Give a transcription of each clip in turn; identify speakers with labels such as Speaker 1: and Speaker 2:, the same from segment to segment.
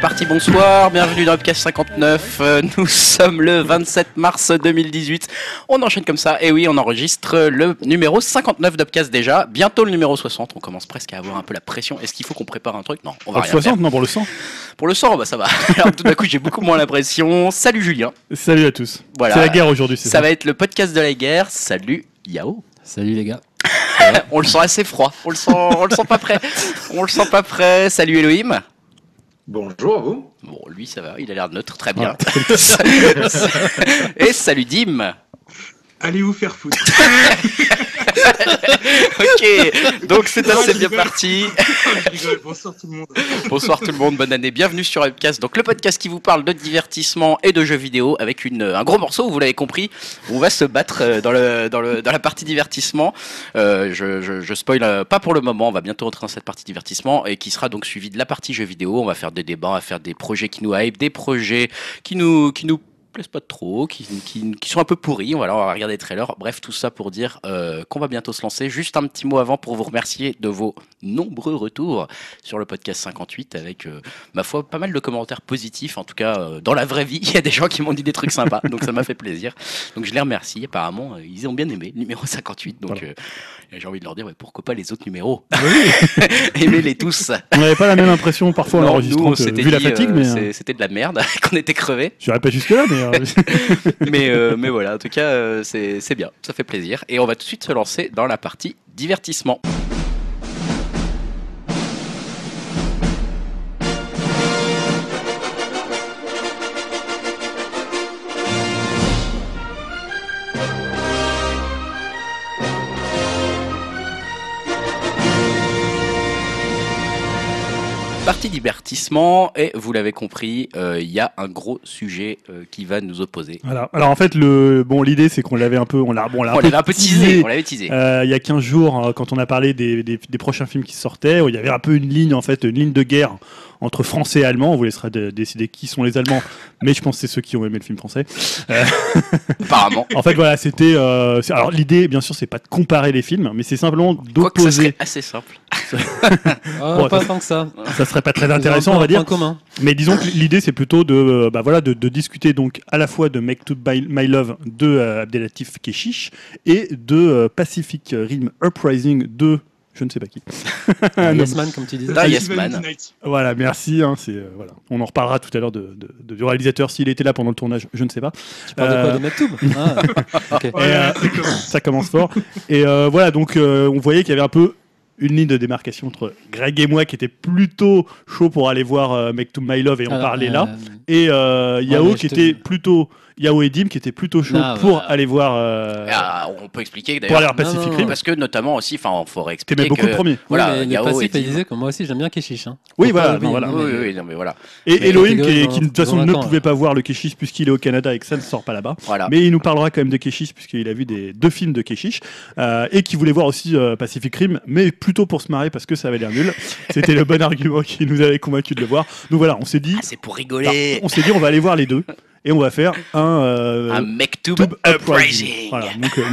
Speaker 1: parti, bonsoir, bienvenue dans Upcast 59. Euh, Nous sommes le 27 mars 2018. On enchaîne comme ça, et oui, on enregistre le numéro 59 d'Upcast déjà, bientôt le numéro 60. On commence presque à avoir un peu la pression. Est-ce qu'il faut qu'on prépare un truc Non, on va
Speaker 2: Pour le
Speaker 1: rien faire.
Speaker 2: 60, non, pour le 100.
Speaker 1: Pour le sang, bah, ça va. Alors, tout d'un coup, j'ai beaucoup moins la pression. Salut Julien,
Speaker 2: Salut à tous.
Speaker 1: Voilà.
Speaker 2: C'est la guerre aujourd'hui, c'est
Speaker 1: ça,
Speaker 2: ça.
Speaker 1: va être le podcast de la guerre. Salut Yao.
Speaker 3: Salut les gars.
Speaker 1: On le sent assez froid, on le sent, on le sent pas prêt. On le sent pas prêt. Salut Elohim.
Speaker 4: Bonjour à vous.
Speaker 1: Bon, lui, ça va, il a l'air neutre, très bien. Et salut Dim.
Speaker 4: Allez vous faire foutre.
Speaker 1: Ok, donc c'est
Speaker 4: Non,
Speaker 1: assez
Speaker 4: je
Speaker 1: bien
Speaker 4: rigole.
Speaker 1: parti.
Speaker 4: Je rigole, bonsoir tout le monde.
Speaker 1: Bonsoir tout le monde, bonne année, bienvenue sur Upcast. Donc le podcast qui vous parle de divertissement et de jeux vidéo avec une, un gros morceau, vous l'avez compris, on va se battre euh, dans, le, dans, le, dans la partie divertissement. Euh, je, je, je spoil euh, pas pour le moment, on va bientôt rentrer dans cette partie divertissement et qui sera donc suivie de la partie jeux vidéo. On va faire des débats, on va faire des projets qui nous hype, des projets qui nous... Qui nous plaisent pas trop, qui, qui, qui sont un peu pourris, voilà, on va regarder les trailers, bref tout ça pour dire euh, qu'on va bientôt se lancer. Juste un petit mot avant pour vous remercier de vos nombreux retours sur le podcast 58 avec, euh, ma foi, pas mal de commentaires positifs. En tout cas, euh, dans la vraie vie, il y a des gens qui m'ont dit des trucs sympas, donc ça m'a fait plaisir. Donc je les remercie. Apparemment, euh, ils ont bien aimé le numéro 58. Donc euh, j'ai envie de leur dire, ouais, pourquoi pas les autres numéros Aimez-les tous.
Speaker 2: On n'avait pas la même impression parfois en
Speaker 1: Non, nous,
Speaker 2: enregistrant,
Speaker 1: on
Speaker 2: que-
Speaker 1: s'était
Speaker 2: vu la
Speaker 1: dit, euh,
Speaker 2: fatigue, mais euh,
Speaker 1: c'est- c'était de la merde, qu'on était crevés.
Speaker 2: je n'irai pas jusque-là, mais euh,
Speaker 1: Mais, euh, mais voilà, en tout cas, euh, c'est c'est bien, ça fait plaisir. Et on va tout de suite se lancer dans la partie divertissement. Partie divertissement, et vous l'avez compris, euh, il y a un gros sujet euh, qui va nous opposer.
Speaker 2: voilà. Alors en fait, le bon, l'idée, c'est qu'on l'avait un peu, on l'a, bon, on l'a
Speaker 1: On l'avait un peu teasé,
Speaker 2: teasé.
Speaker 1: on l'avait teasé.
Speaker 2: Euh, il y a 15 jours, hein, quand on a parlé des, des- des prochains films qui sortaient, il y avait un peu une ligne, en fait, une ligne de guerre entre Français et Allemands. On vous laissera de- décider qui sont les Allemands, mais je pense que c'est ceux qui ont aimé le film français.
Speaker 1: Apparemment.
Speaker 2: En fait, voilà, c'était. euh, c'est- alors l'idée, bien sûr, c'est pas de comparer les films, mais c'est simplement
Speaker 1: Quoi que ça
Speaker 2: d'opposer.
Speaker 1: serait assez simple.
Speaker 2: Bon,
Speaker 3: Ah, pas
Speaker 2: attends.
Speaker 3: tant que ça.
Speaker 2: ça serait pas très intéressant, on va dire.
Speaker 3: Point commun.
Speaker 2: Mais disons que l'idée c'est plutôt de, euh, bah voilà, de, de discuter donc à la fois de Make to Buy- My Love de euh, Abdelatif Keshish et de euh, Pacific Rim Uprising de je ne sais pas qui.
Speaker 3: Un
Speaker 2: non.
Speaker 3: yes man, comme tu disais.
Speaker 1: Ah, yes,
Speaker 4: Vive
Speaker 1: man.
Speaker 4: Midnight.
Speaker 2: Voilà, merci. hein, c'est, euh, voilà. On en reparlera tout à l'heure de, de- de- du réalisateur s'il était là pendant le tournage, je ne sais pas.
Speaker 3: Tu parles de quoi
Speaker 2: Euh,
Speaker 3: De Mektoub Ah, ok.
Speaker 2: Et, euh, ça commence fort. Et euh, voilà, donc euh, on voyait qu'il y avait un peu une ligne de démarcation entre Greg et moi qui était plutôt chaud pour aller voir euh, Make to My Love et en
Speaker 3: Alors,
Speaker 2: parler
Speaker 3: euh,
Speaker 2: là. et euh, Yao
Speaker 3: mais je
Speaker 2: qui
Speaker 3: te-
Speaker 2: était plutôt Yao et Dim qui étaient plutôt chauds
Speaker 3: Ah,
Speaker 2: pour
Speaker 3: bah.
Speaker 2: aller voir euh,
Speaker 1: Ah, on peut expliquer
Speaker 2: pour aller
Speaker 1: d'ailleurs.
Speaker 2: voir Pacific
Speaker 3: non,
Speaker 2: Rim
Speaker 1: Parce que notamment aussi, enfin, on faudrait expliquer.
Speaker 2: t'aimais beaucoup
Speaker 1: que...
Speaker 2: le premier
Speaker 1: Voilà,
Speaker 3: oui, mais, mais
Speaker 1: Yao
Speaker 3: Passif,
Speaker 1: et
Speaker 3: il
Speaker 1: Dim.
Speaker 3: disait que moi aussi j'aime bien Keshish. Hein.
Speaker 2: Oui,
Speaker 3: Faut
Speaker 2: voilà,
Speaker 3: pas l'oublier,
Speaker 2: non, voilà.
Speaker 3: hein,
Speaker 1: Oui,
Speaker 3: mais-
Speaker 1: oui, oui, non, mais voilà.
Speaker 2: et
Speaker 1: mais
Speaker 2: Elohim qui,
Speaker 3: Kegan,
Speaker 2: est-
Speaker 3: hein,
Speaker 2: qui, de toute
Speaker 3: toujours
Speaker 2: façon ne
Speaker 3: d'accord,
Speaker 2: pouvait
Speaker 3: hein.
Speaker 2: pas voir le Keshish puisqu'il est au Canada et que ça ne sort pas là-bas
Speaker 1: voilà.
Speaker 2: mais il nous parlera quand même de Keshish puisqu'il a vu des deux films de Keshish euh, et qui voulait voir aussi euh, Pacific Rim mais plutôt pour se marrer parce que ça avait l'air nul c'était le bon argument qui nous avait convaincu de le voir donc voilà on s'est dit
Speaker 1: Ah, c'est pour
Speaker 2: alors,
Speaker 1: rigoler.
Speaker 2: on s'est dit on va aller voir les deux et on va faire un, euh,
Speaker 1: Un mec tube
Speaker 2: Tube
Speaker 1: uprising.
Speaker 2: Voilà, donc euh,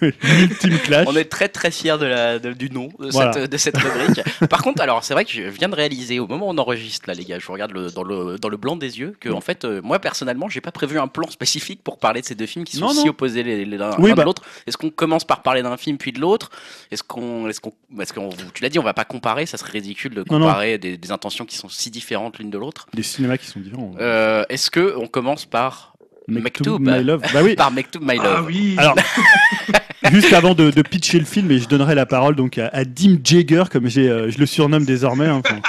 Speaker 2: le l'ultime clash.
Speaker 1: On est très très fiers de la, de- du nom de,
Speaker 2: Voilà.
Speaker 1: cette, de cette rubrique. Par contre, alors c'est vrai que je viens de réaliser au moment où on enregistre là, les gars, je vous regarde le- dans, le, dans le blanc des yeux que en fait, euh, moi personnellement, j'ai pas prévu un plan spécifique pour parler de ces deux films qui sont
Speaker 2: Non,
Speaker 1: si
Speaker 2: non.
Speaker 1: opposés les- les- l'un
Speaker 2: Oui,
Speaker 1: l'un
Speaker 2: bah.
Speaker 1: de l'autre. Est-ce qu'on commence par parler d'un film puis de l'autre Est-ce qu'on, est-ce qu'on, est-ce qu'on, tu l'as dit, on va pas comparer, ça serait ridicule de
Speaker 2: Non, non.
Speaker 1: comparer Des, des intentions qui sont si différentes l'une de l'autre.
Speaker 2: Des cinémas qui sont différents.
Speaker 1: Euh, est-ce que on commence par
Speaker 2: Make
Speaker 1: Mektoub.
Speaker 2: to My Love. Bah oui.
Speaker 1: par Mektoub My Love
Speaker 4: Ah oui.
Speaker 2: Alors, juste avant de, de pitcher le film, et je donnerai la parole donc à, à Dim Jagger, comme j'ai, euh, je le surnomme désormais. hein, enfin.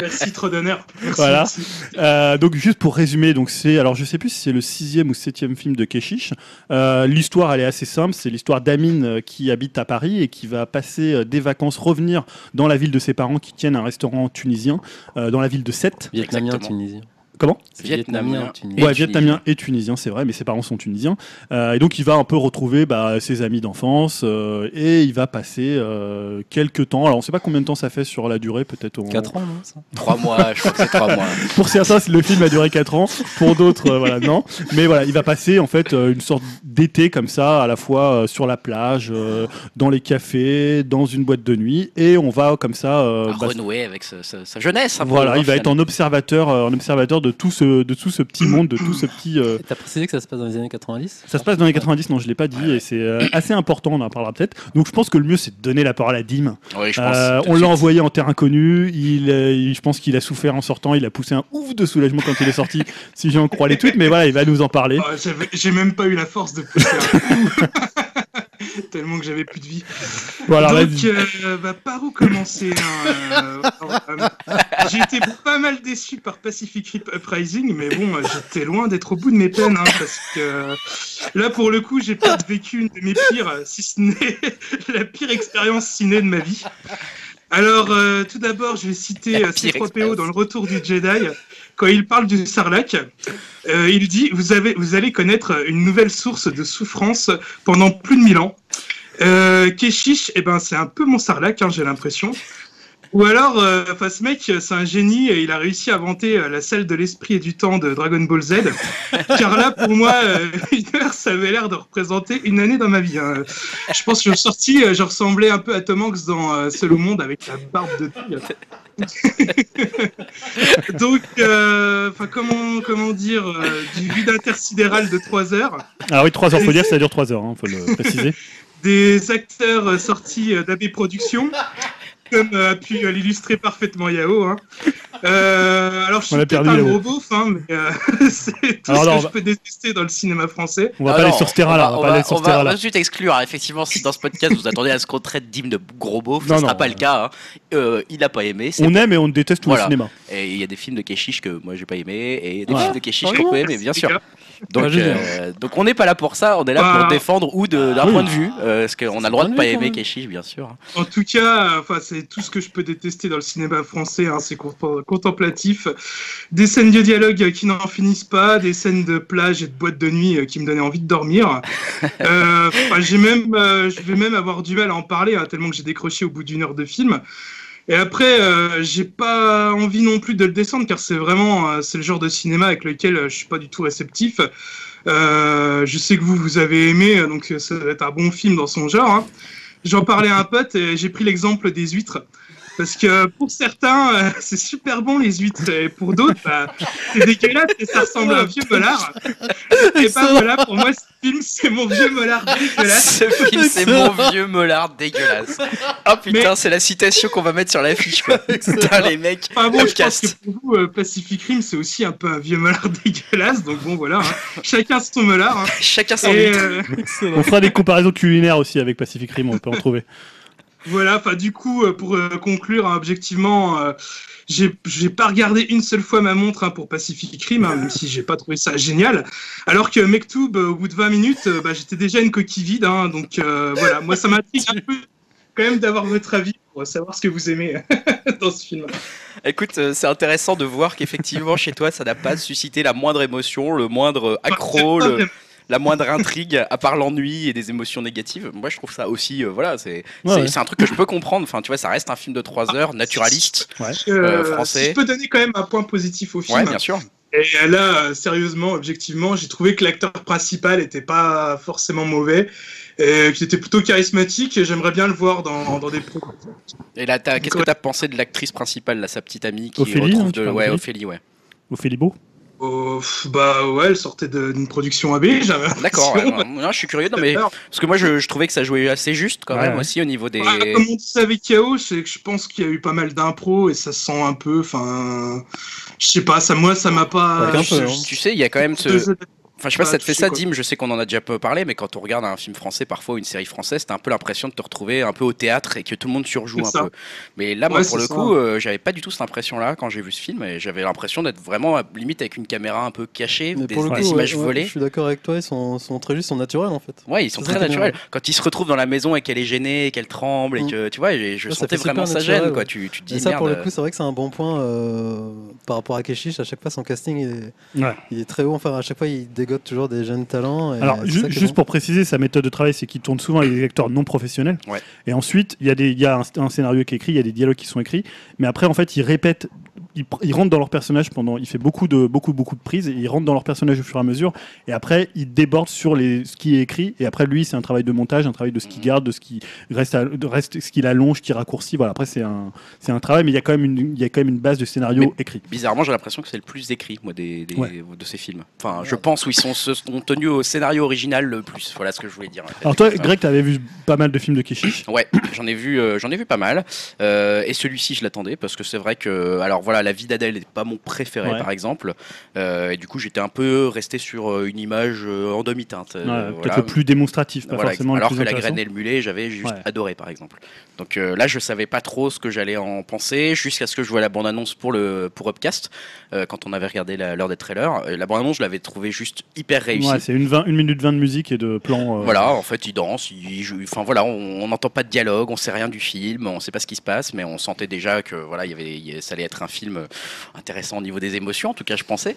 Speaker 4: Merci trop d'honneur. Merci,
Speaker 2: Voilà.
Speaker 4: merci.
Speaker 2: Euh, donc juste pour résumer, donc c'est, alors je sais plus si c'est le sixième ou septième film de Keshish. Euh, l'histoire elle est assez simple, c'est l'histoire d'Amine euh, qui habite à Paris et qui va passer euh, des vacances, revenir dans la ville de ses parents qui tiennent un restaurant tunisien, euh, dans la ville de Sète.
Speaker 3: Vietnamien,
Speaker 1: Exactement.
Speaker 3: tunisien.
Speaker 2: Comment
Speaker 3: C'est
Speaker 1: Vietnamien.
Speaker 3: tunisien.
Speaker 1: Et
Speaker 2: Ouais,
Speaker 1: tunisien.
Speaker 2: vietnamien et tunisien, c'est vrai, mais ses parents sont tunisiens. Euh, et donc, il va un peu retrouver bah, ses amis d'enfance euh, et il va passer euh, quelques temps. Alors, on ne sait pas combien de temps ça fait sur la durée, peut-être. on-
Speaker 3: 4 ans, non ça
Speaker 1: Trois mois, je crois que c'est trois mois.
Speaker 2: Pour certains, le film a duré 4 ans. Pour d'autres, euh, voilà, non. Mais voilà, il va passer en fait euh, une sorte d'été comme ça, à la fois euh, sur la plage, euh, dans les cafés, dans une boîte de nuit, et on va euh, comme ça. euh,
Speaker 1: À
Speaker 2: bah,
Speaker 1: renouer avec ce- ce- sa jeunesse. un peu, hein,
Speaker 2: voilà,
Speaker 1: au
Speaker 2: il va être
Speaker 1: final.
Speaker 2: en observateur, euh, en observateur de tout ce, de tout ce petit monde, de tout ce petit. euh,
Speaker 3: T'as précisé que ça se passe dans les années 90
Speaker 2: Ça se passe dans les 90, non, je l'ai pas dit, et c'est euh, assez important, on en parlera peut-être. Donc je pense que le mieux, c'est de donner la parole à Dim.
Speaker 1: Oui, je pense.
Speaker 2: Euh,
Speaker 1: tout
Speaker 2: on
Speaker 1: de
Speaker 2: l'a
Speaker 1: suite.
Speaker 2: envoyé en terre inconnue, il, euh, il- je pense qu'il a souffert en sortant, il a poussé un ouf de soulagement quand il est sorti, si j'en crois les tweets, mais voilà, il va nous en parler.
Speaker 4: Ah, j'avais- J'ai même pas eu la force de pousser un coup. Tellement que j'avais plus de vie.
Speaker 2: Voilà,
Speaker 4: Donc,
Speaker 2: vas-y.
Speaker 4: euh, bah, par où commencer hein, euh, euh, J'ai été pas mal déçu par Pacific Rip Uprising, mais bon, euh, j'étais loin d'être au bout de mes peines, hein, parce que là, pour le coup, j'ai peut-être vécu une de mes pires, euh, si ce n'est la pire expérience ciné de ma vie. Alors, euh, tout d'abord, je vais citer
Speaker 1: La
Speaker 4: euh,
Speaker 1: pire
Speaker 4: C3PO
Speaker 1: expérience.
Speaker 4: dans Le Retour du Jedi. Quand il parle du sarlac, euh, il dit vous, avez, vous allez connaître une nouvelle source de souffrance pendant plus de 1000 ans. Euh, Keshish, eh ben, c'est un peu mon sarlac, hein, j'ai l'impression. Ou alors, euh, enfin, ce mec, euh, c'est un génie et il a réussi à inventer euh, la salle de l'esprit et du temps de Dragon Ball Z. Car là, pour moi, euh, une heure, ça avait l'air de représenter une année dans ma vie. hein. Je pense que je suis sorti, euh, je ressemblais un peu à Tom Hanks dans euh, Seul au monde avec la barbe de tigre. Donc, euh, enfin, comment, comment dire, euh, du vide intersidéral de 3 heures.
Speaker 2: Alors oui, 3 heures, faut dire, ça dure 3 heures, hein, faut le préciser.
Speaker 4: des acteurs euh, sortis euh, d'AB Productions, comme euh, a pu euh, l'illustrer parfaitement Yao. hein. Euh, alors, je suis
Speaker 2: On a
Speaker 4: peut-être
Speaker 2: perdu
Speaker 4: un
Speaker 2: Yao.
Speaker 4: gros beauf, hein, mais euh, c'est tout
Speaker 2: Alors,
Speaker 4: ce
Speaker 2: non, on
Speaker 4: que je
Speaker 2: va-
Speaker 4: peux détester dans le cinéma français.
Speaker 2: On va
Speaker 1: Ah
Speaker 2: pas
Speaker 1: non,
Speaker 2: aller sur ce terrain-là, on, va pas aller sur
Speaker 1: on
Speaker 2: ce
Speaker 1: va- on va
Speaker 2: terrain-là.
Speaker 1: tout de suite exclure. hein. Effectivement, si dans ce podcast vous attendez à ce qu'on traite d'hymne de gros beauf, ce
Speaker 2: Non,
Speaker 1: ne sera
Speaker 2: non,
Speaker 1: pas
Speaker 2: euh,
Speaker 1: le cas. hein. Euh, il n'a pas aimé. c'est-
Speaker 2: On aime et on déteste tout
Speaker 1: Voilà.
Speaker 2: le cinéma.
Speaker 1: Et il y a des films de Keshish que moi j'ai pas aimé et des
Speaker 3: Ouais.
Speaker 1: films de Keshish
Speaker 2: Ah
Speaker 1: qu'on
Speaker 2: oui,
Speaker 1: peut aimer, bien
Speaker 4: les
Speaker 1: sûr.
Speaker 4: gars.
Speaker 1: Donc,
Speaker 3: Ah, génial.
Speaker 1: euh, donc on n'est pas là pour ça, on est là pour
Speaker 4: Bah,
Speaker 1: défendre ou de- d'un
Speaker 2: oui. hein.
Speaker 1: point de vue. euh, parce qu'on a
Speaker 3: C'est
Speaker 1: le droit
Speaker 3: un
Speaker 1: de pas
Speaker 3: point de vue,
Speaker 1: aimer
Speaker 3: quand même.
Speaker 1: Keshish, bien sûr. hein.
Speaker 4: En tout cas, euh, enfin, c'est tout ce que je peux détester dans le cinéma français. hein, c'est contem- contemplatif. Des scènes de dialogue euh, qui n'en finissent pas, des scènes de plage et de boîte de nuit euh, qui me donnaient envie de dormir. Euh, enfin, j'ai même, euh, je vais même avoir du mal à en parler, hein, tellement que j'ai décroché au bout d'une heure de film. Et après, euh, j'ai pas envie non plus de le descendre, car c'est vraiment euh, c'est le genre de cinéma avec lequel euh, je suis pas du tout réceptif. Euh, je sais que vous, vous avez aimé, euh, donc euh, ça va être un bon film dans son genre. hein. J'en parlais à un pote et j'ai pris l'exemple des huîtres. Parce que pour certains, euh, c'est super bon les huîtres, et pour d'autres, bah, c'est dégueulasse et ça ressemble à un vieux molar. Et pas voilà, pour moi, ce film, c'est mon vieux molar dégueulasse.
Speaker 1: Ce film, c'est mon vieux molard dégueulasse. Ah putain, c'est la citation qu'on va mettre sur l'affiche. quoi. Putain, les mecs.
Speaker 4: Enfin Ah bon, je pense
Speaker 1: Podcast.
Speaker 4: que pour vous, euh, Pacific Rim, c'est aussi un peu un vieux molar dégueulasse, donc bon, voilà, hein. chacun son molar. hein.
Speaker 1: Chacun son
Speaker 4: Et,
Speaker 1: huître.
Speaker 4: euh,
Speaker 2: On fera des comparaisons culinaires aussi avec Pacific Rim, on peut en trouver.
Speaker 4: Voilà, enfin du coup, euh, pour euh, conclure, hein, objectivement, euh, j'ai j'ai pas regardé une seule fois ma montre hein, pour Pacific Rim, hein, même si j'ai pas trouvé ça génial. Alors que Mektoub, euh, au bout de 20 minutes, euh, bah, j'étais déjà une coquille vide, hein, donc euh, voilà, moi ça m'intrigue un peu quand même d'avoir votre avis pour savoir ce que vous aimez dans ce film.
Speaker 1: Écoute, euh, c'est intéressant de voir qu'effectivement chez toi, ça n'a pas suscité la moindre émotion, le moindre accro,
Speaker 4: Enfin, c'est pas
Speaker 1: Oh, le- la moindre intrigue, à part l'ennui et des émotions négatives. Moi, je trouve ça aussi, euh, voilà, c'est
Speaker 2: Ouais,
Speaker 1: c'est-
Speaker 2: ouais.
Speaker 1: c'est un truc que je peux comprendre. Enfin, tu vois, ça reste un film de 3 heures, naturaliste.
Speaker 4: Euh,
Speaker 1: Euh, français.
Speaker 4: si je peux donner quand même un point positif au film.
Speaker 1: Ouais, bien sûr.
Speaker 4: Et là, euh, sérieusement, objectivement, j'ai trouvé que l'acteur principal n'était pas forcément mauvais, et qu'il était plutôt charismatique, et j'aimerais bien le voir dans, dans des pros.
Speaker 1: Et là, t'as- qu'est-ce que t'as pensé de l'actrice principale, là, sa petite amie qui
Speaker 2: Ophélie,
Speaker 1: retrouve
Speaker 2: hein, tu
Speaker 1: de...
Speaker 2: parles
Speaker 1: Ouais, Ophélie,
Speaker 2: d'Ophélie
Speaker 1: ouais.
Speaker 2: Ophélie Beau
Speaker 4: Oh, pff, bah ouais, elle sortait de- d'une production AB, j'avais
Speaker 1: D'accord, ouais,
Speaker 4: l'impression.
Speaker 1: ouais. Non, je suis curieux, non, mais...
Speaker 4: Alors,
Speaker 1: parce que moi, je, je trouvais que ça jouait assez juste quand
Speaker 2: Ouais,
Speaker 1: même
Speaker 2: ouais.
Speaker 1: aussi au niveau des.
Speaker 4: bah, comme on disait avec Yao, c'est que je pense qu'il y a eu pas mal d'impro et ça sent un peu, enfin, je sais pas, ça moi ça m'a pas.
Speaker 3: Ouais, un peu,
Speaker 4: je-
Speaker 3: hein.
Speaker 4: je-
Speaker 1: Tu sais, il y a quand même ce.
Speaker 4: deux
Speaker 1: Enfin, je sais pas si ça
Speaker 4: Ah,
Speaker 1: te fait
Speaker 4: touché,
Speaker 1: ça,
Speaker 4: quoi.
Speaker 1: Dim. Je sais qu'on en a déjà peu parlé, mais quand on regarde un film français, parfois ou une série française, t'as un peu l'impression de te retrouver un peu au théâtre et que tout le monde surjoue
Speaker 4: C'est
Speaker 1: un
Speaker 4: ça.
Speaker 1: peu. Mais là, moi,
Speaker 4: Ouais,
Speaker 1: pour
Speaker 4: c'est
Speaker 1: le
Speaker 4: ça.
Speaker 1: coup, euh, j'avais pas du tout cette impression-là quand j'ai vu ce film. Et j'avais l'impression d'être vraiment à- limite avec une caméra un peu cachée,
Speaker 3: Mais
Speaker 1: des,
Speaker 3: pour le
Speaker 1: des
Speaker 3: coup,
Speaker 1: images
Speaker 3: ouais, ouais,
Speaker 1: volées.
Speaker 3: je suis d'accord avec toi, ils sont, sont très justes, sont naturels en fait.
Speaker 1: Ouais, ils sont
Speaker 3: C'est
Speaker 1: très
Speaker 3: ça qui est bien.
Speaker 1: naturels. Quand ils se retrouvent dans la maison et qu'elle est gênée, et qu'elle tremble, et
Speaker 3: Mm.
Speaker 1: que tu vois, je, je
Speaker 3: Ouais, ça
Speaker 1: sentais
Speaker 3: fait super
Speaker 1: vraiment sa
Speaker 3: naturel,
Speaker 1: gêne, quoi.
Speaker 3: ouais.
Speaker 1: Tu, tu te dis,
Speaker 3: Et ça, pour le
Speaker 1: merde,
Speaker 3: coup, c'est vrai que c'est un bon point euh, par rapport à Keshish. À chaque fois, son casting il est,
Speaker 2: Ouais.
Speaker 3: il est très haut. Enfin, à chaque fois, il dégote toujours des jeunes talents.
Speaker 1: Euh,
Speaker 3: et
Speaker 2: Alors,
Speaker 3: c'est
Speaker 2: ju-
Speaker 3: ça qui est
Speaker 2: juste
Speaker 3: bon.
Speaker 2: pour préciser, sa méthode de travail, c'est qu'il tourne souvent avec des acteurs non professionnels.
Speaker 1: Ouais.
Speaker 2: Et ensuite, il y a, des, il y a un, un scénario qui est écrit, il y a des dialogues qui sont écrits. Mais après, en fait, ils répètent, ils, pr- ils rentrent dans leur personnage pendant. Il fait beaucoup de, beaucoup, beaucoup de prises, et ils rentrent dans leur personnage au fur et à mesure. Et après, il déborde sur les, ce qui est écrit. Et après, lui, c'est un travail de montage, un travail de ce qu'il
Speaker 1: Mhm.
Speaker 2: garde, de ce qui reste, à- de reste ce qu'il allonge, qui raccourcit. Voilà, après, c'est un, c'est un travail, mais il y, a quand même une, il y a quand même une base de scénario
Speaker 1: Mais-
Speaker 2: écrit.
Speaker 1: Bizarrement, j'ai l'impression que c'est le plus écrit, moi, des, des-
Speaker 2: Ouais.
Speaker 1: de ces films. Enfin, je pense où ils sont, se sont tenus au scénario original le plus. Voilà ce que je voulais dire. en fait.
Speaker 2: Alors, toi,
Speaker 1: Ouais.
Speaker 2: Greg, tu avais vu pas mal de films de Keshish.
Speaker 1: Ouais, j'en ai vu, euh, j'en ai vu pas mal. Euh, et celui-ci, je l'attendais parce que c'est vrai que, alors voilà, la vie d'Adèle n'est pas mon préféré,
Speaker 2: Ouais.
Speaker 1: par exemple. Euh, et du coup, j'étais un peu resté sur euh, une image euh, en demi-teinte. Euh,
Speaker 2: Ouais,
Speaker 1: voilà.
Speaker 2: Peut-être le plus démonstratif, pas
Speaker 1: Voilà,
Speaker 2: forcément le
Speaker 1: alors
Speaker 2: plus
Speaker 1: que la
Speaker 2: intéressant.
Speaker 1: graine et le mulet, j'avais juste
Speaker 2: Ouais.
Speaker 1: adoré, par exemple. Donc euh, là, je savais pas trop ce que j'allais en penser jusqu'à ce que je vois la bande-annonce pour le pour Upcast euh, quand on avait regardé la- l'heure des trailers. Euh, La bande-annonce, je l'avais trouvé juste hyper réussie.
Speaker 2: Ouais, c'est une, 20 une minute 20 de musique et de plans. euh,
Speaker 1: Voilà, en fait, il danse, il joue. Enfin voilà, on on n'entend pas de dialogue, on sait rien du film, on sait pas ce qui se passe, mais on sentait déjà que voilà, il y avait, il y- ça allait être un film euh, intéressant au niveau des émotions, en tout cas, je pensais.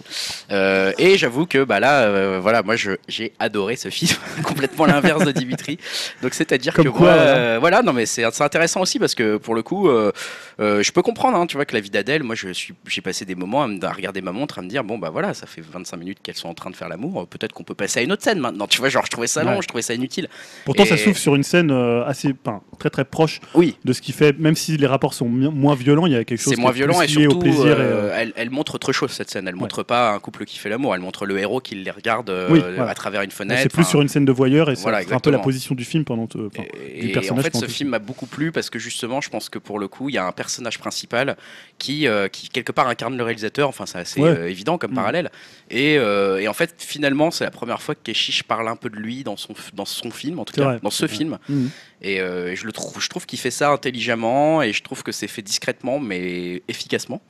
Speaker 1: Euh, et j'avoue que bah là, euh, voilà, moi, je- j'ai adoré ce film, complètement l'inverse de Dimitri. Donc c'est-à-dire que
Speaker 2: Comme quoi, hein.
Speaker 1: moi,
Speaker 2: voilà.
Speaker 1: euh, voilà, non mais c'est c'est intéressant aussi parce que pour le coup, euh, euh, je peux comprendre, hein, tu vois, que la vie d'Adèle, moi, je suis, j'ai passé des moments à, me- à regarder ma montre, à me dire, bon, bah voilà, ça fait 25 minutes qu'elles sont en train de faire l'amour, euh, peut-être qu'on peut passer à une autre scène maintenant, tu vois, genre, je trouvais ça long,
Speaker 2: Ouais.
Speaker 1: je trouvais ça inutile.
Speaker 2: Pourtant, ça
Speaker 1: Et-
Speaker 2: s'ouvre sur une scène euh, assez, enfin, très très proche
Speaker 1: Oui.
Speaker 2: de ce qui fait, même si les rapports sont mi- moins violents, il y a quelque chose
Speaker 1: C'est
Speaker 2: qui
Speaker 1: moins
Speaker 2: est
Speaker 1: violent
Speaker 2: plus
Speaker 1: et
Speaker 2: lié
Speaker 1: surtout,
Speaker 2: au plaisir. et,
Speaker 1: euh,
Speaker 2: euh,
Speaker 1: elle, elle montre autre chose cette scène. Elle montre pas un couple qui fait l'amour. Elle montre le héros qui les regarde euh,
Speaker 2: Oui, voilà.
Speaker 1: à travers une
Speaker 2: donc
Speaker 1: fenêtre.
Speaker 2: c'est plus
Speaker 1: Enfin,
Speaker 2: sur une scène de voyeur et c'est
Speaker 1: voilà,
Speaker 2: un peu la
Speaker 1: exactement.
Speaker 2: position du film pendant. euh, enfin, du
Speaker 1: Et, et en
Speaker 2: personnage
Speaker 1: fait, ce
Speaker 2: pendant tout
Speaker 1: film m'a beaucoup plu parce que justement, je pense que pour le coup, il y a un personnage principal qui, euh, qui quelque part incarne le réalisateur. Enfin, c'est assez
Speaker 2: Ouais.
Speaker 1: euh, évident comme
Speaker 2: Mm.
Speaker 1: parallèle. Et, euh, et en fait, finalement, c'est la première fois que Keshish parle un peu de lui dans son, dans son film, en tout
Speaker 2: C'est
Speaker 1: cas,
Speaker 2: vrai.
Speaker 1: dans ce
Speaker 2: Ouais.
Speaker 1: film.
Speaker 2: Mhm.
Speaker 1: Et, euh, et je le trouve, je trouve qu'il fait ça intelligemment et je trouve que c'est fait discrètement mais efficacement.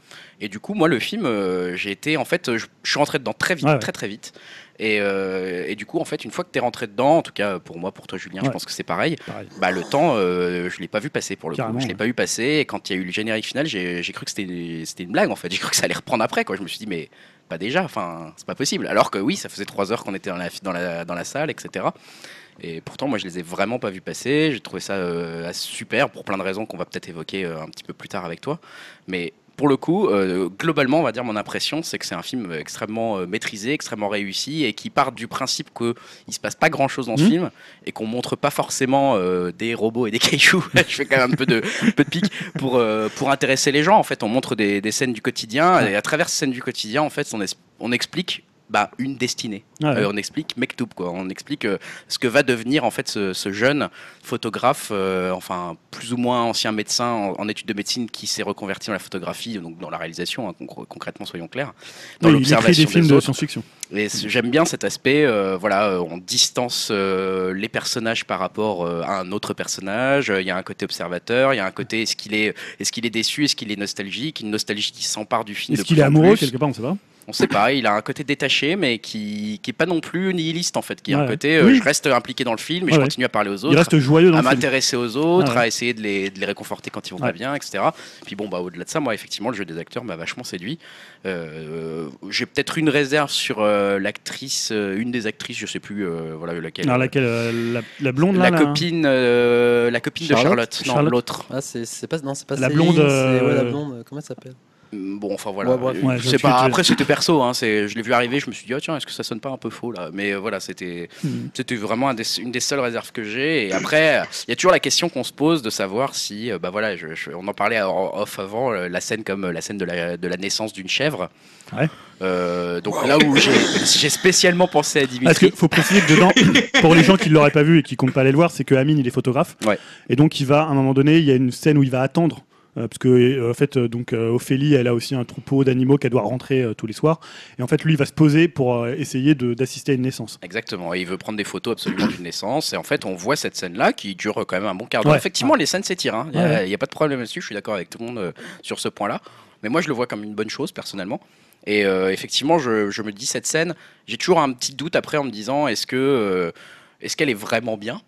Speaker 1: Et du coup, moi, le film, euh, j'ai été en fait, je, je suis rentré dedans très vite,
Speaker 2: Ouais, ouais.
Speaker 1: très très vite. Et, euh, et du coup, en fait, une fois que t'es rentré dedans, en tout cas pour moi, pour toi, Julien, je
Speaker 2: Ouais.
Speaker 1: pense que c'est pareil.
Speaker 2: Pareil.
Speaker 1: Bah, le temps, euh, je l'ai pas vu passer pour le
Speaker 2: Carrément,
Speaker 1: coup. Je l'ai
Speaker 2: ouais.
Speaker 1: pas vu passer. Et quand il y a eu le générique final, j'ai j'ai cru que c'était c'était une blague en fait. J'ai cru que ça allait reprendre après. Quoi. Je me suis dit, mais pas déjà. Enfin, c'est pas possible. Alors que oui, ça faisait trois heures qu'on était dans la, dans, la, dans la salle, etc. Et pourtant, moi, je les ai vraiment pas vus passer. J'ai trouvé ça euh, super pour plein de raisons qu'on va peut-être évoquer euh, un petit peu plus tard avec toi. Mais pour le coup, euh, globalement, on va dire mon impression, c'est que c'est un film extrêmement euh, maîtrisé, extrêmement réussi et qui part du principe que il se passe pas grand-chose dans ce
Speaker 2: Mhm.
Speaker 1: film et qu'on montre pas forcément euh, des robots et des cailloux. je fais quand même un peu de, un peu de pique pour euh, pour intéresser les gens. En fait, on montre des, des scènes du quotidien et à travers ces scènes du quotidien, en fait, on, es- on explique bah, une destinée.
Speaker 2: Ouais, Ah ouais.
Speaker 1: Euh, on explique Mektoub, quoi. On explique euh, ce que va devenir en fait ce, ce jeune photographe, euh, enfin plus ou moins ancien médecin en, en études de médecine qui s'est reconverti dans la photographie, donc dans la réalisation, hein, concr- concrètement soyons clairs, dans
Speaker 2: Oui, il écrit
Speaker 1: l'observation
Speaker 2: des
Speaker 1: des,
Speaker 2: films de
Speaker 1: autres.
Speaker 2: science-fiction.
Speaker 1: Et c- j'aime bien cet aspect, euh, voilà, euh, on distance euh, les personnages par rapport euh, à un autre personnage. Euh, Il y a un côté observateur, il y a un côté est-ce qu'il est, est-ce qu'il est déçu, est-ce qu'il est nostalgique, une nostalgie qui s'empare du film.
Speaker 2: Est-ce
Speaker 1: de
Speaker 2: qu'il
Speaker 1: plus
Speaker 2: est
Speaker 1: en
Speaker 2: amoureux
Speaker 1: plus.
Speaker 2: quelque part On sait pas.
Speaker 1: On sait pas, il a un côté détaché, mais qui, qui est pas non plus nihiliste en fait, qui a un
Speaker 2: Ouais.
Speaker 1: côté euh,
Speaker 2: Oui.
Speaker 1: je reste impliqué dans le film et je
Speaker 2: Ouais, ouais.
Speaker 1: continue à parler aux
Speaker 2: Il
Speaker 1: autres,
Speaker 2: reste joyeux dans
Speaker 1: à
Speaker 2: le film.
Speaker 1: m'intéresser aux autres,
Speaker 2: Ah ouais.
Speaker 1: à essayer de les, de les réconforter quand ils vont pas
Speaker 2: Ouais.
Speaker 1: bien, etc. Puis bon, bah au-delà de ça, moi effectivement, le jeu des acteurs m'a vachement séduit. Euh, J'ai peut-être une réserve sur euh, l'actrice, euh, une des actrices, je sais plus, euh, voilà laquelle.
Speaker 2: Alors, laquelle, euh, la, la blonde
Speaker 1: la
Speaker 2: là, la-
Speaker 1: copine, euh, la copine de
Speaker 3: Charlotte
Speaker 1: Charlotte, non
Speaker 2: Charlotte.
Speaker 1: l'autre.
Speaker 3: Ah, c'est c'est pas, non, c'est pas
Speaker 2: La
Speaker 3: Céline,
Speaker 2: blonde,
Speaker 3: c'est-
Speaker 2: euh,
Speaker 3: ouais, la blonde, euh, comment elle s'appelle
Speaker 1: Mm, Bon, enfin voilà.
Speaker 3: Ouais, bref.
Speaker 1: Euh,
Speaker 2: Ouais,
Speaker 1: je
Speaker 2: je
Speaker 1: sais
Speaker 2: suis-
Speaker 1: pas.
Speaker 2: je-
Speaker 1: Après, c'était perso. Hein, c'est- je l'ai vu arriver. Je me suis dit, Ah, tiens, est-ce que ça sonne pas un peu faux là Mais euh, voilà, c'était,
Speaker 2: Mhm.
Speaker 1: c'était vraiment un des- une des seules réserves que j'ai. Et après, il y a toujours la question qu'on se pose de savoir si, euh, bah voilà, je- je- on en parlait en off avant, euh, la scène comme euh, la scène de la, de la naissance d'une chèvre.
Speaker 2: Ouais.
Speaker 1: Euh, donc là où j'ai, j'ai spécialement pensé à
Speaker 2: Parce
Speaker 1: Dimitri.
Speaker 2: qu'il faut préciser que dedans, pour les gens qui ne l'auraient pas vu et qui comptent pas aller le voir, c'est que Amine, il est photographe.
Speaker 1: Ouais.
Speaker 2: Et donc, il va, à un moment donné, il y a une scène où il va attendre euh, parce que euh, en fait, euh, donc euh, Ophélie, elle a aussi un troupeau d'animaux qu'elle doit rentrer euh, tous les soirs. Et en fait, lui, il va se poser pour euh, essayer de- d'assister à une naissance.
Speaker 1: Exactement, et il veut prendre des photos absolument d'une naissance. Et en fait, on voit cette scène-là qui dure quand même un bon quart d'heure.
Speaker 2: Ouais.
Speaker 1: Effectivement, les scènes s'étirent. hein. Il n'y a,
Speaker 2: Ouais.
Speaker 1: il y a pas de problème là-dessus. Je suis d'accord avec tout le monde euh, sur ce point-là. Mais moi, je le vois comme une bonne chose personnellement. Et euh, effectivement, je, je me dis cette scène. J'ai toujours un petit doute après en me disant est-ce que euh, est-ce qu'elle est vraiment bien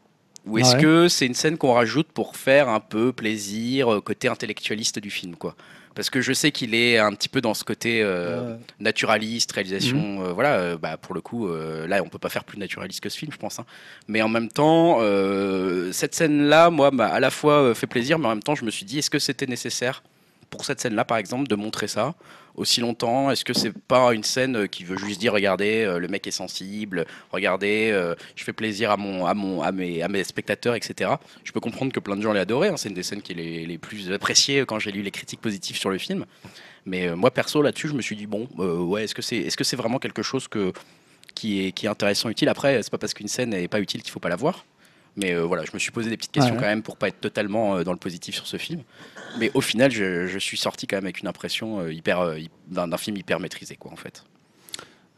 Speaker 1: ou est-ce
Speaker 2: Ouais.
Speaker 1: que c'est une scène qu'on rajoute pour faire un peu plaisir euh, côté intellectualiste du film quoi Parce que je sais qu'il est un petit peu dans ce côté euh,
Speaker 3: Euh,
Speaker 1: naturaliste, réalisation, euh, voilà, euh, bah, pour le coup, euh, là, on peut pas faire plus naturaliste que ce film, je pense. hein. Mais en même temps, euh, cette scène-là, moi, m'a à la fois euh, fait plaisir, mais en même temps, je me suis dit, est-ce que c'était nécessaire pour cette scène-là, par exemple, de montrer ça aussi longtemps Est-ce que c'est pas une scène euh, qui veut juste dire, regardez, euh, le mec est sensible, regardez, euh, je fais plaisir à mon, à mon, à mes, à mes spectateurs, etc. Je peux comprendre que plein de gens l'aient adoré. hein, c'est une des scènes qui est les, les plus appréciées quand j'ai lu les critiques positives sur le film. Mais euh, moi perso là-dessus, je me suis dit bon, euh, ouais, est-ce que c'est est-ce que c'est vraiment quelque chose que qui est qui est intéressant, utile Après, c'est pas parce qu'une scène n'est pas utile qu'il faut pas la voir. Mais euh, voilà, je me suis posé des petites questions
Speaker 2: Ouais.
Speaker 1: quand même pour pas être totalement euh, dans le positif sur ce film. Mais au final, je, je suis sorti quand même avec une impression euh, hyper euh, hy- d'un d'un film hyper maîtrisé quoi en fait.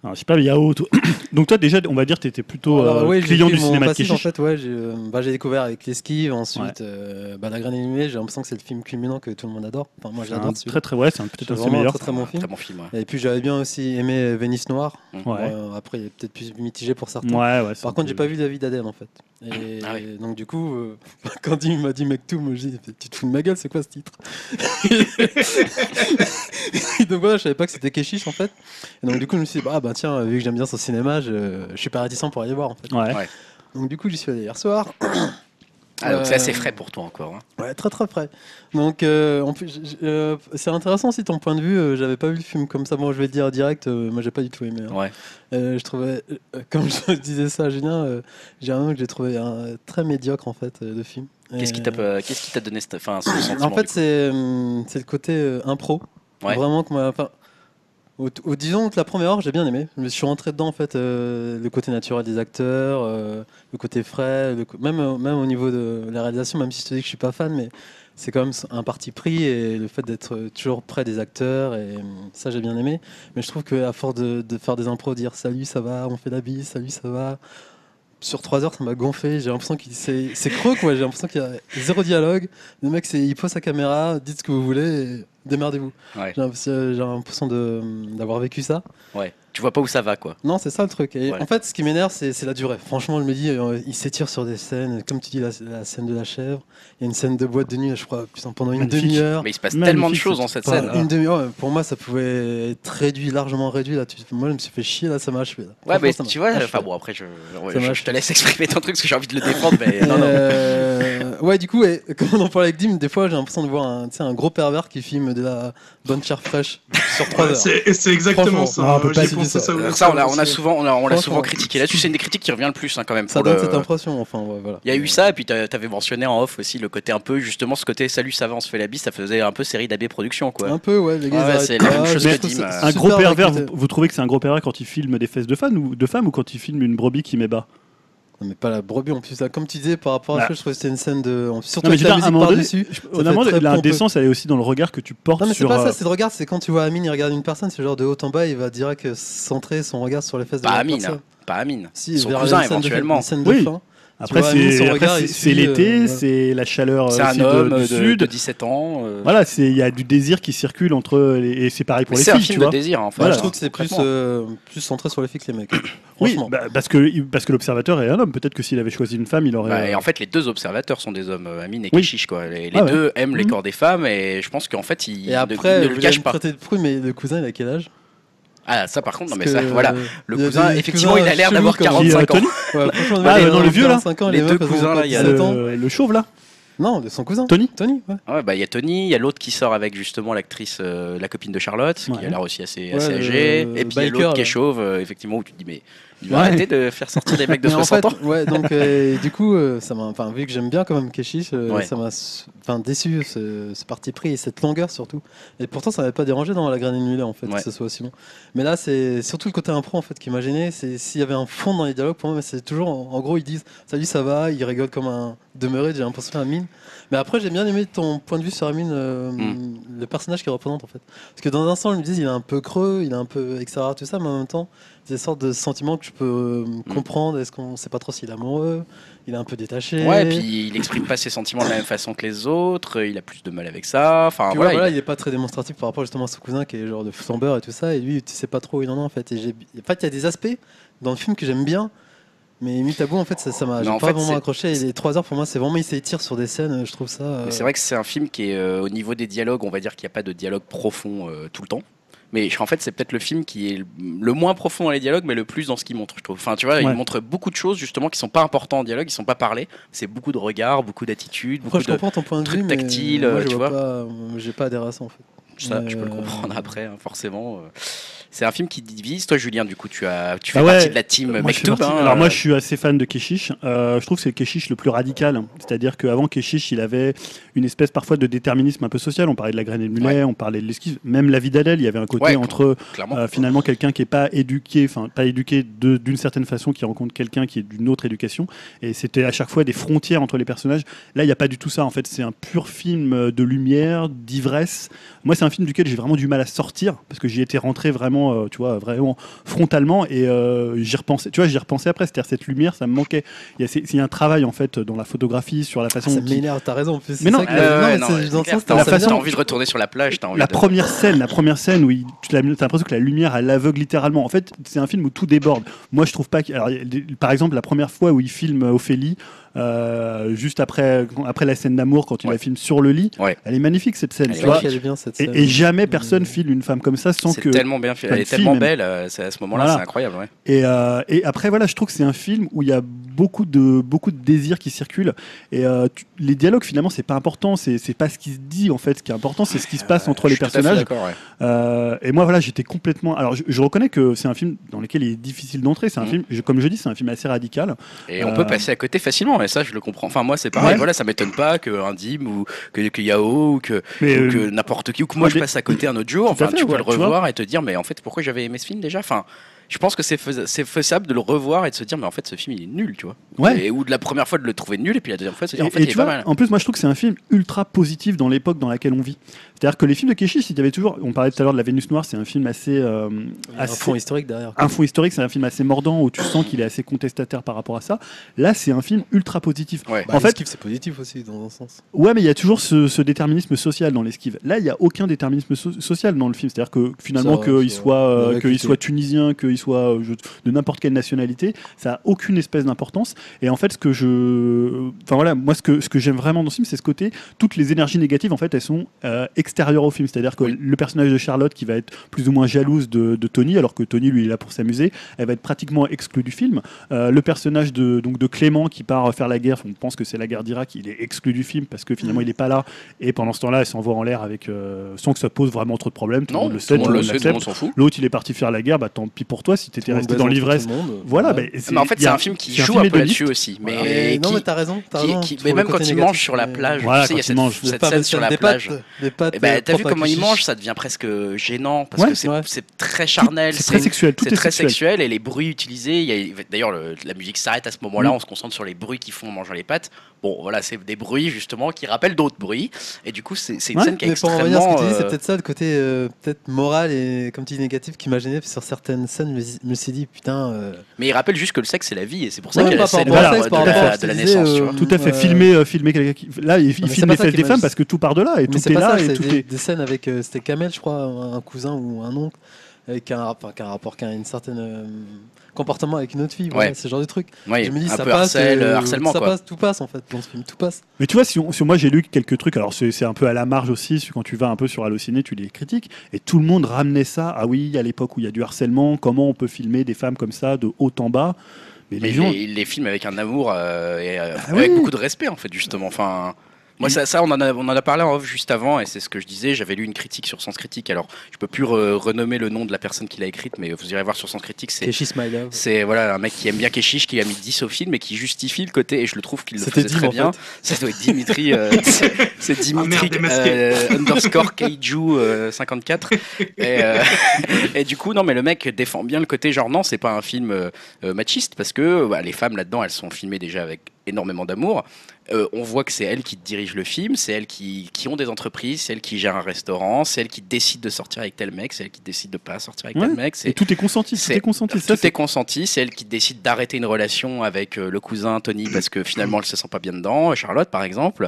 Speaker 2: Alors, je sais pas, Yao. toi- Donc toi, déjà, on va dire, tu étais plutôt
Speaker 3: Oh, alors,
Speaker 2: euh,
Speaker 3: ouais, j'ai
Speaker 2: client
Speaker 3: pris
Speaker 2: du
Speaker 3: mon
Speaker 2: cinéma de
Speaker 3: passif,
Speaker 2: Keshish.
Speaker 3: En fait, ouais, j'ai euh, bah, j'ai découvert avec l'esquive, ensuite
Speaker 2: Ouais.
Speaker 3: euh, bah, la graine animée. J'ai l'impression que c'est le film culminant que tout le monde adore. Enfin, moi,
Speaker 2: C'est un
Speaker 3: j'adore
Speaker 2: très très ouais, c'est un-
Speaker 3: C'est
Speaker 2: peut-être un de ses
Speaker 3: vraiment un
Speaker 2: meilleurs.
Speaker 3: très très bon film.
Speaker 1: Très bon film. ouais.
Speaker 3: Et puis j'avais bien aussi aimé Vénice Noire.
Speaker 2: Ouais.
Speaker 3: Bon, euh, après, il est peut-être plus mitigé pour certains.
Speaker 2: Ouais, ouais, c'est
Speaker 3: Par
Speaker 2: un
Speaker 3: contre,
Speaker 2: peu-
Speaker 3: j'ai pas vu David Adèle en fait. Et
Speaker 1: Ah oui.
Speaker 3: et donc, du coup, euh, quand il m'a dit Mektoum, j'ai dit Tu te fous de ma gueule, c'est quoi ce titre Et Donc voilà, je savais pas que c'était Keshish en fait. Et donc, du coup, je me suis dit Bah, bah tiens, vu que j'aime bien son cinéma, je, je suis pas réticent pour aller voir en fait.
Speaker 2: Ouais.
Speaker 3: Donc, du coup, j'y suis allé hier soir.
Speaker 1: Ah, donc c'est
Speaker 3: Euh,
Speaker 1: assez frais pour toi encore. hein.
Speaker 3: Ouais, très très frais. Donc, euh, en plus, j- j- euh, c'est intéressant aussi ton point de vue. euh, J'avais pas vu le film comme ça. Moi, je vais te dire direct, euh, moi, j'ai pas du tout aimé. hein.
Speaker 1: Ouais.
Speaker 3: Euh, je trouvais, euh, comme je disais ça à Julien, euh, j'ai un que j'ai trouvé euh, très médiocre en fait euh, de film.
Speaker 1: Qu'est-ce qui t'a
Speaker 3: Euh,
Speaker 1: euh, qu'est-ce qui t'a donné cette enfin ce sentiment
Speaker 3: en fait,
Speaker 1: du coup
Speaker 3: c'est euh, c'est le côté euh, impro.
Speaker 1: Ouais.
Speaker 3: Vraiment que moi. enfin, au- au- disons que la première heure, j'ai bien aimé. Je suis rentré dedans, en fait, euh, le côté naturel des acteurs, euh, le côté frais, le co- même, euh, même au niveau de la réalisation, même si je te dis que je suis pas fan, mais c'est quand même un parti pris et le fait d'être euh, toujours près des acteurs, et euh, ça, j'ai bien aimé. Mais je trouve qu'à force de, de faire des impros, dire salut, ça va, on fait la bise, salut, ça va. Sur trois heures, ça m'a gonflé. J'ai l'impression que c'est c'est creux, quoi. J'ai l'impression qu'il y a zéro dialogue. Le mec, c'est, il pose sa caméra, dites ce que vous voulez, et démerdez-vous.
Speaker 1: Ouais.
Speaker 3: J'ai l'impression- j'ai l'impression de, d'avoir vécu ça.
Speaker 1: ouais. Tu vois pas où ça va quoi.
Speaker 3: Non, c'est ça le truc. Et
Speaker 1: Ouais.
Speaker 3: En fait, ce qui m'énerve, c'est, c'est la durée. Franchement, je me dis, euh, il s'étire sur des scènes, comme tu dis, la, la scène de la chèvre. Il y a une scène de boîte de nuit, je crois, putain, pendant une
Speaker 2: Magnifique.
Speaker 3: demi-heure.
Speaker 1: Mais il se passe
Speaker 2: Magnifique,
Speaker 1: tellement de choses
Speaker 2: cette-
Speaker 1: dans cette
Speaker 3: Enfin,
Speaker 1: scène. hein.
Speaker 3: une demi-heure, ouais, pour moi, ça pouvait être réduit, largement réduit. Là. Tu- Moi, je me suis fait chier, là, ça m'a achevé. là.
Speaker 1: Ouais,
Speaker 3: Franchement,
Speaker 1: mais
Speaker 3: ça m'a
Speaker 1: tu vois,
Speaker 3: achevé.
Speaker 1: enfin bon, après, je, je,
Speaker 3: Ça
Speaker 1: je
Speaker 3: marche.
Speaker 1: te laisse exprimer ton truc parce que j'ai envie de le défendre, mais non, non.
Speaker 3: Euh, ouais, du coup, et, comme on en parlait avec Dim, des fois j'ai l'impression de voir un, tu sais, un gros pervers qui filme de la bonne chair fraîche sur 3
Speaker 4: Ouais,
Speaker 3: heures.
Speaker 4: c'est c'est exactement
Speaker 3: Franchement,
Speaker 4: ça.
Speaker 2: non, on peut
Speaker 4: J'ai
Speaker 3: pas dire
Speaker 4: pensé
Speaker 3: ça.
Speaker 4: ça au
Speaker 1: Alors
Speaker 4: départ
Speaker 1: ça, on l'a on a
Speaker 4: aussi.
Speaker 1: souvent, on l'a- on l'a souvent
Speaker 3: Euh, Franchement.
Speaker 1: critiqué. Là-dessus, c'est une des critiques qui revient le plus hein, quand même.
Speaker 3: Ça
Speaker 1: pour
Speaker 3: donne
Speaker 1: le-
Speaker 3: cette impression, enfin, ouais, voilà.
Speaker 1: Il y a eu ça, et puis t'a- t'avais mentionné en off aussi le côté un peu, justement, ce côté salut, ça va, on se fait la bise, ça faisait un peu série d'AB Productions, quoi.
Speaker 3: Un peu, ouais, les gars.
Speaker 1: Ah ouais,
Speaker 3: ils
Speaker 1: c'est
Speaker 3: arrêtent
Speaker 1: la même
Speaker 3: pas,
Speaker 1: chose
Speaker 3: je
Speaker 1: que
Speaker 3: trouve
Speaker 1: Dim,
Speaker 3: ça
Speaker 1: euh,
Speaker 2: Un
Speaker 3: super
Speaker 2: gros pervers,
Speaker 3: raconté.
Speaker 2: vous, vous trouvez que c'est un gros pervers quand il filme des fesses de femmes ou, de femmes, ou quand il filme une brebis qui met bas
Speaker 3: Non, mais pas la brebis en plus, là. Comme tu disais, par rapport à
Speaker 2: Bah.
Speaker 3: ça, je trouve que c'était une scène de. Surtout
Speaker 2: Non, mais
Speaker 3: avec
Speaker 2: je veux dire, à
Speaker 3: la
Speaker 2: un
Speaker 3: musique
Speaker 2: moment donné,
Speaker 3: par-dessus.
Speaker 2: je-
Speaker 3: fait
Speaker 2: honnêtement,
Speaker 3: très pompeux.
Speaker 2: l'indécence, elle est aussi dans le regard que tu portes
Speaker 3: Non, mais c'est
Speaker 2: sur.
Speaker 3: pas ça,
Speaker 2: euh,
Speaker 3: c'est le regard, c'est quand tu vois Amine, il regarde une personne, c'est genre de haut en bas, il va direct euh, centrer son regard sur les fesses de
Speaker 1: Pas
Speaker 3: la
Speaker 1: Amine,
Speaker 3: personne.
Speaker 1: hein. Pas Amine.
Speaker 3: Si,
Speaker 1: Son
Speaker 3: vers
Speaker 1: cousin,
Speaker 3: une scène de-
Speaker 1: éventuellement.
Speaker 3: une scène de
Speaker 2: Oui.
Speaker 3: fin.
Speaker 2: euh, Après,
Speaker 3: vois, Amine, son
Speaker 2: c'est
Speaker 3: regard,
Speaker 2: après,
Speaker 3: il
Speaker 2: c'est- c'est
Speaker 3: suit,
Speaker 2: l'été,
Speaker 3: euh, ouais.
Speaker 2: c'est la chaleur euh,
Speaker 1: C'est un
Speaker 2: aussi de-
Speaker 1: homme
Speaker 2: du
Speaker 1: de,
Speaker 2: sud.
Speaker 1: de 17 ans. euh,
Speaker 2: Voilà, c'est- il y a du désir qui circule entre. les- et c'est pareil
Speaker 1: mais
Speaker 2: pour les
Speaker 1: c'est un
Speaker 2: filles, tu
Speaker 1: film de
Speaker 2: vois.
Speaker 1: désir, hein, enfin.
Speaker 2: Voilà.
Speaker 3: je trouve que c'est plus,
Speaker 1: concrètement.
Speaker 3: euh, plus centré sur les filles que les mecs.
Speaker 2: Oui,
Speaker 3: Franchement.
Speaker 2: bah, parce que, parce que l'observateur est un homme. Peut-être que s'il avait choisi une femme, il aurait.
Speaker 1: Bah, et
Speaker 2: euh,
Speaker 1: en fait, les deux observateurs sont des hommes, euh, Amine et
Speaker 2: Oui.
Speaker 1: Kishish, quoi. Les, les
Speaker 2: Ah ouais.
Speaker 1: deux aiment les
Speaker 2: Mhm.
Speaker 1: corps des femmes, et je pense qu'en fait, ils
Speaker 3: Et
Speaker 1: ne- ils
Speaker 3: après,
Speaker 1: ne
Speaker 3: vous
Speaker 1: le
Speaker 3: allez
Speaker 1: cachent
Speaker 3: me
Speaker 1: pas.
Speaker 3: traiter de prude, mais le cousin, il a quel âge
Speaker 1: Ah, ça, par contre, non, mais
Speaker 3: Parce
Speaker 1: ça,
Speaker 3: que,
Speaker 1: voilà.
Speaker 3: euh,
Speaker 1: Le
Speaker 3: il y a
Speaker 1: cousin,
Speaker 3: des
Speaker 1: effectivement,
Speaker 3: cousins
Speaker 1: il a l'air
Speaker 3: chelous
Speaker 1: d'avoir
Speaker 3: comme-
Speaker 1: 45
Speaker 2: Qui, euh,
Speaker 1: ans.
Speaker 2: Tony
Speaker 3: Ouais, franchement,
Speaker 2: Ah,
Speaker 3: mec,
Speaker 2: euh,
Speaker 3: il
Speaker 2: non,
Speaker 3: a
Speaker 2: le vieux, là.
Speaker 3: 45 ans,
Speaker 1: Les
Speaker 3: mecs,
Speaker 1: deux
Speaker 3: elles ont
Speaker 1: cousins, là, il y a
Speaker 3: 17 ans.
Speaker 2: euh, le, le chauve, là
Speaker 3: Non, de son cousin.
Speaker 2: Tony
Speaker 3: Tony, ouais.
Speaker 1: Ouais, bah il y a Tony, il y a l'autre qui sort avec justement l'actrice, euh, la copine de Charlotte,
Speaker 2: Ouais.
Speaker 1: qui a l'air aussi assez,
Speaker 3: Ouais,
Speaker 1: assez
Speaker 3: le-
Speaker 1: âgée.
Speaker 3: le
Speaker 1: et puis il y a
Speaker 3: biker,
Speaker 1: l'autre qui est
Speaker 3: là.
Speaker 1: chauve, euh, effectivement, où tu te dis mais Il va
Speaker 2: Ouais.
Speaker 1: arrêter de faire sortir des mecs de
Speaker 3: Mais en
Speaker 1: 60
Speaker 3: fait,
Speaker 1: ans.
Speaker 3: Ouais, donc euh, du coup, euh, ça m'a, enfin, vu que j'aime bien quand même Keshish, euh,
Speaker 1: Ouais.
Speaker 3: ça m'a, s- enfin, déçu ce, ce parti pris et cette longueur surtout. Et pourtant, ça m'avait pas dérangé dans la granulée en fait,
Speaker 1: Ouais.
Speaker 3: que ce soit aussi long. Mais là, c'est surtout le côté impro en fait qui m'a gêné. C'est s'il y avait un fond dans les dialogues pour moi, mais c'est toujours, en, en gros, ils disent salut, ça va, ils rigolent comme un demeuré. J'ai l'impression que c'est Amine. Mais après, j'ai bien aimé ton point de vue sur Amine, euh,
Speaker 1: Mm.
Speaker 3: le personnage qu'il représente en fait. Parce que dans un sens, ils me disent il est un peu creux, il est un peu etc. Tout ça, mais en même temps des sortes de sentiments que je peux euh,
Speaker 1: Hmm.
Speaker 3: comprendre. Est-ce qu'on sait pas trop s'il est amoureux Il est un peu détaché.
Speaker 1: Ouais, et puis il exprime pas ses sentiments de la même façon que les autres, il a plus de mal avec ça. Enfin,
Speaker 3: Puis ouais,
Speaker 1: ah, voilà,
Speaker 3: voilà,
Speaker 1: il-
Speaker 3: il... est pas très démonstratif par rapport justement à son cousin qui est genre de flambeur et tout ça. Et lui, tu sais pas trop où il en est en fait. Et j'ai... En fait, il y a des aspects dans le film que j'aime bien. Mais mis à bout, en fait, ça, ça m'a
Speaker 1: Mais
Speaker 3: j'ai
Speaker 1: en
Speaker 3: pas
Speaker 1: fait,
Speaker 3: vraiment
Speaker 1: c'est-
Speaker 3: accroché. Et les 3 heures, pour moi, c'est vraiment, il s'étire sur des scènes, euh, je trouve ça. euh,
Speaker 1: Mais C'est vrai que c'est un film qui est euh, au niveau des dialogues, on va dire qu'il n'y a pas de dialogue profond euh, tout le temps. Mais je- en fait, c'est peut-être le film qui est le- le moins profond dans les dialogues, mais le plus dans ce qu'il montre, je trouve. Enfin, tu vois, il
Speaker 2: Ouais.
Speaker 1: montre beaucoup de choses justement qui sont pas importantes en dialogue, qui sont pas parlées. C'est beaucoup de regards, beaucoup d'attitudes, beaucoup
Speaker 3: Après, je
Speaker 1: de.
Speaker 3: comprends ton point de
Speaker 1: trucs
Speaker 3: vue, mais
Speaker 1: tactiles,
Speaker 3: moi,
Speaker 1: euh,
Speaker 3: je
Speaker 1: tu
Speaker 3: vois
Speaker 1: vois.
Speaker 3: pas, euh, j'ai pas adhéré à ça en fait.
Speaker 1: Ça,
Speaker 3: Mais,
Speaker 1: je peux le
Speaker 3: euh,
Speaker 1: comprendre après, hein, forcément. euh. C'est un film qui divise. Toi, Julien, du coup, tu as, tu fais
Speaker 2: Bah ouais,
Speaker 1: partie de la team
Speaker 2: Moi, je suis
Speaker 1: Mektoub.
Speaker 2: parti-
Speaker 1: hein,
Speaker 2: Alors moi
Speaker 1: euh,
Speaker 2: je suis assez fan de Keshish. Euh, je trouve que c'est le Keshish le plus radical. C'est-à-dire qu'avant Keshish, il avait une espèce parfois de déterminisme un peu social. On parlait de la graine et le mulet, on parlait de l'esquive. Même la vie d'Adèle, il y avait un côté
Speaker 1: Ouais,
Speaker 2: entre
Speaker 1: clairement.
Speaker 2: euh, finalement quelqu'un qui n'est pas éduqué, enfin pas éduqué de- d'une certaine façon, qui rencontre quelqu'un qui est d'une autre éducation. Et c'était à chaque fois des frontières entre les personnages. Là, il n'y a pas du tout ça. En fait, c'est un pur film euh, de lumière, d'ivresse. Moi, c'est un film duquel j'ai vraiment du mal à sortir parce que j'y étais rentré vraiment, euh, tu vois, vraiment frontalement et euh, j'y repensais. Tu vois, j'y repensais après. C'est-à-dire cette lumière, ça me manquait. Il y a, c'est- il y a un travail en fait dans la photographie sur la façon.
Speaker 3: Ah, Ça
Speaker 2: dont il-
Speaker 3: m'énerve, t'as raison. en plus, c'est
Speaker 2: Mais non,
Speaker 3: ça que-
Speaker 1: Ah ouais, ouais,
Speaker 3: mais
Speaker 1: non,
Speaker 3: c'est-
Speaker 1: ouais,
Speaker 3: dans le
Speaker 1: clair,
Speaker 3: sens,
Speaker 1: T'as
Speaker 2: la
Speaker 1: envie-
Speaker 2: façon-
Speaker 1: t'as envie de retourner sur la plage. t'as envie
Speaker 2: la
Speaker 1: de-
Speaker 2: première scène, la première scène où il- tu l'as- t'as l'impression que la lumière elle l'aveugle littéralement. En fait, c'est un film où tout déborde. Moi, je trouve pas. qu'il- alors, il y a des- par exemple, la première fois où il filme Ophélie, euh, juste après quand- après la scène d'amour quand il
Speaker 1: Ouais.
Speaker 2: la filme sur le lit,
Speaker 1: Ouais.
Speaker 2: elle est magnifique cette scène.
Speaker 1: Elle
Speaker 2: tu
Speaker 1: est
Speaker 3: c'est vrai
Speaker 2: vois.
Speaker 1: magnifique. Mmh.
Speaker 3: qu'elle est bien cette
Speaker 2: Et,
Speaker 3: scène.
Speaker 2: et jamais personne
Speaker 3: Euh,
Speaker 2: file une femme comme ça sans
Speaker 1: C'est
Speaker 2: que.
Speaker 1: tellement bien fait.
Speaker 2: Enfin,
Speaker 1: Elle
Speaker 2: une
Speaker 1: est
Speaker 2: fille,
Speaker 1: tellement
Speaker 2: même.
Speaker 1: belle. euh, c'est à ce moment-là,
Speaker 2: Voilà.
Speaker 1: c'est incroyable. ouais.
Speaker 2: Et, euh, et après, voilà, je trouve que c'est un film où il y a beaucoup de, beaucoup de désirs qui circulent. Et euh, tu- les dialogues, finalement, c'est pas important. C'est c'est pas ce qui se dit, en fait. Ce qui est important, c'est ce qui se passe entre
Speaker 1: Euh, Je
Speaker 2: les
Speaker 1: suis tout à fait
Speaker 2: personnages.
Speaker 1: d'accord, ouais.
Speaker 2: Euh, et moi, voilà, j'étais complètement. Alors, je, je reconnais que c'est un film dans lequel il est difficile d'entrer. C'est un
Speaker 1: Mhm.
Speaker 2: film, je- comme je dis, c'est un film assez radical.
Speaker 1: Et on peut
Speaker 2: Euh,
Speaker 1: passer à côté facilement, et ça je le comprends. Enfin moi c'est pareil,
Speaker 2: Ouais.
Speaker 1: voilà, ça m'étonne pas qu'un Dim ou que, que Yao ou que,
Speaker 2: Mais
Speaker 1: ou
Speaker 2: euh,
Speaker 1: que n'importe qui, ou que moi
Speaker 2: ah,
Speaker 1: je
Speaker 2: mais-
Speaker 1: passe à côté un autre jour,
Speaker 2: Tout à
Speaker 1: enfin
Speaker 2: fait,
Speaker 1: tu peux
Speaker 2: ouais,
Speaker 1: le
Speaker 2: tu vois.
Speaker 1: revoir et te dire mais en fait pourquoi j'avais aimé ce film déjà Enfin je pense que c'est fais- c'est faisable de le revoir et de se dire mais en fait ce film il est nul, tu vois.
Speaker 2: euh, Ouais.
Speaker 1: Et, ou de la première fois de le trouver nul et puis la deuxième fois de se
Speaker 2: Et,
Speaker 1: dire en fait
Speaker 2: et
Speaker 1: il est
Speaker 2: tu
Speaker 1: pas
Speaker 2: vois,
Speaker 1: mal.
Speaker 2: en plus, moi, je trouve que c'est un film ultra positif dans l'époque dans laquelle on vit. C'est-à-dire que les films de Keshi, il y avait toujours. On parlait tout à l'heure de La Vénus Noire, c'est un film assez. euh,
Speaker 3: il y a un
Speaker 2: assez
Speaker 3: fond historique derrière.
Speaker 2: un fond historique, c'est un film assez mordant où tu sens qu'il est assez contestataire par rapport à ça. Là, c'est un film ultra positif.
Speaker 1: Ouais.
Speaker 2: en fait,
Speaker 3: c'est positif aussi dans un sens.
Speaker 2: Ouais, mais il y a toujours ce, ce déterminisme social dans l'esquive. Là, il n'y a aucun déterminisme so- social dans le film. C'est-à-dire que finalement,
Speaker 3: Ça,
Speaker 2: qu'il
Speaker 3: ça,
Speaker 2: soit,
Speaker 3: la
Speaker 2: euh,
Speaker 3: vacuité.
Speaker 2: qu'il soit tunisien, qu'il soit euh, je- de n'importe quelle nationalité, ça n'a aucune espèce d'importance. Et en fait, ce que je. Enfin voilà, moi, ce que, ce que j'aime vraiment dans ce film, c'est ce côté. Toutes les énergies négatives, en fait, elles sont euh, extérieures au film. C'est-à-dire que le personnage de Charlotte, qui va être plus ou moins jalouse de, de Tony, alors que Tony, lui, il est là pour s'amuser, elle va être pratiquement exclue du film. Euh, le personnage de, donc de Clément qui part faire la guerre, on pense que c'est la guerre d'Irak, il est exclu du film parce que
Speaker 1: Mm.
Speaker 2: finalement il n'est pas là. Et pendant ce temps-là, elle s'envoie en l'air avec, euh, sans que ça pose vraiment trop de problèmes. Tout le
Speaker 1: Non,
Speaker 2: monde le sait, tout le monde
Speaker 1: sait, tout le
Speaker 2: l'accepte.
Speaker 1: monde s'en fout.
Speaker 2: L'autre, il est parti faire la guerre, bah tant pis pour toi si t'étais resté dans l'ivresse. Voilà, bah,
Speaker 1: Mais en fait
Speaker 2: il y
Speaker 1: c'est
Speaker 2: a-
Speaker 1: un film qui
Speaker 2: c'est un
Speaker 1: joue
Speaker 2: film
Speaker 1: un peu
Speaker 2: hédoniste.
Speaker 1: là-dessus aussi. Mais,
Speaker 3: Mais non,
Speaker 1: qui-
Speaker 3: mais t'as raison. t'as
Speaker 1: qui-
Speaker 3: raison
Speaker 1: qui-
Speaker 3: pour
Speaker 1: mais
Speaker 3: le
Speaker 1: même
Speaker 3: côté
Speaker 1: quand il
Speaker 3: négatif,
Speaker 1: mange sur la
Speaker 3: mais-
Speaker 1: plage,
Speaker 2: Voilà,
Speaker 1: tu sais, il y
Speaker 2: quand
Speaker 1: a
Speaker 2: il
Speaker 1: cette,
Speaker 2: mange.
Speaker 1: cette
Speaker 3: Des pâtes,
Speaker 1: scène sur la
Speaker 3: des
Speaker 1: plage.
Speaker 3: pâtes, Des pâtes.
Speaker 1: Eh ben,
Speaker 3: euh,
Speaker 1: t'as vu
Speaker 3: propres à
Speaker 1: comment il
Speaker 3: Kishi.
Speaker 1: mange, ça devient presque gênant parce
Speaker 2: Ouais.
Speaker 1: que c'est
Speaker 3: Ouais.
Speaker 1: c'est très charnel,
Speaker 2: C'est très sexuel, tout
Speaker 1: c'est
Speaker 2: est
Speaker 1: très
Speaker 2: sexuel.
Speaker 1: sexuel et les bruits utilisés. il y a- D'ailleurs, le- la musique s'arrête à ce moment-là.
Speaker 2: Mm.
Speaker 1: On se concentre sur les bruits qu'ils font en mangeant les pâtes. Bon, voilà, c'est des bruits justement qui rappellent d'autres bruits. Et du coup, c'est c'est une
Speaker 2: Ouais,
Speaker 1: scène qui est
Speaker 3: Mais pour en revenir à ce
Speaker 1: extrêmement.
Speaker 3: que tu dis, c'est
Speaker 1: euh,
Speaker 3: peut-être ça le côté euh, peut-être moral et comme tu dis négatif qui m'a gêné puis sur certaines scènes. Je me suis- je me suis dit putain. euh,
Speaker 1: Mais il rappelle juste que le sexe c'est la vie et c'est pour ça
Speaker 3: Ouais,
Speaker 1: qu'il y a
Speaker 3: pas
Speaker 1: la
Speaker 3: par
Speaker 1: scène
Speaker 2: rapport au
Speaker 1: euh,
Speaker 2: sexe,
Speaker 1: de
Speaker 2: par
Speaker 1: la-
Speaker 2: rapport à ce
Speaker 1: de la
Speaker 3: que tu disais,
Speaker 1: naissance. tu
Speaker 3: euh,
Speaker 1: vois.
Speaker 2: Tout à fait,
Speaker 3: Euh,
Speaker 2: filmer, euh, filmer quelqu'un qui. Là, il, il
Speaker 3: mais c'est
Speaker 2: filme
Speaker 3: pas
Speaker 2: les
Speaker 3: ça
Speaker 2: fesses
Speaker 3: qui
Speaker 2: des
Speaker 3: m'a-
Speaker 2: femmes parce que tout part de là et
Speaker 3: Mais
Speaker 2: tout
Speaker 3: c'est
Speaker 2: est
Speaker 3: pas
Speaker 2: là
Speaker 3: ça,
Speaker 2: et
Speaker 3: c'est
Speaker 2: tout
Speaker 3: des,
Speaker 2: est.
Speaker 3: des scènes avec euh, c'était Kamel, je crois, un un cousin ou un oncle, avec un, enfin, qui a un rapport, qui a une certaine euh, comportement avec une autre fille, voilà,
Speaker 1: Ouais.
Speaker 3: c'est ce genre de truc.
Speaker 1: Ouais,
Speaker 3: je me dis
Speaker 1: un
Speaker 3: ça
Speaker 1: peu
Speaker 3: passe,
Speaker 1: harcèle,
Speaker 3: euh,
Speaker 1: harcèlement
Speaker 3: ça
Speaker 1: quoi.
Speaker 3: passe, tout passe en fait dans ce film, tout passe.
Speaker 2: Mais tu vois, si on- sur moi j'ai lu quelques trucs, alors c'est c'est un peu à la marge aussi, sur- quand tu vas un peu sur Allociné, tu les critiques, et tout le monde ramenait ça, ah oui, à l'époque où il y a du harcèlement, comment on peut filmer des femmes comme ça, de haut en bas, mais les
Speaker 1: Mais
Speaker 2: gens...
Speaker 1: il les, filme avec un amour euh, et euh,
Speaker 2: Ah
Speaker 1: avec
Speaker 2: oui.
Speaker 1: beaucoup de respect en fait justement. Enfin, Moi, ça, ça, on, en a, on en a parlé en off juste avant, et c'est ce que je disais. J'avais lu une critique sur Sens Critique. Alors, je peux plus re- renommer le nom de la personne qui l'a écrite, mais vous irez voir sur Sens Critique. C'est
Speaker 3: Keshi Smiley.
Speaker 1: c'est voilà un mec qui aime bien Keshish, qui a mis 10 au film et qui justifie le côté et je le trouve qu'il le
Speaker 3: C'était
Speaker 1: faisait
Speaker 3: Dim,
Speaker 1: très
Speaker 3: en
Speaker 1: bien. Ça doit être Dimitri, euh, c'est- c'est
Speaker 2: Ah,
Speaker 1: Dimitri
Speaker 4: merde, démasqué.
Speaker 1: euh, underscore Keiju euh, 54 et, euh, et du coup non mais le mec défend bien le côté genre non c'est pas un film euh, euh, machiste parce que bah, les femmes là-dedans elles sont filmées déjà avec énormément d'amour. Euh, on voit que c'est elles qui dirigent le film, c'est elles qui, qui ont des entreprises, c'est elles qui gèrent un restaurant, c'est elles qui décident de sortir avec tel mec, c'est elles qui décident de pas sortir avec
Speaker 2: Ouais.
Speaker 1: tel mec. c'est-
Speaker 2: Et tout est consenti, tout
Speaker 1: c'est-
Speaker 2: est consenti. Ça,
Speaker 1: tout est
Speaker 2: c'est
Speaker 1: consenti, c'est elle qui décide d'arrêter une relation avec euh, le cousin Tony parce que finalement elle se sent pas bien dedans, Charlotte par exemple.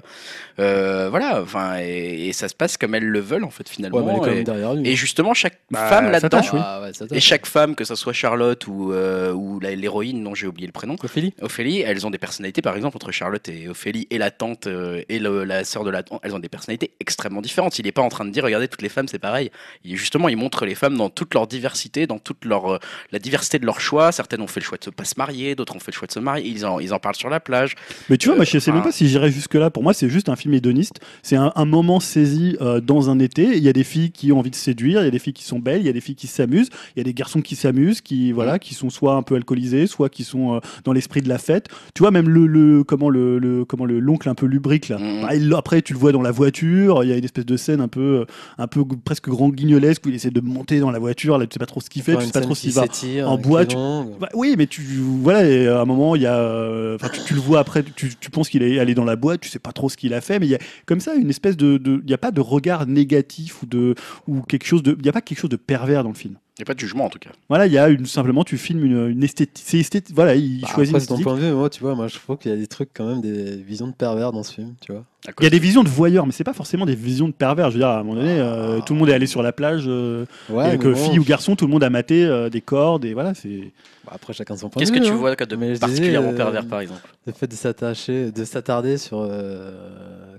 Speaker 1: Euh, voilà, enfin et, et ça se passe comme elles le veulent en fait
Speaker 3: Ouais,
Speaker 1: finalement.
Speaker 3: mais elle est quand
Speaker 1: et,
Speaker 3: même derrière lui.
Speaker 1: et justement chaque
Speaker 2: Bah,
Speaker 1: femme
Speaker 2: ça
Speaker 1: là-dedans
Speaker 2: tâche, oui.
Speaker 3: Ah ouais, ça
Speaker 1: et chaque femme que ça soit Charlotte ou euh, ou la- l'héroïne dont j'ai oublié le prénom.
Speaker 3: Ophélie
Speaker 1: Ophélie, elles ont des personnalités, par exemple, entre Charlotte et Ophélie et la tante euh, et le- la sœur de la tante, elles ont des personnalités extrêmement différentes. Il n'est pas en train de dire, regardez, toutes les femmes, c'est pareil. Il- justement, il montre les femmes dans toute leur diversité, dans toute leur, euh, la diversité de leurs choix. Certaines ont fait le choix de se pas se marier, d'autres ont fait le choix de se marier. Ils en, ils en parlent sur la plage.
Speaker 2: Mais tu vois,
Speaker 1: Euh,
Speaker 2: moi, je sais même
Speaker 1: enfin-
Speaker 2: pas si j'irais jusque-là. Pour moi, c'est juste un film hédoniste. C'est un, un moment saisi euh, dans un été. Il y a des filles qui ont envie de séduire, il y a des filles qui sont belles, il y a des filles qui s'amusent, il y a des garçons qui s'amusent, qui voilà, qui sont soit un peu alcoolisés, soit qui sont euh, dans l'esprit de la fête. Tu vois, même le, le comment le, le- comment le l'oncle un peu lubrique là.
Speaker 1: Mhm.
Speaker 2: Bah, il- après, tu le vois dans la voiture. Il y a une espèce de scène un peu euh, un peu g- presque grand guignolesque où il essaie de monter dans la voiture. Là, tu sais pas trop ce qu'il fait, tu sais pas trop s'il va en bois, tu- bah oui, mais tu voilà, et à un moment, il y a, euh, enfin, tu, tu le vois après, tu, tu penses qu'il est allé dans la boîte, tu sais pas trop ce qu'il a fait, mais il y a comme ça une espèce de, de- il n'y a pas de regard négatif ou de ou quelque chose de, il y a pas quelque chose de pervers dans le film.
Speaker 1: Il n'y a pas de jugement, en tout cas.
Speaker 2: Voilà, il y a une simplement, tu filmes une, une esthétique, c'est esthéti- voilà, il choisit
Speaker 3: Bah, Après,
Speaker 2: une
Speaker 3: c'est ton
Speaker 2: esthétique.
Speaker 3: point de vue, mais moi, tu vois, moi, je trouve qu'il y a des trucs quand même, des visions de pervers dans ce film, tu vois.
Speaker 1: À
Speaker 2: Il y
Speaker 1: cause
Speaker 2: a des visions de voyeurs, mais c'est pas forcément des visions de pervers. Je veux dire, à un moment donné, euh, tout le monde est allé sur la plage, euh,
Speaker 3: Ah. Ouais,
Speaker 2: et
Speaker 3: mais
Speaker 2: que
Speaker 3: bon,
Speaker 2: filles ou garçons, tout le monde a maté euh, des cordes, et voilà, c'est.
Speaker 3: bah, après, chacun son point
Speaker 1: Qu'est-ce
Speaker 3: de
Speaker 1: que
Speaker 3: vue.
Speaker 1: tu
Speaker 3: hein.
Speaker 1: vois de
Speaker 3: Mais je disais,
Speaker 1: particulièrement
Speaker 3: euh,
Speaker 1: pervers, par exemple
Speaker 3: Le fait de s'attacher, de s'attarder sur, euh,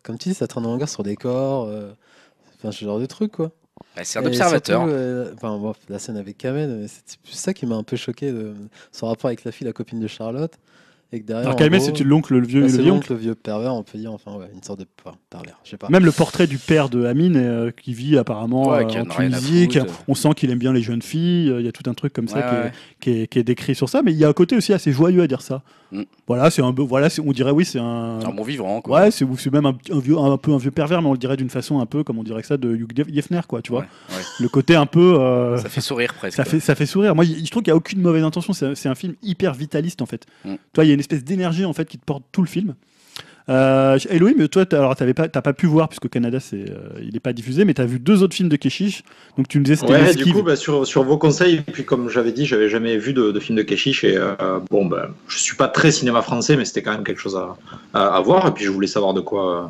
Speaker 3: comme tu dis, ça traîne en longueur sur des corps, euh, enfin, ce genre de truc, quoi.
Speaker 1: Bah, C'est un
Speaker 3: Et
Speaker 1: observateur.
Speaker 3: surtout, euh, enfin, bon, la scène avec Kamen, euh, c'est plus ça qui m'a un peu choqué, de- son rapport avec la fille, la copine de Charlotte. Et que derrière.
Speaker 2: Alors
Speaker 3: en
Speaker 2: Calmet,
Speaker 3: gros,
Speaker 2: c'est l'oncle, le vieux,
Speaker 3: bah,
Speaker 2: et
Speaker 3: c'est
Speaker 2: le vieil oncle.
Speaker 3: l'oncle, le vieux pervers, on peut dire, enfin, ouais, une sorte de enfin, pervers, je sais pas.
Speaker 2: Même le portrait du père de Amine euh, qui vit apparemment
Speaker 1: Ouais,
Speaker 2: euh,
Speaker 1: qui en
Speaker 2: en
Speaker 1: a rien à
Speaker 2: Tunisie, qui a-
Speaker 1: foutre.
Speaker 2: on sent qu'il aime bien les jeunes filles, euh, il y a tout un truc comme ça
Speaker 1: Ouais,
Speaker 2: qui, est,
Speaker 1: ouais.
Speaker 2: qui est- qui est décrit sur ça, mais il y a un côté aussi assez joyeux à dire ça.
Speaker 1: Mm.
Speaker 2: Voilà, c'est un peu- voilà, c'est- on dirait oui, c'est un,
Speaker 1: Un bon vivant, quoi.
Speaker 2: ouais, c'est c'est même un, petit- un vieux, un, peu un vieux pervers, mais on le dirait d'une façon un peu comme on dirait que ça de Hugh Def- Hefner, quoi, tu vois.
Speaker 1: Ouais, ouais.
Speaker 2: Le côté un peu, euh,
Speaker 1: Ça fait sourire, presque.
Speaker 2: ça fait, ça fait sourire. Moi, je trouve qu'il n'y a aucune mauvaise intention. C'est un- c'est un film hyper vitaliste, en fait.
Speaker 1: Mm.
Speaker 2: Toi, il y a une espèce d'énergie, en fait, qui te porte tout le film. Euh, Elohim, toi, t'as- alors, t'avais pas, t'as pas pu voir, puisque au Canada, c'est, euh, il n'est pas diffusé, mais tu as vu deux autres films de Keshish. Donc, tu nous disais, c'était une
Speaker 5: Ouais, du
Speaker 2: esquive.
Speaker 5: coup, bah, sur, sur vos conseils, puis comme j'avais dit, j'avais jamais vu de, de film de Keshish, et euh, bon, bah, je suis pas très cinéma français, mais c'était quand même quelque chose à, à, à voir, et puis je voulais savoir de quoi, euh,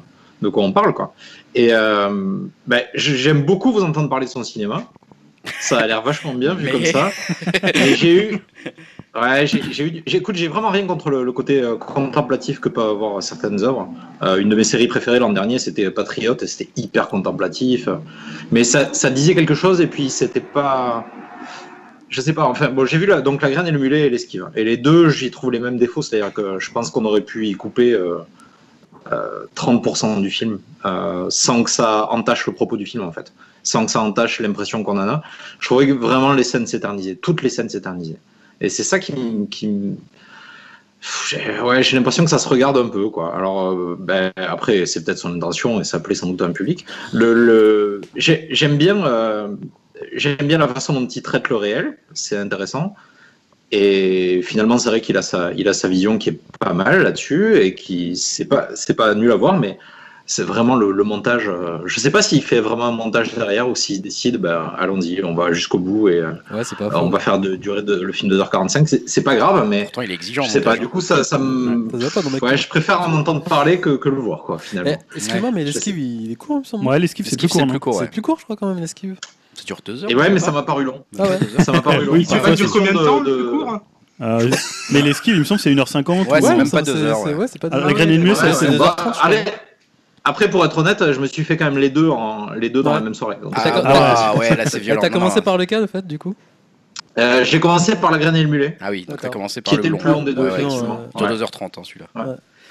Speaker 5: de quoi on parle, quoi. Et euh, bah, j- j'aime beaucoup vous entendre parler de son cinéma, ça a l'air vachement bien vu
Speaker 1: Mais-
Speaker 5: comme ça, mais j'ai eu. Ouais, j'ai j'ai eu. du- J'écoute, j'ai vraiment rien contre le, le côté euh, contemplatif que peuvent avoir certaines œuvres. Euh, une de mes séries préférées l'an dernier, c'était euh, Patriote, et c'était hyper contemplatif. Mais ça, ça disait quelque chose et puis c'était pas. Je sais pas, enfin, bon, j'ai vu la, donc la graine et le mulet et l'esquive. Et les deux, j'y trouve les mêmes défauts, c'est-à-dire que je pense qu'on aurait pu y couper euh, euh, 30% du film euh, sans que ça entache le propos du film en fait, sans que ça entache l'impression qu'on en a. Je trouvais que vraiment les scènes s'éternisaient, toutes les scènes s'éternisaient. Et c'est ça qui me. qui me- Pff, j'ai- Ouais, j'ai l'impression que ça se regarde un peu, quoi. Alors, euh, ben, après, c'est peut-être son intention et ça plaît sans doute à un public le, le- j'ai- j'aime bien euh, j'aime bien la façon dont il traite le réel c'est intéressant et finalement c'est vrai qu'il a sa il a sa vision qui est pas mal là-dessus et qui c'est pas c'est pas nul à voir mais c'est vraiment le, le montage euh, je sais pas s'il fait vraiment un montage derrière ou s'il décide ben allons-y on va jusqu'au bout et euh,
Speaker 3: Ouais, c'est pas faux.
Speaker 5: on
Speaker 1: bah,
Speaker 5: va faire de, durer de- le film 2h45 c'est c'est pas grave mais
Speaker 1: Pourtant, il est exigeant.
Speaker 5: je sais
Speaker 1: mon
Speaker 5: pas
Speaker 1: gars.
Speaker 5: du coup ça ça me
Speaker 3: Ça se voit pas dans mes
Speaker 5: ouais je préfère en entendre parler que, que le voir quoi finalement
Speaker 3: Eh, Excuse-moi, mais l'esquive, il il est court, il me
Speaker 5: bah,
Speaker 3: semble.
Speaker 2: Ouais, l'esquive, c'est
Speaker 1: L'esquive,
Speaker 2: plus court.
Speaker 1: c'est
Speaker 2: non
Speaker 1: plus court,
Speaker 3: C'est
Speaker 1: ouais.
Speaker 3: plus court, je crois, quand même, l'esquive.
Speaker 1: Ça dure deux heures.
Speaker 5: et ouais
Speaker 1: je
Speaker 5: mais
Speaker 1: sais
Speaker 5: ça
Speaker 1: pas.
Speaker 5: m'a paru long
Speaker 3: Ah ouais.
Speaker 5: ça m'a paru long
Speaker 2: Oui,
Speaker 5: C'est
Speaker 2: tu
Speaker 5: pas
Speaker 2: vois,
Speaker 4: Ça
Speaker 5: une
Speaker 4: dure combien de
Speaker 5: question
Speaker 4: temps, hein le cours
Speaker 2: Euh, mais l'esquive, il me semble, c'est 1h50.
Speaker 1: Ouais,
Speaker 2: ou-
Speaker 1: c'est même
Speaker 3: ça,
Speaker 1: pas deux
Speaker 3: c'est-
Speaker 1: heures,
Speaker 3: c'est-
Speaker 1: ouais.
Speaker 3: Ouais, c'est pas deux
Speaker 2: Alors, Ah, la
Speaker 3: heures.
Speaker 2: graine et le mieux,
Speaker 5: Ouais,
Speaker 2: c'est
Speaker 5: ouais,
Speaker 2: assez
Speaker 5: bah,
Speaker 2: long.
Speaker 5: allez. Après, pour être honnête, je me suis fait quand même les deux, en, les deux dans
Speaker 3: Ouais.
Speaker 5: la même soirée. Donc,
Speaker 1: Ah,
Speaker 3: T'as-
Speaker 1: waouh, ouais, là c'est
Speaker 3: Et
Speaker 1: violent.
Speaker 3: T'as
Speaker 1: Non, non,
Speaker 3: commencé par le cas, le fait, du coup
Speaker 5: Euh, J'ai commencé par La Graine et le Mulet,
Speaker 1: Ah oui, donc t'as
Speaker 3: D'accord.
Speaker 1: commencé par
Speaker 5: qui était le
Speaker 1: blond.
Speaker 5: plus long des deux,
Speaker 1: Ouais, ouais,
Speaker 5: effectivement.
Speaker 1: sur
Speaker 5: Ouais.
Speaker 1: 2h30 hein, celui-là.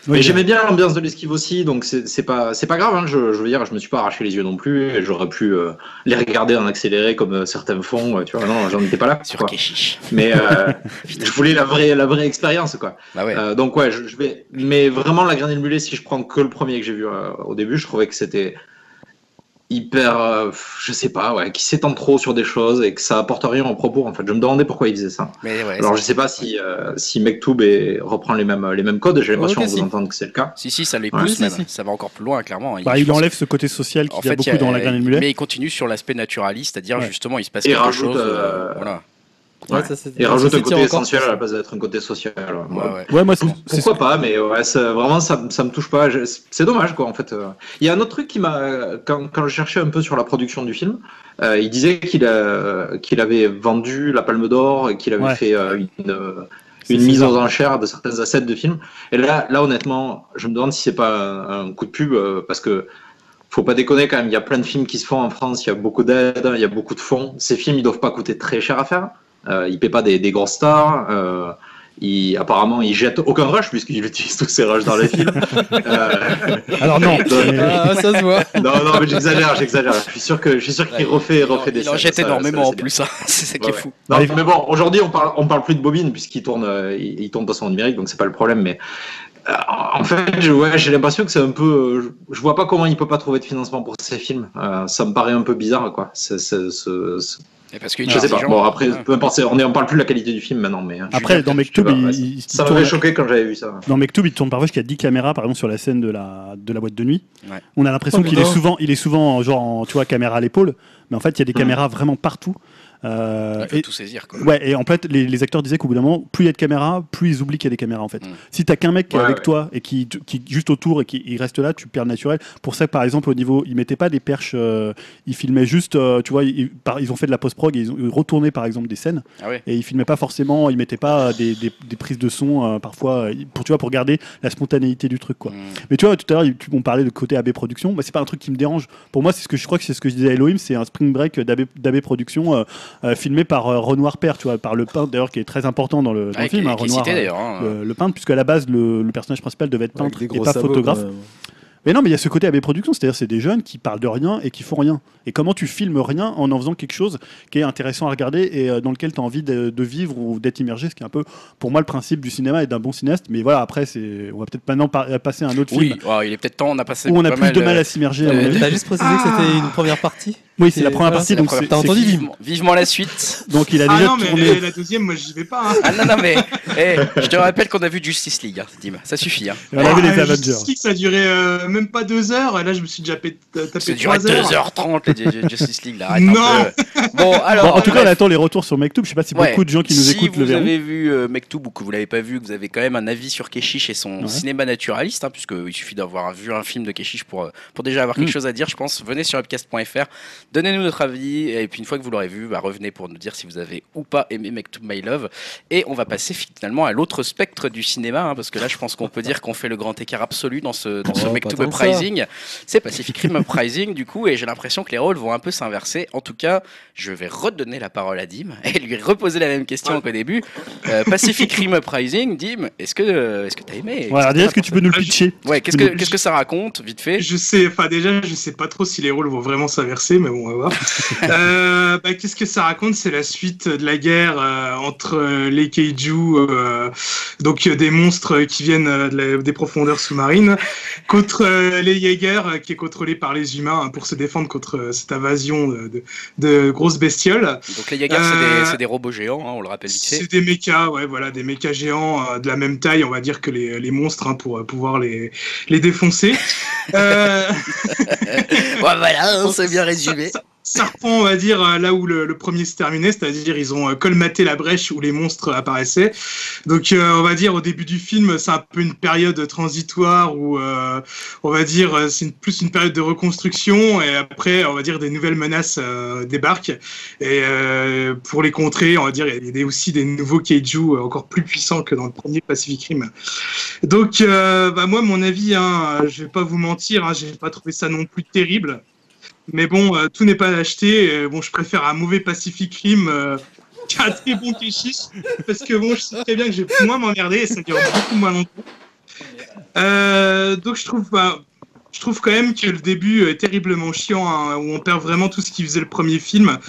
Speaker 5: Mais
Speaker 2: Oui,
Speaker 5: j'aimais bien l'ambiance de l'esquive aussi, donc c'est c'est pas, c'est pas grave, hein, je, je veux dire, je me suis pas arraché les yeux non plus, et j'aurais pu euh, les regarder en accéléré comme euh, certains font, euh, tu vois, non, j'en étais pas là.
Speaker 1: Sur
Speaker 5: quoi.
Speaker 1: Keshish.
Speaker 5: Mais euh, je voulais la vraie, la vraie expérience, quoi.
Speaker 1: Bah ouais.
Speaker 5: Euh, donc ouais, je, je vais. Mais vraiment, la graine et le mulet, si je prends que le premier que j'ai vu euh, au début, je trouvais que c'était hyper, euh, je sais pas, ouais, qui s'étend trop sur des choses et que ça apporte rien au propos. En fait, je me demandais pourquoi il faisait ça.
Speaker 1: Mais ouais.
Speaker 5: Alors
Speaker 1: ça-
Speaker 5: je sais pas si euh, si Mektoub est- reprend les mêmes les mêmes codes. J'ai l'impression
Speaker 3: Ok,
Speaker 5: de vous
Speaker 3: si.
Speaker 5: entendre que c'est le cas.
Speaker 1: Si, si, ça les
Speaker 5: Ouais,
Speaker 1: pousse
Speaker 3: si,
Speaker 1: même.
Speaker 3: si.
Speaker 1: Ça va encore plus loin, clairement.
Speaker 2: Bah,
Speaker 1: je
Speaker 2: il
Speaker 1: pense-
Speaker 2: enlève ce côté social
Speaker 1: En
Speaker 2: qu'il y a
Speaker 1: fait,
Speaker 2: beaucoup
Speaker 1: il y a-
Speaker 2: dans La Graine et le Mulet.
Speaker 1: Mais il continue sur l'aspect naturaliste, c'est-à-dire
Speaker 2: Ouais.
Speaker 1: justement il se passe
Speaker 5: Et
Speaker 1: quelque
Speaker 5: rajoute,
Speaker 1: chose.
Speaker 5: euh,
Speaker 1: voilà.
Speaker 5: Ouais.
Speaker 3: ça, c'est-
Speaker 5: Et
Speaker 3: ça,
Speaker 5: rajoute
Speaker 3: ça
Speaker 5: un
Speaker 3: tire
Speaker 5: côté
Speaker 3: encore
Speaker 5: essentiel
Speaker 3: plus.
Speaker 5: à la place d'être un côté social. ouais.
Speaker 1: Ouais, ouais.
Speaker 2: Ouais, moi, c'est- c'est
Speaker 5: Pourquoi pas, mais ouais, ça- vraiment, ça, ça me touche pas. Je- C'est dommage, quoi, en fait. Euh, Il y a un autre truc qui m'a. Quand, quand je cherchais un peu sur la production du film, euh, il disait qu'il a- qu'il avait vendu la Palme d'Or et qu'il avait
Speaker 2: Ouais.
Speaker 5: fait euh, une, euh,
Speaker 2: c'est-
Speaker 5: une
Speaker 2: c'est
Speaker 5: mise
Speaker 2: ça.
Speaker 5: aux enchères de certains assets de films. Et là, là honnêtement, je me demande si c'est pas un, un coup de pub, euh, parce que. Faut pas déconner quand même, il y a plein de films qui se font en France, il y a beaucoup d'aides, il y a beaucoup de fonds. Ces films, ils doivent pas coûter très cher à faire. Euh, ils paient pas des, des grosses stars. Euh, il, apparemment, il jette aucun rush puisqu'il utilise tous ses rushs dans les films. Euh,
Speaker 2: Alors non,
Speaker 5: Ouais.
Speaker 2: mais-
Speaker 3: Ah, ça se voit.
Speaker 5: non, non, mais j'exagère, j'exagère. Je suis sûr que je suis sûr qu'il
Speaker 1: Ouais,
Speaker 5: refait,
Speaker 1: il en-
Speaker 5: refait des.
Speaker 1: Il en
Speaker 5: scènes,
Speaker 1: jette
Speaker 5: ça- ça,
Speaker 1: énormément en
Speaker 5: c'est
Speaker 1: plus, hein. c'est ça qui
Speaker 5: Ouais,
Speaker 1: est
Speaker 5: ouais.
Speaker 1: fou.
Speaker 5: bien.
Speaker 2: Allez.
Speaker 5: Non, mais bon, aujourd'hui, on parle, on parle plus de bobine puisqu'il tourne, euh, il, il tourne dans son numérique, donc c'est pas le problème. Mais euh, en fait, je- ouais, j'ai l'impression que c'est un peu. euh, Je, je vois pas comment il peut pas trouver de financement pour ses films. Euh, ça me paraît un peu bizarre, quoi. C'est- c'est- c'est- c'est-
Speaker 1: Et parce que
Speaker 5: je sais pas. Bon, après, peu importe. c'est- On, est- on parle plus de la qualité du film maintenant, mais. euh,
Speaker 2: après, dans
Speaker 5: je sais
Speaker 2: Mektoub,
Speaker 5: pas,
Speaker 2: il,
Speaker 5: ouais,
Speaker 2: il- il
Speaker 5: ça
Speaker 2: tourne-
Speaker 5: m'avait choqué quand j'avais vu ça.
Speaker 2: dans Mektoub, il tourne parfois jusqu'à 10 caméras, par exemple, sur la scène de la, de la boîte de nuit.
Speaker 1: Ouais.
Speaker 2: On a l'impression
Speaker 3: Oh,
Speaker 2: qu'il est
Speaker 3: putain.
Speaker 2: souvent, il est souvent, genre, en, tu vois, caméra à l'épaule. Mais en fait, il y a des
Speaker 5: Hmm.
Speaker 2: caméras vraiment partout. Euh,
Speaker 1: Il faut
Speaker 2: et-
Speaker 1: tout saisir quoi.
Speaker 2: Ouais, et en fait, les, les acteurs disaient qu'au bout d'un moment, plus il y a de caméras, plus ils oublient qu'il y a des caméras en fait.
Speaker 1: Mm.
Speaker 2: Si t'as qu'un mec qui est
Speaker 5: Ouais,
Speaker 2: avec
Speaker 5: ouais.
Speaker 2: toi et qui, qui est juste autour et qui il reste là, tu perds le naturel. Pour ça, par exemple, au niveau, ils mettaient pas des perches, euh, ils filmaient juste, euh, tu vois, ils, par- ils ont fait de la post-prog, et ils ont retourné par exemple des scènes
Speaker 1: Ah ouais.
Speaker 2: et ils filmaient pas forcément, ils mettaient pas euh, des, des- des prises de son euh, parfois euh, pour, tu vois, pour garder la spontanéité du truc quoi.
Speaker 1: Mm.
Speaker 2: Mais tu vois, tout à l'heure, il- tu- on parlait de côté AB Production. Moi, c'est pas un truc qui me dérange. Pour moi, c'est ce que je crois que c'est ce que je disais à Elohim, c'est un spring break d'AB d'AB Production euh, euh, filmé par euh, Renoir Père, tu vois, par le peintre d'ailleurs qui est très important dans le, dans
Speaker 1: Ouais,
Speaker 2: le
Speaker 1: qui-
Speaker 2: film. hein,
Speaker 1: qui est
Speaker 2: Renoir,
Speaker 1: cité
Speaker 2: euh,
Speaker 1: d'ailleurs. hein.
Speaker 2: le, le peintre, puisque à la base, le, le personnage principal devait être
Speaker 3: Avec
Speaker 2: peintre
Speaker 3: des
Speaker 2: et
Speaker 3: gros
Speaker 2: pas
Speaker 3: sabots, euh,
Speaker 2: photographe.
Speaker 3: quand même.
Speaker 2: Mais non, mais il y a ce côté AB Production, c'est-à-dire c'est des jeunes qui parlent de rien et qui font rien. Et comment tu filmes rien en en faisant quelque chose qui est intéressant à regarder et euh, dans lequel tu as envie de, de vivre ou d'être immergé, ce qui est un peu, pour moi, le principe du cinéma et d'un bon cinéaste. Mais voilà, après, c'est, on va peut-être maintenant par- passer à un autre film
Speaker 1: Oui, oh, il est peut-être temps, on a passé
Speaker 2: où on a
Speaker 1: pas
Speaker 2: plus de mal
Speaker 1: euh,
Speaker 2: à s'immerger. à
Speaker 1: euh, Ah,
Speaker 2: mon avis.
Speaker 3: T'as juste précisé que c'était une première partie
Speaker 2: Oui, c'est la
Speaker 3: c'est-
Speaker 2: première
Speaker 3: voilà,
Speaker 2: partie,
Speaker 1: c'est la
Speaker 2: donc
Speaker 1: première
Speaker 2: c'est-
Speaker 3: T'as
Speaker 2: c'est-
Speaker 3: entendu Vim
Speaker 1: vivement, vivement la suite.
Speaker 2: Donc il a
Speaker 4: Ah
Speaker 2: déjà
Speaker 4: non, mais
Speaker 2: tourné.
Speaker 4: la, la deuxième, moi, j'y vais pas. hein.
Speaker 1: Ah non, non, mais eh, je te rappelle qu'on a vu Justice League, hein, Dim. Ça suffit. Hein.
Speaker 2: On avait les
Speaker 4: Ah,
Speaker 2: Avengers.
Speaker 4: Justice League, ça a duré euh, même pas deux heures. Et là, je me suis déjà pé- tapé
Speaker 1: C'est duré
Speaker 4: trois heures.
Speaker 1: 2h30 les Ju- Ju- Justice League là. arrête un
Speaker 4: Non.
Speaker 1: peu. Bon, alors. euh,
Speaker 2: Bon, en tout cas, on
Speaker 1: bref.
Speaker 2: attend les retours sur Mektoub. Je sais pas si
Speaker 1: Ouais.
Speaker 2: beaucoup de gens qui nous
Speaker 1: si
Speaker 2: écoutent
Speaker 1: vous
Speaker 2: le verront.
Speaker 1: avez vu euh, Mektoub ou que vous l'avez pas vu, que vous avez quand même un avis sur Keshish et son
Speaker 2: Ouais.
Speaker 1: cinéma naturaliste, hein, puisque il suffit d'avoir vu un film de Keshish pour euh, pour déjà avoir quelque
Speaker 2: Mm.
Speaker 1: chose à dire, je pense. Venez sur upcast.fr, donnez-nous notre avis et puis une fois que vous l'aurez vu, bah, revenez pour nous dire si vous avez ou pas aimé Mektoub My Love. Et on va passer finalement à l'autre spectre du cinéma, hein, parce que là, je pense qu'on peut dire qu'on fait le grand écart absolu dans ce dans ce
Speaker 3: Oh,
Speaker 1: Mektoub
Speaker 3: pas tant que ça.
Speaker 1: Uprising. C'est Pacific Rim Uprising du coup, et j'ai l'impression que les rôles vont un peu s'inverser. En tout cas, je vais redonner la parole à Dim et lui reposer la même question qu'au début. Euh, Pacific Rim Uprising, Dim, est-ce que euh, est-ce que t'as aimé
Speaker 2: Ouais, alors déjà, est-ce que tu peux nous le
Speaker 4: Ah, je-
Speaker 2: pitcher
Speaker 1: Ouais, qu'est-ce que qu'est-ce que ça raconte, vite fait
Speaker 4: Je sais, enfin déjà, je sais pas trop si les rôles vont vraiment s'inverser, mais bon, on va voir. Euh, bah, Qu'est-ce que ça raconte C'est la suite de la guerre euh, entre euh, les Kaiju, euh, donc euh, des monstres qui viennent euh, de la- des profondeurs sous-marines, contre euh, les Jaeger, euh, qui est contrôlé par les humains hein, pour se défendre contre euh, cette invasion de, de- de grosses bestioles.
Speaker 1: Donc les Yagars, c'est
Speaker 4: Euh,
Speaker 1: des c'est des robots géants, hein, on le rappelle vite fait.
Speaker 4: C'est des mechas, ouais, voilà, des mechas géants euh, de la même taille, on va dire, que les, les monstres, hein, pour euh, pouvoir les, les défoncer. euh,
Speaker 1: Ouais, voilà, on s'est bien résumé.
Speaker 4: Ça, ça- ça reprend, on va dire, euh, là où le, le premier se terminait, c'est-à-dire ils ont euh, colmaté la brèche où les monstres apparaissaient. Donc, euh, on va dire, au début du film, c'est un peu une période transitoire où, euh, on va dire, euh, c'est une- plus une période de reconstruction et après, on va dire, des nouvelles menaces euh, débarquent. Et euh, pour les contrer, on va dire, il y a des- aussi des nouveaux kaiju euh, encore plus puissants que dans le premier Pacific Rim. Donc, euh, bah, moi, mon avis, hein, euh, je vais pas vous mentir, hein, j'ai pas trouvé ça non plus terrible. Mais bon, euh, tout n'est pas acheté. Euh, bon, je préfère un mauvais Pacific Rim euh, qui a un très bon kéchiche, parce que bon, je sais très bien que je vais moins m'emmerder et ça dure beaucoup moins longtemps. Euh, donc je trouve bah, je trouve quand même que le début est terriblement chiant, hein, où on perd vraiment tout ce qui faisait le premier film.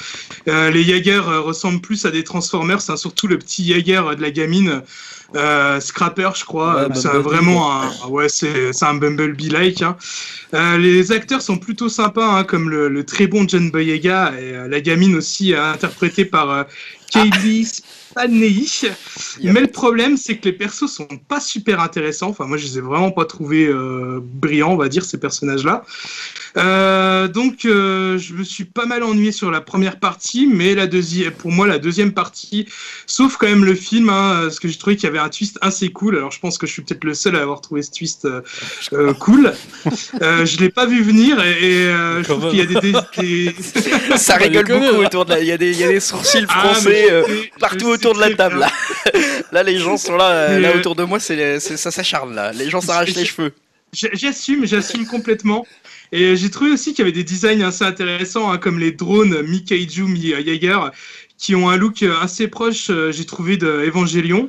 Speaker 4: Euh, les Jaeger euh, ressemblent plus à des Transformers, hein, surtout le petit Jaeger euh, de la gamine, euh, Scrapper, je crois.
Speaker 3: Ouais,
Speaker 4: euh, c'est un-
Speaker 3: Bumblebee,
Speaker 4: vraiment un, ah ouais, c'est c'est un Bumblebee-like. hein. Euh, les acteurs sont plutôt sympas, hein, comme le, le très bon John Boyega et euh, la gamine aussi, euh, interprétée par euh, Kaylee Spaney.
Speaker 1: Yep.
Speaker 4: Mais le problème, c'est que les persos sont pas super intéressants. Enfin, moi, je les ai vraiment pas trouvés euh, brillants, on va dire, ces personnages-là. Euh, donc, euh, je me suis pas mal ennuyé sur la première partie, mais la deuxième, pour moi, la deuxième partie, sauf quand même le film, hein, parce que j'ai trouvé qu'il y avait un twist assez cool. Alors, je pense que je suis peut-être le seul à avoir trouvé ce twist euh, euh, cool. Euh, je l'ai pas vu venir et, et, euh, je
Speaker 6: Quand
Speaker 4: trouve qu'il y a des, des- des-
Speaker 1: Ça
Speaker 6: Pas
Speaker 1: rigole
Speaker 6: déconner,
Speaker 1: beaucoup
Speaker 6: hein.
Speaker 1: autour de la. Il y, a des- il y a des sourcils
Speaker 4: Ah,
Speaker 1: français
Speaker 4: mais
Speaker 1: euh,
Speaker 4: je sais- je
Speaker 1: partout
Speaker 4: sais
Speaker 1: autour de la
Speaker 4: très
Speaker 1: table.
Speaker 4: bien.
Speaker 1: Là, là les gens sont là. euh,
Speaker 4: Mais,
Speaker 1: Là
Speaker 4: euh,
Speaker 1: autour de moi, c'est les- c'est- ça s'acharne là. Les gens s'arrachent les cheveux.
Speaker 4: J'- J'assume, j'assume complètement. Et j'ai trouvé aussi qu'il y avait des designs assez intéressants, hein, comme les drones Mi-Kaiju, Mi-Jaeger, qui ont un look euh, assez proche, euh, j'ai trouvé, de Evangelion.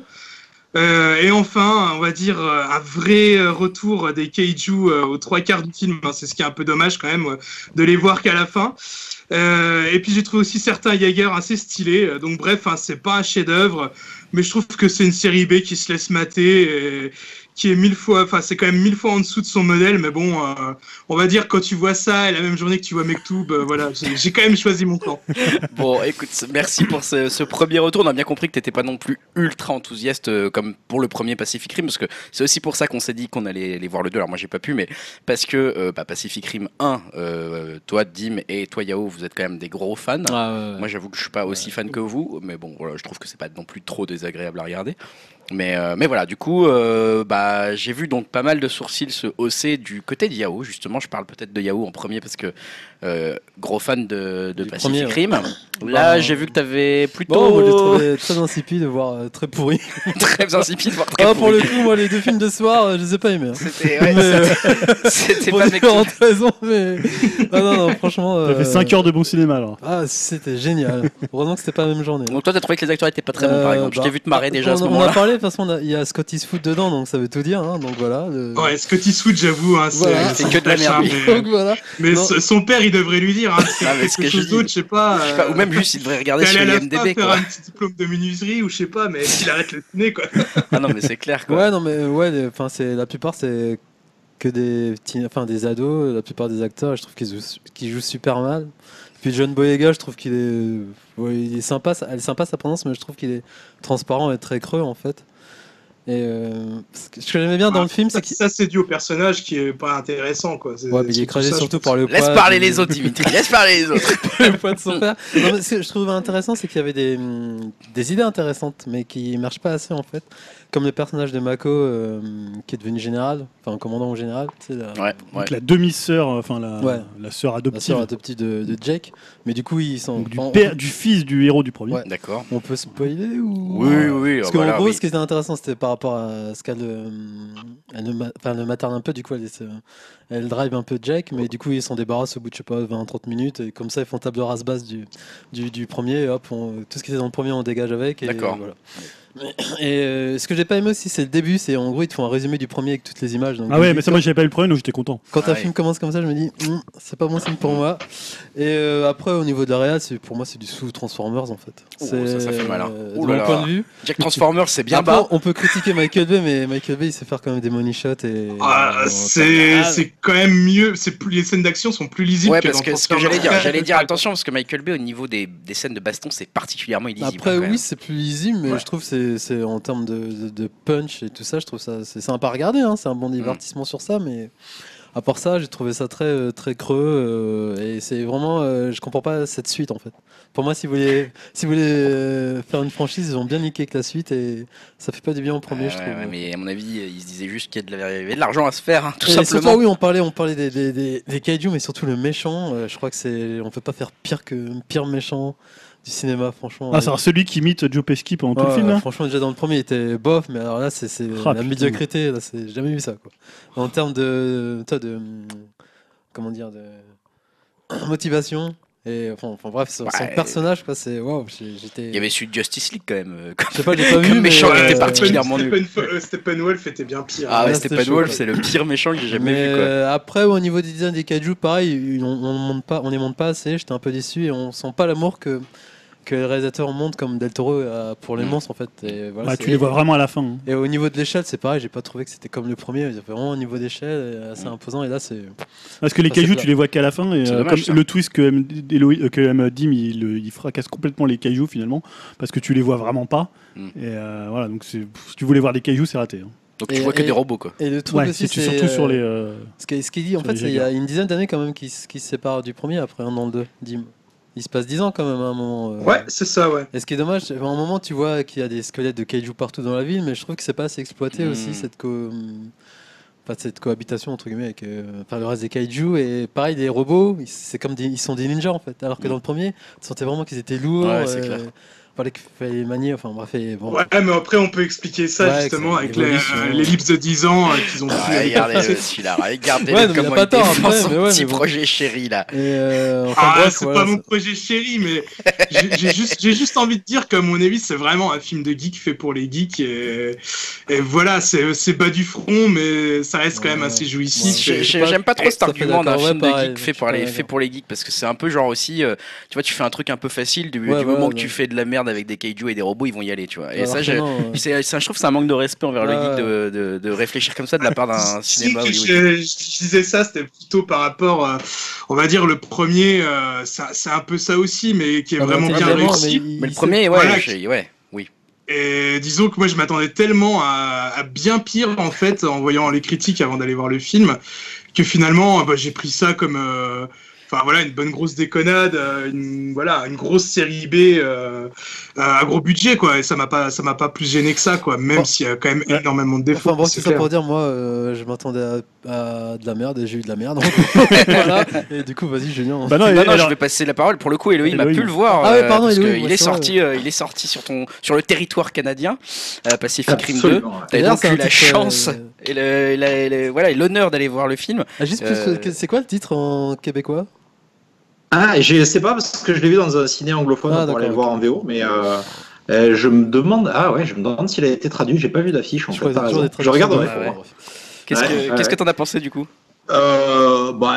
Speaker 4: Euh, et enfin, on va dire euh, un vrai euh, retour des Kaiju euh, aux trois quarts du film. hein. C'est ce qui est un peu dommage quand même euh, de les voir qu'à la fin. Euh, et puis j'ai trouvé aussi certains Jaeger assez stylés. Euh, Donc bref, hein, c'est pas un chef-d'œuvre, mais je trouve que c'est une série B qui se laisse mater. et- qui est mille fois, enfin c'est quand même mille fois en dessous de son modèle, mais bon, euh, on va dire quand tu vois ça et la même journée que tu vois Mektoub, euh, voilà, j'ai j'ai quand même choisi mon camp.
Speaker 1: Bon, écoute, merci pour ce, ce premier retour. On a bien compris que t'étais pas non plus ultra enthousiaste euh, comme pour le premier Pacific Rim, parce que c'est aussi pour ça qu'on s'est dit qu'on allait les voir le 2. Alors moi, j'ai pas pu, mais parce que euh, bah, Pacific Rim 1, euh, toi Dim et toi Yao, vous êtes quand même des gros fans.
Speaker 3: Ah, ouais,
Speaker 1: Moi, j'avoue que je suis pas aussi fan que vous, mais bon, voilà, je trouve que c'est pas non plus trop désagréable à regarder. Mais, euh, mais voilà, du coup, euh, bah, j'ai vu donc pas mal de sourcils se hausser du côté de Yahoo. Justement, je parle peut-être de Yahoo en premier parce que euh, gros fan de, de
Speaker 3: Du
Speaker 1: Pacific
Speaker 3: premier,
Speaker 1: Rim. Là,
Speaker 3: Bah,
Speaker 1: j'ai vu que t'avais plutôt
Speaker 3: Bon, moi je l'ai trouvé très insipide, voire euh, très pourri.
Speaker 1: très insipide, voire très
Speaker 3: Ah, pour
Speaker 1: pourri.
Speaker 3: le coup, moi les deux films de ce soir, euh, je les ai pas aimés. hein.
Speaker 1: C'était ouais,
Speaker 3: Mais-
Speaker 1: c'était- c'était
Speaker 3: pour
Speaker 1: pas mec.
Speaker 3: différentes raisons, mais. Ah non, non, franchement. euh,
Speaker 2: Ça fait 5 heures de bon cinéma alors.
Speaker 3: Ah, c'était génial. Heureusement que c'était pas la même journée.
Speaker 1: Donc toi, t'as trouvé que les acteurs étaient pas très bons, par
Speaker 3: Euh,
Speaker 1: exemple.
Speaker 3: bah,
Speaker 1: je t'ai vu te marrer déjà
Speaker 3: on,
Speaker 1: à ce
Speaker 3: on a
Speaker 1: moment-là.
Speaker 3: parlé, de toute façon, on a- il y a Scott Eastwood dedans, donc ça veut tout dire. hein, donc voilà. le-
Speaker 4: Ouais, Scotty Swood, j'avoue, hein, c'est
Speaker 3: Voilà.
Speaker 1: C'est que de la
Speaker 4: tâche, hein,
Speaker 1: merde.
Speaker 4: mais-
Speaker 3: Donc voilà.
Speaker 4: Mais,
Speaker 3: Non.
Speaker 4: so- son père, il devrait lui dire, hein, c'est
Speaker 1: Ah, mais ce
Speaker 4: quelque
Speaker 1: que je
Speaker 4: chose
Speaker 1: dis-
Speaker 4: d'autre, je sais pas.
Speaker 1: Je sais pas,
Speaker 4: euh,
Speaker 1: Ou même juste, ils devraient regarder
Speaker 4: d'aller
Speaker 1: sur
Speaker 4: à la fin
Speaker 1: IMDB.
Speaker 4: faire
Speaker 1: Quoi.
Speaker 4: un petit diplôme de menuiserie ou je sais pas, mais s'il arrête le ciné, quoi.
Speaker 1: Ah non, mais c'est clair. Quoi.
Speaker 3: Ouais, non, mais euh, ouais, les- enfin, c'est la plupart, c'est que des petits, enfin, des ados. La plupart des acteurs, je trouve qu'ils jouent, qu'ils jouent super mal. Puis John Boyega, je trouve qu'il est, ouais, il est sympa, sa- elle est sympa sa présence, mais je trouve qu'il est transparent et très creux en fait. Et euh, ce que ce que j'aimais bien dans le film, c'est
Speaker 4: Ça,
Speaker 3: qu'il
Speaker 4: ça, c'est dû au personnage qui est pas intéressant, quoi. C'est-
Speaker 3: Ouais, mais il est
Speaker 4: c'est
Speaker 3: écrasé
Speaker 4: tout ça,
Speaker 3: surtout
Speaker 4: je pense.
Speaker 3: par le
Speaker 1: Laisse
Speaker 3: poids
Speaker 1: parler
Speaker 3: du-
Speaker 1: les autres, Dimitri. Laisse parler les autres.
Speaker 3: le poids de son père. Non, mais ce que je trouvais intéressant, c'est qu'il y avait des, hum, des idées intéressantes, mais qui marchent pas assez en fait. Comme le personnage de Mako, euh, qui est devenu général, enfin commandant au général, tu sais, la,
Speaker 1: Ouais, ouais.
Speaker 2: Donc la demi-sœur, euh, enfin la,
Speaker 3: Ouais.
Speaker 2: la sœur
Speaker 3: la
Speaker 2: adoptive.
Speaker 3: sœur adoptive de, de Jake. Mais du coup, ils sont.
Speaker 2: Donc, du,
Speaker 3: on,
Speaker 2: père, du fils du héros du premier.
Speaker 3: Ouais.
Speaker 1: D'accord.
Speaker 3: on peut spoiler ou
Speaker 1: Oui, oui, oui.
Speaker 3: Parce
Speaker 1: ah,
Speaker 3: qu'en
Speaker 1: voilà,
Speaker 3: gros,
Speaker 1: oui.
Speaker 3: ce qui était intéressant, c'était par rapport à ce qu'elle hum, elle ne ma- enfin, elle ne matarde un peu, du coup, elle, essaie- elle drive un peu Jack, mais du coup, ils s'en débarrassent au bout de, je sais pas, 20-30 minutes, et comme ça, ils font table rase basse du, du, du premier, et hop, on- tout ce qui était dans le premier, on dégage avec. et
Speaker 1: D'accord.
Speaker 3: voilà. Et euh, ce que j'ai pas aimé aussi, c'est le début, c'est en gros, ils te font un résumé du premier avec toutes les images. donc
Speaker 2: Ah
Speaker 3: du
Speaker 2: ouais,
Speaker 3: coup,
Speaker 2: mais ça moi j'avais pas eu le problème donc j'étais content.
Speaker 3: quand un
Speaker 1: Ah Ouais.
Speaker 3: film commence comme ça, je me dis, Hum, c'est pas bon signe pour moi. Et euh, après, au niveau de la réal, c'est- pour moi, c'est du sous-Transformers en fait.
Speaker 1: Oh,
Speaker 3: C'est,
Speaker 1: ça, ça fait mal, hein.
Speaker 3: euh,
Speaker 1: Ouh là
Speaker 3: de mon
Speaker 1: là.
Speaker 3: point de vue.
Speaker 1: Jack Transformer, c'est bien
Speaker 3: Après,
Speaker 1: bas.
Speaker 3: On peut critiquer Michael Bay, mais Michael Bay, il sait faire quand même des money shots et.
Speaker 4: Ah,
Speaker 3: euh,
Speaker 1: Ah,
Speaker 4: c'est c'est quand même mieux. C'est plus les scènes d'action sont plus lisibles
Speaker 1: Ouais,
Speaker 4: que
Speaker 1: parce
Speaker 4: dans
Speaker 1: que ce que
Speaker 4: Transformers
Speaker 1: j'allais dire,
Speaker 4: 4.
Speaker 1: j'allais dire attention, parce que Michael Bay, au niveau des, des scènes de baston, c'est particulièrement illisible.
Speaker 3: Après,
Speaker 1: hein, quand
Speaker 3: oui,
Speaker 1: même.
Speaker 3: c'est plus lisible, mais
Speaker 1: Ouais.
Speaker 3: je trouve que c'est- c'est en termes de, de- de punch et tout ça, je trouve ça c'est sympa à regarder. hein, c'est un
Speaker 4: Mm.
Speaker 3: bon divertissement sur ça, mais à part ça, j'ai trouvé ça très euh, très creux euh, et c'est vraiment, euh, je comprends pas cette suite en fait. Pour moi, si vous voulez si vous voulez euh, faire une franchise, ils ont bien niqué avec la suite et ça fait pas du bien au premier,
Speaker 1: Ouais,
Speaker 3: je
Speaker 1: ouais,
Speaker 3: trouve. hein.
Speaker 1: ouais, mais à mon avis, euh, il se disait juste qu'il y a de la- il y avait de l'argent à se faire, hein, tout
Speaker 3: Et
Speaker 1: simplement.
Speaker 3: surtout, ah oui, on parlait, on parlait des, des, des, des kaiju, mais surtout le méchant. euh, je crois que c'est, on peut pas faire pire que pire méchant du cinéma, franchement.
Speaker 2: Ah, c'est alors celui qui imite Joe Pesci pendant tout
Speaker 3: Ouais,
Speaker 2: le film. hein.
Speaker 3: ouais,
Speaker 2: là.
Speaker 3: Franchement, déjà dans le premier, il était bof, mais alors là, c'est c'est
Speaker 2: Ah,
Speaker 3: la
Speaker 2: putain.
Speaker 3: médiocrité. Là, c'est j'ai jamais vu ça, quoi. En termes de, toi, de, hum, comment dire, de motivation. Et enfin, enfin, bref, son, son
Speaker 1: Ouais.
Speaker 3: personnage, quoi, c'est. Waouh, j'ai- j'étais.
Speaker 1: Il y avait celui de Justice League quand même. euh,
Speaker 3: Je sais pas, j'ai pas
Speaker 1: comme
Speaker 3: vu. mais,
Speaker 1: méchant, il était parti.
Speaker 3: euh,
Speaker 1: particulièrement
Speaker 4: Stephen, Stephen- Steppenwolf était bien pire.
Speaker 1: Ah ouais,
Speaker 3: là, c'était
Speaker 1: Steppenwolf,
Speaker 3: chaud,
Speaker 1: c'est le pire méchant que j'ai jamais
Speaker 3: mais
Speaker 1: vu. Quoi.
Speaker 3: euh, après, au niveau des designs des kaiju, pareil, on, on, monte pas, on les monte pas assez. J'étais un peu déçu et on sent pas l'amour que, que les réalisateurs montrent comme Del Toro euh, pour les
Speaker 1: Mm.
Speaker 3: monstres en fait. Et, voilà,
Speaker 2: Bah,
Speaker 3: c'est-
Speaker 2: tu les vois vraiment à la fin. hein.
Speaker 3: et au niveau de l'échelle, c'est pareil, j'ai pas trouvé que c'était comme le premier. mais Vraiment, au niveau d'échelle, euh, assez imposant. Et là, c'est.
Speaker 2: Parce que les
Speaker 3: Ah, c'est
Speaker 2: cailloux,
Speaker 3: clair.
Speaker 2: tu les vois qu'à la fin. Et,
Speaker 1: C'est
Speaker 2: euh,
Speaker 1: dommage,
Speaker 2: comme
Speaker 1: ça.
Speaker 2: le twist que M. Eloï- euh, que M. Dim, il, euh, il fracasse complètement les cailloux finalement, parce que tu les vois vraiment pas.
Speaker 1: Mm.
Speaker 2: Et euh, voilà, donc c'est- pff, si tu voulais voir les cailloux, c'est raté. hein.
Speaker 1: Donc tu
Speaker 3: et-
Speaker 1: vois que
Speaker 3: et-
Speaker 1: des robots quoi.
Speaker 3: Et le truc
Speaker 2: Ouais,
Speaker 3: aussi,
Speaker 2: si tu-
Speaker 3: c'est,
Speaker 2: surtout sur
Speaker 3: euh,
Speaker 2: les. euh,
Speaker 3: Ce qu'il ce qu'il dit, en
Speaker 2: Sur
Speaker 3: fait,
Speaker 2: les
Speaker 3: c'est il y a
Speaker 2: Jaguars.
Speaker 3: une dizaine d'années quand même qui, se- qui se sépare du premier, après un an le deux, Dim. Il se passe dix ans quand même à un moment. euh.
Speaker 4: Ouais, c'est ça, ouais.
Speaker 3: Et ce qui est dommage, c'est qu'à un moment, tu vois qu'il y a des squelettes de kaiju partout dans la ville, mais je trouve que c'est pas assez exploité
Speaker 1: Hmm.
Speaker 3: aussi, cette, co- enfin, cette cohabitation, entre guillemets, avec euh, enfin, le reste des kaiju. Et pareil, les robots, ils- c'est comme des, ils sont des ninjas, en fait. Alors que
Speaker 1: Hmm.
Speaker 3: dans le premier, tu sentais vraiment qu'ils étaient lourds.
Speaker 1: Ouais, c'est
Speaker 3: euh,
Speaker 1: clair.
Speaker 3: fallait qu'il fallait les manier, enfin bref. et bon,
Speaker 4: Ouais, mais après, on peut expliquer ça
Speaker 3: Ouais,
Speaker 4: justement avec
Speaker 3: avec cette
Speaker 4: les-
Speaker 3: évolution. hein.
Speaker 4: euh, l'ellipse de 10 ans euh, qu'ils ont pu.
Speaker 1: Ah, regardez euh, celui-là, regardez
Speaker 3: Ouais, non, mais il a
Speaker 1: comment
Speaker 3: pas
Speaker 1: il
Speaker 3: tort,
Speaker 1: défend
Speaker 3: après,
Speaker 1: son
Speaker 3: mais ouais,
Speaker 1: petit
Speaker 3: mais bon.
Speaker 1: projet chéri là.
Speaker 3: Et, euh, enfin,
Speaker 4: Ah,
Speaker 3: bref,
Speaker 4: c'est
Speaker 3: voilà,
Speaker 4: pas mon
Speaker 3: ça-
Speaker 4: projet chéri, mais j'ai- j'ai juste, j'ai juste envie de dire qu'à mon avis, c'est vraiment un film de geek fait pour les geeks. Et, et voilà, c'est c'est bas du front, mais ça reste quand même
Speaker 3: Ouais.
Speaker 4: assez
Speaker 3: Ouais.
Speaker 4: jouissif.
Speaker 1: Je-
Speaker 4: et-
Speaker 1: je-
Speaker 3: pas
Speaker 1: J'aime pas trop cet
Speaker 3: tout à Eh, fait
Speaker 1: argument d'un
Speaker 3: d'accord, ouais,
Speaker 1: film de
Speaker 3: pareil,
Speaker 1: geek
Speaker 3: je
Speaker 1: fait
Speaker 3: suis
Speaker 1: pour,
Speaker 3: pas
Speaker 1: les,
Speaker 3: d'accord.
Speaker 1: fait pour les geeks parce que c'est un peu genre aussi, euh, tu vois, tu fais un truc un peu facile du,
Speaker 3: Ouais,
Speaker 1: du
Speaker 3: voilà,
Speaker 1: moment que
Speaker 3: ouais.
Speaker 1: tu fais de la merde avec des kaiju et des robots, ils vont y aller, tu vois. Et
Speaker 3: alors
Speaker 1: ça,
Speaker 3: que
Speaker 1: j'ai-
Speaker 3: non, euh,
Speaker 1: c'est- ça, je trouve que c'est un manque de respect envers le
Speaker 3: Ouais,
Speaker 1: geek de, de- de réfléchir comme ça de la part d'un
Speaker 4: Si
Speaker 1: cinéma.
Speaker 4: que
Speaker 1: hollywoodien.
Speaker 4: je, je disais ça, c'était plutôt par rapport, euh, on va dire, le premier, euh, ça- c'est un peu ça aussi, mais qui est
Speaker 3: Ah,
Speaker 4: vraiment
Speaker 3: bah,
Speaker 4: bien
Speaker 3: évidemment,
Speaker 4: réussi.
Speaker 3: il-
Speaker 1: Mais le
Speaker 3: il
Speaker 1: premier, ouais,
Speaker 4: Voilà.
Speaker 1: je- ouais.
Speaker 4: Et disons que moi je m'attendais tellement à, à bien pire en fait en voyant les critiques avant d'aller voir le film que finalement bah, j'ai pris ça comme euh, enfin voilà une bonne grosse déconnade euh, une voilà une grosse série B euh, à gros budget quoi et ça m'a pas ça m'a pas plus gêné que ça quoi même
Speaker 3: Bon.
Speaker 4: s'il y a quand même
Speaker 2: Ouais.
Speaker 4: énormément de défauts
Speaker 3: Enfin bon,
Speaker 4: c'est
Speaker 3: c'est ça
Speaker 4: clair.
Speaker 3: pour dire, moi, euh, je m'attendais à, à de la merde et j'ai eu de la merde. voilà. Et du coup, vas-y, Julien.
Speaker 2: Bah non, et-
Speaker 1: Non, non,
Speaker 2: alors-
Speaker 1: je vais passer la parole. Pour le coup, Elohim a
Speaker 2: Elohim.
Speaker 1: pu le voir.
Speaker 3: Ah ouais,
Speaker 1: euh,
Speaker 3: pardon,
Speaker 1: parce que
Speaker 3: Elohim,
Speaker 1: il,
Speaker 3: ouais,
Speaker 1: est
Speaker 3: c'est vrai.
Speaker 1: sorti, euh, il est sorti sur, ton, sur le territoire canadien, euh, Pacific Rim 2.
Speaker 5: Absolument. ouais.
Speaker 1: T'as
Speaker 3: D'ailleurs,
Speaker 1: donc
Speaker 3: c'est un
Speaker 1: eu la
Speaker 3: titre, euh,
Speaker 1: chance et le- et la- et le- voilà, et l'honneur d'aller voir le film.
Speaker 3: Ah, juste
Speaker 1: Euh,
Speaker 3: plus que- c'est quoi le titre en québécois
Speaker 5: Ah, je sais pas parce que je l'ai vu dans un ciné anglophone
Speaker 3: Ah,
Speaker 5: pour aller le voir
Speaker 3: d'accord,
Speaker 5: en VO, mais euh, euh, je me demande. Ah ouais, je me demande s'il a été traduit. J'ai pas vu d'affiche en
Speaker 3: Je
Speaker 5: fait.
Speaker 3: crois
Speaker 5: t'as
Speaker 3: que c'est toujours
Speaker 5: raison.
Speaker 3: des
Speaker 5: Je regarde.
Speaker 3: traductions de-
Speaker 5: ouais.
Speaker 1: ouais.
Speaker 3: Bon, bref.
Speaker 1: Qu'est-ce que
Speaker 5: Ouais, ouais,
Speaker 1: qu'est-ce que
Speaker 5: ouais.
Speaker 1: t'en as pensé du coup
Speaker 5: Euh, bah,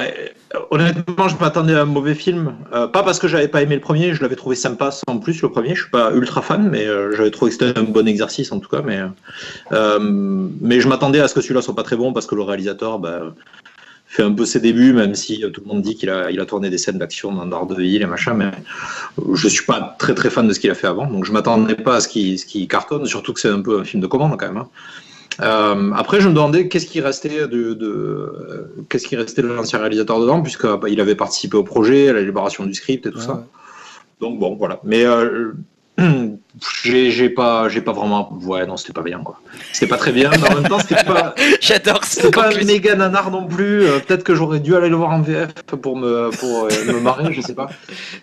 Speaker 5: euh, honnêtement, je m'attendais à un mauvais film. Euh, pas parce que j'avais pas aimé le premier, je l'avais trouvé sympa sans plus le premier. Je suis pas ultra fan, mais euh, j'avais trouvé que c'était un bon exercice en tout cas. Mais, euh, mais je m'attendais à ce que celui-là soit pas très bon parce que le réalisateur bah, fait un peu ses débuts, même si euh, tout le monde dit qu'il a, il a tourné des scènes d'action dans Daredevil et machin. Mais euh, je suis pas très très fan de ce qu'il a fait avant, donc je m'attendais pas à ce qu'il ce qu'il cartonne, surtout que c'est un peu un film de commande quand même. hein. Euh, après, je me demandais qu'est-ce qui restait de, de euh, qu'est-ce qui restait de l'ancien réalisateur dedans, puisque bah, il avait participé au projet, à l'élaboration du script et tout
Speaker 3: Ouais,
Speaker 5: ça.
Speaker 3: ouais.
Speaker 5: Donc bon, voilà. Mais euh, j'ai j'ai pas, j'ai pas vraiment. Ouais, non, c'était pas bien quoi. C'était pas très bien. Mais en même temps, c'était pas,
Speaker 1: J'adore cette
Speaker 5: c'était pas un
Speaker 1: conclusion.
Speaker 5: méga nanar non plus. Euh, Peut-être que j'aurais dû aller le voir en VF pour me pour euh, me marrer, je sais pas.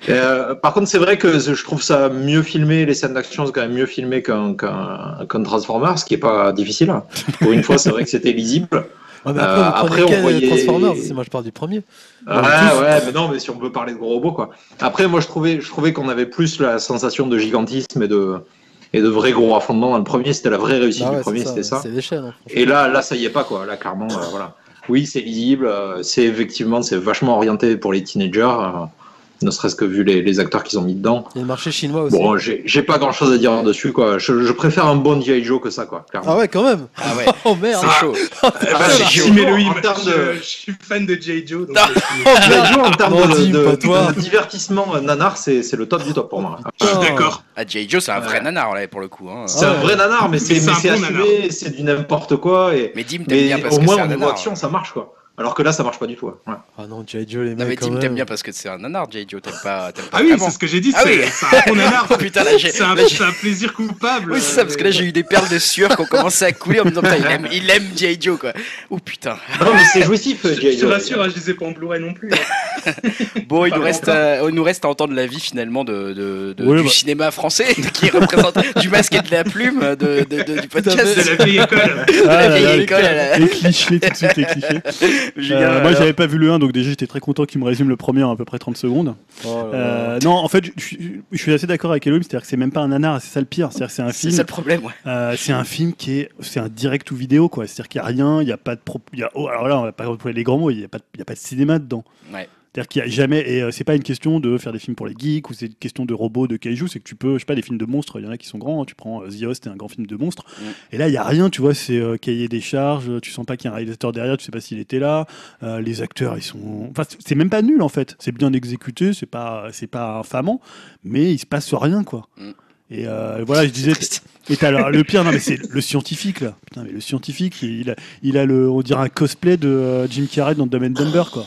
Speaker 5: Euh, par contre, c'est vrai que je trouve ça mieux filmé. Les scènes d'action c'est quand même mieux filmé qu'un qu'un qu'un Transformers, ce qui est pas difficile. Pour une fois, c'est vrai que c'était lisible.
Speaker 3: Ouais, mais
Speaker 5: Euh,
Speaker 3: après, vous
Speaker 5: après,
Speaker 3: prenez
Speaker 5: on
Speaker 3: quel
Speaker 5: voyait-
Speaker 3: Transformers si Moi, je parle du premier.
Speaker 5: Ouais,
Speaker 2: plus-
Speaker 5: ouais, mais non, mais si on peut parler de gros robots, quoi. Après, moi, je trouvais, je trouvais qu'on avait plus la sensation de gigantisme et de, et de vrai gros affrontement dans le premier. C'était la vraie réussite
Speaker 3: Bah ouais,
Speaker 5: du premier,
Speaker 3: c'est
Speaker 5: c'était ça.
Speaker 3: C'est l'échelle. hein.
Speaker 5: Et là, là, ça y est pas, quoi. Là, clairement, euh, voilà. Oui, c'est lisible. euh, c'est effectivement, c'est vachement orienté pour les teenagers, euh, ne serait-ce que vu les, les acteurs qu'ils ont mis dedans.
Speaker 3: Il y a le marché chinois aussi.
Speaker 5: Bon, j'ai j'ai pas grand-chose à dire dessus, quoi. Je, je préfère un bon G.I. Joe que ça, quoi. Clairement.
Speaker 3: Ah ouais, quand même
Speaker 1: Ah ouais,
Speaker 3: Oh merde
Speaker 1: c'est chaud.
Speaker 4: Ah,
Speaker 5: bah,
Speaker 4: c'est
Speaker 5: c'est
Speaker 4: Jim
Speaker 5: chaud,
Speaker 4: Elohim,
Speaker 5: en termes
Speaker 4: je,
Speaker 5: de-
Speaker 4: je suis fan de J. Joe donc,
Speaker 1: Ah.
Speaker 4: euh,
Speaker 5: G.I. Joe, Oh, en termes
Speaker 3: Non,
Speaker 5: de,
Speaker 3: dis
Speaker 5: de-
Speaker 3: Ah, pas toi.
Speaker 5: de divertissement euh, nanar, c'est c'est le top du top pour moi.
Speaker 4: je suis
Speaker 3: Oh.
Speaker 4: d'accord
Speaker 1: Ah, J. Joe, c'est un vrai
Speaker 5: Ouais.
Speaker 1: nanar là pour le coup. hein.
Speaker 5: C'est
Speaker 3: Ah
Speaker 5: un
Speaker 3: ouais.
Speaker 5: vrai nanar, mais c'est
Speaker 4: Mais c'est
Speaker 5: mais
Speaker 4: un
Speaker 5: c'est
Speaker 4: bon
Speaker 5: assumé, c'est du n'importe quoi. Et,
Speaker 1: Mais Dim, t'aimes
Speaker 5: mais
Speaker 1: bien parce
Speaker 5: au
Speaker 1: que c'est
Speaker 5: moins,
Speaker 1: un
Speaker 5: au niveau
Speaker 1: nanar.
Speaker 5: action, ça marche quoi. Alors que là, ça marche pas du tout. ouais. Ouais.
Speaker 3: Ah non, G.I. Joe, les
Speaker 1: Non mais
Speaker 3: mecs. quand
Speaker 1: Dim, t'aimes
Speaker 3: même.
Speaker 1: bien parce que c'est un nanar, J. Joe. T'aimes pas, t'aimes pas
Speaker 4: ah oui
Speaker 1: vraiment.
Speaker 4: c'est ce que j'ai dit
Speaker 1: Ah
Speaker 4: c'est
Speaker 1: oui.
Speaker 4: c'est un bon nanar
Speaker 1: Putain, là, j'ai-
Speaker 4: c'est un,
Speaker 1: là, j'ai-
Speaker 4: c'est un plaisir coupable Euh,
Speaker 1: Oui, c'est ça, parce que là j'ai eu des perles de sueur qui ont commencé à couler en me disant putain, il aime, il aime G.I. Joe quoi. Oh putain.
Speaker 5: Non, mais c'est jouissif.
Speaker 4: je,
Speaker 5: G.I.
Speaker 4: je te
Speaker 5: Joe.
Speaker 4: rassure hein, je disais pas en Blu-ray non plus
Speaker 1: Bon, il nous
Speaker 4: Pardon.
Speaker 1: reste, à, il nous reste à entendre l'avis finalement de, de- de-
Speaker 2: Oui,
Speaker 1: du
Speaker 2: bah.
Speaker 1: cinéma français qui représente du masque et de la plume de, de- de- du
Speaker 3: Tout à
Speaker 1: podcast.
Speaker 3: fait.
Speaker 4: de la vieille école
Speaker 2: Ah là là,
Speaker 1: vieille
Speaker 2: les-
Speaker 1: école, elle a-
Speaker 2: les clichés, tout de suite les clichés.
Speaker 1: Julien,
Speaker 2: Euh, moi,
Speaker 1: alors
Speaker 2: j'avais pas vu le 1, donc déjà, j'étais très content qu'il me résume le premier en à peu près 30 secondes.
Speaker 3: Oh là là.
Speaker 2: Euh, non, en fait, je- je je suis assez d'accord avec Elohim, c'est-à-dire que c'est même pas un nanar, c'est ça le pire. C'est-à-dire que c'est un
Speaker 1: C'est
Speaker 2: film.
Speaker 1: ça le problème, ouais.
Speaker 2: Euh, c'est un film qui est, c'est un direct ou vidéo quoi. C'est-à-dire qu'il n'y a rien, il n'y a pas de, pro- il y a- oh, alors là on va pas retrouver les grands mots, il n'y a pas, de- il y a pas de cinéma dedans.
Speaker 1: Ouais.
Speaker 2: C'est-à-dire qu'il n'y a jamais, et euh, c'est pas une question de faire des films pour les geeks ou c'est une question de robots, de kaiju, c'est que tu peux, je sais pas, des films de monstres, il y en a qui sont grands, tu prends euh, The Host, c'est un grand film de monstres,
Speaker 1: Mm.
Speaker 2: et là il n'y a rien, tu vois, c'est euh, cahier des charges, tu sens pas qu'il y a un réalisateur derrière, tu sais pas s'il était là, euh, les acteurs ils sont. Enfin, c'est- c'est même pas nul en fait, c'est bien exécuté, c'est pas, c'est pas infamant, mais il se passe rien quoi.
Speaker 1: Mm.
Speaker 2: Et euh, voilà, je disais,
Speaker 1: Triste.
Speaker 2: et t'as le, le pire, non mais c'est le scientifique là. Putain, mais le scientifique, il, il a, il a le, on dirait un cosplay de euh, Jim Carrey dans Dumb and Dumber quoi.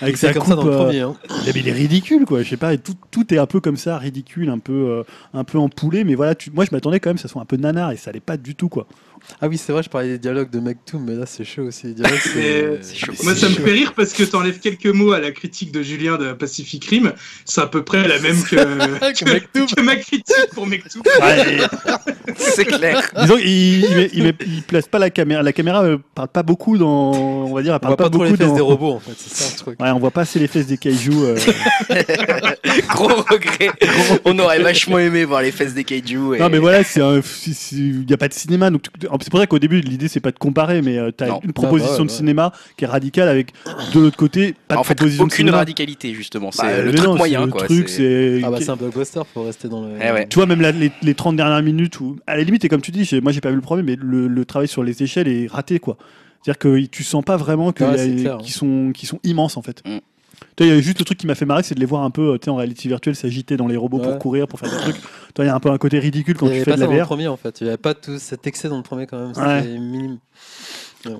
Speaker 2: Avec
Speaker 3: C'est
Speaker 2: sa
Speaker 3: comme
Speaker 2: coupe,
Speaker 3: ça dans le
Speaker 2: euh,
Speaker 3: premier. hein.
Speaker 2: il, est- il est ridicule quoi. Je sais pas, et tout, tout est un peu comme ça, ridicule, un peu, euh, un peu empoulé. Mais voilà, tu- moi je m'attendais quand même, que ça soit un peu nanar et ça l'est pas du tout quoi.
Speaker 3: Ah oui, c'est vrai, je parlais des dialogues de Mektoum, mais là c'est chaud aussi. Les dialogues, c'est.
Speaker 1: C'est chaud.
Speaker 4: Moi, ça me
Speaker 3: chaud.
Speaker 4: fait rire parce que t'enlèves quelques mots à la critique de Julien de Pacific Rim. C'est à peu près la même que,
Speaker 1: Que Mektoub.
Speaker 4: que ma critique pour Mektoub.
Speaker 1: C'est clair.
Speaker 2: Disons, il, il, met- il met- il place pas la caméra. La caméra euh, parle pas beaucoup dans, on va dire, elle
Speaker 3: On
Speaker 2: parle
Speaker 3: voit pas, trop
Speaker 2: beaucoup
Speaker 3: les fesses
Speaker 2: dans.
Speaker 3: des robots en fait, c'est ça le truc.
Speaker 2: Ouais, on voit pas assez les fesses des kaiju. euh,
Speaker 1: Gros regret. On aurait vachement aimé voir les fesses des kaiju. Et...
Speaker 2: Non mais voilà, c'est un- c'est- c'est- il n'y a pas de cinéma. Donc tu- c'est pour ça qu'au début l'idée c'est pas de comparer, mais tu as
Speaker 1: Non.
Speaker 2: une proposition
Speaker 3: Ah bah ouais,
Speaker 2: de
Speaker 3: ouais.
Speaker 2: cinéma qui est radicale avec de l'autre côté pas
Speaker 1: en
Speaker 2: de
Speaker 1: fait,
Speaker 2: proposition de
Speaker 1: aucune
Speaker 2: cinéma.
Speaker 1: radicalité, justement. C'est
Speaker 2: Bah,
Speaker 1: le
Speaker 2: mais
Speaker 1: truc
Speaker 2: non,
Speaker 1: moyen,
Speaker 2: le
Speaker 1: quoi.
Speaker 2: truc, c'est
Speaker 3: Ah bah c'est un blockbuster, faut rester dans le.
Speaker 1: Eh ouais.
Speaker 2: tu vois même la- les, les 30 dernières minutes où à la limite et comme tu dis, j'ai- moi j'ai pas vu le premier, mais le, le travail sur les échelles est raté quoi. C'est-à-dire que tu sens pas vraiment que
Speaker 3: Ah ouais,
Speaker 2: y a-
Speaker 3: c'est clair, hein.
Speaker 2: qui sont qui sont immenses en fait.
Speaker 1: Mm.
Speaker 2: Tu vois, il y a juste le truc qui m'a fait marrer, c'est de les voir un peu euh, tu sais, en réalité virtuelle s'agiter dans les robots
Speaker 3: Ouais.
Speaker 2: pour courir, pour faire des trucs. Tu vois, Il y a un peu un côté ridicule quand
Speaker 3: Il y
Speaker 2: tu
Speaker 3: avait
Speaker 2: fais
Speaker 3: pas
Speaker 2: de
Speaker 3: ça
Speaker 2: la
Speaker 3: dans le
Speaker 2: VR.
Speaker 3: premier en fait, il y avait pas tout cet excès dans le premier quand même,
Speaker 2: Ouais.
Speaker 3: c'était minime.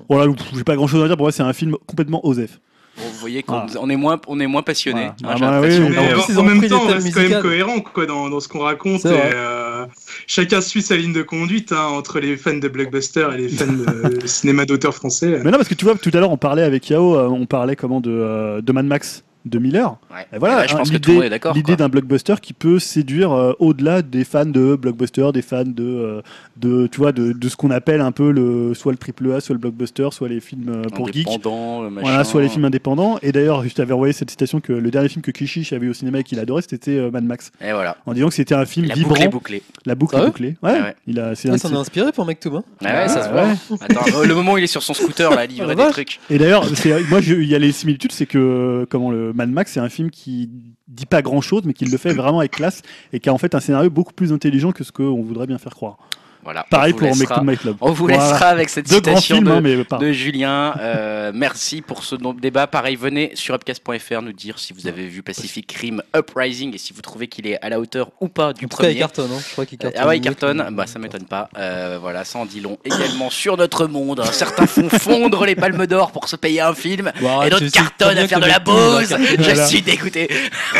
Speaker 2: Voilà, pff, j'ai pas grand chose à dire. Pour moi, c'est un film complètement osef.
Speaker 1: Bon, vous voyez qu'on
Speaker 2: Voilà.
Speaker 1: on est moins, on est moins passionné.
Speaker 2: Ah. Voilà.
Speaker 1: hein, j'ai
Speaker 2: Ah bah
Speaker 1: l'impression.
Speaker 2: oui,
Speaker 4: Mais
Speaker 3: En
Speaker 4: en,
Speaker 3: plus, ils
Speaker 4: en
Speaker 3: ont
Speaker 4: même
Speaker 3: repris
Speaker 4: temps,
Speaker 3: les
Speaker 4: on
Speaker 3: thèmes
Speaker 4: reste quand même
Speaker 3: musicaux.
Speaker 4: cohérent quoi, dans, dans ce qu'on raconte.
Speaker 3: C'est
Speaker 4: et,
Speaker 3: vrai.
Speaker 4: euh, chacun suit sa ligne de conduite hein, entre les fans de blockbuster et les fans de de cinéma d'auteur français.
Speaker 2: Mais non, parce que tu vois, tout à l'heure, on parlait avec Yao, euh, on parlait comment de, euh, de Mad Max de Miller.
Speaker 1: Ouais.
Speaker 2: Et voilà,
Speaker 1: Et là, Eh ben, je
Speaker 2: hein,
Speaker 1: pense que
Speaker 2: l'idée-
Speaker 1: tout le monde est d'accord.
Speaker 2: L'idée
Speaker 1: quoi.
Speaker 2: d'un blockbuster qui peut séduire euh, au-delà des fans de blockbuster, des fans de, euh, de tu vois, de, de ce qu'on appelle un peu le, soit le triple A, soit le blockbuster, soit les films euh, pour geeks.
Speaker 1: Indépendant, le machin.
Speaker 2: Voilà, soit les films indépendants. Et d'ailleurs, je t'avais envoyé cette citation que le dernier film que Kishish avait vu au cinéma et qu'il adorait, c'était euh, Mad Max.
Speaker 1: Et voilà.
Speaker 2: En disant que c'était un film
Speaker 1: La
Speaker 2: vibrant.
Speaker 1: boucle est bouclée.
Speaker 2: La boucle
Speaker 3: Ah
Speaker 2: est
Speaker 3: ouais
Speaker 2: bouclée. Ouais,
Speaker 1: Ah ouais.
Speaker 2: Il a, c'est
Speaker 3: Ouais,
Speaker 2: un
Speaker 3: ça en a inspiré pour Mektoum. Hein.
Speaker 1: Ah ouais, ça se voit.
Speaker 2: Ouais.
Speaker 1: Attends, euh, le moment où il est sur son scooter, là, à livrer
Speaker 3: Ah,
Speaker 1: des
Speaker 3: vache.
Speaker 1: trucs.
Speaker 2: Et d'ailleurs, c'est- moi, je- il y a les similitudes, c'est que euh, comment le Mad Max, c'est un film qui dit pas grand chose, mais qui le fait vraiment avec classe et qui a en fait un scénario beaucoup plus intelligent que ce qu'on voudrait bien faire croire.
Speaker 1: Voilà.
Speaker 2: Pareil
Speaker 1: on vous
Speaker 2: pour Make
Speaker 1: laissera-
Speaker 2: to My Club.
Speaker 1: On vous
Speaker 2: Voilà.
Speaker 1: laissera avec cette
Speaker 2: Deux grands
Speaker 1: citation
Speaker 2: films, hein,
Speaker 1: de,
Speaker 2: mais pas.
Speaker 1: de Julien. Euh, merci pour ce nom- débat. Pareil, venez sur upcast.fr nous dire si vous avez vu Pacific Rim Uprising et si vous trouvez qu'il est à la hauteur ou pas du
Speaker 3: En tout cas, il
Speaker 1: premier.
Speaker 3: cartonne, hein. je crois qu'il cartonne.
Speaker 1: Ah ouais, il
Speaker 3: mieux
Speaker 1: cartonne,
Speaker 3: que-
Speaker 1: bah ça m'étonne pas. Euh, voilà, ça en dit long. Également sur notre monde, hein, certains font fondre les palmes d'or pour se payer un film,
Speaker 3: Bon,
Speaker 1: et
Speaker 3: arrête,
Speaker 1: d'autres
Speaker 3: Ah, c'est- c'est très
Speaker 1: cartonnent à
Speaker 3: bien que
Speaker 1: faire de
Speaker 3: le
Speaker 1: la
Speaker 3: Mektoub, il va
Speaker 1: pause.
Speaker 3: cartonner.
Speaker 1: Je
Speaker 2: Voilà.
Speaker 1: suis dégoûté.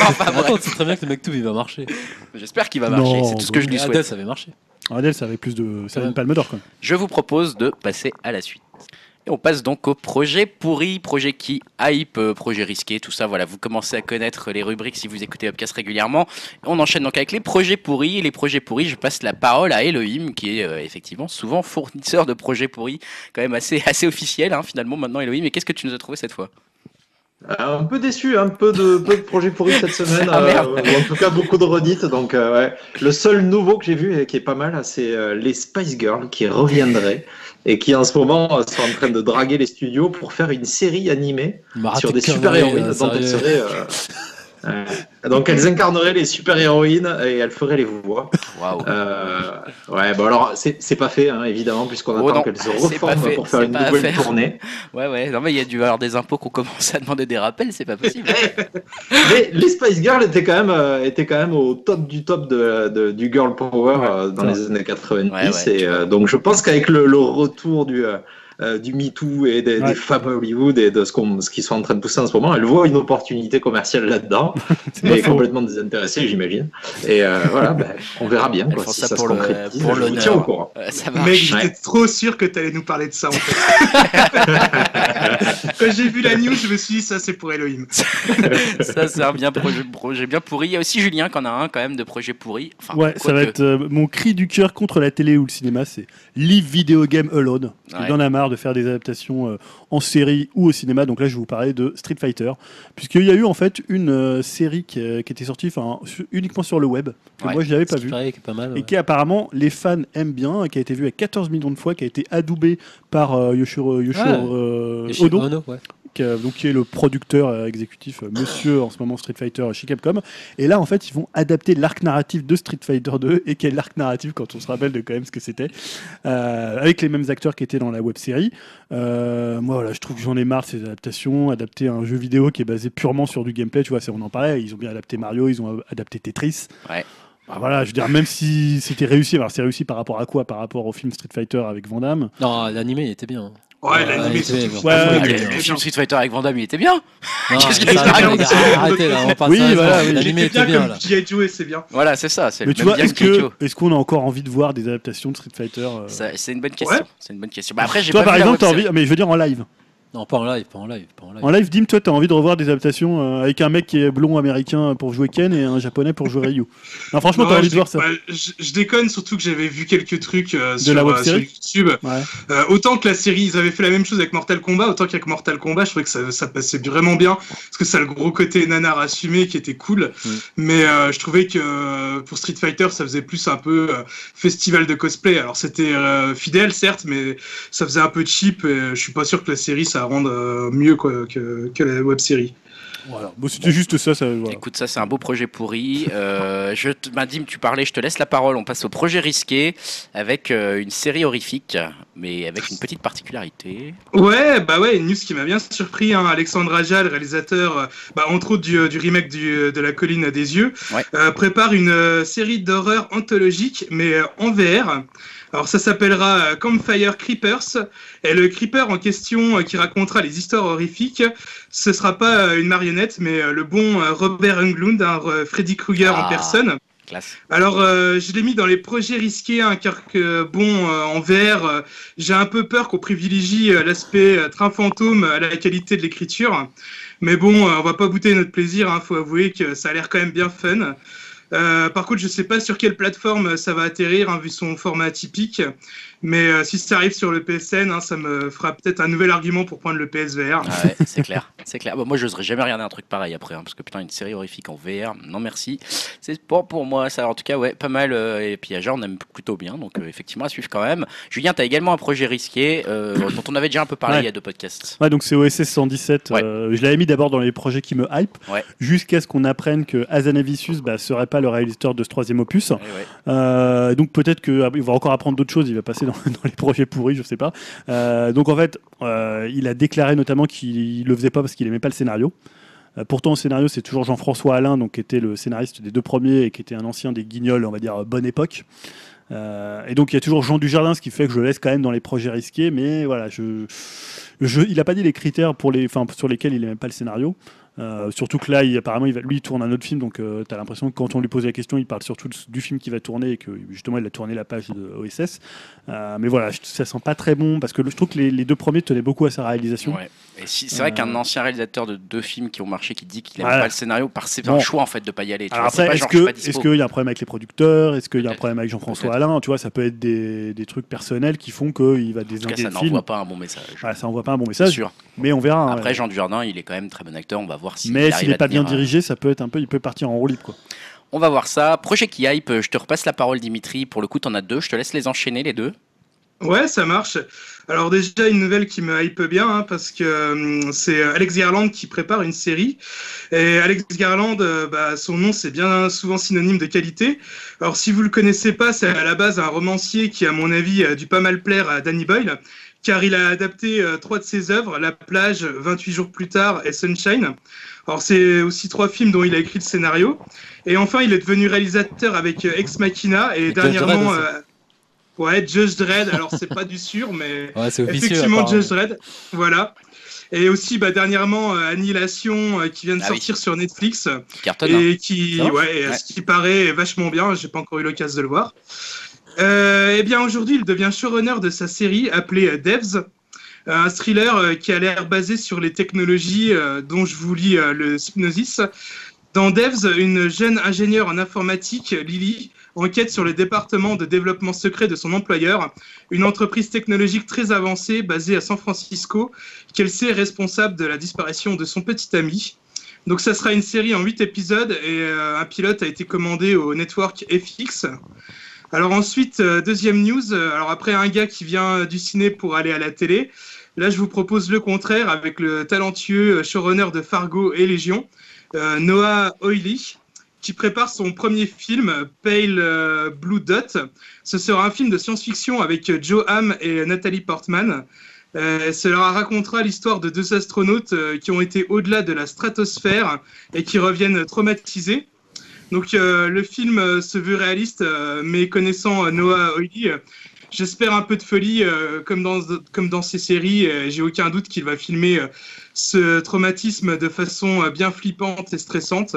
Speaker 1: Enfin bref,
Speaker 3: Attends, c'est très bien que le Mektoum il va marcher.
Speaker 1: j'espère qu'il va marcher.
Speaker 2: Non,
Speaker 1: C'est tout ce que je lui
Speaker 3: Mais
Speaker 1: souhaite.
Speaker 3: Adèle, ça avait marché.
Speaker 2: Ah, Adèle, ça avait plus de, ça avait une
Speaker 1: Euh,
Speaker 2: palme d'or quand même.
Speaker 1: Je vous propose de passer à la suite. Et on passe donc au projet pourri, projet qui hype, euh, projet risqué, tout ça. Voilà, vous commencez à connaître les rubriques si vous écoutez Upcast régulièrement. On enchaîne donc avec les projets pourris. Et Les projets pourris, je passe la parole à Elohim, qui est euh, effectivement souvent fournisseur de projets pourris, quand même assez, assez officiel hein, finalement maintenant, Elohim. Mais qu'est-ce que tu nous as trouvé cette fois
Speaker 5: Euh, Un peu déçu, un peu de, peu de projets pourris cette semaine,
Speaker 1: Ah,
Speaker 5: euh,
Speaker 1: merde.
Speaker 5: ou en tout cas beaucoup de redites. Donc, euh, ouais. Le seul nouveau que j'ai vu et qui est pas mal, c'est euh, les Spice Girls qui reviendraient et qui en ce moment euh, sont en train de draguer les studios pour faire une série animée
Speaker 1: Ah,
Speaker 3: Il m'a raté
Speaker 5: sur des
Speaker 3: de conneries,
Speaker 5: super-héroïnes
Speaker 3: là,
Speaker 5: dont
Speaker 3: sérieux.
Speaker 5: elles seraient. euh, euh, donc elles incarneraient les super-héroïnes et elles feraient les voix.
Speaker 1: Waouh
Speaker 5: Euh, ouais, bon alors c'est c'est pas fait hein, évidemment puisqu'on
Speaker 1: Oh non,
Speaker 5: attend qu'elles se
Speaker 1: c'est pas
Speaker 5: reforment
Speaker 1: fait,
Speaker 5: pour faire
Speaker 1: c'est
Speaker 5: une
Speaker 1: pas à
Speaker 5: nouvelle
Speaker 1: faire.
Speaker 5: tournée.
Speaker 1: Ouais, ouais, non mais il y a dû y avoir des impôts qu'on commence à demander des rappels, c'est pas possible.
Speaker 5: Mais les Spice Girls étaient quand même, euh, étaient quand même au top du top de, de- du girl power euh, dans
Speaker 2: ça
Speaker 5: les années 90.
Speaker 1: Ouais, ouais.
Speaker 5: et, euh, donc je pense qu'avec le, le retour du, euh, euh, du Me Too et des,
Speaker 2: Ouais.
Speaker 5: des femmes à Hollywood et de ce qu'on- ce qu'ils sont en train de pousser en ce moment, elles voient une opportunité commerciale là-dedans, mais complètement désintéressées, j'imagine. Et euh, voilà, ben, on verra bien
Speaker 1: Elles
Speaker 5: quoi,
Speaker 1: font
Speaker 5: si
Speaker 1: ça
Speaker 5: ça,
Speaker 1: pour
Speaker 5: se
Speaker 1: le-
Speaker 5: concrétise.
Speaker 1: pour
Speaker 5: je vous
Speaker 1: l'honneur.
Speaker 5: tiens au courant.
Speaker 1: Euh, ça
Speaker 4: Mec,
Speaker 1: marche.
Speaker 4: j'étais
Speaker 5: Ouais.
Speaker 4: trop sûr que t'allais nous parler de ça en fait. Quand j'ai vu la news, je me suis dit ça c'est pour Elohim.
Speaker 1: ça c'est un bien projet, projet bien pourri. Il y a aussi Julien qui en a un quand même de projet pourri. Enfin,
Speaker 2: ouais, ça va
Speaker 1: ah, quoique.
Speaker 2: être euh, mon cri du cœur contre la télé ou le cinéma, c'est Live Video Game Alone.
Speaker 1: Ouais.
Speaker 2: Il en a marre l'art de faire des adaptations euh, en série ou au cinéma. Donc là, je vais vous parler de Street Fighter, puisqu'il y a eu en fait une euh, série qui, euh, qui était sortie enfin, su- uniquement sur le web, que
Speaker 1: Ouais.
Speaker 2: moi je n'avais pas
Speaker 3: C'est
Speaker 2: vu.
Speaker 3: pareil, qui est pas mal.
Speaker 2: Et
Speaker 3: ouais.
Speaker 2: qui apparemment les fans aiment bien, qui a été vu à 14 millions de fois, qui a été adoubé par euh, Yoshiro, Yoshiro,
Speaker 3: Ouais.
Speaker 2: euh,
Speaker 3: Et chez
Speaker 2: Odo,
Speaker 3: Ono, ouais.
Speaker 2: qui, euh, donc, qui est le producteur euh, exécutif, euh, monsieur en ce moment Street Fighter chez Capcom. Et là, en fait, ils vont adapter l'arc narratif de Street Fighter 2, et quel arc narratif quand on se rappelle de quand même ce que c'était, euh, avec les mêmes acteurs qui étaient dans la web série. moi, voilà, je trouve que j'en ai marre de ces adaptations. Adapter un jeu vidéo qui est basé purement sur du gameplay, tu vois, c'est- on en parlait, ils ont bien adapté Mario, ils ont euh, adapté Tetris.
Speaker 1: Ouais.
Speaker 2: Bah voilà, je veux dire, même si c'était réussi, alors c'est réussi par rapport à quoi Par rapport au film Street Fighter avec Van Damme.
Speaker 3: Non, l'animé, il était bien.
Speaker 4: Ouais, l'animé,
Speaker 3: il
Speaker 4: c'est
Speaker 3: était
Speaker 4: tout.
Speaker 3: bien.
Speaker 2: Ouais,
Speaker 1: Ah,
Speaker 2: ouais,
Speaker 3: Il
Speaker 1: le,
Speaker 3: était
Speaker 2: ouais.
Speaker 1: le
Speaker 3: bien.
Speaker 1: film Street Fighter avec Van Damme, il était bien.
Speaker 3: Non,
Speaker 1: Qu'est-ce
Speaker 3: mais
Speaker 1: qu'il
Speaker 3: ça,
Speaker 1: a
Speaker 3: arrêtez,
Speaker 4: raconté
Speaker 3: là, Arrêtez là, on parle
Speaker 2: Oui,
Speaker 3: sérieusement.
Speaker 2: voilà, oui.
Speaker 3: L'animé
Speaker 4: J'aimais
Speaker 3: était
Speaker 4: bien
Speaker 3: bien
Speaker 4: comme
Speaker 3: là.
Speaker 4: G.I. Joe, E, c'est bien.
Speaker 1: Voilà, c'est ça. C'est
Speaker 2: Mais
Speaker 1: le
Speaker 2: tu
Speaker 1: même
Speaker 2: vois,
Speaker 1: bien
Speaker 2: est-ce
Speaker 1: que Kikyo.
Speaker 2: que- est-ce qu'on a encore envie de voir des adaptations de Street Fighter euh,
Speaker 1: Ça, C'est une bonne question.
Speaker 4: Ouais.
Speaker 1: C'est une bonne question. Bah, après, j'ai
Speaker 2: Toi,
Speaker 1: pas
Speaker 2: par
Speaker 1: vu la
Speaker 2: exemple, t'as
Speaker 1: web série.
Speaker 2: envie, mais je veux dire en live.
Speaker 3: Non, pas en live, pas en live, pas en live.
Speaker 2: En live, Dim, toi, t'as envie de revoir des adaptations euh, avec un mec qui est blond américain pour jouer Ken et un japonais pour jouer Ryu. Non, franchement,
Speaker 4: Non,
Speaker 2: t'as
Speaker 4: je
Speaker 2: envie de
Speaker 4: dé-
Speaker 2: voir ça.
Speaker 4: ouais, je, je déconne, surtout que j'avais vu quelques trucs euh, sur,
Speaker 2: la web
Speaker 4: euh, sur
Speaker 2: série
Speaker 4: YouTube.
Speaker 2: Ouais.
Speaker 4: Euh, autant que la série, ils avaient fait la même chose avec Mortal Kombat, autant qu'avec Mortal Kombat, je trouvais que ça, ça passait vraiment bien, parce que ça a le gros côté nanar assumé qui était cool.
Speaker 3: Mm.
Speaker 4: Mais euh, je trouvais que euh, pour Street Fighter, ça faisait plus un peu euh, festival de cosplay. Alors c'était euh, fidèle, certes, mais ça faisait un peu cheap. Et, euh, je suis pas sûr que la série, ça rende euh, mieux quoi, que, que la web série.
Speaker 2: Voilà. Bon, c'était juste ça. ça voilà.
Speaker 1: Écoute, ça, c'est un beau projet pourri. Euh, je te, bah, Dim, tu parlais, je te laisse la parole. On passe au projet risqué avec euh, une série horrifique, mais avec une petite particularité.
Speaker 4: Ouais, bah ouais, une news qui m'a bien surpris. Hein. Alexandre Aja, le réalisateur, euh, bah, entre autres du, euh, du remake du, euh, de La Colline à des yeux,
Speaker 1: Ouais.
Speaker 4: euh, prépare une euh, série d'horreur anthologique, mais euh, en VR. Alors ça s'appellera euh, Campfire Creepers, et le creeper en question euh, qui racontera les histoires horrifiques, ce sera pas euh, une marionnette, mais euh, le bon euh, Robert Englund, hein, euh, Freddy Krueger
Speaker 1: Ah.
Speaker 4: en personne.
Speaker 1: Classe.
Speaker 4: Alors, euh, je l'ai mis dans les projets risqués, hein, car que, bon, euh, en VR, euh, j'ai un peu peur qu'on privilégie euh, l'aspect euh, train fantôme à la qualité de l'écriture. Mais bon, euh, on va pas bouter notre plaisir, hein, faut avouer que ça a l'air quand même bien fun. Euh, par contre, je sais pas sur quelle plateforme euh, ça va atterrir, hein, vu son format atypique. Mais euh, si ça arrive sur le PSN, hein, ça me fera peut-être un nouvel argument pour prendre le PSVR.
Speaker 1: Ah ouais, c'est clair. C'est clair. Bah, moi, j'oserais jamais regarder un truc pareil après, hein, parce que putain, une série horrifique en VR, non merci. C'est pas pour moi, ça. En tout cas, ouais, pas mal. euh, et puis, Aja, on aime plutôt bien, donc euh, effectivement, à suivre quand même. Julien, t'as également un projet risqué euh, dont on avait déjà un peu parlé
Speaker 2: Ouais.
Speaker 1: il y a deux podcasts.
Speaker 2: Ouais, donc c'est OSS 117.
Speaker 1: Ouais.
Speaker 2: euh, je l'avais mis d'abord dans les projets qui me hype,
Speaker 1: Ouais.
Speaker 2: jusqu'à ce qu'on apprenne que Azanavicius bah, serait pas le réalisateur de ce troisième opus.
Speaker 1: Ouais, ouais.
Speaker 2: Euh, donc peut-être qu'il va encore apprendre d'autres choses, il va passer dans, dans les projets pourris, je sais pas. Euh, donc en fait, euh, il a déclaré notamment qu'il le faisait pas parce qu'il aimait pas le scénario. Euh, Pourtant, au scénario, c'est toujours Jean-François Alain, donc, qui était le scénariste des deux premiers et qui était un ancien des Guignols, on va dire, euh, bonne époque. Euh, et donc, il y a toujours Jean Dujardin, ce qui fait que je le laisse quand même dans les projets risqués, mais voilà, je, je- il n'a pas dit les critères pour les, enfin, sur lesquels il n'aimait pas le scénario. Euh, surtout que là, il, apparemment, il va, lui, il tourne un autre film, donc tu as l'impression que quand on lui pose la question, il parle surtout de- du film qui va tourner et que justement, il a tourné la page de OSS. Euh, mais voilà, je- ça sent pas très bon parce que le- je trouve que les, les deux premiers tenaient beaucoup à sa réalisation.
Speaker 1: Ouais. Et si, c'est vrai
Speaker 2: Euh.
Speaker 1: qu'un ancien réalisateur de deux films qui ont marché qui dit qu'il n'aime
Speaker 2: Voilà.
Speaker 1: pas le scénario, par c'est
Speaker 2: Bon.
Speaker 1: un choix en fait de pas y aller. tu
Speaker 2: Alors
Speaker 1: vois, c'est
Speaker 2: après,
Speaker 1: pas
Speaker 2: est-ce
Speaker 1: genre, je suis
Speaker 2: que
Speaker 1: pas dispo.
Speaker 2: est-ce qu'il y a un problème avec les producteurs Est-ce qu'il y a un
Speaker 1: Peut-être.
Speaker 2: problème avec Jean-François
Speaker 1: Peut-être.
Speaker 2: Alain Tu vois, ça peut être des, des trucs personnels qui font qu'il va
Speaker 1: En tout cas,
Speaker 2: désinguer
Speaker 1: ça
Speaker 2: le film.
Speaker 1: n'envoie pas un bon message.
Speaker 2: Voilà, ça envoie pas un bon
Speaker 1: C'est
Speaker 2: message,
Speaker 1: sûr.
Speaker 2: mais on verra. hein,
Speaker 1: Après,
Speaker 2: ouais.
Speaker 1: Jean Dujardin, il est quand même très bon acteur. On va voir s'il
Speaker 2: mais
Speaker 1: arrive
Speaker 2: s'il n'est
Speaker 1: à
Speaker 2: pas bien
Speaker 1: tenir, euh,
Speaker 2: dirigé, ça peut être un peu, il peut partir en roue libre. Quoi.
Speaker 1: On va voir ça. Projet qui hype, euh, je te repasse la parole Dimitri. Pour le coup, t'en as deux. Je te laisse les enchaîner les deux.
Speaker 4: Ouais, ça marche. Alors déjà, une nouvelle qui me hype bien, hein, parce que euh, c'est euh, Alex Garland qui prépare une série. Et Alex Garland, euh, bah, son nom, c'est bien souvent synonyme de qualité. Alors si vous le connaissez pas, c'est à la base un romancier qui, à mon avis, a dû pas mal plaire à Danny Boyle, car il a adapté euh, trois de ses œuvres, La plage, 28 jours plus tard et Sunshine. Alors c'est aussi trois films dont il a écrit le scénario. Et enfin, il est devenu réalisateur avec euh, Ex Machina et,
Speaker 3: Et Judge
Speaker 4: dernièrement...
Speaker 3: Dredd aussi.
Speaker 4: euh, Ouais, Judge Dredd, alors c'est pas du sûr, mais
Speaker 3: Ouais, c'est officieux.
Speaker 4: effectivement
Speaker 3: apparemment.
Speaker 4: Judge Dredd, voilà. Et aussi, bah, dernièrement, euh, Annihilation euh, qui vient de
Speaker 1: Ah oui.
Speaker 4: sortir sur Netflix euh,
Speaker 1: Qui cartonne. hein.
Speaker 4: et qui,
Speaker 1: Ça va
Speaker 4: ouais, et à
Speaker 1: Ouais.
Speaker 4: ce qui paraît, est vachement bien. J'ai pas encore eu l'occasion de le voir. Euh, eh bien, aujourd'hui, il devient showrunner de sa série appelée euh, Devs, un thriller euh, qui a l'air basé sur les technologies euh, dont je vous lis euh, le synopsis. Dans Devs, une jeune ingénieure en informatique, Lily, enquête sur le département de développement secret de son employeur, une entreprise technologique très avancée basée à San Francisco, qu'elle sait responsable de la disparition de son petit ami. Donc ça sera une série en 8 épisodes et euh, un pilote a été commandé au network FX. Alors ensuite, euh, deuxième news, euh, alors après un gars qui vient euh, du ciné pour aller à la télé, là je vous propose le contraire avec le talentueux euh, showrunner de Fargo et Légion, euh, Noah Oily, qui prépare son premier film, Pale euh, Blue Dot. Ce sera un film de science-fiction avec euh, Joe Hamm et Nathalie Portman. Euh, cela racontera l'histoire de deux astronautes euh, qui ont été au-delà de la stratosphère et qui reviennent traumatisés. Donc euh, le film euh, se veut réaliste, euh, mais connaissant euh, Noah Hawley, euh, j'espère un peu de folie euh, comme, dans, comme dans ses séries. euh, J'ai aucun doute qu'il va filmer euh, ce traumatisme de façon euh, bien flippante et stressante.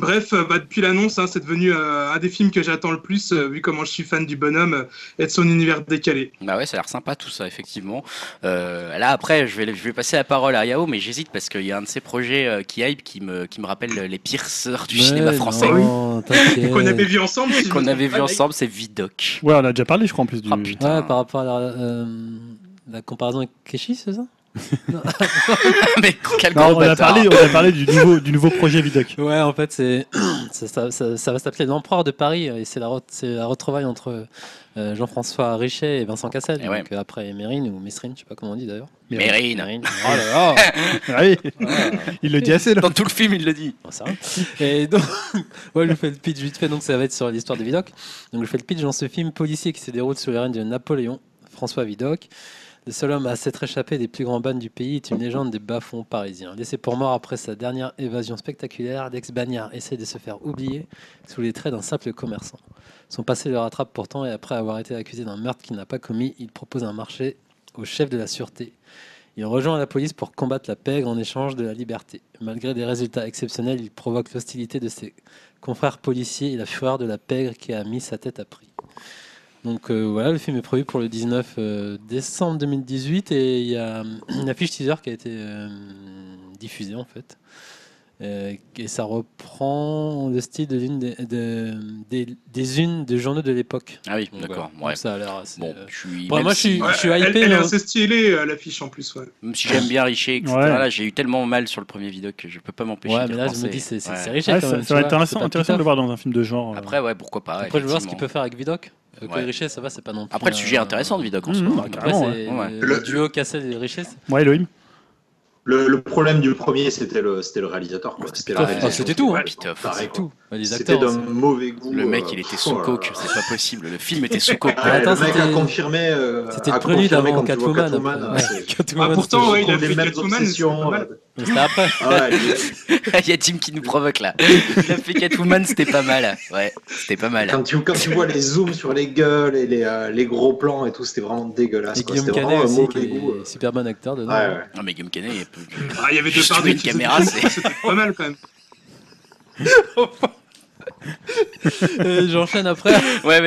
Speaker 4: Bref, euh, bah, depuis l'annonce, hein, c'est devenu euh, un des films que j'attends le plus, euh, vu comment je suis fan du bonhomme euh, et de son univers décalé.
Speaker 1: Bah ouais, ça a l'air sympa tout ça, effectivement. Euh, là, après, je vais, je vais passer la parole à Yao, mais j'hésite parce qu'il y a un de ces projets euh, qui hype qui me, qui me rappelle les pires sœurs du cinéma français
Speaker 3: Non, t'inquiète.
Speaker 4: Qu'on avait vu ensemble. si je
Speaker 1: qu'on
Speaker 4: me
Speaker 1: avait
Speaker 4: trompe
Speaker 1: vu
Speaker 4: pas,
Speaker 1: ensemble, c'est Vidoc.
Speaker 2: Ouais, on a déjà parlé, je crois, en plus du.
Speaker 1: Ah, putain.
Speaker 3: Ouais, par rapport à la, euh, la comparaison avec Keshi, c'est ça
Speaker 1: mais quel
Speaker 2: Non,
Speaker 1: gros
Speaker 2: on a
Speaker 1: bâtard.
Speaker 2: parlé, on a parlé du nouveau, du nouveau projet Vidoc.
Speaker 3: Ouais, en fait, c'est ça, ça- ça- ça va s'appeler l'empereur de Paris et c'est la, re- c'est la retrouvaille entre euh, Jean-François Richet et Vincent Cassel.
Speaker 1: Et ouais.
Speaker 3: donc, euh, après Mérine ou Messrine, je sais pas comment on dit d'ailleurs.
Speaker 1: Mérine.
Speaker 3: Mérine. Oh là là.
Speaker 2: Ah oui,
Speaker 3: Ah.
Speaker 2: il le dit assez là.
Speaker 1: Dans tout le film, il le dit.
Speaker 3: Bon, ça va. Et donc, ouais, je vous fais le pitch vite fait, donc ça va être sur l'histoire de Vidocq. Donc, je fais le pitch dans ce film policier qui se déroule sous le règne de Napoléon, François Vidocq. Le seul homme à s'être échappé des plus grands bannes du pays est une légende des bas-fonds parisiens. Laissé pour mort après sa dernière évasion spectaculaire, l'ex-bagnard essaie de se faire oublier sous les traits d'un simple commerçant. Son passé le rattrape pourtant et après avoir été accusé d'un meurtre qu'il n'a pas commis, il propose un marché au chef de la sûreté. Il rejoint la police pour combattre la pègre en échange de la liberté. Malgré des résultats exceptionnels, il provoque l'hostilité de ses confrères policiers et la fureur de la pègre qui a mis sa tête à prix. Donc euh, voilà, le film est prévu pour le 19 euh, décembre 2018 et il y a hum, une affiche teaser qui a été euh, diffusée en fait. Euh, et ça reprend le style de l'une des, de- des, des unes de journaux de l'époque.
Speaker 1: Ah oui,
Speaker 3: Donc,
Speaker 1: d'accord.
Speaker 3: voilà.
Speaker 1: Ouais.
Speaker 3: Donc, Ça a l'air assez- euh,
Speaker 1: Bon, je suis.
Speaker 3: Bon,
Speaker 1: même
Speaker 3: bah, moi, je
Speaker 1: si-
Speaker 3: suis-
Speaker 4: Ouais,
Speaker 3: Je
Speaker 4: elle,
Speaker 3: hypé,
Speaker 4: elle est
Speaker 3: là.
Speaker 4: assez stylée, euh, l'affiche en plus. Ouais.
Speaker 1: Même si j'aime bien Richer, etc.
Speaker 2: Ouais.
Speaker 1: Là, j'ai eu tellement mal sur le premier Vidoc que je peux pas m'empêcher.
Speaker 3: Ouais,
Speaker 1: d'y
Speaker 3: mais là je
Speaker 1: repenser.
Speaker 3: me dis, c'est hein. c'est-
Speaker 1: Ouais.
Speaker 3: c'est riche.
Speaker 2: Ah,
Speaker 3: quand
Speaker 2: ça,
Speaker 3: même,
Speaker 2: ça
Speaker 3: tu
Speaker 2: va
Speaker 3: vois,
Speaker 2: être intéressant,
Speaker 3: c'est pas
Speaker 2: intéressant de
Speaker 3: Peter.
Speaker 2: le voir dans un film de genre. euh.
Speaker 1: Après, ouais, pourquoi pas.
Speaker 3: Après, je veux voir ce qu'il
Speaker 1: Ah, effectivement.
Speaker 3: peut faire avec Vidoc. Euh, Chloé
Speaker 1: Ouais.
Speaker 3: Richet, ça va, c'est pas non plus.
Speaker 1: Après, le sujet est
Speaker 3: un-
Speaker 1: intéressant de Vidoc en
Speaker 2: Mmh,
Speaker 1: ce moment.
Speaker 2: bah,
Speaker 3: Après,
Speaker 1: carrément.
Speaker 2: Carrément,
Speaker 3: c'est
Speaker 1: ouais.
Speaker 3: le,
Speaker 5: Le-
Speaker 3: duo Cassel et Richet. c'est-
Speaker 2: Ouais, Elohim.
Speaker 5: Le, le problème du premier, c'était le, c'était le réalisateur. quoi. C'était la
Speaker 3: Pitoff.
Speaker 5: réalisation,
Speaker 3: Ah, c'était tout, hein.
Speaker 5: ouais,
Speaker 1: Pitoff,
Speaker 5: pareil,
Speaker 1: c'est
Speaker 5: quoi.
Speaker 3: Tout. Bah, Les
Speaker 5: C'était
Speaker 3: acteurs.
Speaker 5: d'un
Speaker 3: c'est-
Speaker 5: mauvais goût.
Speaker 1: Le mec,
Speaker 5: euh,
Speaker 1: il était
Speaker 5: pff,
Speaker 1: sous
Speaker 5: oh là
Speaker 1: coke,
Speaker 5: là.
Speaker 1: c'est pas possible. Le film était sous coke.
Speaker 5: Ah,
Speaker 3: Attends,
Speaker 5: le mec a
Speaker 3: c'était-
Speaker 5: confirmé. euh,
Speaker 3: C'était
Speaker 5: a
Speaker 3: le prélude
Speaker 5: confirmé
Speaker 3: avant
Speaker 5: quand tu vois
Speaker 3: Catwoman.
Speaker 5: Catwoman,
Speaker 3: après.
Speaker 5: euh,
Speaker 3: Ouais,
Speaker 5: c'est-
Speaker 3: Catwoman,
Speaker 4: Ah, pourtant,
Speaker 3: c'était-
Speaker 5: Ils
Speaker 4: ouais, il a
Speaker 5: ont les
Speaker 4: fait
Speaker 5: mêmes
Speaker 4: Catwoman, c'est pas
Speaker 5: obsessions.
Speaker 4: mal.
Speaker 5: euh,
Speaker 3: mais C'était après.
Speaker 5: ah ouais, il-
Speaker 1: Il y a Jim qui nous provoque là. Il a fait Catwoman, c'était pas mal. Ouais, c'était pas mal.
Speaker 5: Quand tu, quand tu vois les zooms sur les gueules et les, euh, les gros plans et tout, c'était vraiment dégueulasse.
Speaker 3: Et
Speaker 5: quoi.
Speaker 3: Guillaume
Speaker 5: C'était
Speaker 3: Canet
Speaker 5: vraiment un
Speaker 3: aussi,
Speaker 5: mauvais
Speaker 3: qui
Speaker 5: goût.
Speaker 3: est
Speaker 5: euh.
Speaker 3: super bon acteur dedans.
Speaker 5: Ouais, ouais.
Speaker 1: Non, mais Guillaume Canet, il peut-
Speaker 4: Ah, il y avait deux
Speaker 1: Juste
Speaker 4: parties
Speaker 1: une
Speaker 4: qui faisaient
Speaker 1: caméra,
Speaker 4: des
Speaker 1: c'est-
Speaker 4: trucs, c'était pas mal quand même.
Speaker 3: Euh, J'enchaîne après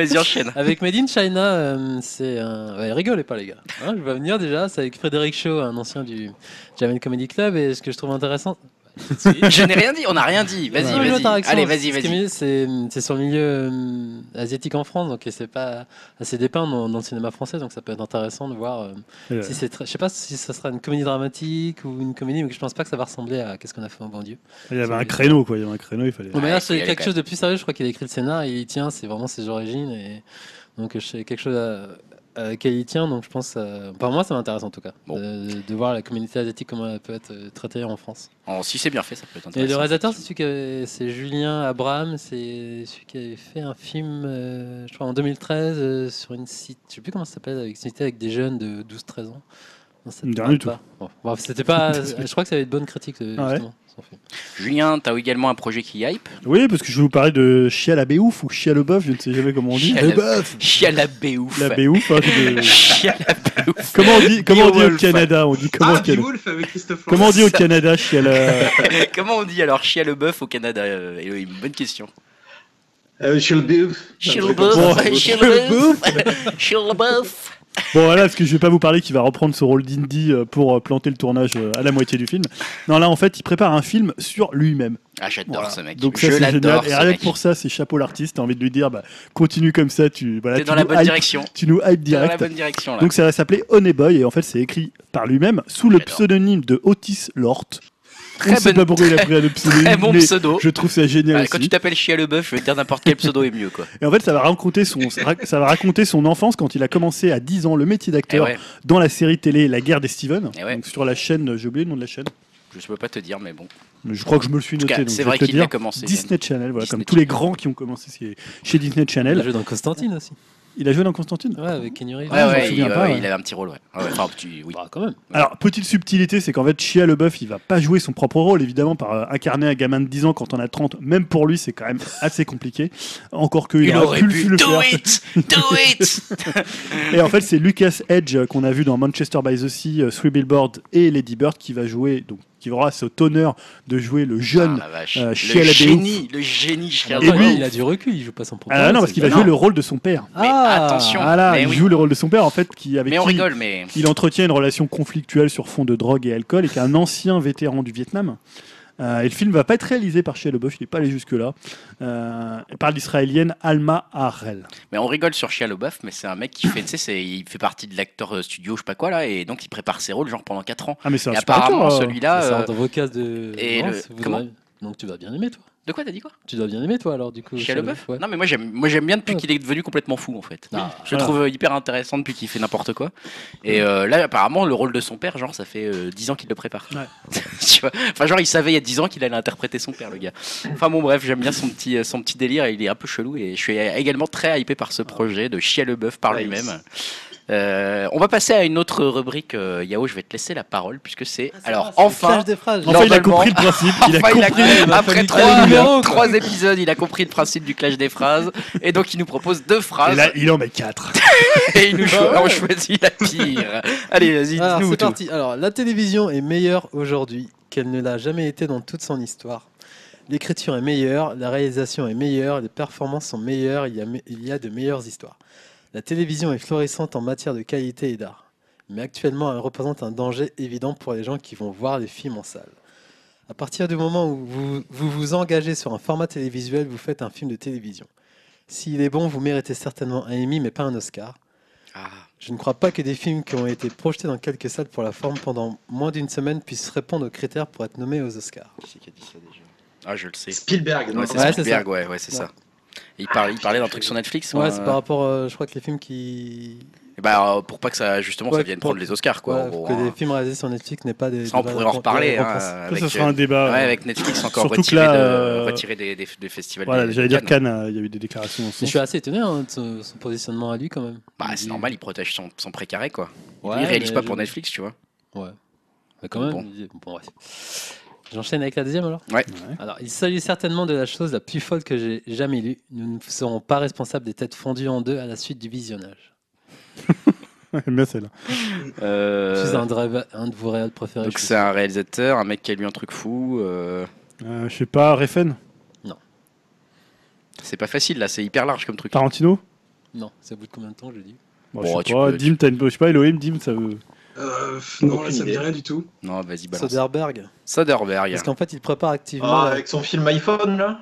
Speaker 1: Ouais, vas-y, enchaîne.
Speaker 3: avec Made in China. euh, c'est un. Ouais, rigolez pas, les gars. Hein, je vais venir déjà. C'est avec Frédéric Shaw, un ancien du Jamel Comedy Club. Et ce que je trouve intéressant,
Speaker 1: Je n'ai rien dit, on n'a rien dit. Vas-y,
Speaker 3: Ouais. L'autre
Speaker 1: vas-y.
Speaker 3: interaction, hein.
Speaker 1: Allez, vas-y,
Speaker 3: ce qui est
Speaker 1: vas-y.
Speaker 3: mieux, C'est mm, c'est sur le milieu euh, asiatique en France, donc et c'est pas assez dépeint dans, dans le cinéma français, donc ça peut être intéressant de voir. euh,
Speaker 2: Euh,
Speaker 3: si c'est très- je sais pas si ça sera une comédie dramatique ou une comédie, mais je pense pas que ça va ressembler à Qu'est-ce qu'on a fait en bon Dieu.
Speaker 2: Il y avait un créneau, quoi. Il y avait un créneau, il fallait.
Speaker 3: Non, mais
Speaker 1: Ouais,
Speaker 3: là,
Speaker 1: il
Speaker 3: c'est
Speaker 1: y avait
Speaker 3: quelque
Speaker 1: quand
Speaker 3: chose de plus sérieux. Je crois qu'il a écrit le scénar et il y tient. C'est vraiment ses origines. Et donc, euh, c'est quelque chose à, à laquelle il tient. Donc, je pense. euh, par moi, ça m'intéresse en tout cas.
Speaker 1: Bon.
Speaker 3: De, de voir la communauté asiatique, comment elle peut être euh, traitée en France.
Speaker 1: Oh, si c'est bien fait, ça peut être
Speaker 3: Et le
Speaker 1: intéressant.
Speaker 3: réalisateur, c'est celui qui avait- c'est Julien Abraham. C'est celui qui avait fait un film, euh, je crois, en 2013 euh, sur une site. Je sais plus comment ça s'appelle. Avec, c'était avec des jeunes de 12-13 ans. Non, ça te
Speaker 2: Rien
Speaker 3: parle
Speaker 2: du tout.
Speaker 3: pas. Bon, bref, c'était pas. euh, je crois que ça avait de bonnes critiques. euh,
Speaker 2: Ah ouais.
Speaker 3: Justement, son film.
Speaker 1: Julien, t'as également un projet qui hype.
Speaker 2: Oui, parce que je vais vous parler de Chia la Béouf ou Chia le Boeuf, je ne sais jamais comment on dit.
Speaker 1: Chia
Speaker 2: Le
Speaker 1: la-
Speaker 2: Boeuf
Speaker 1: Chia la béouf.
Speaker 2: La Béouf, hein, c'est de-
Speaker 1: Chia la
Speaker 2: Comment on dit, comment on dit au
Speaker 1: Beowulf.
Speaker 2: Canada On dit comment,
Speaker 4: Ah,
Speaker 2: au Cana-
Speaker 4: Beowulf avec Christophe
Speaker 2: comment on dit au
Speaker 1: Ça-
Speaker 2: Canada Chia la.
Speaker 1: béouf. Comment on dit alors chia le bœuf au Canada, euh, Elohim Bonne question.
Speaker 5: Euh, chez le bœuf.
Speaker 1: Chia
Speaker 5: Un
Speaker 1: le
Speaker 5: truc comme ça,
Speaker 1: bœuf,
Speaker 5: c'est beau.
Speaker 1: chia le bœuf, chia le bœuf.
Speaker 2: Bon voilà, parce que je vais pas vous parler qu'il va reprendre ce rôle d'Indy euh, pour euh, planter le tournage euh, à la moitié du film. Non, là en fait, il prépare un film sur lui-même.
Speaker 1: Ah, j'adore
Speaker 2: Voilà.
Speaker 1: ce mec.
Speaker 2: Donc ça
Speaker 1: je
Speaker 2: c'est génial.
Speaker 1: l'adore.
Speaker 2: Et
Speaker 1: ce
Speaker 2: rien
Speaker 1: mec.
Speaker 2: que pour ça, c'est chapeau l'artiste. T'as envie de lui dire, bah, continue comme ça, tu voilà,
Speaker 1: T'es
Speaker 2: tu
Speaker 1: dans la
Speaker 2: nous
Speaker 1: bonne
Speaker 2: hype-
Speaker 1: direction.
Speaker 2: Tu nous hype
Speaker 1: T'es dans la
Speaker 2: direct.
Speaker 1: bonne direction là.
Speaker 2: Donc ça va s'appeler Honey Boy et en fait c'est écrit par lui-même sous le
Speaker 1: J'adore.
Speaker 2: pseudonyme de Otis Lort.
Speaker 1: Très
Speaker 2: On sait
Speaker 1: bonne-
Speaker 2: pas pourquoi il a pris un pseudonyme,
Speaker 1: Très bon
Speaker 2: mais
Speaker 1: pseudo.
Speaker 2: je trouve ça génial
Speaker 1: Ouais, Oh.
Speaker 2: aussi.
Speaker 1: Bah, quand tu t'appelles Chia le bœuf, je vais te dire n'importe quel pseudo est mieux quoi.
Speaker 2: Et en fait, ça va raconter son, ça va raconter son enfance quand il a commencé à 10 ans le métier
Speaker 1: Eh
Speaker 2: d'acteur
Speaker 1: ouais,
Speaker 2: dans la série télé La Guerre des Stevens.
Speaker 1: Eh ouais.
Speaker 2: Donc sur la chaîne, j'ai oublié le nom de la chaîne,
Speaker 1: je peux pas te dire, mais bon.
Speaker 2: mais je crois que je me le suis
Speaker 1: En tout
Speaker 2: noté.
Speaker 1: cas,
Speaker 2: donc
Speaker 1: c'est
Speaker 2: je vais
Speaker 1: vrai
Speaker 2: te le
Speaker 1: qu'il a
Speaker 2: dire.
Speaker 1: commencé.
Speaker 2: Disney Channel, voilà,
Speaker 1: Disney
Speaker 2: comme tous les grands qui ont commencé chez- chez Disney
Speaker 3: Il a
Speaker 2: Channel.
Speaker 3: joué dans Constantine aussi.
Speaker 2: Il a joué dans Constantine
Speaker 3: Ouais, avec Kenny
Speaker 1: Ouais,
Speaker 3: Reeves.
Speaker 2: Ah, je m'en
Speaker 1: ouais, il,
Speaker 2: souviens
Speaker 1: ouais,
Speaker 2: pas, ouais.
Speaker 1: il avait un petit rôle, ouais. Ah ouais, enfin, un petit- oui.
Speaker 3: Bah, quand même.
Speaker 1: Ouais.
Speaker 2: Alors, petite subtilité, c'est qu'en fait, Chia Leboeuf, il va pas jouer son propre rôle, évidemment, par euh, incarner un gamin de 10 ans quand on a 30, même pour lui, c'est quand même assez compliqué. Encore que
Speaker 1: Il aurait
Speaker 2: le
Speaker 1: pu.
Speaker 2: le
Speaker 1: Do
Speaker 2: faire.
Speaker 1: it Do it
Speaker 2: Et en fait, c'est Lucas Edge euh, qu'on a vu dans Manchester by the Sea, euh, Three Billboards et Lady Bird qui va jouer, donc qui aura ce honneur de jouer le
Speaker 1: Ah,
Speaker 2: jeune.
Speaker 1: la vache.
Speaker 2: euh,
Speaker 1: Le
Speaker 2: Shia LaBeouf.
Speaker 1: génie, Le génie, Shia
Speaker 2: Et
Speaker 3: Ah,
Speaker 1: LaBeouf.
Speaker 2: lui-
Speaker 3: il a du recul, il joue pas son propre.
Speaker 2: Ah non, parce
Speaker 3: c'est
Speaker 2: qu'il va
Speaker 1: non.
Speaker 2: jouer le rôle de son père.
Speaker 1: Mais
Speaker 3: Ah,
Speaker 1: attention.
Speaker 2: Voilà,
Speaker 1: mais
Speaker 2: il
Speaker 1: oui.
Speaker 2: joue le rôle de son père, en fait, qui avec
Speaker 1: Mais on
Speaker 2: qui
Speaker 1: rigole, mais.
Speaker 2: il entretient une relation conflictuelle sur fond de drogue et alcool et qui est un ancien vétéran du Vietnam. Euh, et le film va pas être réalisé par Shia LaBeouf, il n'est pas allé jusque-là, euh, par l'israélienne Alma Harel.
Speaker 1: Mais on rigole sur Shia LaBeouf, mais c'est un mec qui fait, tu sais, c'est- il fait partie de l'acteur euh, studio, je sais pas quoi là, et donc il prépare ses rôles genre pendant 4 ans.
Speaker 2: Ah mais c'est un
Speaker 1: Et
Speaker 2: super
Speaker 1: apparemment
Speaker 2: acteur, euh.
Speaker 1: celui-là.
Speaker 3: Ça
Speaker 1: euh,
Speaker 3: sort dans vos cases de.
Speaker 1: et
Speaker 3: Laurence,
Speaker 1: le-
Speaker 3: vous
Speaker 1: comment
Speaker 3: aurez- Donc tu dois bien aimer, toi.
Speaker 1: De quoi t'as dit quoi
Speaker 3: Tu dois bien aimer, toi, alors, du coup.
Speaker 1: Shia LaBeouf
Speaker 3: ouais.
Speaker 1: Non mais moi j'aime, moi j'aime bien depuis
Speaker 3: Ouais.
Speaker 1: qu'il est devenu complètement fou en fait.
Speaker 3: Ah,
Speaker 1: Je le
Speaker 2: voilà.
Speaker 1: trouve euh, hyper intéressant depuis qu'il fait n'importe quoi. Et
Speaker 3: Mm.
Speaker 1: euh, là apparemment le rôle de son père, genre ça fait euh, 10 ans qu'il le prépare.
Speaker 2: Ouais.
Speaker 1: tu vois enfin genre il savait il y a 10 ans qu'il allait interpréter son père le gars. Enfin bon bref j'aime bien son petit, euh, son petit délire, il est un peu chelou et je suis également très hypé par ce projet de Chia LeBeuf par
Speaker 5: Nice.
Speaker 1: lui-même. Euh, on va passer à une autre rubrique. euh, Yao, je vais te laisser la parole puisque Ah, c'est alors enfin
Speaker 3: des phrases.
Speaker 2: Enfin, il a
Speaker 1: normalement-
Speaker 2: compris le principe, il a
Speaker 1: Enfin, il a
Speaker 2: compris.
Speaker 1: compris.
Speaker 3: il a
Speaker 1: après
Speaker 3: fallu
Speaker 1: trois,
Speaker 3: caler le numéro, quoi.
Speaker 1: trois épisodes, il a compris le principe du clash des phrases. Et donc, il nous propose deux
Speaker 2: Et
Speaker 1: phrases
Speaker 2: là, il en met 4.
Speaker 1: et il nous cho-
Speaker 3: Bah ouais.
Speaker 1: on choisit la pire. Allez, vas-y,
Speaker 3: Alors,
Speaker 1: dis-nous
Speaker 3: Ah, c'est
Speaker 1: tout.
Speaker 3: parti. Alors, la télévision est meilleure aujourd'hui qu'elle ne l'a jamais été dans toute son histoire. L'écriture est meilleure, la réalisation est meilleure, les performances sont meilleures, il y a, me- il y a de meilleures histoires. La télévision est florissante en matière de qualité et d'art. Mais actuellement, elle représente un danger évident pour les gens qui vont voir les films en salle. À partir du moment où vous vous, vous engagez sur un format télévisuel, vous faites un film de télévision. S'il est bon, vous méritez certainement un Emmy, mais pas un Oscar.
Speaker 1: Ah,
Speaker 3: Je ne crois pas que des films qui ont été projetés dans quelques salles pour la forme pendant moins d'une semaine puissent répondre aux critères pour être nommés aux Oscars.
Speaker 1: ah, je le sais.
Speaker 5: Spielberg, non
Speaker 1: Ouais, c'est
Speaker 3: Ouais, c'est
Speaker 1: Spielberg, ouais, ouais, c'est
Speaker 3: Ouais.
Speaker 1: ça. Il, parlait- il parlait d'un truc sur Netflix.
Speaker 3: Ouais,
Speaker 1: hein.
Speaker 3: c'est par rapport, euh, je crois que les films qui.
Speaker 1: Et bah, euh, pour pas que ça, justement, ça
Speaker 3: Ouais,
Speaker 1: vienne
Speaker 3: pour-
Speaker 1: prendre les Oscars, quoi.
Speaker 3: Ouais,
Speaker 1: en gros,
Speaker 3: que
Speaker 1: hein.
Speaker 3: les films réalisés sur Netflix n'est pas des.
Speaker 1: Ça, on
Speaker 3: des
Speaker 1: pourrait en
Speaker 3: récompenses.
Speaker 1: reparler. hein,
Speaker 2: Ça,
Speaker 1: avec,
Speaker 2: ça sera
Speaker 1: euh,
Speaker 2: un débat.
Speaker 1: ouais,
Speaker 2: euh,
Speaker 1: avec Netflix encore
Speaker 2: Surtout que
Speaker 1: retiré,
Speaker 2: là,
Speaker 1: de-
Speaker 2: euh,
Speaker 1: retiré des, des- des festivals.
Speaker 2: Voilà,
Speaker 1: des-
Speaker 2: j'allais
Speaker 1: des
Speaker 2: dire
Speaker 1: Cannes.
Speaker 2: Cannes, euh, il y a eu des déclarations. en ce
Speaker 3: Mais je
Speaker 2: sens.
Speaker 3: suis assez étonné hein, de son, son positionnement à lui quand même.
Speaker 1: Bah,
Speaker 3: Il
Speaker 1: c'est
Speaker 3: dit-
Speaker 1: normal, il protège son, son précaré, quoi.
Speaker 3: Ouais,
Speaker 1: il réalise
Speaker 3: mais
Speaker 1: pas
Speaker 3: je-
Speaker 1: pour Netflix, tu vois.
Speaker 3: Ouais. Mais quand même.
Speaker 1: Bon.
Speaker 3: il dit- bon, bref. J'enchaîne avec la deuxième alors.
Speaker 2: Ouais.
Speaker 3: Alors, il s'agit certainement de la chose la plus folle que j'ai jamais lue. Nous ne serons pas responsables des têtes fondues en deux à la suite du visionnage.
Speaker 2: J'aime bien celle-là.
Speaker 1: Euh,
Speaker 3: Je suis un, drive- un de vos réels préférés.
Speaker 1: Donc
Speaker 3: je
Speaker 1: c'est un réalisateur, un mec qui a lu un truc fou. euh,
Speaker 2: Euh, je sais pas, Refn
Speaker 1: C'est pas facile là, c'est hyper large comme truc.
Speaker 2: Tarantino
Speaker 3: Non, ça bout de combien de temps, je dis
Speaker 2: Bon,
Speaker 1: Bon,
Speaker 2: je sais
Speaker 1: tu
Speaker 2: pas,
Speaker 1: peux-
Speaker 2: Dim, t'as une... je sais pas, Elohim, Dim, ça veut.
Speaker 4: Euh, non, là,
Speaker 5: Aucune
Speaker 4: ça me dit
Speaker 5: idée.
Speaker 4: rien du tout.
Speaker 1: Non, vas-y, balance.
Speaker 3: Soderbergh.
Speaker 1: Soderbergh.
Speaker 3: Parce qu'en fait, il prépare activement.
Speaker 5: Ah,
Speaker 3: la-
Speaker 5: avec son film iPhone, là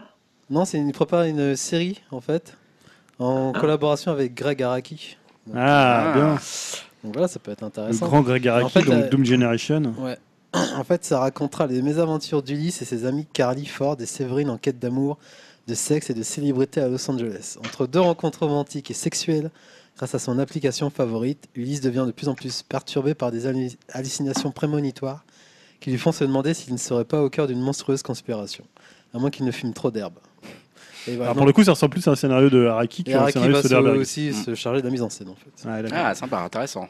Speaker 3: Non, c'est il prépare une série, en fait, en collaboration avec Greg Araki.
Speaker 2: Ah,
Speaker 1: Ah.
Speaker 2: bien.
Speaker 3: Donc voilà, ça peut être
Speaker 2: Le
Speaker 3: intéressant.
Speaker 2: grand Greg Araki,
Speaker 3: En fait,
Speaker 2: donc
Speaker 3: euh,
Speaker 2: Doom Generation.
Speaker 3: Ouais. En fait, ça racontera les mésaventures d'Ulysse et ses amis Carly Ford et Séverine en quête d'amour, de sexe et de célébrité à Los Angeles. Entre deux rencontres romantiques et sexuelles, grâce à son application favorite, Ulysse devient de plus en plus perturbé par des hallu- hallucinations prémonitoires qui lui font se demander s'il ne serait pas au cœur d'une monstrueuse conspiration, à moins qu'il ne fume trop d'herbe. Et voilà,
Speaker 2: Alors pour le coup, ça ressemble plus à un scénario de Araki
Speaker 3: et
Speaker 2: qu'à un
Speaker 3: Araki
Speaker 2: scénario
Speaker 3: va
Speaker 2: de
Speaker 3: se-
Speaker 2: Soderbergh.
Speaker 3: aussi
Speaker 1: Mm.
Speaker 3: se charger de la mise en scène en fait.
Speaker 2: Ouais, d'accord.
Speaker 1: Ah, sympa, Ah, intéressant.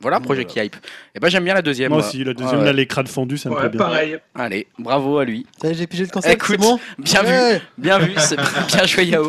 Speaker 1: Voilà, projet qui hype. Et ben j'aime bien la deuxième.
Speaker 2: Moi
Speaker 1: euh.
Speaker 2: aussi, la deuxième,
Speaker 1: Ouais.
Speaker 2: là, les crânes fondus, ça me plaît
Speaker 4: Ouais,
Speaker 2: bien.
Speaker 4: pareil.
Speaker 1: Allez, bravo à lui.
Speaker 3: Ça y est, J'ai pigé le concept, c'est
Speaker 1: Écoute,
Speaker 3: bon
Speaker 1: Bien vu.
Speaker 3: Ouais.
Speaker 1: Bien vu, c'est bien joué Yao.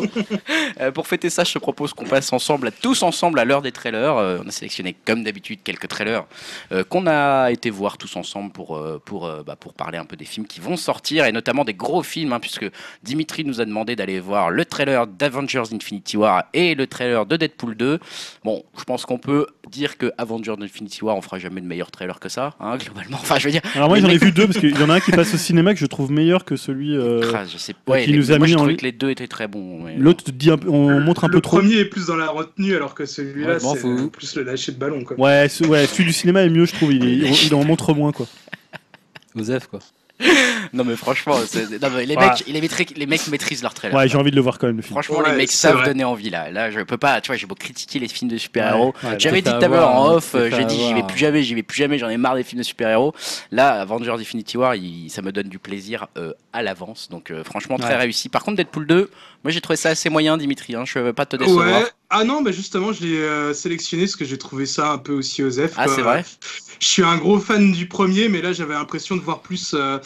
Speaker 1: Euh, pour fêter ça, je te propose qu'on passe ensemble, à- tous ensemble, à l'heure des trailers. Euh, on a sélectionné, comme d'habitude, quelques trailers euh, qu'on a été voir tous ensemble pour, euh, pour, euh, bah, pour parler un peu des films qui vont sortir, et notamment des gros films, hein, puisque Dimitri nous a demandé d'aller voir le trailer d'Avengers Infinity War et le trailer de Deadpool 2. Bon, je pense qu'on peut dire que Avengers Infinity War, on fera jamais de meilleur trailer que ça, hein, globalement. Enfin, je veux dire,
Speaker 2: Alors moi
Speaker 1: Mais
Speaker 2: j'en ai
Speaker 1: mec-
Speaker 2: vu deux parce qu'il y en a un qui passe au cinéma que je trouve meilleur que celui. euh,
Speaker 1: crasse, ah, je sais pas. Ouais,
Speaker 2: qui
Speaker 1: les-
Speaker 2: nous a
Speaker 1: moi,
Speaker 2: mis
Speaker 1: je
Speaker 2: en
Speaker 1: trouvais
Speaker 2: li-
Speaker 1: que les deux étaient très bons. mais-
Speaker 2: L'autre dit un peu- on montre un
Speaker 4: le
Speaker 2: peu trop.
Speaker 4: premier est plus dans la retenue, alors que celui-là,
Speaker 3: Ouais, je m'en
Speaker 4: c'est
Speaker 3: fous.
Speaker 4: euh, plus le lâcher de ballon. Quoi.
Speaker 2: Ouais, ce- ouais, celui du cinéma est mieux je trouve. Il, est- il- il en montre moins quoi.
Speaker 3: Osef, quoi.
Speaker 1: Non mais franchement, c'est- non, mais les,
Speaker 2: Ouais.
Speaker 1: mecs, les, maîtri- les mecs maîtrisent leur trailer.
Speaker 2: Ouais, j'ai envie de le voir quand même le film.
Speaker 1: Franchement, les
Speaker 4: Ouais,
Speaker 1: mecs
Speaker 4: c'est
Speaker 1: savent
Speaker 4: vrai.
Speaker 1: donner envie là. Là, je peux pas. Tu vois, j'ai beau critiquer les films de super-héros.
Speaker 2: Ouais, ouais,
Speaker 1: J'avais
Speaker 3: t'es
Speaker 1: dit
Speaker 3: fait
Speaker 1: tout à l'heure en
Speaker 3: avoir,
Speaker 1: off,
Speaker 3: t'es
Speaker 1: euh,
Speaker 3: fait
Speaker 1: j'ai dit j'y vais
Speaker 3: avoir.
Speaker 1: plus jamais, j'y vais plus jamais, j'en ai marre des films de super-héros. Là, Avengers Infinity War, il- ça me donne du plaisir euh, à l'avance. Donc euh, franchement, très
Speaker 2: Ouais.
Speaker 1: réussi. Par contre, Deadpool 2, moi j'ai trouvé ça assez moyen, Dimitri. Hein, je veux pas te décevoir.
Speaker 4: Ouais. Ah non, bah justement, je l'ai euh, sélectionné parce que j'ai trouvé ça un peu aussi osef.
Speaker 1: Ah,
Speaker 4: quoi.
Speaker 1: c'est vrai
Speaker 4: Je suis un gros fan du premier, mais là, j'avais l'impression de voir plus euh,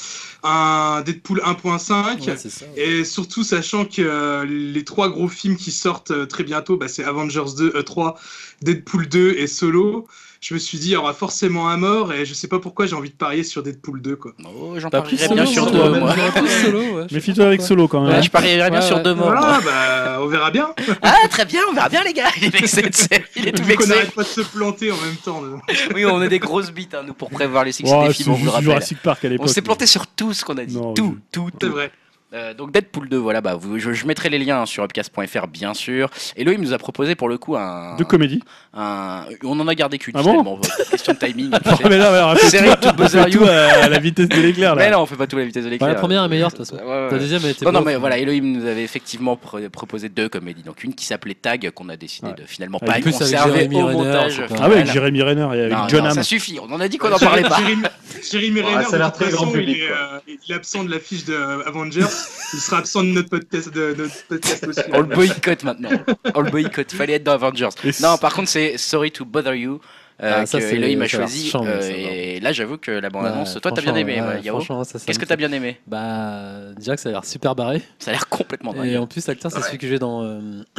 Speaker 4: un Deadpool 1.5.
Speaker 3: Ouais, c'est ça.
Speaker 4: Et surtout, sachant que euh, les trois gros films qui sortent euh, très bientôt, bah, c'est Avengers 2, euh, 3, Deadpool 2 et Solo, je me suis dit, il y aura forcément un mort, et je sais pas pourquoi j'ai envie de parier sur Deadpool 2. Quoi.
Speaker 1: Oh, j'en
Speaker 3: T'as pris
Speaker 1: parierais bien
Speaker 3: solo,
Speaker 1: sur
Speaker 3: ouais,
Speaker 1: deux,
Speaker 3: ouais,
Speaker 1: moi.
Speaker 3: j'aurais pris solo, ouais, je sais
Speaker 2: Mais
Speaker 3: pas
Speaker 2: file-toi avec
Speaker 3: pourquoi.
Speaker 2: Solo quand même.
Speaker 1: Ouais, je parierais bien
Speaker 3: Ouais,
Speaker 1: sur
Speaker 3: ouais.
Speaker 1: deux morts. moi.
Speaker 4: Voilà, bah, on verra bien.
Speaker 1: Ah, très bien, on verra bien, les gars. Il est vexé de se- Il est tout
Speaker 4: Vu qu'on
Speaker 1: vexé.
Speaker 4: n'arrête pas de se planter en même temps. donc.
Speaker 1: Oui, on est des grosses bites, hein, nous, pour prévoir les succès
Speaker 2: Ouais,
Speaker 1: des
Speaker 2: c'est
Speaker 1: films, on vous le
Speaker 2: juste
Speaker 1: rappelle.
Speaker 2: Jurassic Park à l'époque.
Speaker 1: On s'est planté sur tout ce qu'on a dit.
Speaker 2: Non,
Speaker 1: tout, tout,
Speaker 4: C'est
Speaker 1: tout.
Speaker 4: vrai.
Speaker 1: Euh, donc Deadpool 2, voilà, bah, vous- je, je mettrai les liens hein, sur upcast.fr, bien sûr. Elohim nous a proposé pour le coup un.
Speaker 2: De comédie.
Speaker 1: un- on en a gardé qu'une,
Speaker 2: Ah bon
Speaker 1: finalement. question de timing. tu
Speaker 2: Non,
Speaker 1: sais.
Speaker 2: mais là, ouais, alors,
Speaker 1: Série
Speaker 2: fais-toi-
Speaker 1: tout buzzer
Speaker 2: fais-toi
Speaker 1: you.
Speaker 2: à la vitesse de l'éclair
Speaker 1: mais
Speaker 2: là.
Speaker 1: non, on fait pas tout à la vitesse de l'éclair.
Speaker 3: Ouais, Bah, la première est meilleure, de toute façon.
Speaker 1: Ouais, ouais,
Speaker 3: Ta
Speaker 1: ouais.
Speaker 3: deuxième a été
Speaker 1: Non, Oh, non,
Speaker 3: bof.
Speaker 1: mais voilà, Elohim nous avait effectivement pro- proposé deux comédies. Donc une qui s'appelait Tag, qu'on a décidé
Speaker 2: Ouais.
Speaker 1: de finalement
Speaker 2: Ah,
Speaker 1: pas
Speaker 3: en plus, avec
Speaker 1: conserver
Speaker 3: Jeremy
Speaker 1: au
Speaker 3: Renner,
Speaker 1: montage.
Speaker 3: c'est pas-
Speaker 2: Ah ouais, avec
Speaker 1: final.
Speaker 2: Jeremy Renner et
Speaker 1: Non,
Speaker 2: avec John
Speaker 1: non, ça
Speaker 2: Hamm.
Speaker 1: suffit, on en a dit qu'on en parlait pas.
Speaker 4: Jérémy- Jérémy
Speaker 5: Ouais,
Speaker 4: Renner,
Speaker 5: ça a
Speaker 4: de
Speaker 5: l'air
Speaker 4: toute
Speaker 5: très grand
Speaker 4: façon, il
Speaker 5: public,
Speaker 4: est,
Speaker 5: quoi.
Speaker 4: euh, il est absent de l'affiche de euh, Avengers. il sera absent de notre podcast, de, de notre podcast aussi.
Speaker 1: On le boycotte maintenant. On le boycotte. Fallait être dans Avengers.
Speaker 2: Et
Speaker 1: Non, par contre, c'est Sorry to Bother You. Euh,
Speaker 3: Ah, ça,
Speaker 1: que
Speaker 3: c'est-
Speaker 1: Elohim a
Speaker 3: ça a l'air
Speaker 1: choisi.
Speaker 3: charmant,
Speaker 1: euh,
Speaker 3: ça,
Speaker 1: et là, j'avoue que la bande-annonce,
Speaker 3: Ouais,
Speaker 1: toi, t'as bien aimé, euh,
Speaker 3: franchement, ouais,
Speaker 1: Yao.
Speaker 3: franchement, ça, ça
Speaker 1: Qu'est-ce
Speaker 3: me
Speaker 1: que
Speaker 3: fait-
Speaker 1: t'as bien aimé bah,
Speaker 3: Bah, déjà que ça a l'air super barré.
Speaker 1: Ça a l'air complètement
Speaker 3: Et
Speaker 1: dingue.
Speaker 3: en plus, l'acteur, c'est celui que j'ai dans euh,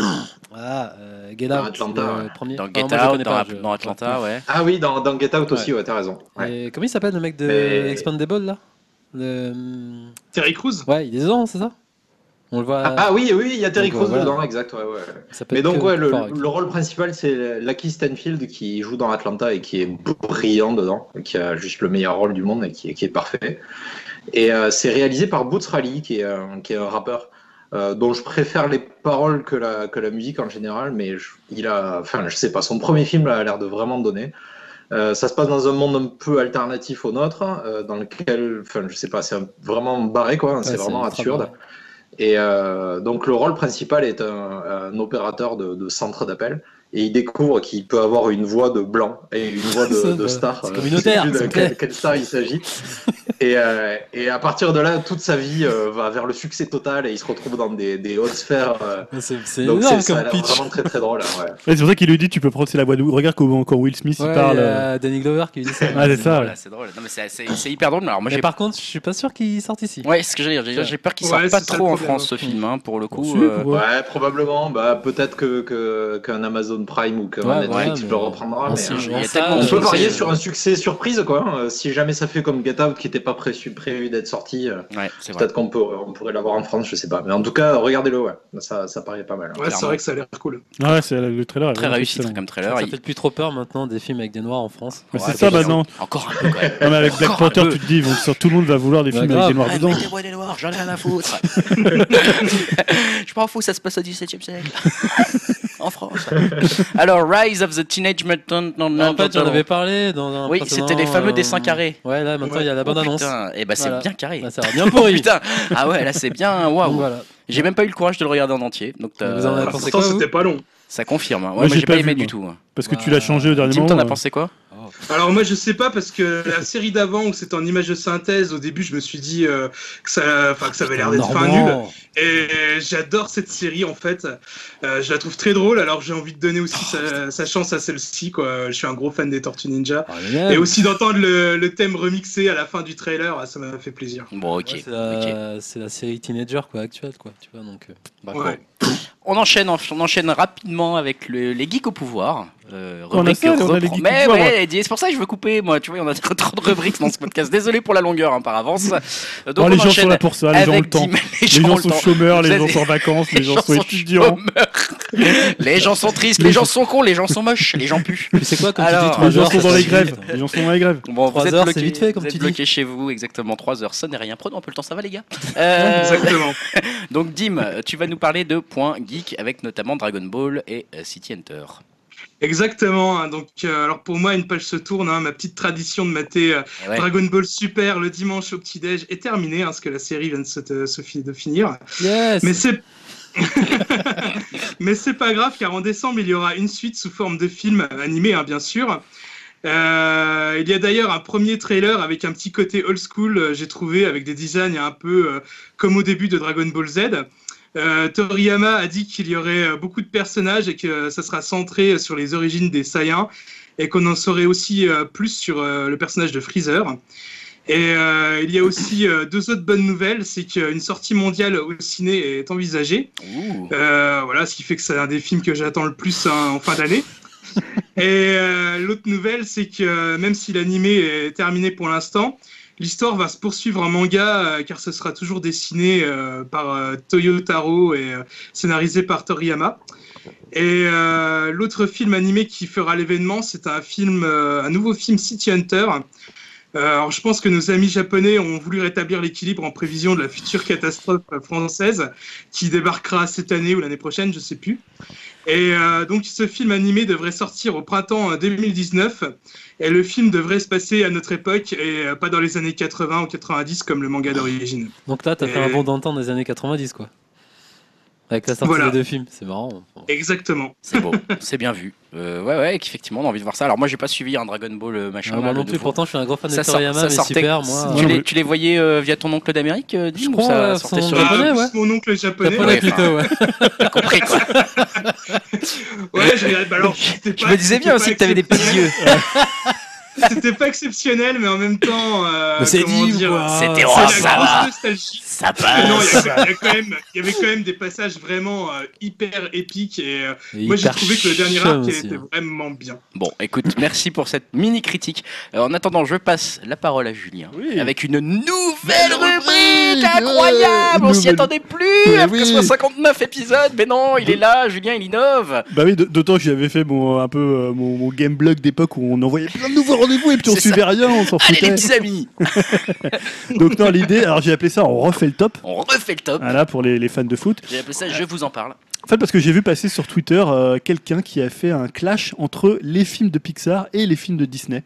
Speaker 3: ah, euh, Get
Speaker 5: Dans
Speaker 3: Out,
Speaker 5: Atlanta,
Speaker 3: le
Speaker 5: ouais.
Speaker 3: premier.
Speaker 1: Dans
Speaker 3: Ah,
Speaker 1: Get
Speaker 3: moi, je le
Speaker 1: Out,
Speaker 3: connais
Speaker 1: dans,
Speaker 3: pas,
Speaker 1: Ap-
Speaker 3: je-
Speaker 1: dans Atlanta, ouais.
Speaker 5: Ah oui, dans, dans Get Out aussi, ouais, t'as raison. Ouais.
Speaker 3: Et comment il s'appelle le mec de
Speaker 5: Mais-
Speaker 3: Expandable là le... euh,
Speaker 4: Terry Crews
Speaker 3: Ouais, il est dedans, c'est ça On le voit.
Speaker 5: Ah, ah oui, oui, il y a Terry
Speaker 3: Donc, euh,
Speaker 5: Crews
Speaker 3: voilà.
Speaker 5: dedans, exact, ouais, ouais.
Speaker 3: ça peut
Speaker 5: Mais
Speaker 3: être
Speaker 5: donc,
Speaker 3: que-
Speaker 5: ouais, le,
Speaker 3: fort,
Speaker 5: le rôle principal, c'est Lucky Stanfield qui joue dans Atlanta et qui est brillant dedans, qui a juste le meilleur rôle du monde et qui, est- qui est parfait. Et euh, c'est réalisé par Boots Rally, qui est, un- qui est un rappeur euh, dont je préfère les paroles que la, que la musique en général, mais je- il a, enfin, je sais pas, son premier film a l'air de vraiment donner. Euh, ça se passe dans un monde un peu alternatif au nôtre, euh, dans lequel, enfin, je sais pas, c'est un- vraiment barré, quoi, hein, c'est
Speaker 3: c'est
Speaker 5: vraiment
Speaker 3: ultra
Speaker 5: absurde.
Speaker 3: barré.
Speaker 5: Et euh, donc le rôle principal est un, un opérateur de, de centre d'appel et il découvre qu'il peut avoir une voix de blanc et une voix
Speaker 3: Ça,
Speaker 5: de, de
Speaker 3: bah,
Speaker 5: star.
Speaker 3: c'est
Speaker 5: Euh,
Speaker 3: communautaire,
Speaker 5: je sais plus de
Speaker 3: s'il te plaît.
Speaker 5: quelle, quelle star il s'agit. et, euh, et à partir de là, toute sa vie euh, va vers le succès total et il se retrouve dans des, des hautes sphères. euh,
Speaker 3: Mais C'est c'est
Speaker 5: donc c'est
Speaker 3: énorme
Speaker 5: ça a
Speaker 3: comme
Speaker 5: l'air
Speaker 3: pitch.
Speaker 5: vraiment très très drôle. hein, ouais.
Speaker 2: Ouais, C'est pour ça qu'il lui dit tu peux prendre c'est la voix de regarde comment quand Will Smith
Speaker 3: Ouais,
Speaker 2: il parle.
Speaker 3: il y
Speaker 2: euh.
Speaker 3: a Danny Glover qui lui dit ça.
Speaker 2: Ah c'est ça. ouais.
Speaker 1: Voilà, c'est drôle. Non, mais c'est- c'est c'est hyper drôle. mais Alors, moi,
Speaker 3: Mais
Speaker 1: j'ai
Speaker 3: par contre, je suis pas sûr qu'il sorte ici.
Speaker 1: Ouais, c'est ce que j'allais dire. J'ai- J'ai peur qu'il
Speaker 4: Ouais,
Speaker 1: sorte
Speaker 4: c'est
Speaker 1: pas
Speaker 4: ça le
Speaker 1: trop en
Speaker 4: problème.
Speaker 1: France ce film, hein, pour le coup.
Speaker 2: Celui,
Speaker 1: euh,
Speaker 2: ouais.
Speaker 5: Ouais, probablement. Bah, peut-être que que- qu'un Amazon Prime ou qu'un
Speaker 3: Ouais,
Speaker 5: Netflix
Speaker 3: voilà, mais-
Speaker 5: le reprendra.
Speaker 3: on
Speaker 5: mais,
Speaker 3: sait-
Speaker 5: euh,
Speaker 1: il y a
Speaker 3: on sait-
Speaker 1: tellement-
Speaker 5: On
Speaker 1: Euh,
Speaker 5: peut
Speaker 1: c'est-
Speaker 5: parier sur un succès surprise, quoi. Euh, si jamais ça fait comme Get Out qui n'était pas prévu, prévu d'être sorti, euh,
Speaker 1: Ouais, c'est vrai.
Speaker 5: peut-être qu'on peut, on pourrait l'avoir en France, je sais pas. Mais en tout cas, regardez-le, ouais. Ça, ça paraît pas mal. hein.
Speaker 4: Ouais, c'est
Speaker 1: clairement.
Speaker 4: vrai que ça a l'air cool.
Speaker 2: Ouais, c'est le trailer. est
Speaker 1: Très
Speaker 2: vraiment
Speaker 1: réussi
Speaker 2: excellent.
Speaker 1: comme trailer.
Speaker 3: Ça
Speaker 1: Il-
Speaker 3: fait plus trop peur maintenant des films avec des noirs en France.
Speaker 2: Mais
Speaker 1: Ouais,
Speaker 2: c'est ça
Speaker 1: mais
Speaker 2: maintenant.
Speaker 1: Encore un peu, quand même.
Speaker 2: Non mais avec Black
Speaker 1: Encore un
Speaker 2: Panther,
Speaker 1: peu.
Speaker 2: tu te dis ils vont sortir- tout le monde va vouloir des
Speaker 3: Bah,
Speaker 2: films avec des
Speaker 3: grave.
Speaker 2: noirs
Speaker 1: Ah,
Speaker 2: dedans.
Speaker 1: mettez-moi des noirs, j'en ai rien à foutre. Je m'en fous, ça se passe au 17 e siècle. en France. Alors, Rise of the Teenage Mutant. Non, non,
Speaker 3: en fait, Ah, j'en avais parlé dans un
Speaker 1: Oui,
Speaker 3: précédent,
Speaker 1: c'était les fameux
Speaker 3: euh,
Speaker 1: dessins carrés.
Speaker 3: Ouais, là maintenant, il y a la bande-annonce.
Speaker 1: Et bah, c'est
Speaker 3: Voilà.
Speaker 1: bien carré.
Speaker 3: Là, ça va bien pourri.
Speaker 1: Putain, ah ouais, là c'est bien.
Speaker 3: Donc,
Speaker 1: Waouh,
Speaker 3: Voilà.
Speaker 1: j'ai même pas eu le courage de le regarder en entier, donc euh,
Speaker 3: Vous en avez-
Speaker 4: Enfin,
Speaker 5: Bah,
Speaker 3: pensez
Speaker 4: pourtant,
Speaker 3: quoi, vous
Speaker 4: c'était pas long.
Speaker 1: ça confirme. hein. Ouais,
Speaker 2: Moi,
Speaker 1: moi
Speaker 2: j'ai
Speaker 1: j'ai pas,
Speaker 2: pas
Speaker 1: aimé
Speaker 2: vu,
Speaker 1: du tout. hein.
Speaker 2: Parce que tu
Speaker 3: Bah,
Speaker 2: l'as changé au dernier
Speaker 1: Tim,
Speaker 2: moment.
Speaker 1: t'en as
Speaker 2: euh.
Speaker 1: pensé quoi
Speaker 4: Alors moi je sais pas parce que la série d'avant où c'était en image de synthèse au début je me suis dit euh, que ça enfin que ça avait l'air d'être fin nul
Speaker 3: Normand.
Speaker 4: et j'adore cette série en fait Euh, je la trouve très drôle alors j'ai envie de donner aussi sa, sa chance à celle-ci quoi je suis un gros fan des Tortues Ninja
Speaker 3: Ah, génial.
Speaker 1: Euh.
Speaker 4: et aussi d'entendre le, le thème remixé à la fin du trailer ah, ça m'a fait plaisir
Speaker 1: Bon, ok.
Speaker 3: Ouais, c'est euh,
Speaker 1: ok.
Speaker 3: la, c'est la série teenager quoi, actuelle. Quoi, tu vois, donc, euh,
Speaker 1: Bah,
Speaker 4: Ouais.
Speaker 1: bon. On enchaîne, on enchaîne rapidement avec le- les geeks au pouvoir. Euh,
Speaker 2: On a
Speaker 1: rubrique
Speaker 2: ça, on a les
Speaker 1: reprend-
Speaker 2: geeks au
Speaker 1: Mais
Speaker 2: pouvoir,
Speaker 1: ouais, c'est pour ça que je veux couper, moi. Tu vois, on a trop de rubriques dans ce podcast. Désolé pour la longueur hein, par avance. Euh,
Speaker 2: Bon,
Speaker 1: Donc
Speaker 2: les
Speaker 1: on
Speaker 2: gens sont
Speaker 1: enchaîne
Speaker 2: là pour ça, les
Speaker 1: avec
Speaker 2: gens ont le temps.
Speaker 1: Dim- les
Speaker 2: Les
Speaker 1: gens ont
Speaker 2: gens
Speaker 1: le
Speaker 2: sont
Speaker 1: temps.
Speaker 2: chômeurs, les
Speaker 1: Ça,
Speaker 2: gens
Speaker 1: c'est-
Speaker 2: sont en vacances, les gens sont étudiants.
Speaker 1: chômeurs. les gens sont tristes, les gens sont cons, les gens sont moches, les gens puent.
Speaker 3: Mais c'est quoi comme
Speaker 1: Alors,
Speaker 3: tu dis
Speaker 2: Les gens
Speaker 3: trois
Speaker 2: sont
Speaker 3: heures,
Speaker 2: dans
Speaker 3: ça
Speaker 2: les
Speaker 3: se
Speaker 2: grèves.
Speaker 3: limite.
Speaker 2: Les gens sont dans les grèves.
Speaker 1: Bon,
Speaker 3: Trois
Speaker 1: vous êtes
Speaker 3: heures,
Speaker 1: bloqués-
Speaker 3: c'est vite fait, comme
Speaker 1: vous êtes
Speaker 3: tu dis.
Speaker 1: bloqués chez vous, exactement. 3 heures, ça n'est rien. Prenons un peu le temps, ça va les gars Euh,
Speaker 4: exactement
Speaker 1: Donc Dim, tu vas nous parler de points geek avec notamment Dragon Ball et euh, City Hunter.
Speaker 4: exactement hein. donc euh, alors pour moi une page se tourne hein. ma petite tradition de mater euh,
Speaker 1: Eh ouais.
Speaker 4: Dragon Ball Super le dimanche au petit-déj est terminée hein, parce que la série vient de se, de se fi- de finir
Speaker 3: Yes
Speaker 4: Mais c'est Mais c'est pas grave car en décembre il y aura une suite sous forme de film animé hein, bien sûr. Euh, il y a d'ailleurs un premier trailer avec un petit côté old school euh, j'ai trouvé avec des designs un peu euh, comme au début de Dragon Ball Z. Euh, Toriyama a dit qu'il y aurait euh, beaucoup de personnages et que euh, ça sera centré sur les origines des Saiyans et qu'on en saurait aussi euh, plus sur euh, le personnage de Freezer. Et euh, il y a aussi euh, deux autres bonnes nouvelles, c'est qu'une sortie mondiale au ciné est envisagée.
Speaker 1: Ouh.
Speaker 4: Euh, voilà, ce qui fait que c'est un des films que j'attends le plus hein, en fin d'année. Et euh, l'autre nouvelle, c'est que euh, même si l'animé est terminé pour l'instant, l'histoire va se poursuivre en manga euh, car ce sera toujours dessiné euh, par euh, Toyotaro et euh, scénarisé par Toriyama. Et euh, l'autre film animé qui fera l'événement, c'est un film, euh, un nouveau film City Hunter. Euh, alors, je pense que nos amis japonais ont voulu rétablir l'équilibre en prévision de la future catastrophe euh, française qui débarquera cette année ou l'année prochaine, je sais plus. Et euh, donc ce film animé devrait sortir au printemps euh, 2019 et le film devrait se passer à notre époque et euh, pas dans les années 80 ou 90 comme le manga d'origine.
Speaker 3: Donc là, t'as fait un
Speaker 4: Et-
Speaker 3: bon d'antan des années 90, quoi. Avec la sortie
Speaker 4: Voilà.
Speaker 3: des deux films, c'est marrant. Bon. Ah,
Speaker 4: Exactement.
Speaker 1: C'est beau, c'est bien vu. Euh, ouais, ouais, effectivement, on a envie de voir ça. Alors moi, j'ai pas suivi un Dragon Ball euh, machin.
Speaker 3: Ah, moi
Speaker 1: là, le
Speaker 3: non plus,
Speaker 1: nouveau.
Speaker 3: pourtant, je suis un gros fan de
Speaker 1: sort-
Speaker 3: Toriyama, mais
Speaker 1: sortait-
Speaker 3: super, moi.
Speaker 1: Tu
Speaker 2: euh,
Speaker 1: les, tu les voyais euh, via ton oncle d'Amérique, euh, Dim,
Speaker 3: Je
Speaker 1: ou
Speaker 3: crois,
Speaker 1: ça
Speaker 3: euh,
Speaker 1: sortait
Speaker 3: son
Speaker 1: sur
Speaker 3: oncle.
Speaker 1: les-
Speaker 3: Japonais,
Speaker 4: Ah, plus
Speaker 3: ouais.
Speaker 4: Mon oncle japonais.
Speaker 3: Japonais
Speaker 1: ouais,
Speaker 3: plutôt, ouais.
Speaker 1: T'as compris quoi
Speaker 4: Ouais, j'ai regardé- bah alors, c'était
Speaker 1: Je
Speaker 4: pas-
Speaker 1: me disais bien aussi
Speaker 4: c'était pas
Speaker 1: que t'avais des petits yeux.
Speaker 4: exceptionnel- C'était pas exceptionnel, mais en même temps. euh,
Speaker 3: Mais c'est
Speaker 4: comment
Speaker 3: dit,
Speaker 4: dire,
Speaker 3: quoi.
Speaker 1: C'était
Speaker 4: c'est
Speaker 1: Oh,
Speaker 4: la
Speaker 1: ça
Speaker 4: grosse
Speaker 1: va.
Speaker 4: nostalgie.
Speaker 1: Ça
Speaker 4: Ah non,
Speaker 1: passe.
Speaker 4: il y, a- il y a quand même- il y avait quand même des passages vraiment euh, hyper épiques et euh,
Speaker 3: Et
Speaker 4: moi j'ai
Speaker 3: hyper
Speaker 4: trouvé que le dernier
Speaker 3: chum
Speaker 4: arc
Speaker 3: aussi,
Speaker 4: était
Speaker 3: hein.
Speaker 4: vraiment bien.
Speaker 1: Bon, écoute, merci pour cette mini critique. Euh, en attendant, je passe la parole à Julien.
Speaker 2: Oui.
Speaker 1: Avec une nouvelle rubrique
Speaker 2: rubrique,
Speaker 1: incroyable,
Speaker 2: ouais,
Speaker 1: on s'y
Speaker 2: nouvelle-
Speaker 1: attendait plus,
Speaker 2: Mais
Speaker 1: après
Speaker 2: oui.
Speaker 1: soit 59 épisodes, mais non, il est là, Julien, il innove.
Speaker 2: Bah oui, d- d'autant que j'avais fait mon, un peu euh, mon, mon game blog d'époque où on envoyait plein de nouveaux rendez-vous et puis on
Speaker 1: C'est ça.
Speaker 2: suivait rien, on s'en
Speaker 1: Allez les
Speaker 2: foutait.
Speaker 1: petits amis,
Speaker 2: Donc non, l'idée, alors j'ai appelé ça on refait le top.
Speaker 1: on refait le top.
Speaker 2: Voilà, pour les, les fans de foot.
Speaker 1: J'ai appelé ça Je vous en parle.
Speaker 2: En fait, parce que j'ai vu passer sur Twitter euh, quelqu'un qui a fait un clash entre les films de Pixar et les films de Disney.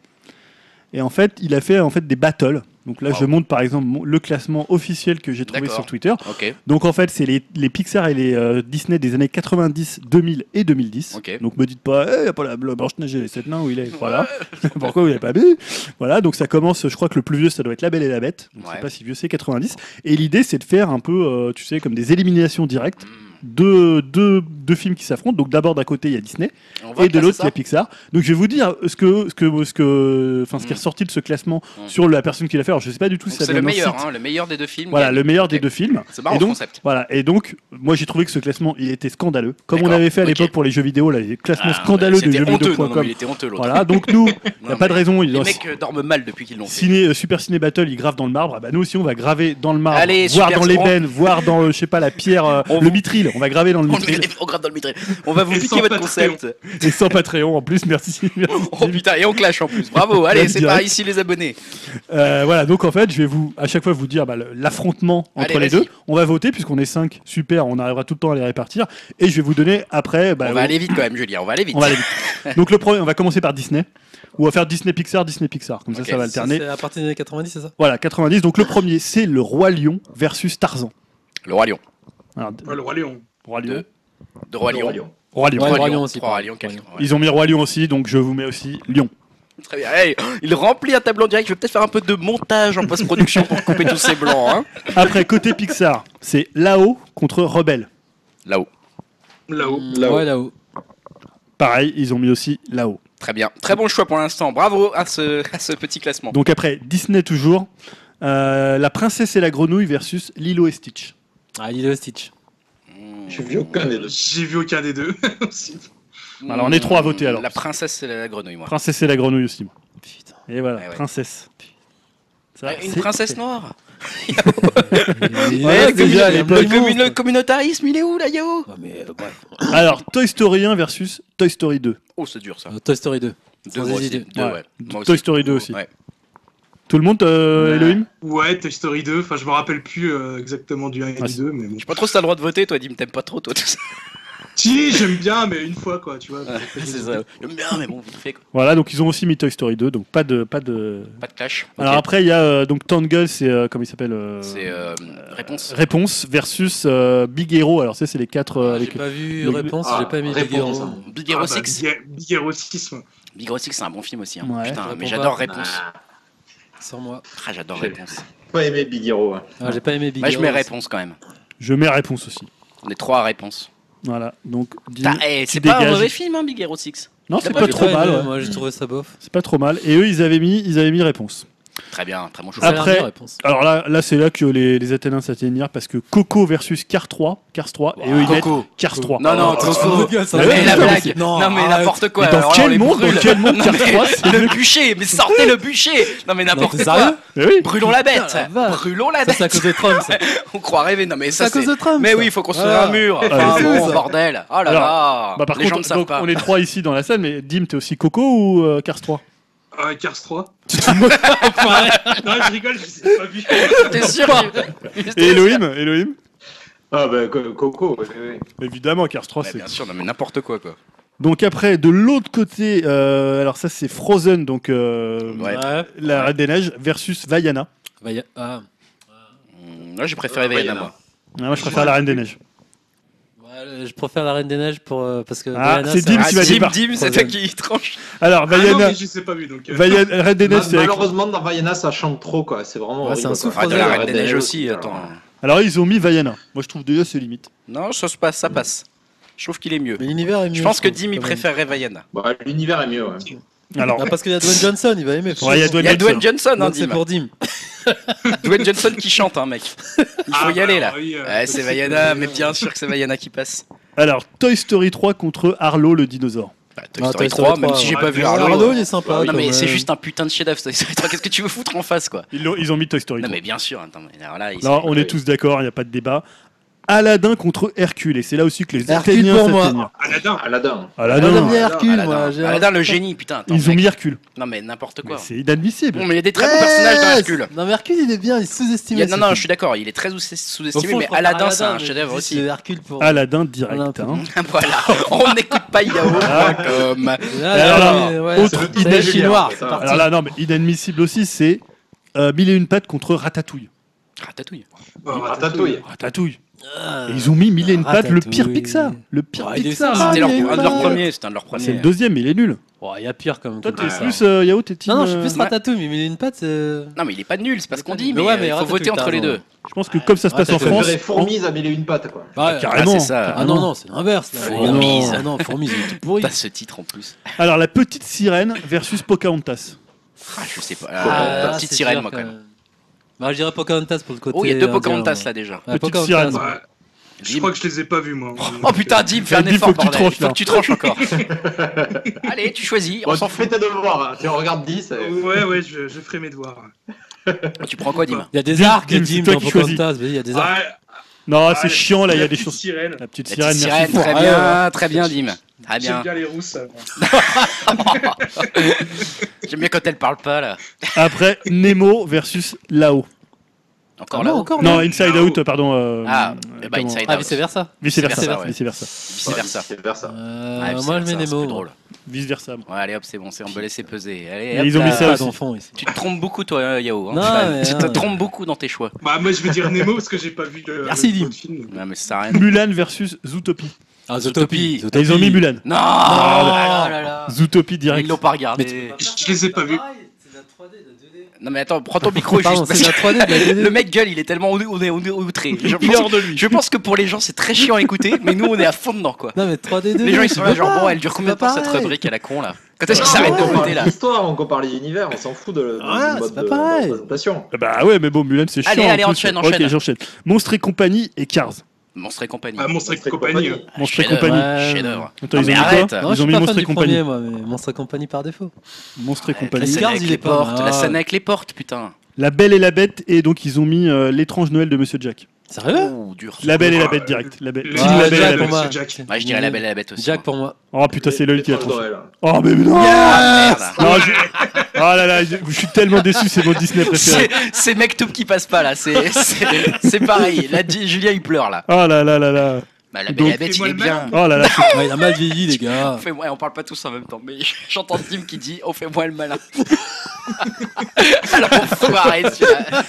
Speaker 2: Et en fait, il a fait en fait des battles. Donc là,
Speaker 1: Wow.
Speaker 2: je montre par exemple mon- le classement officiel que j'ai trouvé
Speaker 1: D'accord.
Speaker 2: sur Twitter.
Speaker 1: Ok,
Speaker 2: Donc en fait, c'est les, les Pixar et les euh, Disney des années 90, 2000 et 2010.
Speaker 1: Ok.
Speaker 2: Donc me dites pas, il a pas la, la Blanche-Neige et les sept nains où il est. Voilà. Pourquoi vous l'avez pas vu Voilà, donc ça commence, je crois que le plus vieux, ça doit être La Belle et la Bête. Donc, Je
Speaker 1: Ouais.
Speaker 2: sais pas si vieux, c'est 90. Et l'idée, c'est de faire un peu, euh, tu sais, comme des éliminations directes.
Speaker 1: Hmm.
Speaker 2: Deux, deux, deux films qui s'affrontent. Donc d'abord, d'un côté, il y a Disney.
Speaker 1: On va
Speaker 2: Et de
Speaker 1: classer
Speaker 2: l'autre,
Speaker 1: ça
Speaker 2: il y a Pixar. Donc je vais vous dire ce que, ce que, ce que, enfin, ce qui
Speaker 1: Mm.
Speaker 2: est ressorti de ce classement
Speaker 1: Mm.
Speaker 2: sur la personne qui l'a fait. Alors je sais pas du tout
Speaker 1: Donc
Speaker 2: si ça
Speaker 1: C'est le
Speaker 2: vient d'un
Speaker 1: meilleur,
Speaker 2: site.
Speaker 1: hein, le meilleur des deux films.
Speaker 2: Voilà, le meilleur des
Speaker 1: Ok.
Speaker 2: deux films.
Speaker 1: C'est marrant
Speaker 2: Et
Speaker 1: le
Speaker 2: donc,
Speaker 1: concept.
Speaker 2: Voilà, et donc, moi j'ai trouvé que ce classement, il était scandaleux. Comme on
Speaker 1: D'accord,
Speaker 2: avait fait à
Speaker 1: ok.
Speaker 2: l'époque pour les jeux vidéo, là, les classements
Speaker 1: Ah,
Speaker 2: scandaleux de
Speaker 1: c'était honteux, non, non, mais
Speaker 2: jeuxvideo.com.
Speaker 1: Il était honteux l'autre.
Speaker 2: Voilà, donc nous, il n'y
Speaker 1: Non,
Speaker 2: a pas de
Speaker 1: mais
Speaker 2: raison. il
Speaker 1: Les
Speaker 2: doit-
Speaker 1: mecs euh, dorment mal depuis qu'ils l'ont fait.
Speaker 2: Ciné, euh, Super Ciné Battle, il grave dans le marbre. Ah bah nous aussi, on va graver dans le marbre,
Speaker 1: Allez,
Speaker 2: voire
Speaker 1: Super
Speaker 2: dans
Speaker 1: Ciné-
Speaker 2: l'ébène, voire dans, euh, je sais pas, la pierre, euh,
Speaker 1: On-
Speaker 2: le mitril. On va graver dans le
Speaker 1: On,
Speaker 2: mitril.
Speaker 1: on grave dans le mitraille. On va vous
Speaker 4: Et
Speaker 1: piquer
Speaker 4: sans
Speaker 1: votre
Speaker 4: Patreon.
Speaker 1: concept.
Speaker 2: Et sans Patreon en plus, merci. merci.
Speaker 1: Oh putain, et on clash en plus. Bravo, allez,
Speaker 2: Même
Speaker 1: c'est
Speaker 2: direct.
Speaker 1: par ici les abonnés.
Speaker 2: Euh, voilà, donc en fait, je vais vous, à chaque fois, vous dire bah, le- l'affrontement entre
Speaker 1: Allez,
Speaker 2: les
Speaker 1: vas-y.
Speaker 2: deux. On va voter, puisqu'on est 5, super, on arrivera tout le temps à les répartir. Et je vais vous donner après. bah,
Speaker 1: on va
Speaker 2: au-
Speaker 1: aller vite quand même, Julien, on va aller vite.
Speaker 2: On va aller vite. Donc le premier, on va commencer par Disney. On va faire Disney Pixar, Disney Pixar. Comme ça,
Speaker 1: Ok,
Speaker 2: ça va
Speaker 3: C'est
Speaker 2: alterner.
Speaker 3: c'est à partir des années 90, c'est ça
Speaker 2: Voilà, 90. Donc le premier, c'est le Roi Lion versus Tarzan.
Speaker 1: Le Roi Lion.
Speaker 2: Alors,
Speaker 4: Ouais, Ah, le Roi Léon.
Speaker 2: Roi Lion.
Speaker 1: Deux. Le Roi Lion.
Speaker 5: Lion.
Speaker 2: Roi Lion.
Speaker 3: Ouais,
Speaker 1: Roi
Speaker 3: Roi
Speaker 1: Lion
Speaker 3: Lion aussi,
Speaker 1: Roi
Speaker 3: pardon.
Speaker 1: Lion, quelqu'un, ouais.
Speaker 2: Ils ont mis Roi Lion aussi, donc je vous mets aussi Lion.
Speaker 1: Très bien. Hey, il remplit un tableau en direct. Je vais peut-être faire un peu de montage en post-production pour couper tous ces blancs. Hein.
Speaker 2: Après, côté Pixar, c'est Lao contre Rebelle.
Speaker 1: Là-haut.
Speaker 4: Là-haut.
Speaker 2: Mm.
Speaker 5: Là-haut.
Speaker 3: Ouais, là-haut.
Speaker 2: Pareil, ils ont mis aussi Lao.
Speaker 1: Très bien. Très bon choix pour l'instant. Bravo à ce, à ce petit classement.
Speaker 2: Donc après, Disney toujours. euh, la princesse et la grenouille versus Lilo et Stitch.
Speaker 3: Ah, Lilo et Stitch.
Speaker 1: Hmm.
Speaker 5: J'ai vu aucun des deux.
Speaker 4: J'ai vu aucun des deux. aussi.
Speaker 2: Alors, on est trois à voter, alors.
Speaker 1: Hmm. La princesse et la grenouille, moi.
Speaker 2: Princesse et la grenouille aussi. moi.
Speaker 3: Putain.
Speaker 2: Et voilà,
Speaker 1: Eh Ouais, ouais.
Speaker 2: princesse. Ça,
Speaker 1: Ah, Une
Speaker 2: c'est-
Speaker 1: princesse noire
Speaker 2: Ouais, déjà, à l'époque.
Speaker 1: le, commun- le communautarisme, il est où là, Yao
Speaker 3: Ouais, mais euh, bref.
Speaker 2: Alors, Toy Story 1 versus Toy Story 2.
Speaker 1: Oh, c'est dur ça.
Speaker 3: Euh, Toy Story 2.
Speaker 1: Deux,
Speaker 3: Sans
Speaker 1: moi aussi.
Speaker 3: hésiter.
Speaker 1: Deux,
Speaker 2: Ouais.
Speaker 1: ouais. Moi
Speaker 2: Toy
Speaker 1: aussi.
Speaker 2: Story 2 aussi.
Speaker 1: Ouais.
Speaker 2: Tout le monde, euh,
Speaker 5: Ouais.
Speaker 2: Elohim
Speaker 4: Ouais, Toy Story 2. Enfin, je me rappelle plus euh, exactement du 1 et
Speaker 2: Ah,
Speaker 4: du
Speaker 2: c'est-
Speaker 4: 2, mais bon.
Speaker 1: Je sais pas trop si t'as le droit de voter, toi, Dim, t'aimes pas trop, toi, tout ça.
Speaker 4: Si, j'aime bien, mais une fois, quoi, tu vois.
Speaker 1: c'est ça. J'aime bien, ah, mais bon, vite fait, quoi.
Speaker 2: Voilà, donc ils ont aussi mis Toy Story 2, donc pas de. Pas de...
Speaker 1: Pas de clash.
Speaker 2: Alors
Speaker 1: Ok.
Speaker 2: après, il y a euh, donc Tangle, c'est. euh, comment il s'appelle euh,
Speaker 1: C'est euh, réponse.
Speaker 2: Réponse versus euh, Big Hero. Alors, ça, c'est les quatre.
Speaker 1: Ah,
Speaker 2: euh, les-
Speaker 3: J'ai pas vu
Speaker 2: le-
Speaker 3: Réponse,
Speaker 5: Ah,
Speaker 3: j'ai pas mis Big
Speaker 5: Réponse,
Speaker 3: Hero.
Speaker 5: hein.
Speaker 1: bah, Big Hero 6.
Speaker 4: Ah, bah, Big Hero 6. ouais.
Speaker 1: Big Hero 6, c'est un bon film aussi. hein.
Speaker 2: Ouais.
Speaker 1: Putain,
Speaker 3: Réponds
Speaker 1: mais
Speaker 3: pas.
Speaker 1: j'adore Réponse.
Speaker 5: Ah,
Speaker 3: Sans moi.
Speaker 1: Ah, j'adore
Speaker 5: J'ai-
Speaker 1: Réponse.
Speaker 5: pas aimé Big Hero. hein.
Speaker 3: Ah, j'ai pas aimé Big
Speaker 1: Moi, je
Speaker 3: Hero.
Speaker 1: mets Réponse quand même.
Speaker 2: Je mets réponse aussi.
Speaker 1: On est trois à Réponse.
Speaker 2: Voilà, donc. dis-
Speaker 1: Putain, eh, C'est pas un
Speaker 2: dégages.
Speaker 1: mauvais film, hein, Big Hero 6.
Speaker 2: Non, c'est
Speaker 3: J'ai
Speaker 2: pas trop
Speaker 3: aimé,
Speaker 1: euh,
Speaker 2: mal. ouais.
Speaker 3: Moi, j'ai trouvé ça bof.
Speaker 2: C'est pas trop mal. Et eux, ils avaient mis, ils avaient mis réponse.
Speaker 1: Très bien, très bon choix.
Speaker 3: Ça a l'air
Speaker 2: Après-
Speaker 3: bien, Réponse.
Speaker 2: Alors là, là c'est là que les, les Athéniens s'atteignirent parce que Coco versus Cars 3, Cars 3, Ah, et eux ils mettent
Speaker 1: Coco.
Speaker 2: Cars 3.
Speaker 1: Non, non,
Speaker 3: Oh,
Speaker 1: Coco.
Speaker 3: oh, gars, ça
Speaker 1: Mais
Speaker 3: va
Speaker 2: ouais,
Speaker 1: la
Speaker 3: être-
Speaker 2: non,
Speaker 1: blague Non, mais
Speaker 3: arrête.
Speaker 1: n'importe quoi
Speaker 2: Mais dans
Speaker 1: alors on
Speaker 2: quel
Speaker 1: les
Speaker 2: monde,
Speaker 1: brûle.
Speaker 2: dans quel monde
Speaker 1: Non,
Speaker 2: Cars
Speaker 1: mais
Speaker 2: 3 c'est
Speaker 1: Le bûcher Mais sortez le bûcher Non mais
Speaker 3: Non,
Speaker 1: n'importe
Speaker 3: t'es
Speaker 1: quoi
Speaker 3: sérieux
Speaker 2: Mais oui.
Speaker 1: Brûlons la bête
Speaker 3: Putain, la vache.
Speaker 1: Brûlons la
Speaker 3: Ça, c'est à
Speaker 1: bête
Speaker 3: cause de Trump, ça.
Speaker 1: On croit rêver, non mais
Speaker 3: C'est
Speaker 1: ça
Speaker 3: à cause
Speaker 1: c'est...
Speaker 3: de Trump.
Speaker 1: Mais
Speaker 3: ça.
Speaker 1: oui, il faut construire
Speaker 3: Voilà.
Speaker 1: un mur
Speaker 2: Ah,
Speaker 1: Enfin
Speaker 2: c'est
Speaker 1: bon,
Speaker 3: ça.
Speaker 1: bordel Oh là
Speaker 2: Alors,
Speaker 1: là
Speaker 2: Bah, par
Speaker 1: Les
Speaker 2: contre,
Speaker 1: gens ne savent
Speaker 2: donc,
Speaker 1: pas
Speaker 2: on est trois ici dans la salle, mais Dim, t'es aussi Coco ou euh, Cars 3
Speaker 4: Euh, Cars 3. Enfin, non, je rigole, je sais pas vu.
Speaker 2: Ah, bah,
Speaker 1: T'es sûr
Speaker 2: Et Elohim Elohim
Speaker 5: Ah, bah, Co- Coco. ouais, ouais, ouais.
Speaker 2: Évidemment, Cars 3
Speaker 1: Ouais,
Speaker 2: c'est.
Speaker 1: Bien sûr, non mais n'importe quoi quoi
Speaker 2: Donc après, de l'autre côté, euh, alors ça c'est Frozen, donc euh,
Speaker 1: Ouais.
Speaker 3: Ouais.
Speaker 2: la Reine des Neiges versus Vaiana.
Speaker 3: Bah, y a- ah.
Speaker 1: Hum, Moi j'ai préféré
Speaker 5: Ouais,
Speaker 1: Vaiana
Speaker 5: Vaiana.
Speaker 1: moi
Speaker 2: Ah, moi je préfère la Reine des Neiges.
Speaker 3: Ouais, euh, je préfère la Reine des Neiges pour, euh, parce que.
Speaker 2: Ah,
Speaker 3: Diana,
Speaker 2: c'est
Speaker 3: ça-
Speaker 2: Dim
Speaker 1: Ah,
Speaker 2: qui va
Speaker 1: Dim,
Speaker 2: débarquer.
Speaker 1: Dim, c'est toi qui tranche
Speaker 2: Alors
Speaker 4: Ah non,
Speaker 2: Vaiana,
Speaker 4: mais je sais pas vu, donc. euh,
Speaker 2: Vaiana Reine des Neiges,
Speaker 5: Ma-
Speaker 2: c'est avec
Speaker 5: Malheureusement, dans Vaiana, ça chante trop, quoi. C'est vraiment.
Speaker 3: Ouais,
Speaker 5: horrible,
Speaker 3: c'est un
Speaker 5: quoi.
Speaker 3: souffle,
Speaker 1: Ah, de
Speaker 3: Frozen,
Speaker 1: la
Speaker 3: la
Speaker 1: Reine des Neiges aussi,
Speaker 5: alors.
Speaker 1: attends
Speaker 2: Alors ils ont mis Vaiana. Moi je trouve déjà c'est limite.
Speaker 1: Non, ça se passe, ça passe Je trouve qu'il est mieux
Speaker 3: Mais l'univers est mieux.
Speaker 1: Je pense que
Speaker 3: trouve,
Speaker 1: Dim il
Speaker 3: quand même.
Speaker 1: préférerait Vaiana
Speaker 5: Bah, L'univers est mieux, ouais.
Speaker 2: Alors
Speaker 3: Ah, parce qu'il y a Dwayne Johnson, il va aimer.
Speaker 2: Ouais, il y a
Speaker 1: Il y a
Speaker 2: Dwayne
Speaker 1: Dwayne
Speaker 2: Johnson.
Speaker 1: Johnson, hein,
Speaker 3: Donc, c'est
Speaker 1: Dim.
Speaker 3: pour Dim.
Speaker 1: Dwayne Johnson qui chante, hein, mec. Il faut
Speaker 4: ah,
Speaker 1: y aller,
Speaker 4: bah,
Speaker 1: là.
Speaker 4: oui, euh,
Speaker 1: Ouais, c'est Vaiana, mais bien sûr que c'est Vaiana qui passe.
Speaker 2: Alors Toy Story 3 contre Arlo le dinosaure.
Speaker 1: Bah, Toy
Speaker 3: Ah,
Speaker 1: Story
Speaker 3: Toy Story
Speaker 1: 3, même
Speaker 3: 3,
Speaker 1: si j'ai
Speaker 4: ouais.
Speaker 1: pas vu
Speaker 4: Mais
Speaker 1: Arlo.
Speaker 3: Arlo, il est
Speaker 5: Ouais,
Speaker 3: sympa.
Speaker 1: Non,
Speaker 3: quand
Speaker 1: mais c'est
Speaker 3: même.
Speaker 1: juste un putain de chef-d'œuvre, Toy Story 3. Qu'est-ce que tu veux foutre en face, quoi
Speaker 2: Ils, l'ont- ils ont mis Toy Story
Speaker 1: Non,
Speaker 2: 3.
Speaker 1: mais bien sûr. Attends, mais alors là, il
Speaker 2: Là, on
Speaker 5: oui.
Speaker 2: est tous d'accord, il n'y a pas de débat. Aladdin contre Hercule, et c'est là aussi que les
Speaker 3: Hercule
Speaker 2: Athéniens
Speaker 3: pour moi.
Speaker 2: s'atteignirent.
Speaker 4: Aladdin. Oh,
Speaker 5: Aladdin.
Speaker 2: Aladdin,
Speaker 3: Aladdin, bien. Hercule,
Speaker 1: Ah, Aladdin,
Speaker 3: moi, j'ai-
Speaker 1: Aladdin, le génie, putain. attends,
Speaker 2: ils ont
Speaker 1: mec.
Speaker 2: mis Hercule.
Speaker 1: Non, mais n'importe
Speaker 2: Mais
Speaker 1: quoi.
Speaker 2: C'est inadmissible.
Speaker 1: Bon, mais il y a des très bons personnages dans
Speaker 3: Yes
Speaker 1: Hercule.
Speaker 3: Non, mais Hercule, il est bien, il est
Speaker 1: Il
Speaker 3: sous-estimé.
Speaker 1: y a- Non,
Speaker 3: ce
Speaker 1: non,
Speaker 3: film.
Speaker 1: je suis d'accord, il est très
Speaker 3: Au
Speaker 1: sous-estimé,
Speaker 3: fond, je
Speaker 1: mais
Speaker 3: préfère
Speaker 1: Aladdin, c'est un
Speaker 3: mais
Speaker 1: chef-d'œuvre
Speaker 3: je dis,
Speaker 1: aussi.
Speaker 3: C'est Hercule pour.
Speaker 2: Oh. Aladdin direct.
Speaker 3: Voilà,
Speaker 2: hein.
Speaker 1: Voilà, on n'écoute pas Yao. Euh,
Speaker 2: Ah.
Speaker 1: comme...
Speaker 3: Là,
Speaker 2: Alors
Speaker 3: là,
Speaker 2: là,
Speaker 3: ouais,
Speaker 2: autre
Speaker 3: c'est-
Speaker 2: idée
Speaker 3: c'est le
Speaker 5: Julien,
Speaker 3: chinois.
Speaker 5: ça.
Speaker 3: c'est parti.
Speaker 2: Alors là, non, mais inadmissible aussi, c'est euh, Mille et une pattes contre Ratatouille.
Speaker 1: Ratatouille.
Speaker 4: Oh,
Speaker 5: Ratatouille.
Speaker 2: Ratatouille.
Speaker 3: Ah.
Speaker 2: Et ils ont mis Mille et une pattes, le pire
Speaker 3: Ratatouille.
Speaker 2: Pixar. Le pire
Speaker 3: Ouais, il est
Speaker 2: Pixar.
Speaker 3: sorti,
Speaker 2: Ah,
Speaker 1: C'était leur-
Speaker 2: Mille et une
Speaker 1: un de leurs
Speaker 2: pattes.
Speaker 1: premiers, c'était un de leurs
Speaker 2: C'est le
Speaker 1: premiers.
Speaker 2: deuxième, mais il est nul.
Speaker 3: Oh, Il y a pire comme
Speaker 2: Toi,
Speaker 3: côté,
Speaker 2: t'es
Speaker 5: Ouais.
Speaker 3: ça.
Speaker 2: plus euh, Yao, t'es team.
Speaker 3: Non, non, je suis plus
Speaker 2: euh,
Speaker 3: Ratatouille, mais Mille et une pattes, c'est.
Speaker 1: Non, mais il est pas nul, c'est pas ce qu'on dit, mais
Speaker 3: Mais
Speaker 1: il
Speaker 3: ouais, mais
Speaker 1: faut
Speaker 3: Ratatouille,
Speaker 1: voter
Speaker 3: t'as
Speaker 1: entre les
Speaker 3: raison.
Speaker 1: deux.
Speaker 2: Je pense que comme ça se passe en
Speaker 5: Je
Speaker 2: France.
Speaker 5: préférais Fourmise à mille et une pattes, quoi.
Speaker 3: Bah,
Speaker 2: Ah, carrément.
Speaker 1: Ah, c'est ça.
Speaker 3: Ah non, non, c'est l'inverse. là.
Speaker 1: Fourmis.
Speaker 3: Ah non, ah non, fourmis, ils ont tout pourri.
Speaker 1: Putain, ce titre en plus.
Speaker 2: Alors, la petite sirène versus Pocahontas.
Speaker 1: Ah, je sais pas.
Speaker 5: Ah,
Speaker 1: Euh,
Speaker 3: là,
Speaker 1: petite
Speaker 3: c'est
Speaker 1: sirène,
Speaker 3: dur,
Speaker 1: moi, quand même.
Speaker 3: Bah, je dirais Pocahontas pour le côté.
Speaker 1: Oh, il y a deux
Speaker 3: indien,
Speaker 1: Pocahontas
Speaker 3: ouais.
Speaker 1: là déjà.
Speaker 3: Ouais,
Speaker 2: Petite
Speaker 3: Pocahontas,
Speaker 2: sirène.
Speaker 3: ouais.
Speaker 4: Bah, je
Speaker 1: Dim.
Speaker 4: crois que je les ai pas vus, moi.
Speaker 1: Oh putain, Dim, fais un
Speaker 2: Dim,
Speaker 1: effort,
Speaker 2: faut que tu
Speaker 1: bordel.
Speaker 2: tranches,
Speaker 1: faut
Speaker 2: là.
Speaker 1: que tu tranches encore. Allez, tu choisis, on
Speaker 5: Bon,
Speaker 1: s'en
Speaker 5: tu fais
Speaker 1: fout.
Speaker 5: tes devoirs, hein. tu regardes 10. et-
Speaker 4: Ouais, ouais, je, je ferai mes devoirs.
Speaker 1: Tu prends quoi, Dim
Speaker 3: Il y a des
Speaker 2: Dim,
Speaker 3: arcs,
Speaker 2: Dim,
Speaker 3: Jim,
Speaker 2: c'est toi
Speaker 3: dans
Speaker 2: qui choisis.
Speaker 3: Pocahontas. mais Il y a des arcs.
Speaker 2: Non,
Speaker 4: Ah,
Speaker 2: c'est
Speaker 4: la-
Speaker 2: chiant là, il y a des
Speaker 4: choses.
Speaker 2: choses.
Speaker 4: Sirène.
Speaker 2: La
Speaker 1: La
Speaker 2: petite
Speaker 1: petite
Speaker 2: sirène,
Speaker 1: sirène,
Speaker 2: merci
Speaker 1: très
Speaker 2: fort.
Speaker 1: bien, très bien, Dim. Très
Speaker 4: J'aime
Speaker 1: Ah, bien.
Speaker 4: bien les rousses.
Speaker 1: J'aime bien quand elle parle pas là.
Speaker 2: Après, Nemo versus Lao.
Speaker 1: Encore
Speaker 3: Ah
Speaker 1: là.
Speaker 3: non, encore
Speaker 2: Non,
Speaker 3: là.
Speaker 2: Inside
Speaker 4: Lao.
Speaker 2: Out, pardon. euh,
Speaker 1: Ah,
Speaker 2: euh,
Speaker 1: eh ben,
Speaker 2: comment-
Speaker 1: Inside
Speaker 3: Ah, vice versa.
Speaker 2: Vice versa,
Speaker 1: Vice-versa, ouais.
Speaker 2: vice versa.
Speaker 1: Vice versa.
Speaker 5: C'est versa.
Speaker 3: Euh,
Speaker 1: Ouais,
Speaker 3: moi, je
Speaker 1: vice-versa,
Speaker 3: mets
Speaker 1: Ah, C'est plus
Speaker 3: Nemo.
Speaker 1: drôle.
Speaker 2: Vice versa. bon.
Speaker 1: Ouais, allez hop, c'est bon, c'est on peut laisser peser. Allez,
Speaker 2: Mais
Speaker 1: hop,
Speaker 2: ils ont mis
Speaker 1: là.
Speaker 2: ça
Speaker 3: Euh, Pas
Speaker 2: aussi.
Speaker 3: d'enfant ici.
Speaker 1: Tu te trompes beaucoup, toi, hein, Yao. hein.
Speaker 3: Non, mais
Speaker 1: tu te
Speaker 3: non.
Speaker 1: trompes beaucoup dans tes choix.
Speaker 4: Bah, moi, je vais dire Nemo parce que j'ai pas vu le,
Speaker 3: Merci,
Speaker 4: le
Speaker 3: Dim.
Speaker 4: film.
Speaker 1: Non, mais ça sert à rien.
Speaker 2: Mulan versus Zootopie.
Speaker 1: Ah, Zootopie.
Speaker 2: Et Ils ont mis Mulan.
Speaker 1: Non
Speaker 2: Ah Zootopie direct.
Speaker 1: Ils l'ont pas regardé.
Speaker 4: Je les ai pas vus.
Speaker 3: C'est de la 3D, de la 2D.
Speaker 1: Non mais attends, prends ton micro
Speaker 3: Pardon,
Speaker 1: juste parce
Speaker 3: c'est de la
Speaker 1: que
Speaker 3: 3D, de la 2D.
Speaker 1: le mec gueule, il est tellement on est, on est- on est outré. Je
Speaker 2: Il est
Speaker 1: pense,
Speaker 2: hors de lui.
Speaker 1: je pense que pour les gens c'est très chiant à écouter, mais nous on est à fond dedans quoi.
Speaker 3: Non mais 3D 2D.
Speaker 1: Les gens ils sont là
Speaker 3: c'est
Speaker 1: genre
Speaker 3: pas-
Speaker 1: bon, elle dure
Speaker 3: c'est
Speaker 1: combien de
Speaker 3: pas
Speaker 1: temps cette
Speaker 3: pareil.
Speaker 1: rubrique à la con là Quand est-ce
Speaker 5: Ah,
Speaker 1: qu'ils s'arrêtent de
Speaker 5: on parle
Speaker 1: voter là
Speaker 5: d'histoire, on compare les univers, on s'en fout de, de- du
Speaker 3: Ah, c'est
Speaker 5: mode
Speaker 3: pas
Speaker 5: de, de
Speaker 3: pareil.
Speaker 5: représentation.
Speaker 2: Bah ouais, mais bon, Mulan c'est chiant.
Speaker 1: Allez, allez,
Speaker 2: en plus.
Speaker 1: enchaîne,
Speaker 2: Ok,
Speaker 1: enchaîne.
Speaker 2: j'enchaîne. Monstre et compagnie et Cars.
Speaker 1: Monstre et compagnie.
Speaker 4: Ah, Monstre et
Speaker 5: Monstre et
Speaker 4: compagnie.
Speaker 5: compagnie.
Speaker 2: Monstre et
Speaker 1: chef-d'œuvre,
Speaker 2: compagnie.
Speaker 3: Ouais.
Speaker 1: chef-d'œuvre.
Speaker 2: Attends,
Speaker 1: Ah, Non,
Speaker 2: ils ont
Speaker 1: mais
Speaker 2: mis
Speaker 1: arrête.
Speaker 2: quoi
Speaker 3: Non,
Speaker 2: Ils
Speaker 3: je
Speaker 2: ont
Speaker 3: suis
Speaker 2: mis
Speaker 3: pas
Speaker 2: Monstre
Speaker 3: fan
Speaker 2: et
Speaker 3: du
Speaker 2: compagnie.
Speaker 3: premier, moi, mais Monstre et compagnie par défaut.
Speaker 2: Monstre et
Speaker 1: Avec La
Speaker 2: compagnie.
Speaker 1: scène
Speaker 3: Cars,
Speaker 1: avec
Speaker 3: il
Speaker 1: les
Speaker 3: est pas mal.
Speaker 1: portes, la scène avec les portes, putain.
Speaker 2: La Belle et la Bête et donc ils ont mis euh, l'étrange Noël de Monsieur Jack.
Speaker 3: Sérieux
Speaker 1: Ouh, dur.
Speaker 2: La Belle et la
Speaker 4: Ah,
Speaker 2: Bête direct. La Belle.
Speaker 4: le-
Speaker 2: Team
Speaker 4: Ouais,
Speaker 2: la Belle et la
Speaker 4: Jack,
Speaker 2: Bête.
Speaker 4: moi.
Speaker 1: Ouais, je dirais la belle et la bête aussi.
Speaker 3: Jack
Speaker 1: moi.
Speaker 3: pour moi.
Speaker 2: Oh putain, c'est Loli qui l'a
Speaker 5: Étrange
Speaker 2: trouvé.
Speaker 5: Noël.
Speaker 2: Oh mais non
Speaker 1: Ah, merde.
Speaker 2: Non, je... Ah là là, je je suis tellement déçu, c'est mon Disney préféré.
Speaker 1: C'est c'est mec tout qui passe pas là, c'est c'est- c'est pareil. Là, Di- Julien il pleure là.
Speaker 2: Oh là là là là.
Speaker 1: Bah, la belle
Speaker 2: Donc,
Speaker 1: et la bête, il
Speaker 4: fais-moi
Speaker 1: est
Speaker 4: le
Speaker 1: bien.
Speaker 2: Oh là là. c'est-
Speaker 3: Ouais, il a mal vieilli les gars.
Speaker 1: On fait- ouais, on parle pas tous en même temps, mais j'entends Tim qui dit On fait moi le malin. Alors, foiré celui-là.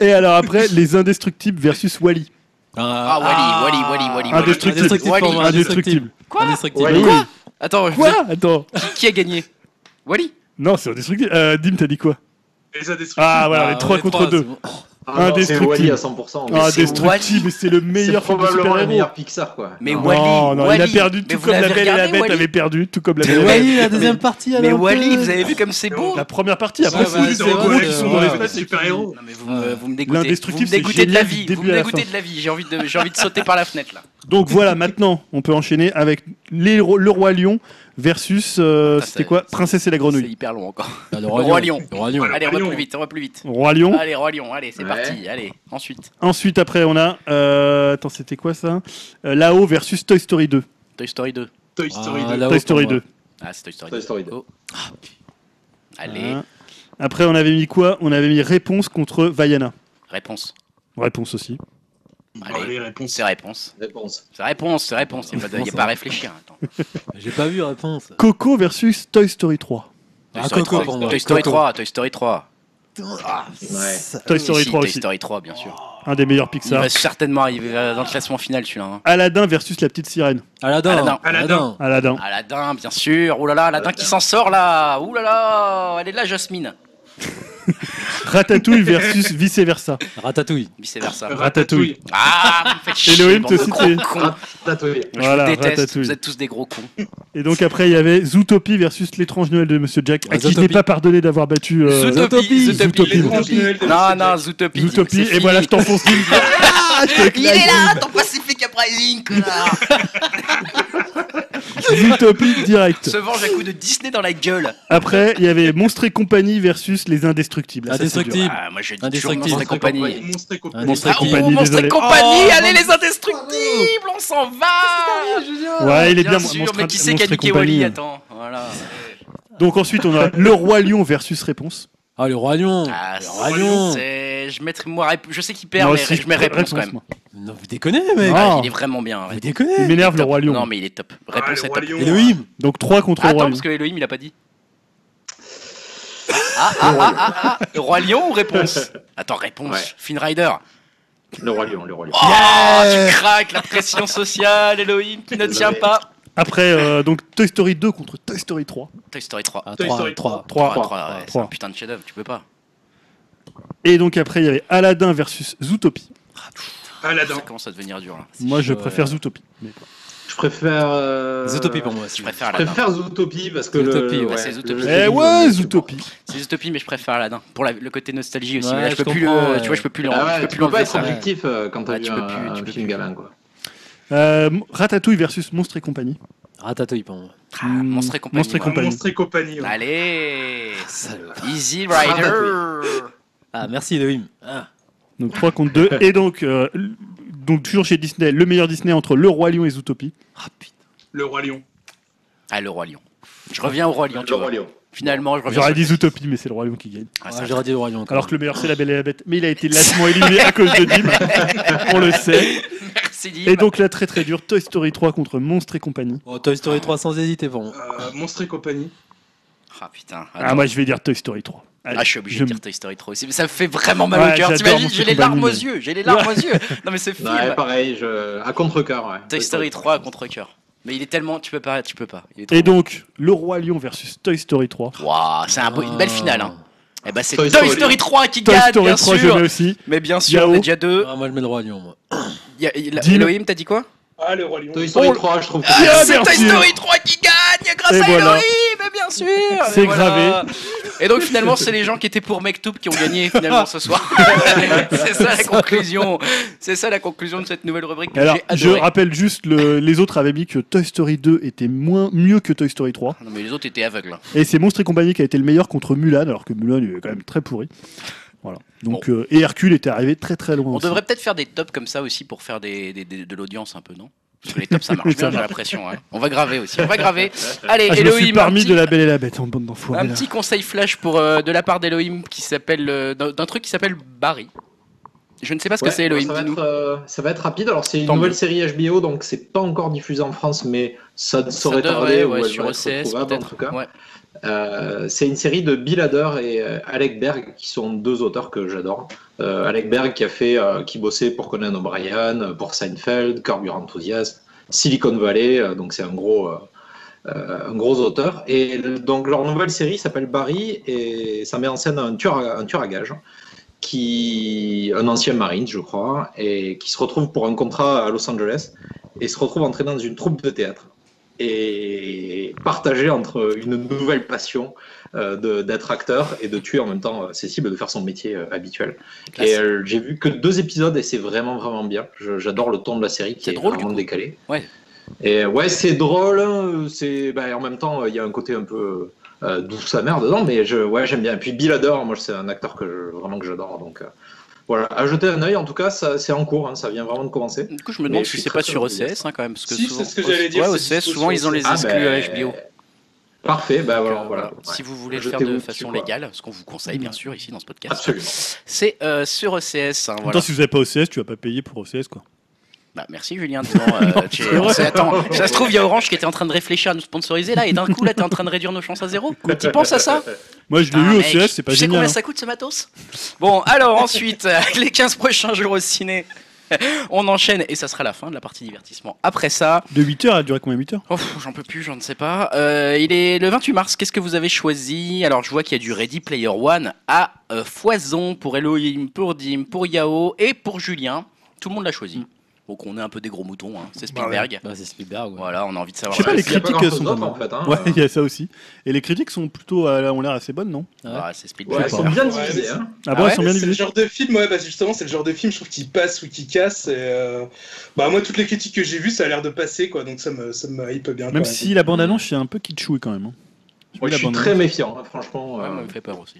Speaker 2: Et alors après, les Indestructibles versus Wally.
Speaker 1: Ah, Wally, Wally, Wally, Wally.
Speaker 4: Ah,
Speaker 1: Wally.
Speaker 4: des-
Speaker 2: Indestructibles.
Speaker 3: Indestructible pour moi,
Speaker 2: Indestructibles.
Speaker 1: Quoi
Speaker 3: Indestructible.
Speaker 5: Wally.
Speaker 2: Quoi
Speaker 1: Attends,
Speaker 2: Quoi Attends.
Speaker 1: qui a gagné Wally
Speaker 2: Non, c'est indestructible. Euh, Dim, t'as dit quoi
Speaker 4: Les indestructibles.
Speaker 2: Ah voilà,
Speaker 3: Ah,
Speaker 2: les 3
Speaker 3: ouais,
Speaker 2: contre
Speaker 3: trois,
Speaker 2: 2.
Speaker 3: c'est bon.
Speaker 5: Ah non, c'est
Speaker 2: Indestructible.
Speaker 5: Wally à 100%. mais
Speaker 2: Ah,
Speaker 1: c'est
Speaker 2: indestructible, mais c'est le meilleur
Speaker 5: c'est
Speaker 2: film de
Speaker 5: probablement le
Speaker 2: super-héros.
Speaker 5: meilleur Pixar, quoi.
Speaker 1: Mais
Speaker 5: Non.
Speaker 1: Wally,
Speaker 2: Non, non, il a
Speaker 1: Wally.
Speaker 2: perdu,
Speaker 1: Mais
Speaker 2: tout
Speaker 1: vous
Speaker 2: comme la
Speaker 1: l'avez
Speaker 2: Belle et la
Speaker 1: regardé,
Speaker 2: Bête
Speaker 1: Wally
Speaker 2: avait perdu, tout comme la Belle et la Bête.
Speaker 3: Wally, la deuxième partie. elle est
Speaker 1: Mais
Speaker 3: un peu-
Speaker 1: Wally, vous avez vu comme c'est beau
Speaker 2: La première partie, après
Speaker 4: Ah,
Speaker 3: Ouais,
Speaker 2: c'est
Speaker 3: ouais,
Speaker 2: juste
Speaker 3: c'est
Speaker 2: des gros
Speaker 3: vrai,
Speaker 2: qui
Speaker 3: c'est
Speaker 2: sont dans
Speaker 3: vrai.
Speaker 2: l'espace.
Speaker 4: les super-héros.
Speaker 1: Non mais vous me, vous me dégoûtez, vous
Speaker 2: L'indestructible,
Speaker 1: me
Speaker 2: c'est
Speaker 1: dégoûtez de la
Speaker 2: génial du
Speaker 1: vie,
Speaker 2: début
Speaker 1: vous me
Speaker 2: à la
Speaker 1: dégoûtez
Speaker 2: fin.
Speaker 1: de la vie, j'ai envie, de, j'ai envie de sauter par la fenêtre là.
Speaker 2: Donc voilà, maintenant, on peut enchaîner avec les ro- le roi lion versus euh,
Speaker 1: Putain,
Speaker 2: c'était
Speaker 1: ça-
Speaker 2: quoi Princesse et la
Speaker 1: C'est
Speaker 2: grenouille.
Speaker 1: hyper long encore.
Speaker 3: Ah, Le
Speaker 1: Roi Lion.
Speaker 3: Le Roi Lion.
Speaker 4: Voilà.
Speaker 1: Allez, on va
Speaker 4: Lion.
Speaker 1: plus vite, on va plus vite.
Speaker 2: Roi lion.
Speaker 1: Allez, Roi Lion, allez, c'est
Speaker 5: Ouais.
Speaker 1: parti, allez, ensuite.
Speaker 2: Ensuite, après, on a euh, attends, c'était quoi ça Euh, Là-haut versus Toy Story 2.
Speaker 1: Toy Story 2.
Speaker 4: Toy Story
Speaker 3: Ah,
Speaker 4: 2.
Speaker 3: là-haut
Speaker 2: Toy
Speaker 3: pour
Speaker 2: Story
Speaker 3: moi.
Speaker 2: 2.
Speaker 1: Ah, c'est Toy Story 2.
Speaker 5: Toy Story 2.
Speaker 1: Oh. Allez,
Speaker 2: Hein. Après, on avait mis quoi On avait mis réponse contre Vaiana.
Speaker 1: réponse.
Speaker 2: Réponse aussi.
Speaker 4: Allez, les réponses.
Speaker 1: C'est réponse.
Speaker 5: Réponse.
Speaker 1: C'est réponse, c'est réponse. Il n'y a, pas de- y a pas à réfléchir. hein, Attends.
Speaker 3: J'ai pas vu réponse.
Speaker 2: Coco versus Toy Story 3.
Speaker 3: Ah,
Speaker 1: Toy Story
Speaker 3: Coco
Speaker 1: 3,
Speaker 3: pour moi.
Speaker 1: Toy Story
Speaker 3: Coco.
Speaker 1: 3, Toy Story 3.
Speaker 5: Ouais.
Speaker 2: Toy
Speaker 1: Euh, Si,
Speaker 2: Story
Speaker 1: si,
Speaker 2: 3
Speaker 1: Toy
Speaker 2: aussi.
Speaker 1: Story 3, bien sûr.
Speaker 2: Un des meilleurs
Speaker 1: Il
Speaker 2: Pixar.
Speaker 1: va certainement arriver euh, dans le classement final celui-là. hein.
Speaker 2: Aladdin versus la petite sirène.
Speaker 3: Aladdin.
Speaker 1: Aladdin.
Speaker 4: Aladdin.
Speaker 2: Aladdin.
Speaker 1: Ah. Aladdin, bien sûr. Oh là là, Aladdin qui
Speaker 5: Aladdin.
Speaker 1: s'en sort là. Ouh là là, elle est là, Jasmine.
Speaker 2: Ratatouille versus vice versa.
Speaker 3: Ratatouille.
Speaker 1: Vice versa.
Speaker 4: Euh.
Speaker 2: Ratatouille.
Speaker 1: Ah, vous me faites chier.
Speaker 2: Elohim
Speaker 1: bande de
Speaker 2: te
Speaker 1: gros
Speaker 2: cite.
Speaker 1: cons.
Speaker 5: Tatoué.
Speaker 1: Je
Speaker 2: Voilà,
Speaker 1: vous déteste.
Speaker 2: Ratatouille.
Speaker 1: Vous êtes tous des gros cons.
Speaker 2: Et donc après, il y avait Zootopie versus l'étrange Noël de Monsieur Jack, à
Speaker 3: Ouais,
Speaker 2: qui je n'ai
Speaker 3: Zootopie.
Speaker 2: pas pardonné d'avoir battu euh,
Speaker 1: Ah, Zootopie,
Speaker 2: Zootopie.
Speaker 4: L'étrange Noël de
Speaker 1: Non,
Speaker 4: Monsieur
Speaker 1: non,
Speaker 4: Jack.
Speaker 1: Zootopie.
Speaker 2: Zootopie.
Speaker 1: c'est
Speaker 2: Et
Speaker 1: fini.
Speaker 2: voilà, je t'enfonce. Dim. Ah, je te
Speaker 1: Il
Speaker 2: claque,
Speaker 1: est là,
Speaker 2: Dim.
Speaker 1: ton Pacific Uprising, connard.
Speaker 2: Zootopie direct.
Speaker 1: Se venge à coup de Disney dans la gueule.
Speaker 2: Après, il y avait Monstre et compagnie versus les Indestructibles. Ah, ça, c'est dur.
Speaker 3: Indestructible.
Speaker 1: Ah, moi je dis toujours
Speaker 3: Indestructible.
Speaker 1: Monstre et compagnie.
Speaker 4: Monstre et compagnie.
Speaker 3: Monstre et
Speaker 1: Ah, oh,
Speaker 2: compagnie.
Speaker 1: Monstre et
Speaker 2: désolé.
Speaker 1: compagnie,
Speaker 3: Oh,
Speaker 1: allez
Speaker 3: Monstre-
Speaker 1: les indestructibles, on s'en va.
Speaker 2: Ouais, il est bien.
Speaker 1: sûr,
Speaker 2: Monstre-
Speaker 1: mais qui c'est qui
Speaker 2: Monstre
Speaker 1: a
Speaker 2: et
Speaker 1: niqué
Speaker 2: compagnie. hein.
Speaker 1: Wally Attends, voilà.
Speaker 2: Donc ensuite, on a Le Roi Lion versus Réponse.
Speaker 3: Ah, le Roi Lion.
Speaker 1: Ah,
Speaker 3: Le
Speaker 1: c'est-
Speaker 3: Roi Lion.
Speaker 1: c'est- Je mettrai moi, rép- je sais qu'il perd,
Speaker 2: Moi
Speaker 1: mais
Speaker 2: aussi,
Speaker 1: je mets réponse, quand même.
Speaker 2: moi.
Speaker 3: Non, vous déconnez, mec.
Speaker 2: Ah.
Speaker 1: Ah, il est vraiment bien. ouais.
Speaker 3: Vous
Speaker 2: Il
Speaker 3: déconnez.
Speaker 2: m'énerve, Le Roi Lion.
Speaker 1: Non, mais il est top.
Speaker 4: Ah,
Speaker 1: Réponse
Speaker 4: le
Speaker 1: est
Speaker 4: Roi
Speaker 1: top.
Speaker 4: Lion.
Speaker 3: Elohim.
Speaker 2: Donc 3 contre le
Speaker 1: Attends,
Speaker 2: Roi Lion.
Speaker 1: parce que Elohim, il a pas dit. Ah, ah, ah, ah, ah, ah. Le Roi Lion ou réponse Attends, réponse.
Speaker 5: Ouais.
Speaker 1: Finn Rider.
Speaker 5: Le roi lion, le roi lion.
Speaker 1: Oh, tu craques, la pression sociale, Elohim qui ne tient
Speaker 5: Désolé.
Speaker 1: pas.
Speaker 2: Après, euh, donc Toy Story 2 contre Toy Story 3.
Speaker 1: Toy Story 3.
Speaker 3: Ah,
Speaker 4: Toy
Speaker 3: 3,
Speaker 4: Story
Speaker 3: 3.
Speaker 1: 3, 3,
Speaker 5: trois,
Speaker 1: ouais, c'est
Speaker 2: trois.
Speaker 1: un putain de chef-d'œuvre, tu peux pas.
Speaker 2: Et donc après, il y avait Aladdin versus Zootopie.
Speaker 1: Ça
Speaker 4: Ah, Aladdin.
Speaker 1: commence à devenir dur là.
Speaker 2: Moi, je
Speaker 3: chaud,
Speaker 2: préfère
Speaker 3: ouais.
Speaker 2: Zootopie. Mais-
Speaker 5: Je préfère. euh,
Speaker 3: Zootopie pour moi.
Speaker 1: Je
Speaker 3: aussi.
Speaker 1: préfère
Speaker 5: Je
Speaker 1: Aladdin.
Speaker 5: préfère Zootopie parce que le-
Speaker 3: Zootopie, ouais,
Speaker 5: ouais,
Speaker 1: c'est Zootopie.
Speaker 5: le-
Speaker 2: Eh ouais, Zootopie.
Speaker 1: C'est Zootopie, mais je préfère Aladdin. Pour la- le côté nostalgie aussi.
Speaker 3: Ouais,
Speaker 1: mais là, je,
Speaker 3: je
Speaker 1: peux plus
Speaker 3: comprends,
Speaker 1: le,
Speaker 3: ouais.
Speaker 1: Tu vois, je peux plus
Speaker 5: Ah
Speaker 1: l'enlever.
Speaker 5: ouais,
Speaker 1: je peux
Speaker 5: tu
Speaker 1: plus
Speaker 5: peux pas
Speaker 1: l'enlever
Speaker 5: être
Speaker 1: ça.
Speaker 3: ouais.
Speaker 5: objectif euh, quand t'as
Speaker 1: Ouais,
Speaker 5: vu
Speaker 1: tu peux plus-
Speaker 5: un
Speaker 1: tu
Speaker 5: un
Speaker 1: peux plus.
Speaker 5: film gamin quoi.
Speaker 2: Euh, Ratatouille versus Monstre et compagnie.
Speaker 3: Ratatouille pour moi.
Speaker 1: Ah, Monstre et compagnie.
Speaker 2: Mm. Monstre et
Speaker 1: moi.
Speaker 2: compagnie.
Speaker 4: Monstre et compagnie. ouais.
Speaker 1: Allez
Speaker 3: Salaud.
Speaker 1: Easy Rider
Speaker 3: Ah, merci Elohim. Ah.
Speaker 2: Donc 3 contre 2. Et donc, euh, l- donc toujours chez Disney, le meilleur Disney entre Le Roi Lion et Zootopie.
Speaker 3: Ah, putain.
Speaker 4: Le Roi Lion.
Speaker 1: Ah, le Roi Lion. Je reviens au Roi Lion, tu
Speaker 5: Le roi
Speaker 1: vois.
Speaker 5: lion.
Speaker 1: Finalement, je reviens
Speaker 2: J'aurais
Speaker 1: sur-
Speaker 2: dit Zootopie, mais c'est Le Roi Lion qui gagne.
Speaker 1: Ah,
Speaker 3: Ah,
Speaker 1: ça-
Speaker 3: J'aurais dit le Roi Lion. quand
Speaker 2: Alors
Speaker 3: même.
Speaker 2: que le meilleur, c'est La Belle et la Bête. Mais il a été lâchement éliminé à cause de Dim. On le sait.
Speaker 1: Merci, Dim.
Speaker 2: Et donc là, très très dur, Toy Story 3 contre Monstre et compagnie.
Speaker 3: Oh, Toy Story 3 sans hésiter pour moi.
Speaker 4: Euh, Monstre et compagnie.
Speaker 1: Ah, putain.
Speaker 2: Ah,
Speaker 1: attends.
Speaker 2: moi, je vais dire Toy Story 3. Allez,
Speaker 1: Ah, je suis obligé
Speaker 2: je-
Speaker 1: de dire Toy Story 3 aussi, mais ça me fait vraiment mal
Speaker 2: Ouais,
Speaker 1: au cœur.
Speaker 2: j'adore
Speaker 1: T'imagines,
Speaker 2: Monstre
Speaker 1: j'ai
Speaker 2: et
Speaker 1: les larmes aux
Speaker 2: compagnie,
Speaker 1: yeux, j'ai les larmes aux yeux. Non, mais ce film,
Speaker 5: Ouais, pareil, je... à contre-cœur. Ouais.
Speaker 1: Toy Story 3 à contre-coeur. Mais il est tellement. Tu peux pas, tu peux pas. Il est trop
Speaker 2: Et donc, Le Roi Lion versus Toy Story 3.
Speaker 1: bon. Waouh, c'est un beau- une belle finale. Hein. Eh ben, c'est Toy,
Speaker 5: Toy Story.
Speaker 1: Story 3 qui
Speaker 2: Toy
Speaker 1: gagne,
Speaker 2: Story
Speaker 1: bien
Speaker 2: 3, je
Speaker 1: sûr.
Speaker 2: mets aussi.
Speaker 1: Mais bien sûr,
Speaker 2: Yao.
Speaker 1: on est déjà deux.
Speaker 3: Ah, moi, je mets le roi à Lyon, moi.
Speaker 1: Y a- y a-
Speaker 2: Dis-le.
Speaker 1: Elohim, t'as dit quoi
Speaker 4: Ah, le Roi Lion.
Speaker 5: Toy Story
Speaker 2: Oh.
Speaker 5: 3, je trouve que
Speaker 2: Ah,
Speaker 1: C'est Toy
Speaker 2: merci.
Speaker 1: Story 3 qui gagne grâce
Speaker 2: Et
Speaker 1: à
Speaker 2: voilà.
Speaker 1: Elohim, eh, bien sûr Et
Speaker 2: C'est
Speaker 1: Et donc finalement, c'est les gens qui étaient pour Mektoub qui ont gagné finalement ce soir. c'est ça la conclusion. C'est ça la conclusion de cette nouvelle rubrique que
Speaker 2: Alors,
Speaker 1: j'ai
Speaker 2: je
Speaker 1: adorée.
Speaker 2: rappelle juste, le- les autres avaient mis que Toy Story 2 était moins, mieux que Toy Story 3.
Speaker 1: Non mais les autres étaient aveugles. hein.
Speaker 2: Et c'est Monstre et compagnie qui a été le meilleur contre Mulan, alors que Mulan il est quand même très pourri. Voilà. Donc, euh, et Hercule était arrivé très très loin.
Speaker 1: On
Speaker 2: aussi.
Speaker 1: devrait peut-être faire des tops comme ça aussi pour faire des, des- des- de l'audience un peu, non Parce que les tops ça marche bien, j'ai l'impression. hein. On va graver aussi. On va graver. Allez,
Speaker 2: Ah, je me
Speaker 1: Elohim.
Speaker 2: suis
Speaker 1: un
Speaker 2: parmi
Speaker 1: petit-
Speaker 2: de la Belle et la Bête en bande d'enfoirés.
Speaker 1: Un
Speaker 2: là.
Speaker 1: petit conseil flash pour, euh, de la part d'Elohim qui s'appelle euh, d'un d'un truc qui s'appelle Barry. Je ne sais pas ce que
Speaker 5: Ouais,
Speaker 1: c'est Elohim,
Speaker 5: ça va,
Speaker 1: dis-nous.
Speaker 5: être, euh, ça va être rapide. Alors, c'est une
Speaker 1: Tant
Speaker 5: nouvelle
Speaker 1: mieux.
Speaker 5: série HBO, donc c'est pas encore diffusé en France, mais euh, ça ne
Speaker 1: Ça
Speaker 5: saurait
Speaker 1: devrait,
Speaker 5: tarder. ou
Speaker 1: ouais,
Speaker 5: elle
Speaker 1: sur
Speaker 5: va être
Speaker 1: OCS
Speaker 5: trouvable, en tout cas.
Speaker 1: peut-être. Ouais.
Speaker 5: Euh, c'est une série de Bill Hader et euh, Alec Berg, qui sont deux auteurs que j'adore. Euh, Alec Berg qui a fait, euh, qui bossait pour Conan O'Brien, euh, pour Seinfeld, Curb Your Enthusiasm, Silicon Valley, euh, donc c'est un gros, euh, euh, un gros auteur. Et le- donc leur nouvelle série s'appelle Barry et ça met en scène un tueur, à- un tueur à gages qui, un ancien marine, je crois, et qui se retrouve pour un contrat à Los Angeles et se retrouve entraîné dans une troupe de théâtre et partagé entre une nouvelle passion euh, de- d'être acteur et de tuer en même temps euh, ses cibles, de faire son métier euh, habituel.
Speaker 1: Classe.
Speaker 5: Et euh, j'ai vu que deux épisodes et c'est vraiment vraiment bien. Je- J'adore le ton de la série qui
Speaker 1: C'est
Speaker 5: est,
Speaker 1: drôle, du
Speaker 5: vraiment
Speaker 1: coup.
Speaker 5: décalé.
Speaker 1: Ouais.
Speaker 5: Et euh, ouais, c'est drôle. euh, C'est bah, en même temps euh, il y a un côté un peu euh, douce amer dedans, mais je ouais j'aime bien. Et puis Bill Hader, moi c'est un acteur que je- vraiment que j'adore. Donc euh, voilà, à jeter un œil. En tout cas, ça- c'est en cours. hein, ça vient vraiment de commencer.
Speaker 1: Du coup, je me
Speaker 5: Mais
Speaker 1: demande
Speaker 5: je
Speaker 1: si
Speaker 5: suis
Speaker 1: c'est
Speaker 5: très,
Speaker 1: pas
Speaker 5: très
Speaker 1: sur
Speaker 5: enthousiaste.
Speaker 1: OCS hein, quand même. Parce que
Speaker 4: Si,
Speaker 1: souvent,
Speaker 4: c'est ce que j'allais dire,
Speaker 1: Ouais,
Speaker 4: c'est
Speaker 1: OCS,
Speaker 4: dispo
Speaker 1: souvent
Speaker 4: sur
Speaker 1: ils ont les
Speaker 5: Ah,
Speaker 1: exclus euh,
Speaker 5: ben,
Speaker 1: à HBO.
Speaker 5: Parfait, bah
Speaker 1: Donc,
Speaker 5: voilà,
Speaker 1: euh,
Speaker 5: voilà.
Speaker 1: Si
Speaker 5: Ouais.
Speaker 1: vous voulez le faire
Speaker 5: Jetez-vous
Speaker 1: de
Speaker 5: dessus,
Speaker 1: façon
Speaker 5: quoi. Mm.
Speaker 1: légale, ce qu'on vous conseille bien sûr ici dans ce podcast,
Speaker 5: Absolument.
Speaker 1: c'est euh, sur OCS. hein,
Speaker 2: En même
Speaker 1: voilà.
Speaker 2: temps, si vous n'avez pas OCS, tu vas pas payer pour OCS quoi.
Speaker 1: Bah, merci Julien. Disons, euh, tu- on
Speaker 2: vrai.
Speaker 1: s'est- attends, ça se trouve, il y a Orange qui était en train de réfléchir à nous sponsoriser là, et d'un coup, là, t'es en train de réduire nos chances à zéro. Tu penses à ça
Speaker 2: Moi je l'ai
Speaker 1: Putain,
Speaker 2: eu
Speaker 1: mec,
Speaker 2: OCS, c'est pas
Speaker 1: tu sais
Speaker 2: génial. hein.
Speaker 1: combien ça coûte ce matos Bon, alors ensuite, euh, les 15 prochains jours au ciné, on enchaîne et ça sera la fin de la partie divertissement. Après ça,
Speaker 2: hein. De 8 heures, elle a duré combien 8 heures
Speaker 1: oh, pff, j'en peux plus, j'en ne sais pas. Euh, il est le 28 mars, qu'est-ce que vous avez choisi Alors je vois qu'il y a du Ready Player One à euh, foison pour Elohim, pour Dim, pour Yao et pour Julien. Tout le monde l'a choisi. Donc on est un peu des gros moutons, hein. c'est Spielberg.
Speaker 3: Mm. Bah, c'est Spielberg, ouais.
Speaker 1: Voilà, on a envie de savoir.
Speaker 2: Je sais pas, les
Speaker 5: Il y a pas
Speaker 2: critiques
Speaker 5: grand-chose
Speaker 2: sont pas
Speaker 5: d'autre,
Speaker 2: mal.
Speaker 5: en fait. hein.
Speaker 1: Ah.
Speaker 2: Ouais, il y a ça aussi. Et les critiques sont plutôt, euh, ont l'air assez bonnes, non
Speaker 1: Ah, c'est Spielberg.
Speaker 5: Ouais, ils sont bien divisés.
Speaker 4: Ouais,
Speaker 5: hein.
Speaker 2: Ah bon,
Speaker 1: ouais
Speaker 2: elles sont bien
Speaker 4: C'est le
Speaker 2: divisées
Speaker 4: genre de film, ouais, bah justement, c'est le genre de film, je trouve, qui passe ou qui casse. Et, euh, Bah, moi, toutes les critiques que j'ai vues, ça a l'air de passer, quoi, donc ça me, ça me hype bien.
Speaker 2: Même
Speaker 4: quoi.
Speaker 2: si la bande annonce est un peu kitschouille quand même. hein. Oui,
Speaker 5: Moi,
Speaker 2: la
Speaker 5: je suis
Speaker 2: bande
Speaker 5: très méfiant, hein, franchement.
Speaker 1: Ouais,
Speaker 5: euh,
Speaker 1: moi, il me fait peur aussi.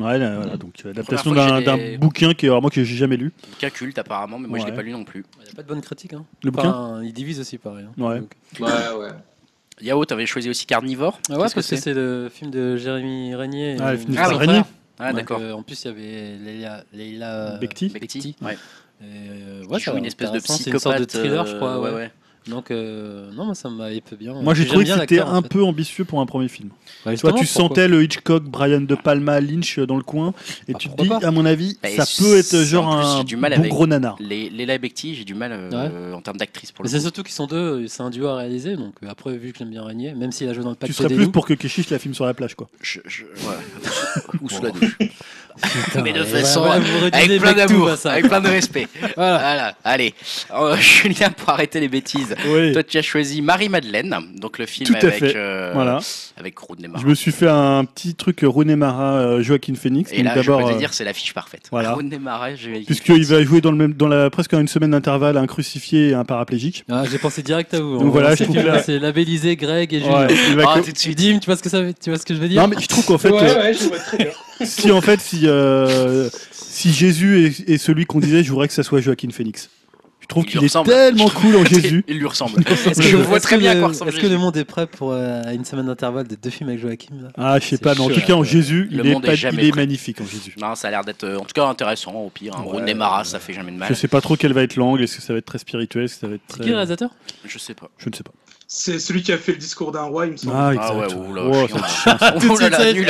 Speaker 2: Ouais, là, voilà, donc euh, adaptation
Speaker 1: Première fois
Speaker 2: d'un
Speaker 1: que j'ai des-
Speaker 2: d'un bouquin qui est moi que j'ai jamais lu.
Speaker 1: Qu'un culte apparemment, mais moi je l'ai
Speaker 2: Ouais.
Speaker 1: pas lu non plus.
Speaker 3: Il n'y a pas de bonne critique, hein.
Speaker 2: Le bouquin
Speaker 3: Enfin, il divise aussi, pareil. hein.
Speaker 2: Ouais.
Speaker 3: Donc-
Speaker 5: Ouais, ouais.
Speaker 1: Yao, t'avais choisi aussi Carnivore
Speaker 3: Ah ouais,
Speaker 1: Qu'est-ce
Speaker 3: parce que c'est le film de Jérémy Régnier.
Speaker 2: Ah,
Speaker 3: euh,
Speaker 2: le film de
Speaker 1: Ah,
Speaker 2: Star
Speaker 1: oui.
Speaker 2: Régnier.
Speaker 1: Ah,
Speaker 3: donc,
Speaker 1: d'accord.
Speaker 3: euh, en plus, il y avait Leila, Leila
Speaker 2: Bekti.
Speaker 1: Bekti. Ouais.
Speaker 3: Et, euh, ouais,
Speaker 1: Qui
Speaker 3: ça
Speaker 1: joue
Speaker 3: va,
Speaker 1: une espèce de
Speaker 3: intéressant,
Speaker 1: psychopathe.
Speaker 3: C'est une sorte de thriller, je
Speaker 1: euh,
Speaker 3: crois.
Speaker 1: ouais,
Speaker 3: ouais.
Speaker 1: ouais.
Speaker 3: Donc, euh, non, moi, ça m'a hype bien.
Speaker 2: Moi j'ai
Speaker 3: J'aime
Speaker 2: trouvé que
Speaker 3: bien
Speaker 2: c'était
Speaker 3: l'acteur, en
Speaker 2: un
Speaker 3: fait.
Speaker 2: peu ambitieux pour un premier film.
Speaker 3: Bah,
Speaker 2: Tu vois,
Speaker 3: justement,
Speaker 2: tu
Speaker 3: pourquoi
Speaker 2: sentais le Hitchcock, Brian De Palma, Lynch euh, dans le coin, et
Speaker 3: Bah,
Speaker 2: tu te dis,
Speaker 3: pourquoi pas
Speaker 2: à mon avis,
Speaker 1: Bah,
Speaker 2: ça
Speaker 1: et
Speaker 2: peut être euh,
Speaker 1: c'est-
Speaker 2: genre
Speaker 1: en plus,
Speaker 2: un
Speaker 1: j'ai du mal
Speaker 2: bon
Speaker 1: avec-
Speaker 2: gros nanar.
Speaker 1: Les- Leila et Bekti, j'ai du mal euh, en termes d'actrice pour
Speaker 3: Mais
Speaker 1: le
Speaker 3: c'est
Speaker 1: coup.
Speaker 3: surtout qu'ils sont deux, c'est un duo à réaliser. Donc euh, après, vu que j'aime bien Régnier, même s'il a joué dans le
Speaker 2: Tu
Speaker 3: pacte
Speaker 2: serais
Speaker 3: des
Speaker 2: plus
Speaker 3: loups,
Speaker 2: pour que Keshish la filme sur la plage, quoi.
Speaker 1: Je- je- ouais. Ou sous la douche.
Speaker 3: putain,
Speaker 1: mais de
Speaker 3: ouais,
Speaker 1: façon-
Speaker 3: ouais, vous réduisez
Speaker 1: Avec plein
Speaker 3: Mektoub à
Speaker 2: bah,
Speaker 1: d'amour,
Speaker 3: ça.
Speaker 1: avec plein de respect.
Speaker 3: Voilà.
Speaker 1: Voilà, allez. Euh, Julien, pour arrêter les bêtises.
Speaker 2: Oui,
Speaker 1: Toi, tu as choisi Marie-Madeleine, donc le film
Speaker 2: Tout à
Speaker 1: avec,
Speaker 2: fait.
Speaker 1: euh,
Speaker 2: voilà.
Speaker 1: avec Rooney Mara.
Speaker 2: Je me suis fait un petit truc euh, Rooney Mara, euh, Joaquin Phoenix.
Speaker 1: Et
Speaker 2: donc
Speaker 1: là, je
Speaker 2: d'abord,
Speaker 1: peux te
Speaker 2: euh,
Speaker 1: dire, c'est l'affiche parfaite.
Speaker 2: voilà.
Speaker 1: Rooney Mara, je vais-
Speaker 2: puisqu'il va jouer dans le même, dans la presque une semaine d'intervalle, un crucifié et un paraplégique.
Speaker 3: Ah, J'ai pensé direct à vous.
Speaker 2: Donc voilà,
Speaker 3: Hein.
Speaker 2: je trouve
Speaker 3: C'est-
Speaker 2: la-
Speaker 3: c'est labellisé Greg et Julien.
Speaker 2: Ouais, il va
Speaker 1: Ah,
Speaker 2: co-
Speaker 1: tout de
Speaker 3: Tu
Speaker 1: suite.
Speaker 3: dis, tu vois ce que ça veut- tu vois ce que je veux dire
Speaker 2: Non mais je trouve qu'en fait,
Speaker 4: ouais,
Speaker 2: euh,
Speaker 4: ouais, je vois très bien.
Speaker 2: si en fait, si euh, si Jésus est, est celui qu'on disait, je voudrais que ça soit Joaquin Phoenix. Je trouve
Speaker 1: Il lui
Speaker 2: qu'il est
Speaker 1: ressemble.
Speaker 2: tellement cool en Jésus.
Speaker 1: Il lui ressemble. Est-ce que
Speaker 2: Ouais,
Speaker 1: je
Speaker 2: ouais.
Speaker 1: vois
Speaker 3: Est-ce
Speaker 1: très
Speaker 3: que
Speaker 1: bien à
Speaker 3: le-
Speaker 1: quoi ressemble
Speaker 3: Est-ce que
Speaker 1: Jésus
Speaker 3: le monde est prêt pour euh, une semaine d'intervalle de deux films avec Joachim là
Speaker 2: Ah, je sais
Speaker 3: C'est
Speaker 2: pas, mais en
Speaker 3: chaud,
Speaker 2: tout cas, en
Speaker 3: ouais.
Speaker 2: Jésus, il
Speaker 1: Le
Speaker 2: est,
Speaker 1: monde est
Speaker 2: pas- il
Speaker 1: jamais
Speaker 2: est
Speaker 1: prêt.
Speaker 2: magnifique en Jésus.
Speaker 1: Non, ça a l'air d'être euh, en tout cas intéressant au pire. Hein.
Speaker 2: Ouais.
Speaker 1: Rooney Mara, ça fait jamais de mal.
Speaker 2: Je sais pas trop quelle va être l'angle, est-ce que ça va être très spirituel, est-ce que ça va être
Speaker 3: C'est qui le
Speaker 2: très...
Speaker 3: réalisateur
Speaker 1: Je sais pas.
Speaker 2: Je ne sais pas.
Speaker 4: C'est celui qui a fait le discours d'un roi, il me semble.
Speaker 2: Ah,
Speaker 1: Ah ouais,
Speaker 2: exact.
Speaker 1: oula,
Speaker 2: Wow,
Speaker 1: chiant.
Speaker 2: ça-
Speaker 1: Oh là là,
Speaker 3: suite, ça y est.
Speaker 1: nul.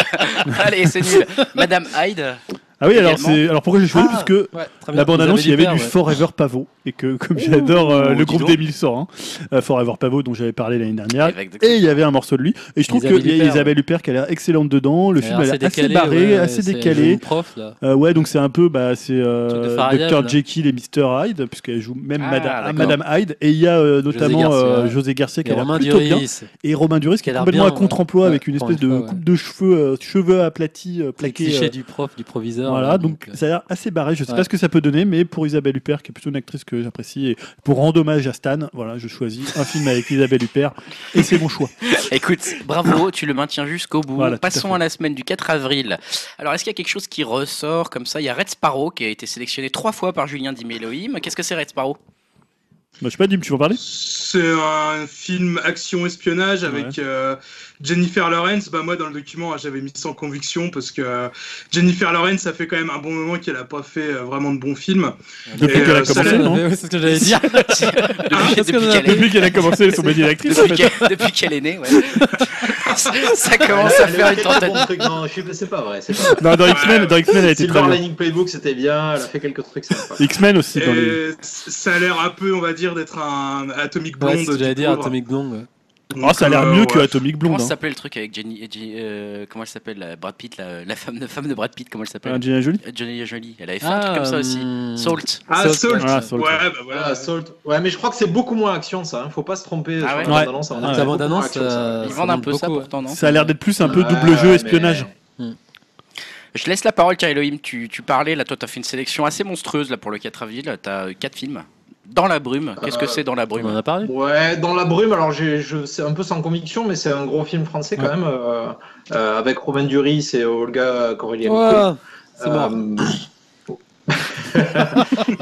Speaker 1: Allez, c'est nul. Madame Hyde,
Speaker 2: Ah oui, alors,
Speaker 1: Également. Ah.
Speaker 2: c'est- alors pourquoi j'ai choisi Parce que
Speaker 3: Ouais, très bien.
Speaker 2: la bande-annonce,
Speaker 3: Ah, Vous
Speaker 2: il y
Speaker 3: avez
Speaker 2: avait
Speaker 3: des
Speaker 2: du
Speaker 3: perles, ouais.
Speaker 2: Forever Pavot. Et que, comme j'adore euh,
Speaker 1: dis
Speaker 2: le groupe
Speaker 1: donc.
Speaker 2: d'Emile Sorin, euh, Forever Pavot, dont j'avais parlé l'année dernière,
Speaker 1: Avec de-
Speaker 2: et il y avait un morceau de lui. Et je trouve qu'il
Speaker 3: Isabelle
Speaker 2: y a
Speaker 3: Huppert,
Speaker 2: Isabelle Huppert qui a l'air excellente dedans. Le film a
Speaker 3: Alors,
Speaker 2: l'air
Speaker 3: c'est
Speaker 2: assez
Speaker 3: décalé,
Speaker 2: barré,
Speaker 3: ouais,
Speaker 2: assez
Speaker 3: c'est le
Speaker 2: décalé.
Speaker 3: jeune prof, là.
Speaker 2: Euh, ouais, donc c'est un peu, bah, c'est
Speaker 3: Truc de
Speaker 2: euh,
Speaker 3: Faraday,
Speaker 2: Dr.
Speaker 3: là.
Speaker 2: Jekyll et Mr. Hyde, puisqu'elle joue même
Speaker 1: Ah,
Speaker 2: Madame,
Speaker 1: d'accord.
Speaker 2: Madame Hyde. Et il y a euh, notamment
Speaker 3: Garcia,
Speaker 2: euh,
Speaker 3: ouais.
Speaker 2: José Garcia qui
Speaker 3: Et
Speaker 2: a l'air
Speaker 3: Romain
Speaker 2: plutôt bien.
Speaker 3: Duris.
Speaker 2: Et Robin Duris qui est
Speaker 3: Qui a l'air
Speaker 2: complètement à
Speaker 3: bien, ouais.
Speaker 2: contre-emploi
Speaker 3: Ouais,
Speaker 2: avec une
Speaker 3: pour
Speaker 2: espèce
Speaker 3: une
Speaker 2: de
Speaker 3: fois, ouais.
Speaker 2: coupe de cheveux, euh, cheveux aplatis, euh,
Speaker 3: Les
Speaker 2: plaqués.
Speaker 3: clichés
Speaker 2: euh,
Speaker 3: du prof, du proviseur.
Speaker 2: Voilà,
Speaker 3: là,
Speaker 2: donc ça a l'air assez barré. Je sais
Speaker 3: euh, Ouais.
Speaker 2: pas ce que ça peut donner, mais pour Isabelle Huppert, qui est plutôt une actrice que j'apprécie, et pour rendre hommage à Stan, voilà, je choisis un film avec Isabelle Huppert, et c'est mon choix.
Speaker 1: Écoute, bravo, tu le maintiens jusqu'au bout.
Speaker 2: Voilà, tout à
Speaker 1: Passons
Speaker 2: fait.
Speaker 1: à, la semaine du 4 avril. Alors, est-ce qu'il y a quelque chose qui ressort comme ça Il y a Red Sparrow qui a été sélectionné trois fois par Julien Dimeloïm. Qu'est-ce que c'est Red Sparrow
Speaker 2: Bah, je sais pas, Dim, tu veux en parler
Speaker 4: C'est un film action-espionnage avec
Speaker 2: Ouais.
Speaker 4: euh, Jennifer Lawrence. Bah, moi, dans le document, j'avais mis sans conviction parce que euh, Jennifer Lawrence, ça fait quand même un bon moment qu'elle n'a pas fait euh, vraiment de bons films.
Speaker 2: Depuis
Speaker 4: Et,
Speaker 2: qu'elle a
Speaker 4: euh, ça
Speaker 2: commencé,
Speaker 4: l'a-
Speaker 2: non
Speaker 3: C'est ce que j'allais dire.
Speaker 2: Ah,
Speaker 1: Depuis,
Speaker 3: Qu'est-ce
Speaker 1: depuis
Speaker 3: qu'on en a
Speaker 1: qu'elle est-
Speaker 2: Depuis qu'elle a commencé son métier d'actrice, en
Speaker 1: depuis
Speaker 2: fait.
Speaker 1: qu'elle- depuis qu'elle est née, ouais. ça commence à
Speaker 5: Le
Speaker 1: faire une
Speaker 5: Wicked, bon
Speaker 1: trentaine.
Speaker 5: truc, Non, je sais pas, c'est pas vrai. C'est pas vrai.
Speaker 2: Non, dans X-Men, dans X-Men, elle a été
Speaker 5: Silver
Speaker 2: très bien.
Speaker 5: Lining Playbook, c'était bien. Elle a fait quelques trucs sympas.
Speaker 2: X-Men aussi, dans les...
Speaker 4: Et ça a l'air un peu, on va dire, d'être un Atomic Blonde.
Speaker 3: Ouais, c'est ce que j'allais
Speaker 4: du
Speaker 3: dire,
Speaker 4: pauvre.
Speaker 3: Atomic Blonde. ouais.
Speaker 2: Ah, ça a l'air
Speaker 4: Donc, euh,
Speaker 2: mieux
Speaker 4: ouais.
Speaker 2: que Atomic
Speaker 1: Comment
Speaker 2: Blonde.
Speaker 1: ça
Speaker 2: hein.
Speaker 1: s'appelle le truc avec Jenny, et Jenny- euh, comment elle s'appelle la Brad Pitt, la, la femme, de, femme de Brad Pitt, comment elle s'appelle
Speaker 2: Angelina Jolie
Speaker 1: Johnny Jolie. Elle avait
Speaker 3: Ah,
Speaker 1: fait un truc comme ça aussi.
Speaker 3: hum,
Speaker 1: Salt.
Speaker 4: Ah,
Speaker 3: Salt,
Speaker 4: Salt.
Speaker 2: Ah, Salt,
Speaker 4: Ouais,
Speaker 2: ouais.
Speaker 4: bah voilà.
Speaker 5: Voilà, Salt. Ouais, mais je crois que c'est beaucoup moins action ça. hein. Faut pas se tromper.
Speaker 1: Ah
Speaker 5: sur
Speaker 1: ouais.
Speaker 5: la bande-annonce, on a
Speaker 2: Ouais.
Speaker 5: beaucoup
Speaker 3: La
Speaker 5: moins
Speaker 3: bande-annonce,
Speaker 5: action, ça.
Speaker 3: euh,
Speaker 1: Ils
Speaker 3: ça
Speaker 1: vendent un
Speaker 3: manque
Speaker 1: peu ça
Speaker 3: beaucoup,
Speaker 1: pourtant, non
Speaker 2: Ça a l'air d'être plus un peu double
Speaker 5: Ouais,
Speaker 2: jeu
Speaker 5: mais-
Speaker 2: espionnage.
Speaker 1: Je laisse la parole, car Elohim, tu, tu parlais, là, toi, t'as fait une sélection assez monstrueuse, là, pour le 4 avril, t'as euh, quatre films. Dans la brume, qu'est-ce que
Speaker 5: Euh,
Speaker 1: c'est dans la
Speaker 3: On
Speaker 1: brume
Speaker 3: en a parlé.
Speaker 5: Ouais, dans la brume, alors j'ai- je, c'est un peu sans conviction, mais c'est un gros film français quand
Speaker 2: Ouais.
Speaker 5: même, euh, euh, avec Romain Duris et Olga Korelienko.
Speaker 3: Ouah, C'est
Speaker 5: Euh,
Speaker 3: mort. Euh,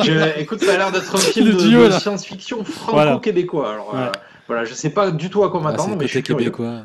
Speaker 5: je- écoute, ça a l'air d'être un film
Speaker 3: Le
Speaker 5: de,
Speaker 3: duo,
Speaker 5: de
Speaker 3: là.
Speaker 5: science-fiction franco-québécois. Alors euh,
Speaker 2: Ouais.
Speaker 5: voilà, je sais pas du tout à quoi
Speaker 3: Ah, c'est
Speaker 5: m'attendre,
Speaker 3: le
Speaker 5: mais je
Speaker 3: côté
Speaker 5: suis curieux.
Speaker 3: québécois.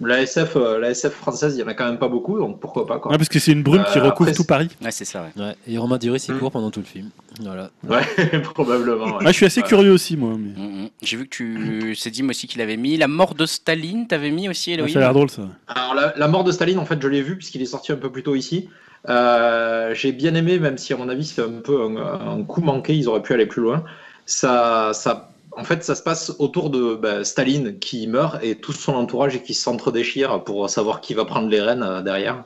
Speaker 5: La SF, euh, la SF française, il y en a quand même pas beaucoup, donc pourquoi pas quoi.
Speaker 2: Ah, parce que c'est une brume qui
Speaker 5: Euh,
Speaker 2: recouvre
Speaker 5: après,
Speaker 2: tout Paris.
Speaker 1: Ouais, c'est ça, ouais.
Speaker 3: Ouais. Et Romain Duris, il
Speaker 5: Hum.
Speaker 3: court pendant tout le film. Voilà.
Speaker 5: Ouais, probablement. ouais.
Speaker 3: Bah,
Speaker 2: Ah, je suis assez curieux aussi, moi. mais-
Speaker 1: Mm, mm. J'ai vu que tu. C'est Dim aussi qu'il avait mis. La mort de Staline, t'avais mis aussi, Elohim
Speaker 2: Ça a l'air drôle, ça.
Speaker 5: Alors la, la mort de Staline, en fait, je l'ai vu puisqu'il est sorti un peu plus tôt ici. Euh, J'ai bien aimé, même si à mon avis c'est un peu un, un coup manqué, ils auraient pu aller plus loin. Ça, ça, en fait, ça se passe autour de bah, Staline qui meurt et tout son entourage et qui s'entre-déchire pour savoir qui va prendre les rênes euh, derrière.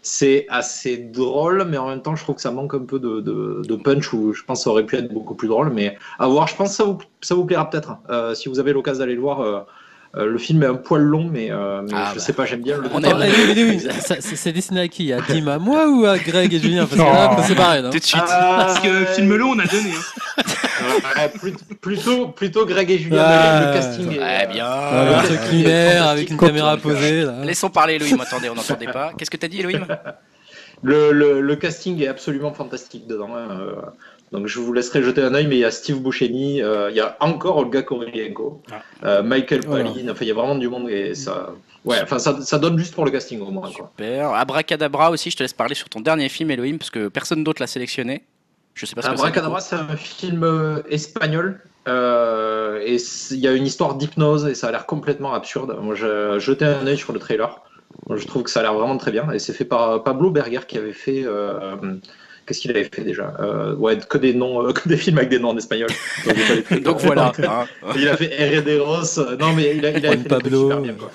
Speaker 5: C'est assez drôle, mais en même temps, je trouve que ça manque un peu de, de- de punch où je pense que ça aurait pu être beaucoup plus drôle. Mais à voir, je pense que ça vous, ça vous plaira peut-être. Euh, si vous avez l'occasion d'aller le voir, euh, euh, le film est un poil long, mais, euh, mais
Speaker 1: Ah,
Speaker 5: je
Speaker 1: bah.
Speaker 5: sais pas, j'aime bien le
Speaker 1: On
Speaker 3: Attends,
Speaker 1: aime.
Speaker 3: allez, allez, allez, ça- C'est c'est dessiné à qui À Tim, à moi ou à Greg et Julien Parce que
Speaker 2: Non.
Speaker 3: là, c'est pareil. non
Speaker 1: Tout de suite.
Speaker 4: Parce que film long, on a donné. hein.
Speaker 5: Ah, Ouais, plut- plutôt, plutôt Greg et Julien,
Speaker 3: Ouais.
Speaker 5: le casting. est-
Speaker 1: Ouais, bien.
Speaker 3: Ah,
Speaker 2: Ah,
Speaker 3: Un truc linéaire avec une
Speaker 5: Quand-
Speaker 3: caméra posée. là.
Speaker 1: Laissons parler Elohim, attendez, on n'entendait pas. Qu'est-ce que t'as dit, Elohim
Speaker 5: Le, le- le casting est absolument fantastique dedans. hein, euh, donc je vous laisserai jeter un œil, mais il y a Steve Buscemi, euh, il y a encore Olga Korylenko, euh, Michael
Speaker 3: Ah. Voilà.
Speaker 5: Palin, enfin il y a vraiment du monde et ça, ouais, enfin ça, ça donne juste pour le casting au moins. Quoi.
Speaker 1: Super. Abracadabra aussi, je te laisse parler sur ton dernier film, Elohim, parce que personne d'autre l'a sélectionné. Je sais pas ce que c'est.
Speaker 5: Abracadabra, Ah, c'est un film euh, espagnol. euh, et c'est- il y a une histoire d'hypnose et ça a l'air complètement absurde. Moi, j'ai jeté un œil sur le trailer. Moi, je trouve que ça a l'air vraiment très bien. Et c'est fait par Pablo Berger qui avait fait. euh, Qu'est-ce qu'il avait fait déjà Euh, Ouais, que des noms, euh, que des films avec des noms en espagnol. Donc, j'ai pas les trucs.
Speaker 1: Donc voilà. hein.
Speaker 5: Il a fait Herederos. euh, Non, mais il a, il a
Speaker 3: Juan
Speaker 5: fait des trucs
Speaker 3: Pablo.
Speaker 5: super bien, quoi.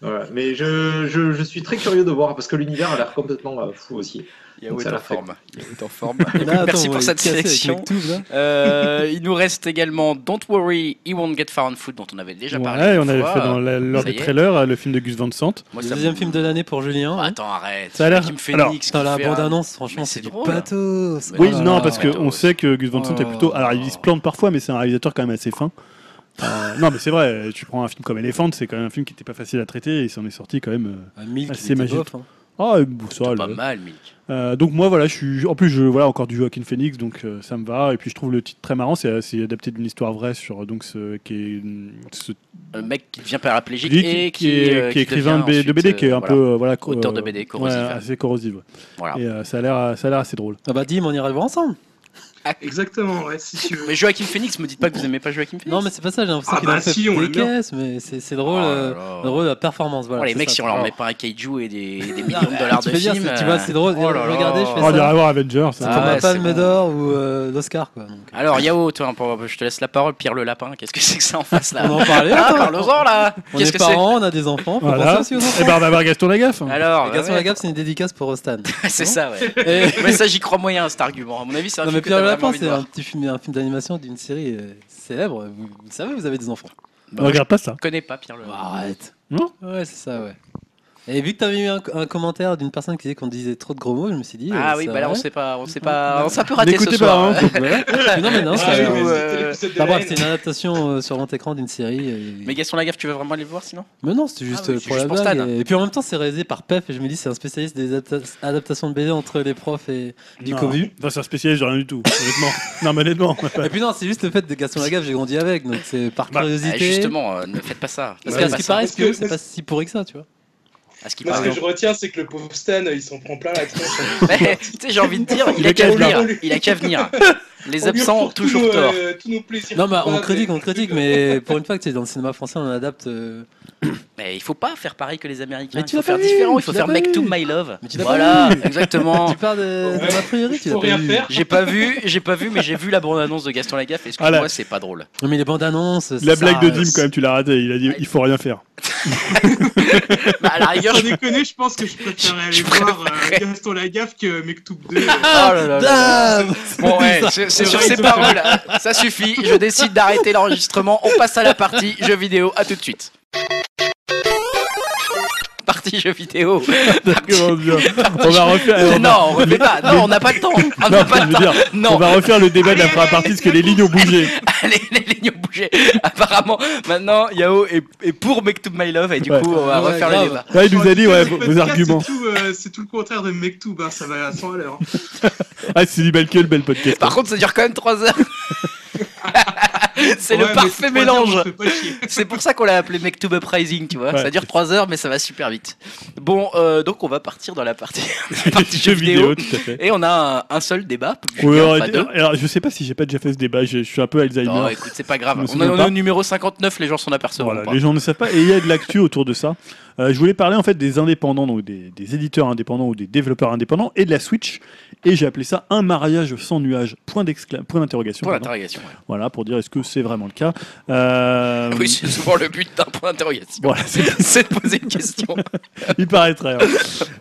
Speaker 5: Voilà. Mais je, je, je suis très curieux de voir parce que l'univers a l'air complètement euh, fou aussi.
Speaker 1: Yahoo est
Speaker 5: Ça
Speaker 1: en
Speaker 5: l'a fait.
Speaker 1: forme. Yahoo est en forme.
Speaker 3: Là,
Speaker 1: Merci
Speaker 3: attends,
Speaker 1: pour
Speaker 3: ouais,
Speaker 1: cette
Speaker 3: cassé avec
Speaker 1: sélection.
Speaker 3: McToob, là.
Speaker 1: Euh, il nous reste également Don't Worry, He Won't Get Far on Foot, dont on avait déjà parlé.
Speaker 2: Ouais,
Speaker 1: une
Speaker 2: on avait
Speaker 1: fois.
Speaker 2: fait dans la- lors
Speaker 1: ça
Speaker 2: du
Speaker 1: y est.
Speaker 2: trailer euh, le film de Gus Van Sant.
Speaker 1: Moi,
Speaker 3: Le
Speaker 1: ça me-
Speaker 3: deuxième film de l'année pour Julien. hein.
Speaker 1: Attends, arrête.
Speaker 2: Ça a l'air-
Speaker 1: Kim
Speaker 2: alors,
Speaker 1: Phoenix. qui
Speaker 3: Putain, la
Speaker 1: fait un-
Speaker 3: bande-annonce,
Speaker 1: Mais
Speaker 3: franchement,
Speaker 1: c'est
Speaker 3: c'est du
Speaker 1: drôle.
Speaker 3: pathos.
Speaker 2: Oui,
Speaker 1: Ah,
Speaker 2: non,
Speaker 1: ouais.
Speaker 2: parce
Speaker 1: Ouais.
Speaker 2: qu'on Euh, sait que Gus Van Sant est plutôt.
Speaker 3: Oh.
Speaker 2: Alors, il se plante parfois, mais c'est un réalisateur quand même assez fin. Euh, non, mais c'est vrai, tu prends un film comme Elephant, c'est quand même un film qui n'était pas facile à traiter et il s'en est sorti quand même.
Speaker 3: Ah, Milk,
Speaker 2: Ah,
Speaker 3: il
Speaker 2: c'est
Speaker 3: était
Speaker 2: magique.
Speaker 3: bof, hein.
Speaker 2: Ah, bon, ça,
Speaker 1: Plutôt
Speaker 2: le-
Speaker 1: Pas mal, Mick.
Speaker 2: Euh, donc, moi, voilà, je suis. En plus, je, voilà, encore du Joaquin Phoenix, donc euh, ça me va. Et puis, je trouve le titre très marrant, c'est euh, c'est adapté d'une histoire vraie sur. euh, Donc, ce, qui est, ce
Speaker 1: Un mec qui devient paraplégique
Speaker 2: Lui
Speaker 1: et qui,
Speaker 2: est,
Speaker 1: euh,
Speaker 2: qui est écrivain de,
Speaker 1: devient
Speaker 2: B- de BD,
Speaker 1: ensuite,
Speaker 2: qui est
Speaker 1: euh,
Speaker 2: un
Speaker 1: voilà.
Speaker 2: peu. euh, voilà, co-
Speaker 1: Auteur de
Speaker 2: euh,
Speaker 1: BD corrosive.
Speaker 2: ouais, assez corrosive.
Speaker 1: Voilà.
Speaker 2: Et euh, ça a l'air ça a l'air assez drôle.
Speaker 3: Ah bah, Dim, on ira le voir ensemble.
Speaker 4: Exactement, ouais, si tu veux.
Speaker 1: Mais Joaquin Phoenix, me dites pas que vous aimez pas Joaquin Phoenix.
Speaker 3: Non, mais c'est pas ça, j'ai l'impression
Speaker 4: Ah
Speaker 3: qu'il
Speaker 4: bah
Speaker 3: en fait
Speaker 4: si, on
Speaker 3: des
Speaker 4: l'aime bien.
Speaker 3: caisses, mais c'est c'est le
Speaker 1: Oh
Speaker 3: rôle,
Speaker 1: là
Speaker 3: euh,
Speaker 1: là.
Speaker 3: le rôle de la performance. Voilà,
Speaker 1: Oh, les
Speaker 3: c'est
Speaker 1: mecs,
Speaker 3: ça.
Speaker 1: si on leur met pas un kaiju et des, des millions
Speaker 3: Ah,
Speaker 1: de dollars
Speaker 3: tu
Speaker 1: de
Speaker 3: peux dire,
Speaker 1: film,
Speaker 3: c'est- tu vois, c'est drôle.
Speaker 1: là
Speaker 3: euh,
Speaker 1: là.
Speaker 3: Regardez, je fais
Speaker 2: Oh, on
Speaker 3: ça.
Speaker 2: dirait avoir Avengers.
Speaker 3: C'est
Speaker 1: Ah
Speaker 3: comme
Speaker 1: ouais,
Speaker 3: la
Speaker 1: c'est
Speaker 3: Palme
Speaker 1: bon.
Speaker 3: d'Or ou euh, l'Oscar, quoi. donc.
Speaker 1: Alors, Yao, toi, pour- je te laisse la parole. Pierre le lapin, qu'est-ce que c'est que ça en face là
Speaker 3: On en parlait.
Speaker 1: Ah,
Speaker 3: attends.
Speaker 1: parle-en là
Speaker 3: On
Speaker 1: Qu'est-ce
Speaker 3: est
Speaker 1: que c'est
Speaker 3: parents, on a des enfants, faut
Speaker 2: Voilà.
Speaker 3: penser aussi aux enfants.
Speaker 2: Et ben, on va voir Gaston Lagaffe.
Speaker 1: Alors,
Speaker 3: Les gars, sur
Speaker 1: Ah, ouais,
Speaker 3: la gaffe, c'est une dédicace pour Stan.
Speaker 1: c'est ça, ouais.
Speaker 3: Et-
Speaker 1: mais ça, j'y crois moyen, cet argument. À mon avis, c'est un
Speaker 3: Non mais
Speaker 1: film que
Speaker 3: Pierre
Speaker 1: t'as
Speaker 3: le
Speaker 1: vraiment
Speaker 3: Lapin,
Speaker 1: envie de
Speaker 3: c'est un
Speaker 1: voir.
Speaker 3: petit film, un film d'animation d'une série euh, célèbre. Vous, vous le savez, vous avez des enfants. Bah,
Speaker 1: Bah,
Speaker 2: Regarde pas ça.
Speaker 1: Je connais pas Pierre le lapin.
Speaker 3: arrête.
Speaker 2: Non
Speaker 3: Ouais, c'est ça, ouais. Et vu que t'avais eu un, un commentaire d'une personne qui disait qu'on disait trop de gros mots, je me suis dit.
Speaker 1: Ah
Speaker 3: euh,
Speaker 1: oui,
Speaker 3: c'est
Speaker 1: bah là, on
Speaker 3: vrai.
Speaker 1: sait pas, on sait pas, on s'est un peu raté ce
Speaker 2: N'écoutez pas,
Speaker 1: soir.
Speaker 2: hein.
Speaker 3: Ouais. Non mais non,
Speaker 4: Ah, oui,
Speaker 3: c'est.
Speaker 1: euh,
Speaker 4: mais
Speaker 1: euh,
Speaker 4: c'était l'épisode de
Speaker 3: Bah
Speaker 4: la
Speaker 3: bref,
Speaker 4: haine.
Speaker 3: c'est une adaptation euh, sur grand écran d'une série. et-
Speaker 1: Mais Gaston Lagaffe, tu veux vraiment aller le voir sinon
Speaker 3: Mais non, c'était
Speaker 1: Ah
Speaker 3: juste
Speaker 1: oui,
Speaker 3: euh,
Speaker 1: c'est
Speaker 3: pour
Speaker 1: juste
Speaker 3: la
Speaker 1: pour
Speaker 3: blague.
Speaker 1: Stan.
Speaker 3: Et et puis en même temps, c'est réalisé par Pef. Et je me dis, c'est un spécialiste des adapta- adaptations de BD entre les profs et du
Speaker 2: Non.
Speaker 3: Cobu.
Speaker 2: Enfin, ça spécialise de rien du tout. Honnêtement. non, mais honnêtement.
Speaker 3: Et puis non, c'est juste le fait de Gaston Lagaffe, j'ai grandi avec. Donc c'est par
Speaker 1: Ah,
Speaker 2: Bah,
Speaker 3: curiosité.
Speaker 1: Justement, euh, ne faites pas ça.
Speaker 3: Parce
Speaker 4: Ouais,
Speaker 3: qu'à
Speaker 1: Faites
Speaker 3: ce
Speaker 1: pas
Speaker 3: qui
Speaker 1: ça.
Speaker 3: paraît,
Speaker 4: Parce
Speaker 3: Spirou,
Speaker 4: que-
Speaker 3: c'est pas si pourri bah, que ça, tu vois.
Speaker 1: À ce qui
Speaker 4: Moi, ce que
Speaker 1: paraît.
Speaker 4: je retiens, c'est que le pauvre Stan, euh, il s'en prend plein la tronche.
Speaker 1: Ouais, tu sais, j'ai envie de dire, il
Speaker 2: Il
Speaker 1: a
Speaker 2: est
Speaker 1: qu'à
Speaker 2: capable.
Speaker 1: venir. Il a qu'à venir. Les
Speaker 4: On lui
Speaker 1: absents ont
Speaker 4: refourre tous
Speaker 1: toujours
Speaker 4: nos,
Speaker 1: tort.
Speaker 4: euh, tous nos plaisirs
Speaker 3: Non, mais on
Speaker 4: coupables,
Speaker 3: critique,
Speaker 4: et-
Speaker 3: on critique, mais pour une fois que c'est dans le cinéma français, on adapte. euh,
Speaker 1: Mais il faut pas faire pareil que les Américains.
Speaker 3: Mais
Speaker 1: il
Speaker 3: tu
Speaker 1: faut
Speaker 3: l'as
Speaker 1: faire
Speaker 3: pas vu,
Speaker 1: différent. Il
Speaker 3: tu
Speaker 1: faut
Speaker 3: l'as
Speaker 1: faire
Speaker 3: pas
Speaker 1: Make
Speaker 3: vu.
Speaker 1: to My Love.
Speaker 3: Mais tu l'as
Speaker 1: voilà,
Speaker 3: pas vu.
Speaker 1: exactement.
Speaker 3: Tu parles de, de ma priori, tu l'as
Speaker 4: Faut
Speaker 3: pas
Speaker 4: rien
Speaker 3: vu.
Speaker 4: faire.
Speaker 1: J'ai pas vu, j'ai pas vu, mais j'ai vu la bande-annonce de Gaston Lagaffe. Excuse-moi,
Speaker 2: Voilà.
Speaker 1: c'est pas drôle.
Speaker 3: Non, mais les bandes annonces.
Speaker 2: La
Speaker 3: ça,
Speaker 2: blague de
Speaker 3: euh,
Speaker 2: Dim, quand même, tu l'as raté. Il a dit il faut rien faire.
Speaker 1: Bah, à la rigueur,
Speaker 4: Sans
Speaker 1: je...
Speaker 4: déconner, je pense que je préférerais aller
Speaker 1: Je
Speaker 4: voir euh, Gaston Lagaffe que Mektoub 2.
Speaker 1: Ah, là, là, là, là.
Speaker 3: Dame
Speaker 1: Bon, ouais, c'est c'est sur ces paroles, ça suffit. Je décide d'arrêter l'enregistrement. On passe à la partie jeux vidéo. À tout de suite. Partie jeux vidéo.
Speaker 2: Comment dire On va refaire. on va-
Speaker 1: Non, on refait pas. Non, on n'a pas le temps. On n'a
Speaker 2: Non,
Speaker 1: pas le
Speaker 2: je veux dire,
Speaker 1: temps.
Speaker 2: on
Speaker 1: Non,
Speaker 2: va refaire le débat de la
Speaker 4: Allez,
Speaker 2: première
Speaker 4: allez,
Speaker 2: partie parce que les
Speaker 4: allez,
Speaker 2: lignes ont bougé.
Speaker 1: les, les lignes ont bougé. Apparemment, maintenant, Yao est, est pour Make to My Love et du
Speaker 2: Ouais.
Speaker 1: coup, on va
Speaker 3: Ouais,
Speaker 1: refaire le
Speaker 3: grave.
Speaker 1: débat.
Speaker 2: Ouais, il nous a dit ouais, vos, vos arguments.
Speaker 4: C'est tout, euh, c'est tout le contraire de Mektoub, hein, ça va à 100 à l'heure.
Speaker 2: Ah, c'est du bel que le bel podcast.
Speaker 1: Par contre, ça dure quand même 3 heures. c'est
Speaker 4: Ouais,
Speaker 1: le
Speaker 4: mais
Speaker 1: parfait
Speaker 4: trois
Speaker 1: mélange.
Speaker 4: heures, on se fait pas chier.
Speaker 1: C'est pour ça qu'on l'a appelé Make to Uprising, tu vois.
Speaker 2: Ouais.
Speaker 1: Ça dure 3 heures, mais ça va super vite. Bon, euh, donc on va partir dans la partie, la partie jeux vidéo.
Speaker 2: tout à fait.
Speaker 1: Et on a un, un seul débat. Julien,
Speaker 2: Ouais, alors,
Speaker 1: pas deux.
Speaker 2: alors, je sais pas si j'ai pas déjà fait ce débat, je, je suis un peu Alzheimer.
Speaker 1: Non, écoute, c'est pas grave.
Speaker 2: Je
Speaker 1: On
Speaker 2: me
Speaker 1: est
Speaker 2: souviens
Speaker 1: on est
Speaker 2: pas.
Speaker 1: au numéro 59, les gens s'en apercevront
Speaker 2: Voilà,
Speaker 1: pas.
Speaker 2: les gens ne savent pas. Et il y a de l'actu autour de ça. Euh, je voulais parler en fait des indépendants, donc des, des éditeurs indépendants ou des développeurs indépendants et de la Switch. Et j'ai appelé ça un mariage sans nuage. Point d'excla- point d'interrogation.
Speaker 1: Point
Speaker 2: pardon.
Speaker 1: d'interrogation. ouais.
Speaker 2: Voilà, pour dire est-ce que c'est vraiment le cas. Euh,
Speaker 1: Oui, c'est souvent le but d'un point d'interrogation.
Speaker 2: Voilà, c'est-
Speaker 1: c'est de poser une question.
Speaker 2: il paraîtrait. hein.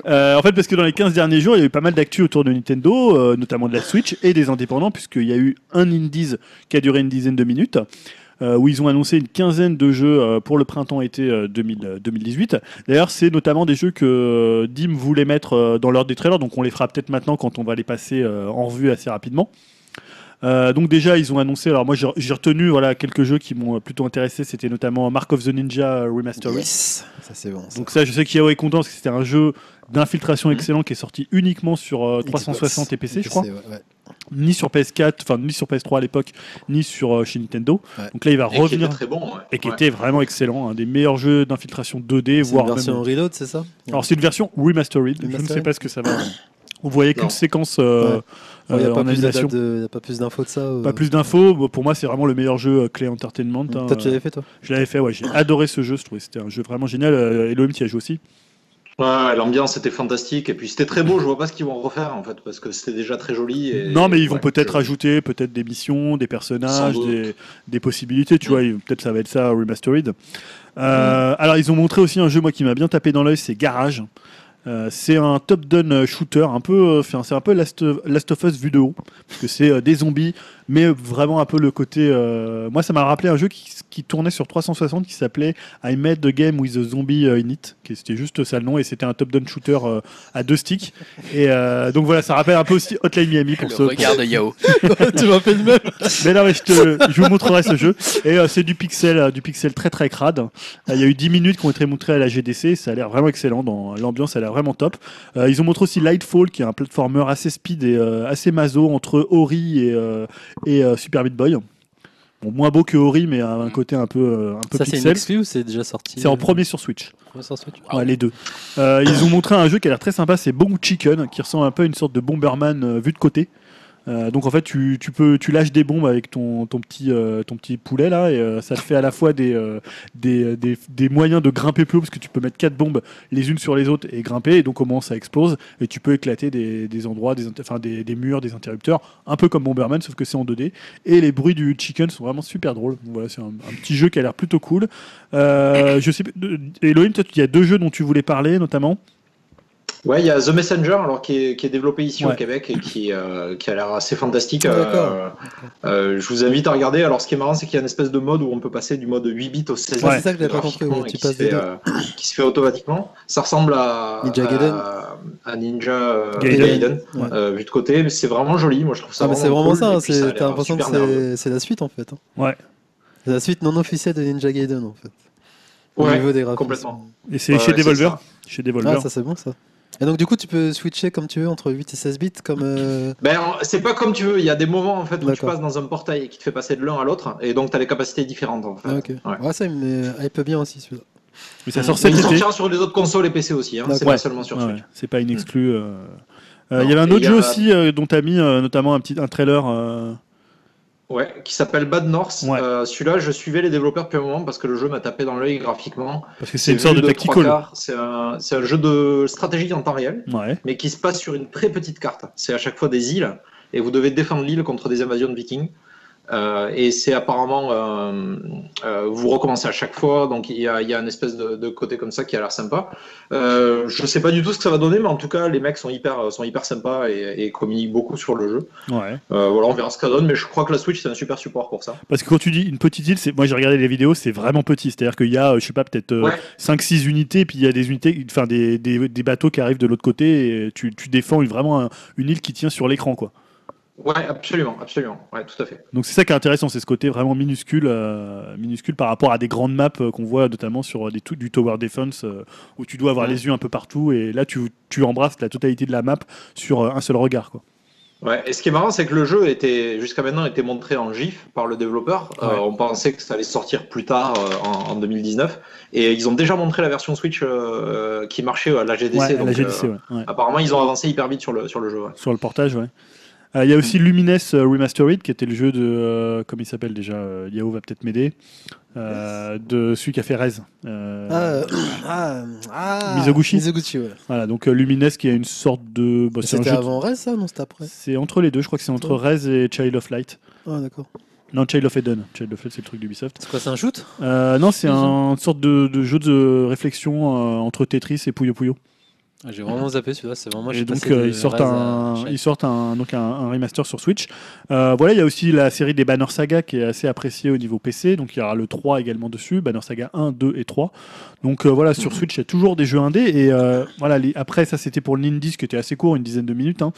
Speaker 2: Euh, en fait, parce que dans les 15 derniers jours, il y a eu pas mal d'actu autour de Nintendo, euh, notamment de la Switch et des indépendants, puisqu'il y a eu un Indies qui a duré une dizaine de minutes. euh, où ils ont annoncé une quinzaine de jeux euh, pour le printemps-été euh, 2000, euh, 2018. D'ailleurs, c'est notamment des jeux que euh, Dim voulait mettre euh, dans l'ordre des trailers, donc on les fera peut-être maintenant quand on va les passer euh, en revue assez rapidement. Euh, donc déjà, ils ont annoncé, alors moi j'ai j'ai retenu voilà, quelques jeux qui m'ont euh, plutôt intéressé, c'était notamment Mark of the Ninja euh, Remastered.
Speaker 3: Yes. Ça, c'est bon. ça.
Speaker 2: Donc ça, je sais qu'Yao est content parce que c'était un jeu d'infiltration excellent qui est sorti uniquement sur euh,
Speaker 3: Mhm. Xbox.
Speaker 2: 360 et PC, je crois.
Speaker 3: ouais, ouais.
Speaker 2: Ni sur PS4, enfin ni sur PS3 à l'époque, ni sur euh, chez Nintendo.
Speaker 3: Ouais.
Speaker 2: Donc là, il va
Speaker 5: Et qui était
Speaker 2: revenir
Speaker 5: très bon. ouais.
Speaker 2: et qui
Speaker 5: Ouais.
Speaker 2: était vraiment excellent, un des meilleurs jeux d'infiltration 2D,
Speaker 3: C'est une
Speaker 2: voire
Speaker 3: version
Speaker 2: même.
Speaker 3: reload, c'est ça
Speaker 2: Alors c'est une version remastered. Je ne sais
Speaker 3: Remastered.
Speaker 2: pas ce que ça va. On voyait qu'une
Speaker 5: Non.
Speaker 2: séquence euh,
Speaker 3: Ouais. Il n'y
Speaker 2: euh,
Speaker 3: a pas
Speaker 2: en
Speaker 3: plus de
Speaker 2: animation.
Speaker 3: date de- y a pas plus d'infos de ça. euh.
Speaker 2: Pas plus d'infos. Bon, Pour moi, c'est vraiment le meilleur jeu euh, Clé Entertainment. hein.
Speaker 3: Mmh. Toi, tu l'avais fait, toi
Speaker 2: Je l'avais fait. Ouais, j'ai adoré ce jeu. Je trouvais que c'était un jeu vraiment génial. Euh, Elohim, tu y as joué aussi.
Speaker 5: Ouais, l'ambiance était fantastique et puis c'était très beau. Je vois pas ce qu'ils vont refaire en fait parce que c'était déjà très joli. Et...
Speaker 2: Non, mais ils vont
Speaker 5: Ouais,
Speaker 2: peut-être
Speaker 5: je-
Speaker 2: ajouter peut-être des missions, des personnages,
Speaker 5: Sans doute. Mhm.
Speaker 2: des, des possibilités. Tu vois, ils- peut-être ça va être ça remastered. Euh, Alors, ils ont montré aussi un jeu moi qui m'a bien tapé dans l'œil, c'est Garage. Euh, c'est un top-down shooter, un peu, euh, enfin, c'est un peu Last, Last of Us vu de haut, parce que c'est euh, des zombies, mais vraiment un peu le côté. euh, moi, ça m'a rappelé un jeu qui, qui tournait sur 360 qui s'appelait I Made the Game with a Zombie euh, in It, qui c'était juste ça le nom, et c'était un top-down shooter euh, à deux sticks. Et euh, donc voilà, ça rappelle un peu aussi Hotline Miami pour
Speaker 1: Le
Speaker 2: ceux-
Speaker 1: regard de Yao.
Speaker 3: Tu m'as fait le même.
Speaker 2: mais non, mais je, te, je vous montrerai ce jeu. Et euh, c'est du pixel, euh, du pixel très très crade. Euh, Il y a eu 10 minutes qui ont été montrées à la GDC. Ça a l'air vraiment excellent. Dans l'ambiance, elle a l'air vraiment top. Euh, ils ont montré aussi Lightfall, qui est un platformer assez speed et euh, assez maso entre Ori et, euh, et euh, Super Meat Boy. Bon, moins beau que Ori, mais un, un côté un peu, euh, un peu
Speaker 3: Ça, c'est une
Speaker 2: pixel.
Speaker 3: exclu ou c'est déjà sorti
Speaker 2: C'est en
Speaker 3: euh,
Speaker 2: premier sur Switch.
Speaker 3: premier sur Switch
Speaker 1: Wow.
Speaker 2: Ouais, les deux. Euh, ils ont montré un jeu qui a l'air très sympa, c'est Bong Chicken, qui ressemble un peu à une sorte de Bomberman euh, vu de côté. Euh, donc en fait, tu, tu peux, tu lâches des bombes avec ton, ton, petit, euh, ton petit poulet là, et euh, ça te fait à la fois des, euh, des, des, des moyens de grimper plus haut, parce que tu peux mettre quatre bombes les unes sur les autres et grimper, et donc au moment où ça explose, et tu peux éclater des, des endroits, des, inter- enfin, des, des murs, des interrupteurs, un peu comme Bomberman, sauf que c'est en 2D. Et les bruits du chicken sont vraiment super drôles. Donc Voilà, c'est un, un petit jeu qui a l'air plutôt cool. Euh, je sais, plus- de- Elohim, toi, il y a deux jeux dont tu voulais parler, notamment.
Speaker 5: Ouais, il y a The Messenger, alors qui est, qui est développé ici
Speaker 2: Ouais.
Speaker 5: au Québec et qui, euh, qui a l'air assez fantastique.
Speaker 3: Ah,
Speaker 5: Euh,
Speaker 3: d'accord.
Speaker 5: euh, je vous invite à regarder. Alors, ce qui est marrant, c'est qu'il y a une espèce de mode où on peut passer du mode 8 bits au 16
Speaker 2: Ouais,
Speaker 5: bits.
Speaker 3: c'est ça que j'avais pas compris,
Speaker 5: graphiquement,
Speaker 3: ouais,
Speaker 5: et
Speaker 3: tu
Speaker 5: qui,
Speaker 3: passes
Speaker 5: se
Speaker 3: des
Speaker 5: fait, euh, qui se fait automatiquement. Ça ressemble à
Speaker 3: Ninja Gaiden.
Speaker 5: à, à Ninja euh,
Speaker 2: Gaiden.
Speaker 5: Gaiden,
Speaker 3: Ouais.
Speaker 5: euh, vu de côté. Mais C'est vraiment joli. Moi, je trouve ça.
Speaker 3: Ah, mais c'est vraiment
Speaker 5: cool,
Speaker 3: ça,
Speaker 5: et
Speaker 3: hein,
Speaker 5: puis
Speaker 3: c'est-
Speaker 5: ça a
Speaker 3: t'as
Speaker 5: l'air
Speaker 3: l'impression que
Speaker 5: super nerveux.
Speaker 3: c'est- c'est la suite en fait. hein.
Speaker 2: Ouais.
Speaker 3: C'est la suite non officielle de Ninja Gaiden en fait. Au
Speaker 5: Ouais,
Speaker 3: niveau des graphismes.
Speaker 5: complètement.
Speaker 2: Et c'est
Speaker 5: Bah Ouais,
Speaker 2: chez
Speaker 5: ouais,
Speaker 2: Devolver.
Speaker 5: c'est ça.
Speaker 2: Chez
Speaker 3: Ah,
Speaker 2: Devolver.
Speaker 3: ça c'est bon ça. Et donc du coup, tu peux switcher comme tu veux entre 8 et 16 bits comme. euh,
Speaker 5: Ben, c'est pas comme tu veux. Il y a des moments en fait où tu
Speaker 3: D'accord.
Speaker 5: passes dans un portail et qui te fait passer de l'un à l'autre, et donc tu as des capacités différentes. En fait.
Speaker 3: Ah, ok.
Speaker 5: Ouais.
Speaker 3: Ouais, ça il me hype bien aussi celui-là.
Speaker 2: Mais ça
Speaker 3: Mm.
Speaker 2: sort
Speaker 5: Mais
Speaker 2: cet
Speaker 5: il
Speaker 2: été.
Speaker 5: sortira sur les autres consoles et PC aussi, hein, c'est
Speaker 2: Ouais.
Speaker 5: pas seulement sur
Speaker 2: Ouais,
Speaker 5: Switch.
Speaker 2: ouais, c'est pas une exclue. euh. Euh, Il
Speaker 5: Non,
Speaker 2: y avait un
Speaker 5: et
Speaker 2: autre
Speaker 5: il y
Speaker 2: jeu
Speaker 5: a-
Speaker 2: aussi euh, dont t'as mis euh, notamment un petit un trailer. euh,
Speaker 5: Ouais, qui s'appelle Bad North.
Speaker 2: Ouais.
Speaker 5: Euh, Celui-là, je suivais les développeurs depuis un moment parce que le jeu m'a tapé dans l'œil graphiquement.
Speaker 2: parce que c'est une
Speaker 5: vu
Speaker 2: sorte de
Speaker 5: trois
Speaker 2: tactical.
Speaker 5: quarts, C'est un, c'est un jeu de stratégie en temps réel,
Speaker 2: Ouais.
Speaker 5: mais qui se passe sur une très petite carte. C'est à chaque fois des îles et vous devez défendre l'île contre des invasions de vikings. Euh, et c'est apparemment. euh, euh, vous recommencez à chaque fois, donc il y a, il y a une espèce de, de côté comme ça qui a l'air sympa. Euh, je sais pas du tout ce que ça va donner, mais en tout cas, les mecs sont hyper, sont hyper sympas et, et communiquent beaucoup sur le jeu.
Speaker 2: Ouais.
Speaker 5: Euh, voilà, on verra ce que ça donne, mais je crois que la Switch c'est un super support pour ça.
Speaker 2: Parce que quand tu dis une petite île, c'est moi j'ai regardé les vidéos, c'est vraiment petit. C'est-à-dire qu'il y a, euh, je sais pas, peut-être
Speaker 5: Ouais.
Speaker 2: 5-6 unités, puis il y a des unités, enfin des, des, des bateaux qui arrivent de l'autre côté, et tu, tu défends une- vraiment un- une île qui tient sur l'écran, quoi.
Speaker 5: Ouais, absolument, absolument, ouais, tout à fait.
Speaker 2: Donc c'est ça qui est intéressant, c'est ce côté vraiment minuscule, euh, minuscule par rapport à des grandes maps euh, qu'on voit notamment sur des tou- du Tower Defense euh, où tu dois avoir
Speaker 5: Ouais.
Speaker 2: les yeux un peu partout et là tu, tu embrasses la totalité de la map sur euh, un seul regard quoi.
Speaker 5: Ouais, et ce qui est marrant, c'est que le jeu était jusqu'à maintenant était montré en GIF par le développeur. Euh,
Speaker 2: Ah Ouais.
Speaker 5: on pensait que ça allait sortir plus tard euh, en, en 2019, et ils ont déjà montré la version Switch euh, euh, qui marchait à la GDC.
Speaker 2: Ouais, à
Speaker 5: donc,
Speaker 2: la GDC,
Speaker 5: euh,
Speaker 2: ouais, ouais.
Speaker 5: Apparemment, ils ont avancé hyper vite sur le sur le jeu. ouais.
Speaker 2: sur le portage ouais. Euh, Il y a aussi Lumines euh, Remastered qui était le jeu de euh, comment il s'appelle déjà euh, Yao va peut-être m'aider euh, de celui qui a fait Rez. Euh,
Speaker 3: Ah, euh, ah, ah,
Speaker 2: Mizoguchi
Speaker 3: Mizoguchi, ouais.
Speaker 2: Voilà donc euh, Lumines qui est une sorte de bah, c'est un
Speaker 3: C'était
Speaker 2: jeu de-
Speaker 3: avant Rez ça, non C'était après.
Speaker 2: c'est entre les deux je crois que c'est entre Rez et Child of Light.
Speaker 3: Ah, d'accord.
Speaker 2: Non, Child of Eden. Child of Eden, c'est le truc d'Ubisoft.
Speaker 3: C'est quoi, c'est un shoot
Speaker 2: Euh, non, c'est un- une sorte de, de jeu de réflexion euh, entre Tetris et Puyo Puyo.
Speaker 3: Ah, J'ai vraiment zappé celui-là, c'est vraiment.
Speaker 2: et donc, euh, ils sortent, un, ils sortent un, donc un, un remaster sur Switch. Euh, voilà, il y a aussi la série des Banner Saga qui est assez appréciée au niveau PC. Donc, il y aura le 3 également dessus, Banner Saga 1, 2 et 3. Donc, euh, voilà, sur Switch, il y a toujours des jeux indés. Et euh, voilà, les- après, ça c'était pour le Nindies qui était assez court, une dizaine de minutes. hein.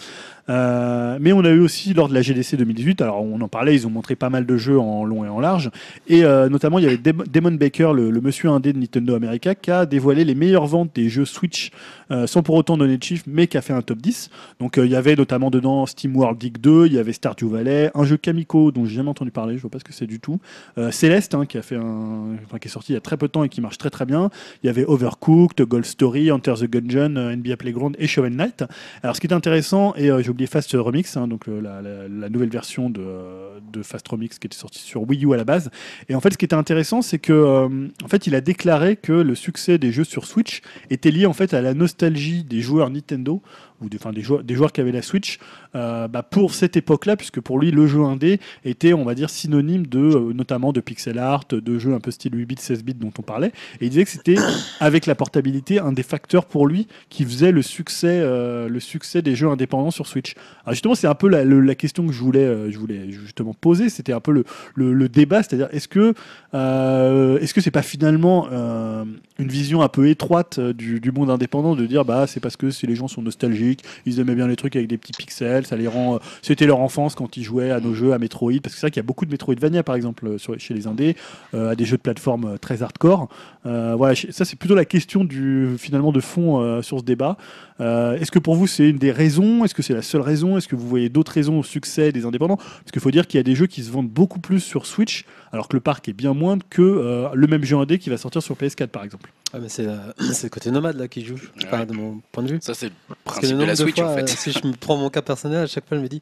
Speaker 2: Euh, mais on a eu aussi lors de la GDC 2018, alors on en parlait, ils ont montré pas mal de jeux en long et en large. Et euh, notamment, il y avait Dem- Damon Baker, le, le monsieur indé de Nintendo America, qui a dévoilé les meilleures ventes des jeux Switch euh, sans pour autant donner de chiffres, mais qui a fait un top 10. Donc euh, il y avait notamment dedans Steam World Dig 2, il y avait Stardew Valley, un jeu Kamiko dont j'ai jamais entendu parler, je vois pas ce que c'est du tout. Euh, Céleste, hein, qui, a fait un... enfin, qui est sorti il y a très peu de temps et qui marche très très bien. Il y avait Overcooked, Gold Story, Enter the Gungeon, euh, NBA Playground et Shovel Knight. Alors ce qui est intéressant, et euh, j'ai oublié Fast Remix, hein, donc euh, la, la- la nouvelle version de, euh, de Fast Remix qui était sortie sur Wii U à la base, et en fait, ce qui était intéressant, c'est que, euh, en fait, il a déclaré que le succès des jeux sur Switch était lié en fait à la nostalgie des joueurs Nintendo ou des, enfin, des joueurs, des joueurs qui avaient la Switch euh, bah, pour cette époque-là, puisque pour lui, le jeu indé était, on va dire, synonyme de, euh, notamment de pixel art, de jeux un peu style 8 bits, 16 bits dont on parlait. Et il disait que c'était avec la portabilité un des facteurs pour lui qui faisait le succès, euh, le succès des jeux indépendants sur Switch. Alors justement, c'est un peu la, le- la question que je voulais, euh, je voulais justement poser. C'était un peu le, le, le débat, c'est-à-dire est-ce que euh, est-ce que c'est pas finalement euh, une vision un peu étroite euh, du, du monde indépendant de dire bah c'est parce que si les gens sont nostalgiques, ils aimaient bien les trucs avec des petits pixels, ça les rend euh, c'était leur enfance quand ils jouaient à nos jeux à Metroid parce que c'est vrai qu'il y a beaucoup de Metroidvania par exemple euh, sur, chez les indés euh, à des jeux de plateforme euh, très hardcore. Euh, voilà, chez- ça c'est plutôt la question du finalement de fond euh, sur ce débat. Euh, est-ce que pour vous c'est une des raisons Est-ce que c'est la seule raison Est-ce que vous voyez d'autres raisons au succès des indépendants Parce qu'il faut dire qu'il y a des jeux qui se vendent beaucoup plus sur Switch, alors que le parc est bien moindre que euh, le même jeu indé qui va sortir sur PS4 par exemple.
Speaker 3: Ah, mais c'est la- c'est le côté nomade là qui joue, enfin, de mon point de vue.
Speaker 1: Ça, c'est le
Speaker 3: Parce que
Speaker 1: principe
Speaker 3: le
Speaker 1: de
Speaker 3: nombre
Speaker 1: la
Speaker 3: de
Speaker 1: Switch,
Speaker 3: fois,
Speaker 1: en
Speaker 3: euh,
Speaker 1: fait.
Speaker 3: si je me prends mon cas personnel, à chaque fois, elle me dit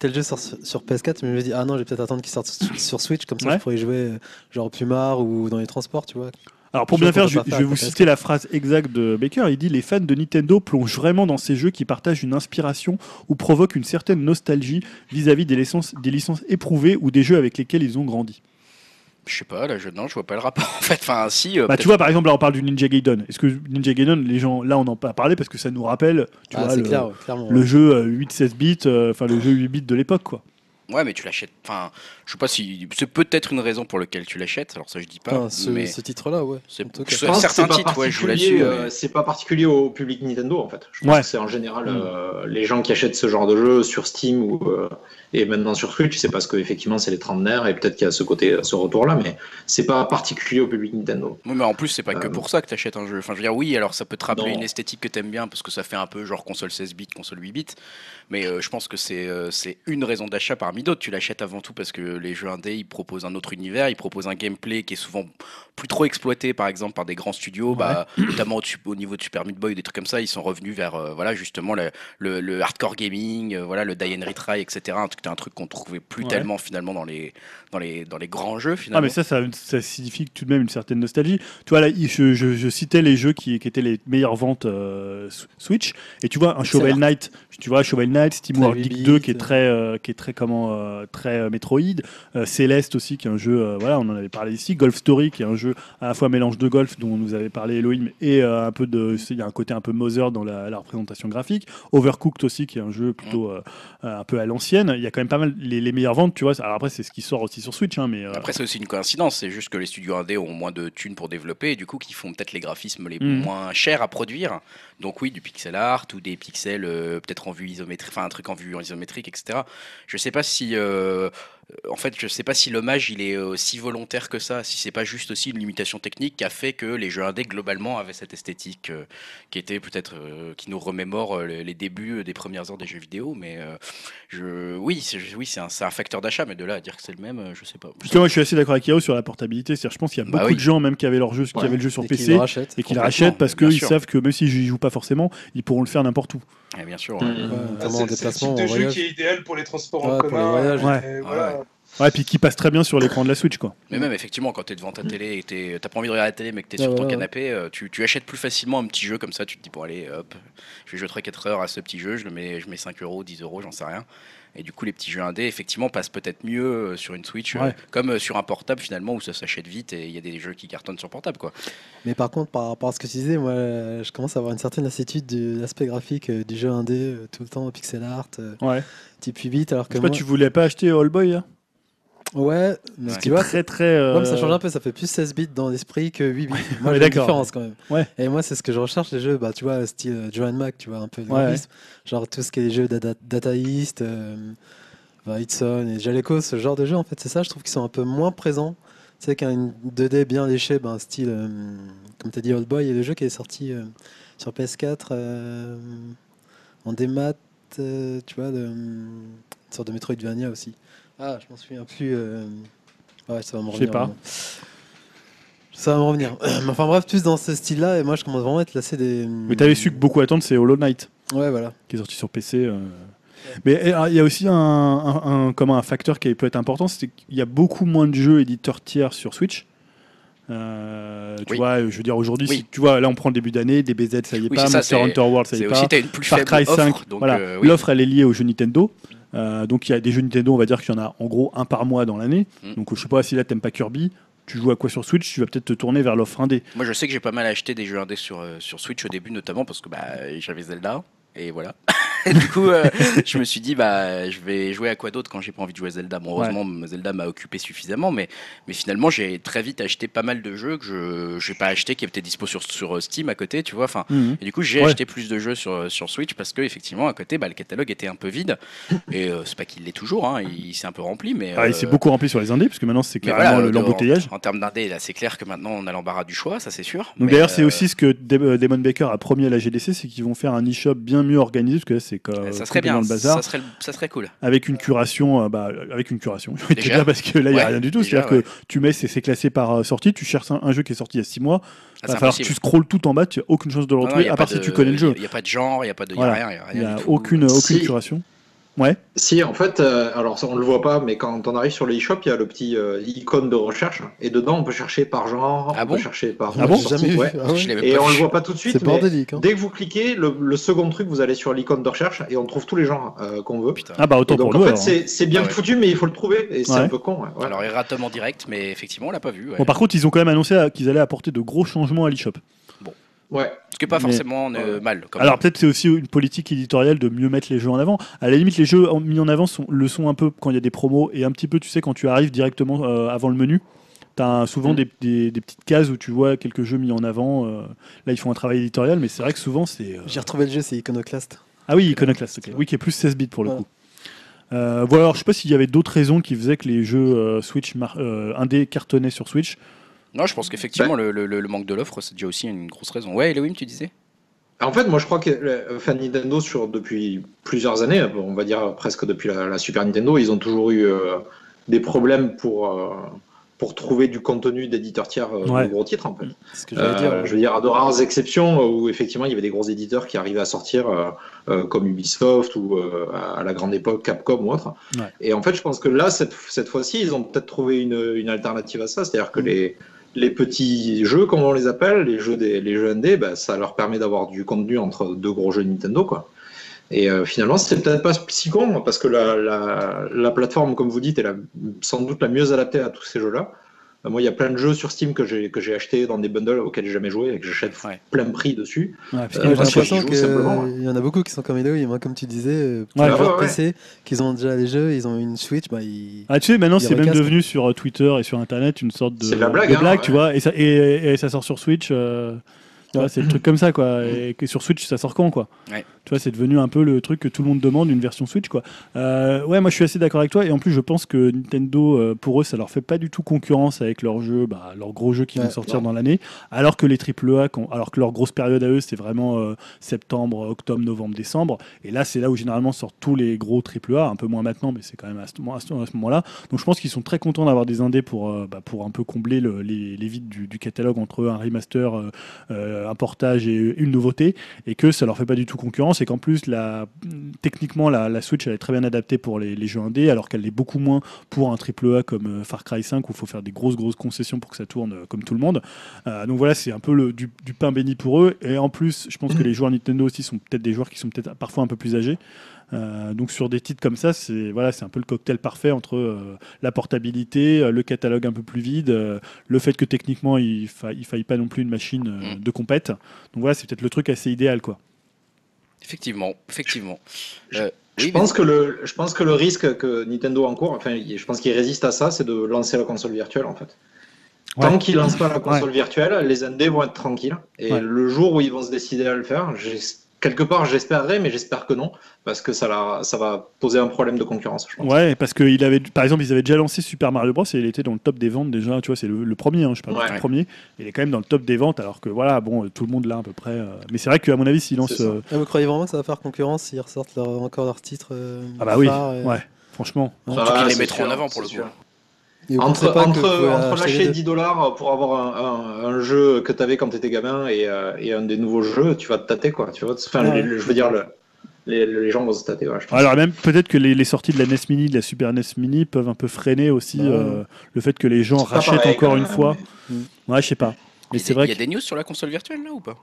Speaker 3: tel jeu sort sur, sur PS4, mais je me dis, ah non, je vais peut-être attendre qu'il sorte sur- sur Switch, comme ça
Speaker 2: Ouais.
Speaker 3: je pourrais y jouer euh, genre au Pumar ou dans les transports, tu vois.
Speaker 2: Alors pour
Speaker 3: Je
Speaker 2: bien
Speaker 3: comprends
Speaker 2: faire, je,
Speaker 3: pas
Speaker 2: je
Speaker 3: ça,
Speaker 2: vais vous
Speaker 3: peut-être.
Speaker 2: citer la phrase exacte de Baker. Il dit Les fans de Nintendo plongent vraiment dans ces jeux qui partagent une inspiration ou provoquent une certaine nostalgie vis-à-vis des, licences- des licences éprouvées ou des jeux avec lesquels ils ont grandi.
Speaker 1: Je sais pas, là, je, non, je vois pas le rapport en fait. Enfin, si. euh,
Speaker 2: Bah,
Speaker 1: peut-être-
Speaker 2: tu vois, par exemple, là on parle du Ninja Gaiden. Est-ce que Ninja Gaiden, les gens, là on en a parlé parce que ça nous rappelle, tu
Speaker 3: Ah,
Speaker 2: vois,
Speaker 3: c'est
Speaker 2: le,
Speaker 3: clair, ouais, clairement.
Speaker 2: le
Speaker 3: ouais.
Speaker 2: jeu euh, 8-16 bits, euh, enfin le jeu 8 bits de l'époque, quoi.
Speaker 1: Ouais, mais tu l'achètes. Enfin, je sais pas si. C'est peut-être une raison pour laquelle tu l'achètes, alors ça je dis pas.
Speaker 3: Enfin, ce,
Speaker 1: mais
Speaker 3: ce titre-là, ouais.
Speaker 1: c'est-
Speaker 3: en tout cas.
Speaker 1: je-
Speaker 5: Je pense que
Speaker 1: certains
Speaker 5: c'est pas
Speaker 1: titres, ouais, je joue
Speaker 5: particulier,
Speaker 1: là-dessus.
Speaker 5: euh,
Speaker 1: mais-
Speaker 5: C'est pas particulier au public Nintendo en fait. Je pense
Speaker 2: Ouais.
Speaker 5: que c'est en général
Speaker 2: Mm.
Speaker 5: euh, les gens qui achètent ce genre de jeu sur Steam ou euh, et maintenant sur Twitch, c'est parce qu'effectivement c'est les trentenaires et peut-être qu'il y a ce côté, ce retour là, mais c'est pas particulier au public Nintendo.
Speaker 1: Oui, mais en plus, c'est pas que
Speaker 5: Euh,
Speaker 1: pour ça que t'achètes un jeu. Enfin, je veux dire, oui, alors ça peut te rappeler
Speaker 5: Non.
Speaker 1: une esthétique que t'aimes bien parce que ça fait un peu genre console 16 bits, console 8 bits. Mais euh, je pense que c'est euh, c'est une raison d'achat parmi d'autres. Tu l'achètes avant tout parce que les jeux indés, ils proposent un autre univers, ils proposent un gameplay qui est souvent plus trop exploité, par exemple, par des grands studios. Bah, notamment au, su- au niveau de Super Meat Boy, des trucs comme ça, ils sont revenus vers euh, voilà justement le, le, le hardcore gaming, euh, voilà le die and retry, etc. Un truc, un truc qu'on trouvait plus
Speaker 2: Ouais.
Speaker 1: tellement finalement dans les dans les dans les grands jeux finalement.
Speaker 2: Ah mais ça, ça, ça signifie tout de même une certaine nostalgie. Tu vois, là, il- je, je- je citais les jeux qui, qui étaient les meilleures ventes euh, S- Switch, et tu vois un
Speaker 3: Excellent.
Speaker 2: Shovel Knight, tu vois Shovel Knight, Steam
Speaker 3: Très
Speaker 2: World
Speaker 3: huit
Speaker 2: Geek 2 qui est
Speaker 3: bits.
Speaker 2: très, euh, qui est très comment, euh, très euh, Metroid, euh, Céleste aussi qui est un jeu, euh, voilà, on en avait parlé ici, Golf Story qui est un jeu à la fois mélange de golf dont nous avait parlé Elohim et euh, un peu de, il y a un côté un peu Mother dans la, la représentation graphique, Overcooked aussi qui est un jeu plutôt euh, euh, un peu à l'ancienne. Il y a quand même pas mal les, les meilleures ventes, tu vois. Alors après c'est ce qui sort aussi sur Switch, hein, mais euh,
Speaker 1: Après, c'est aussi une coïncidence. C'est juste que les studios indés ont moins de thunes pour développer et du coup, qui font peut-être les graphismes les
Speaker 2: Mm.
Speaker 1: moins chers à produire. Donc, oui, du pixel art ou des pixels euh, peut-être en vue isométrique, enfin, un truc en vue isométrique, etc. Je sais pas si. euh, en fait, je sais pas si l'hommage il est euh, si volontaire que ça, si c'est pas juste aussi une limitation technique qui a fait que les jeux indés globalement avaient cette esthétique euh, qui était peut-être euh, qui nous remémore euh, les, les débuts euh, des premières heures des jeux vidéo. Mais euh, je, oui, c'est oui, c'est un, c'est un facteur d'achat, mais de là à dire que c'est le même, euh, je sais pas.
Speaker 2: Parce que moi, je suis assez d'accord avec Yao sur la portabilité. C'est-à-dire, je pense qu'il y a
Speaker 1: Bah
Speaker 2: beaucoup
Speaker 1: oui.
Speaker 2: de gens même qui avaient leur jeu, qui
Speaker 5: Ouais.
Speaker 2: avaient le jeu sur
Speaker 3: Et qu'il
Speaker 2: PC
Speaker 3: le rachète.
Speaker 2: et qui le
Speaker 1: Complètement,
Speaker 2: rachètent parce
Speaker 1: bien
Speaker 2: qu'ils
Speaker 1: sûr.
Speaker 2: savent que même s'ils n'y jouent pas forcément, ils pourront le faire n'importe où.
Speaker 1: Et Eh, bien sûr. ouais.
Speaker 5: Mm.
Speaker 3: Ouais,
Speaker 4: Ah,
Speaker 3: notamment
Speaker 4: C'est
Speaker 3: en
Speaker 4: c'est le
Speaker 3: déplacement,
Speaker 4: type
Speaker 3: en
Speaker 4: de jeu
Speaker 3: voyage.
Speaker 4: qui est idéal pour les transports
Speaker 3: Ouais,
Speaker 4: en
Speaker 3: pour les
Speaker 4: commun.
Speaker 3: voyages. Ah
Speaker 2: Ouais.
Speaker 4: et voilà.
Speaker 2: Ouais, puis qui passe très bien sur l'écran de la Switch, quoi.
Speaker 1: Mais même effectivement, quand t'es devant
Speaker 2: Mm.
Speaker 1: ta télé et t'es- t'as pas envie de regarder la télé, mais que t'es
Speaker 3: Ouais,
Speaker 1: sur
Speaker 3: ouais,
Speaker 1: ton
Speaker 3: ouais.
Speaker 1: canapé, euh, tu, tu achètes plus facilement un petit jeu comme ça. Tu te dis, bon, allez, hop, je vais jouer 3-4 heures à ce petit jeu, je, le mets, je mets 5 euros, 10 euros, j'en sais rien. Et du coup, les petits jeux indés, effectivement, passent peut-être mieux euh, sur une Switch, euh,
Speaker 2: Ouais.
Speaker 1: comme euh, sur un portable finalement, où ça s'achète vite et il y a des jeux qui cartonnent sur portable, quoi.
Speaker 3: Mais par contre, par rapport à ce que tu disais, moi, euh, je commence à avoir une certaine lassitude de l'aspect graphique euh, du jeu indé, euh, tout le temps pixel art, euh,
Speaker 2: Ouais.
Speaker 3: type 8 bits, alors
Speaker 2: Je
Speaker 3: que
Speaker 2: sais pas,
Speaker 3: moi-
Speaker 2: tu voulais pas acheter All Boy, là
Speaker 3: Ouais, mais
Speaker 1: Ouais.
Speaker 3: tu vois,
Speaker 2: Très, très. euh,
Speaker 3: Ouais, mais ça change un peu, ça fait plus 16 bits dans l'esprit que 8 bits. moi,
Speaker 2: ouais,
Speaker 3: j'ai une
Speaker 2: d'accord.
Speaker 3: différence quand même.
Speaker 2: Ouais.
Speaker 3: Et moi, c'est ce que je recherche, les jeux, bah, tu vois, style euh, Joan Mac, tu vois, un peu de
Speaker 2: Ouais,
Speaker 3: graphisme. Genre tout ce qui est jeux data Data East, euh, bah, Hudson et Jaleco, ce genre de jeux, en fait, c'est ça, je trouve qu'ils sont un peu moins présents. Tu sais, qu'un 2D bien léché, ben, style, euh, comme tu as dit, Old Boy, et le jeu qui est sorti euh, sur PS4 euh, en démat, euh, tu vois, de, euh, une sorte de Metroidvania aussi. Ah, je m'en souviens plus. euh, Ouais, ça va me
Speaker 2: Je sais
Speaker 3: revenir.
Speaker 2: pas.
Speaker 3: maintenant. Ça va me revenir. Mais enfin bref, plus dans ce style-là, et moi je commence vraiment à être lassé des. hum,
Speaker 2: Mais t'avais su que beaucoup attendre, c'est Hollow Knight,
Speaker 3: Ouais, voilà.
Speaker 2: qui est sorti sur PC. euh. Mais eh, alors, il y a aussi un, un, un- comment, un facteur qui peut être important, c'est qu'il y a beaucoup moins de jeux éditeurs tiers sur Switch. Euh, tu
Speaker 1: Oui.
Speaker 2: vois, je veux dire aujourd'hui,
Speaker 1: Oui.
Speaker 2: si- tu vois, là on prend le début d'année, DBZ ça y est
Speaker 1: Oui,
Speaker 2: pas,
Speaker 1: c'est ça,
Speaker 2: Monster
Speaker 1: c'est-
Speaker 2: Hunter World ça y
Speaker 1: C'est
Speaker 2: est pas.
Speaker 1: aussi, t'as une plus
Speaker 2: Far
Speaker 1: faible
Speaker 2: Cry
Speaker 1: offre,
Speaker 2: 5,
Speaker 1: donc
Speaker 2: voilà.
Speaker 1: euh, oui.
Speaker 2: L'offre, elle est liée aux jeux Nintendo. Euh, donc il y a des jeux Nintendo, on va dire qu'il y en a en gros un par mois dans l'année.
Speaker 1: Mm.
Speaker 2: Donc je sais pas si là t'aimes pas Kirby, tu joues à quoi sur Switch, tu vas peut-être te tourner vers l'offre indé.
Speaker 1: Moi, je sais que j'ai pas mal acheté des jeux indés sur, euh, sur Switch au début, notamment parce que bah, j'avais Zelda. Et voilà. Et du coup, euh, je me suis dit, bah, je vais jouer à quoi d'autre quand j'ai pas envie de jouer à Zelda. Bon, heureusement, Zelda m'a occupé suffisamment, mais, mais finalement, j'ai très vite acheté pas mal de jeux que je n'ai pas acheté, qui étaient dispo sur, sur euh, Steam à côté, tu vois. Enfin, et du coup, j'ai
Speaker 2: Ouais.
Speaker 1: acheté plus de jeux sur, euh, sur Switch parce que, effectivement, à côté, bah, le catalogue était un peu vide. Et euh, c'est pas qu'il l'est toujours, hein, il, s'est un peu rempli, mais.
Speaker 2: Ah, il
Speaker 1: euh,
Speaker 2: s'est beaucoup rempli sur les indés, parce que maintenant c'est
Speaker 1: mais
Speaker 2: carrément
Speaker 1: voilà,
Speaker 2: le-
Speaker 1: de-
Speaker 2: l'embouteillage.
Speaker 1: En, en termes d'indé, là, c'est clair que maintenant, on a l'embarras du choix, ça c'est sûr.
Speaker 2: Donc
Speaker 1: mais,
Speaker 2: d'ailleurs, c'est
Speaker 1: euh,
Speaker 2: aussi ce que Dem- euh, Demon Baker a promis à la GDC, c'est qu'ils vont faire un e-shop bien mieux organisé, parce que là c'est comme
Speaker 1: Eh, ça serait bien,
Speaker 2: euh, le bazar,
Speaker 1: ça serait, ça serait cool.
Speaker 2: avec une curation, euh, bah, avec une curation. Je vais te
Speaker 1: Déjà.
Speaker 2: dire, parce que là il n'y a
Speaker 1: Ouais, Ah,
Speaker 2: rien du tout,
Speaker 1: déjà,
Speaker 2: c'est-à-dire que tu mets, c'est c'est classé par euh, sortie, tu cherches un, un jeu qui est sorti il y a 6 mois,
Speaker 1: Ah,
Speaker 2: Il va
Speaker 1: c'est
Speaker 2: falloir que
Speaker 1: impossible.
Speaker 2: tu scrolles tout en bas, tu n'as aucune chance de le
Speaker 1: Non, non,
Speaker 2: retrouver,
Speaker 1: y a
Speaker 2: à
Speaker 1: pas
Speaker 2: part si
Speaker 1: de-
Speaker 2: tu connais le jeu.
Speaker 1: Il n'y a pas de genre, il n'y a pas de. y a
Speaker 2: Voilà.
Speaker 1: rien, y a rien
Speaker 2: Il n'y a
Speaker 1: du tout.
Speaker 2: aucune,
Speaker 5: Si.
Speaker 2: aucune curation. Ouais.
Speaker 5: Si, en fait, euh, alors ça, on le voit pas, mais quand on arrive sur le eShop, il y a le petit euh, icône de recherche, et dedans on peut chercher par genre,
Speaker 1: Ah
Speaker 5: on
Speaker 1: bon
Speaker 5: peut chercher par.
Speaker 2: Ah bon
Speaker 5: sortie,
Speaker 3: J'ai jamais vu.
Speaker 5: ouais.
Speaker 3: Ah ouais.
Speaker 1: Je l'ai même
Speaker 5: Et
Speaker 1: pas
Speaker 5: on le
Speaker 1: vu.
Speaker 5: voit pas tout de
Speaker 3: C'est
Speaker 5: suite, mais
Speaker 3: bordélique. hein.
Speaker 5: dès que vous cliquez, le, le second truc, vous allez sur l'icône de recherche et on trouve tous les genres euh, qu'on veut.
Speaker 1: Putain.
Speaker 2: Ah bah autant
Speaker 5: Et donc
Speaker 2: pour nous.
Speaker 5: en fait,
Speaker 2: alors.
Speaker 5: c'est- c'est bien
Speaker 1: Ah ouais.
Speaker 5: foutu, mais il faut le trouver, et c'est
Speaker 2: Ouais.
Speaker 5: un peu con. ouais, ouais.
Speaker 1: Alors, erratum en direct, mais effectivement, on l'a pas vu. ouais.
Speaker 2: Bon, par contre, ils ont quand même annoncé euh, qu'ils allaient apporter de gros changements à l'eShop.
Speaker 5: Ouais.
Speaker 1: Ce qui est pas
Speaker 2: mais-
Speaker 1: forcément euh, mal. Comme
Speaker 2: Alors peut-être c'est aussi une politique éditoriale de mieux mettre les jeux en avant. À la limite, les jeux en- mis en avant sont, le sont un peu quand il y a des promos et un petit peu, tu sais, quand tu arrives directement euh, avant le menu. T'as un- souvent
Speaker 5: Mm.
Speaker 2: des, des- des petites cases où tu vois quelques jeux mis en avant. euh, là, ils font un travail éditorial, mais c'est vrai que souvent c'est. euh,
Speaker 3: J'ai retrouvé le jeu, c'est Iconoclast.
Speaker 2: Ah oui, Iconoclast, ok.
Speaker 3: vrai.
Speaker 2: oui, qui est plus 16 bits pour le
Speaker 3: Voilà.
Speaker 2: coup. Euh, voilà, alors je sais pas s'il y avait d'autres raisons qui faisaient que les jeux euh, Switch mar- euh, indé cartonnaient sur Switch.
Speaker 1: Non, je pense qu'effectivement, le, le- le- le manque de l'offre, c'est déjà aussi une grosse raison. Ouais, Elohim, tu disais
Speaker 5: En fait, moi, je crois que euh, enfin, Nintendo, sur, depuis plusieurs années, euh, on va dire presque depuis la, la Super Nintendo, ils ont toujours eu euh, des problèmes pour, euh, pour trouver du contenu d'éditeurs tiers euh,
Speaker 2: Ouais.
Speaker 5: de gros titres, en fait.
Speaker 3: C'est ce que j'allais
Speaker 5: Euh,
Speaker 3: dire.
Speaker 5: je veux dire, à de rares exceptions euh, où effectivement il y avait des gros éditeurs qui arrivaient à sortir euh, euh, comme Ubisoft ou euh, à la grande époque Capcom ou autre.
Speaker 2: Ouais.
Speaker 5: Et en fait, je pense que là, cette, cette fois-ci, ils ont peut-être trouvé une, une alternative à ça. C'est-à-dire que
Speaker 3: Mm.
Speaker 5: les, les petits jeux, comme on les appelle, les jeux, des, les jeux indés, bah, ça leur permet d'avoir du contenu entre deux gros jeux Nintendo. quoi. Et euh, finalement, c'est peut-être pas si con, parce que la, la, la plateforme, comme vous dites, est la, sans doute la mieux adaptée à tous ces jeux-là. Euh, Moi, il y a plein de jeux sur Steam que j'ai que j'ai acheté dans des bundles auxquels j'ai jamais joué et que j'achète
Speaker 1: Ouais.
Speaker 5: plein prix dessus.
Speaker 2: Ouais, parce qu'il
Speaker 5: Euh,
Speaker 2: y a-
Speaker 3: J'ai
Speaker 5: parce que
Speaker 3: l'impression
Speaker 5: j'y joue simplement, ouais.
Speaker 3: qu'il y en a beaucoup qui sont comme Elohim, hein, comme tu disais, euh, pour
Speaker 2: Ouais,
Speaker 3: les joueurs
Speaker 5: ouais, ouais.
Speaker 3: PC, qu'ils ont déjà les jeux, ils ont une Switch, bah, ils...
Speaker 2: Ah, tu sais, maintenant
Speaker 3: Il y a
Speaker 2: c'est même
Speaker 3: recasque.
Speaker 2: devenu sur euh, Twitter et sur Internet une sorte de,
Speaker 5: C'est de la blague, hein,
Speaker 2: tu
Speaker 5: ouais.
Speaker 2: vois, et ça, et, et ça sort sur Switch. euh, tu vois, c'est le truc comme ça, quoi. Et que sur Switch, ça sort quand, quoi
Speaker 1: Ouais.
Speaker 2: Tu vois, c'est devenu un peu le truc que tout le monde demande, une version Switch, quoi. Euh, ouais, moi je suis assez d'accord avec toi, et en plus je pense que Nintendo, euh, pour eux, ça leur fait pas du tout concurrence avec leurs jeux, bah, leurs gros jeux qui
Speaker 3: Ouais,
Speaker 2: vont sortir
Speaker 5: non.
Speaker 2: dans l'année, alors que les AAA, quand- alors que leur grosse période à eux, c'est vraiment euh, septembre, octobre, novembre, décembre. Et là, c'est là où généralement sortent tous les gros AAA, un peu moins maintenant, mais c'est quand même à ce, à ce- à ce moment-là. Donc je pense qu'ils sont très contents d'avoir des indés pour, euh, bah, pour un peu combler le- les, les vides du, du catalogue entre un remaster, euh, euh, un portage et une nouveauté, et que ça leur fait pas du tout concurrence, et qu'en plus, la, techniquement, la, la Switch, elle est très bien adaptée pour les, les jeux indés, alors qu'elle l'est beaucoup moins pour un AAA comme euh, Far Cry 5, où il faut faire des grosses, grosses concessions pour que ça tourne euh, comme tout le monde. Euh, donc voilà, c'est un peu le, du, du pain béni pour eux. Et en plus, je pense que les joueurs Nintendo aussi sont peut-être des joueurs qui sont peut-être parfois un peu plus âgés. Euh, donc sur des titres comme ça, c'est voilà, c'est un peu le cocktail parfait entre euh, la portabilité, euh, le catalogue un peu plus vide, euh, le fait que techniquement il, fa- il faille pas non plus une machine euh, de compète. Donc voilà, c'est peut-être le truc assez idéal quoi.
Speaker 1: Effectivement, effectivement. Euh,
Speaker 5: Je
Speaker 1: oui,
Speaker 5: pense que le je pense que le risque que Nintendo encourt, enfin, il- je pense qu'il résiste à ça, c'est de lancer la console virtuelle en fait.
Speaker 2: Ouais.
Speaker 5: Tant qu'ils lancent pas la console virtuelle, les indés vont être tranquilles. Et
Speaker 2: Ouais.
Speaker 5: le jour où ils vont se décider à le faire, j'ai- quelque part, j'espérerais, mais j'espère que non, parce que ça, la- ça va poser un problème de concurrence. Je pense.
Speaker 2: Ouais, parce que il avait, par exemple, ils avaient déjà lancé Super Mario Bros. et il était dans le top des ventes déjà. Tu vois, c'est le, le premier. hein, je parle
Speaker 5: Ouais.
Speaker 2: du tout premier. Il est quand même dans le top des ventes, alors que voilà, bon, euh, tout le monde l'a à peu près. euh, Mais c'est vrai qu'à mon avis, s'il lance,
Speaker 5: C'est ça.
Speaker 2: euh,
Speaker 3: Ah, vous croyez vraiment que ça va faire concurrence s'ils ressortent leur- encore leur titre euh,
Speaker 2: ah bah oui,
Speaker 3: phare, euh,
Speaker 2: ouais, franchement.
Speaker 1: En tout cas, ils les
Speaker 5: Ah, c'est
Speaker 1: mettront
Speaker 5: sûr,
Speaker 1: en avant
Speaker 5: c'est
Speaker 1: pour le coup.
Speaker 5: sûr.
Speaker 3: et vous pensez
Speaker 5: Entre,
Speaker 3: pas que
Speaker 5: entre,
Speaker 3: vous pouvez
Speaker 5: entre
Speaker 3: acheter les
Speaker 5: lâcher
Speaker 3: deux
Speaker 5: 10 dollars pour avoir un, un- un jeu que tu avais quand tu étais gamin et, euh, et un des nouveaux jeux, tu vas te tâter quoi. Tu vois enfin,
Speaker 3: Ouais.
Speaker 5: les- les- je veux dire, le- les, les gens vont se tâter. ouais, je pense.
Speaker 2: Alors même peut-être que les, les sorties de la NES Mini, de la Super NES Mini peuvent un peu freiner aussi
Speaker 3: Bah ouais.
Speaker 2: euh, le fait que les gens
Speaker 5: C'est pas
Speaker 2: rachètent
Speaker 5: pareil, hein.
Speaker 2: encore
Speaker 5: quand
Speaker 2: une
Speaker 5: même,
Speaker 2: fois. Ouais, je sais pas.
Speaker 1: Il y
Speaker 2: Mais
Speaker 1: a
Speaker 2: c'est
Speaker 1: des-
Speaker 2: vrai
Speaker 1: Il y a
Speaker 2: que
Speaker 1: des news sur la console virtuelle là ou pas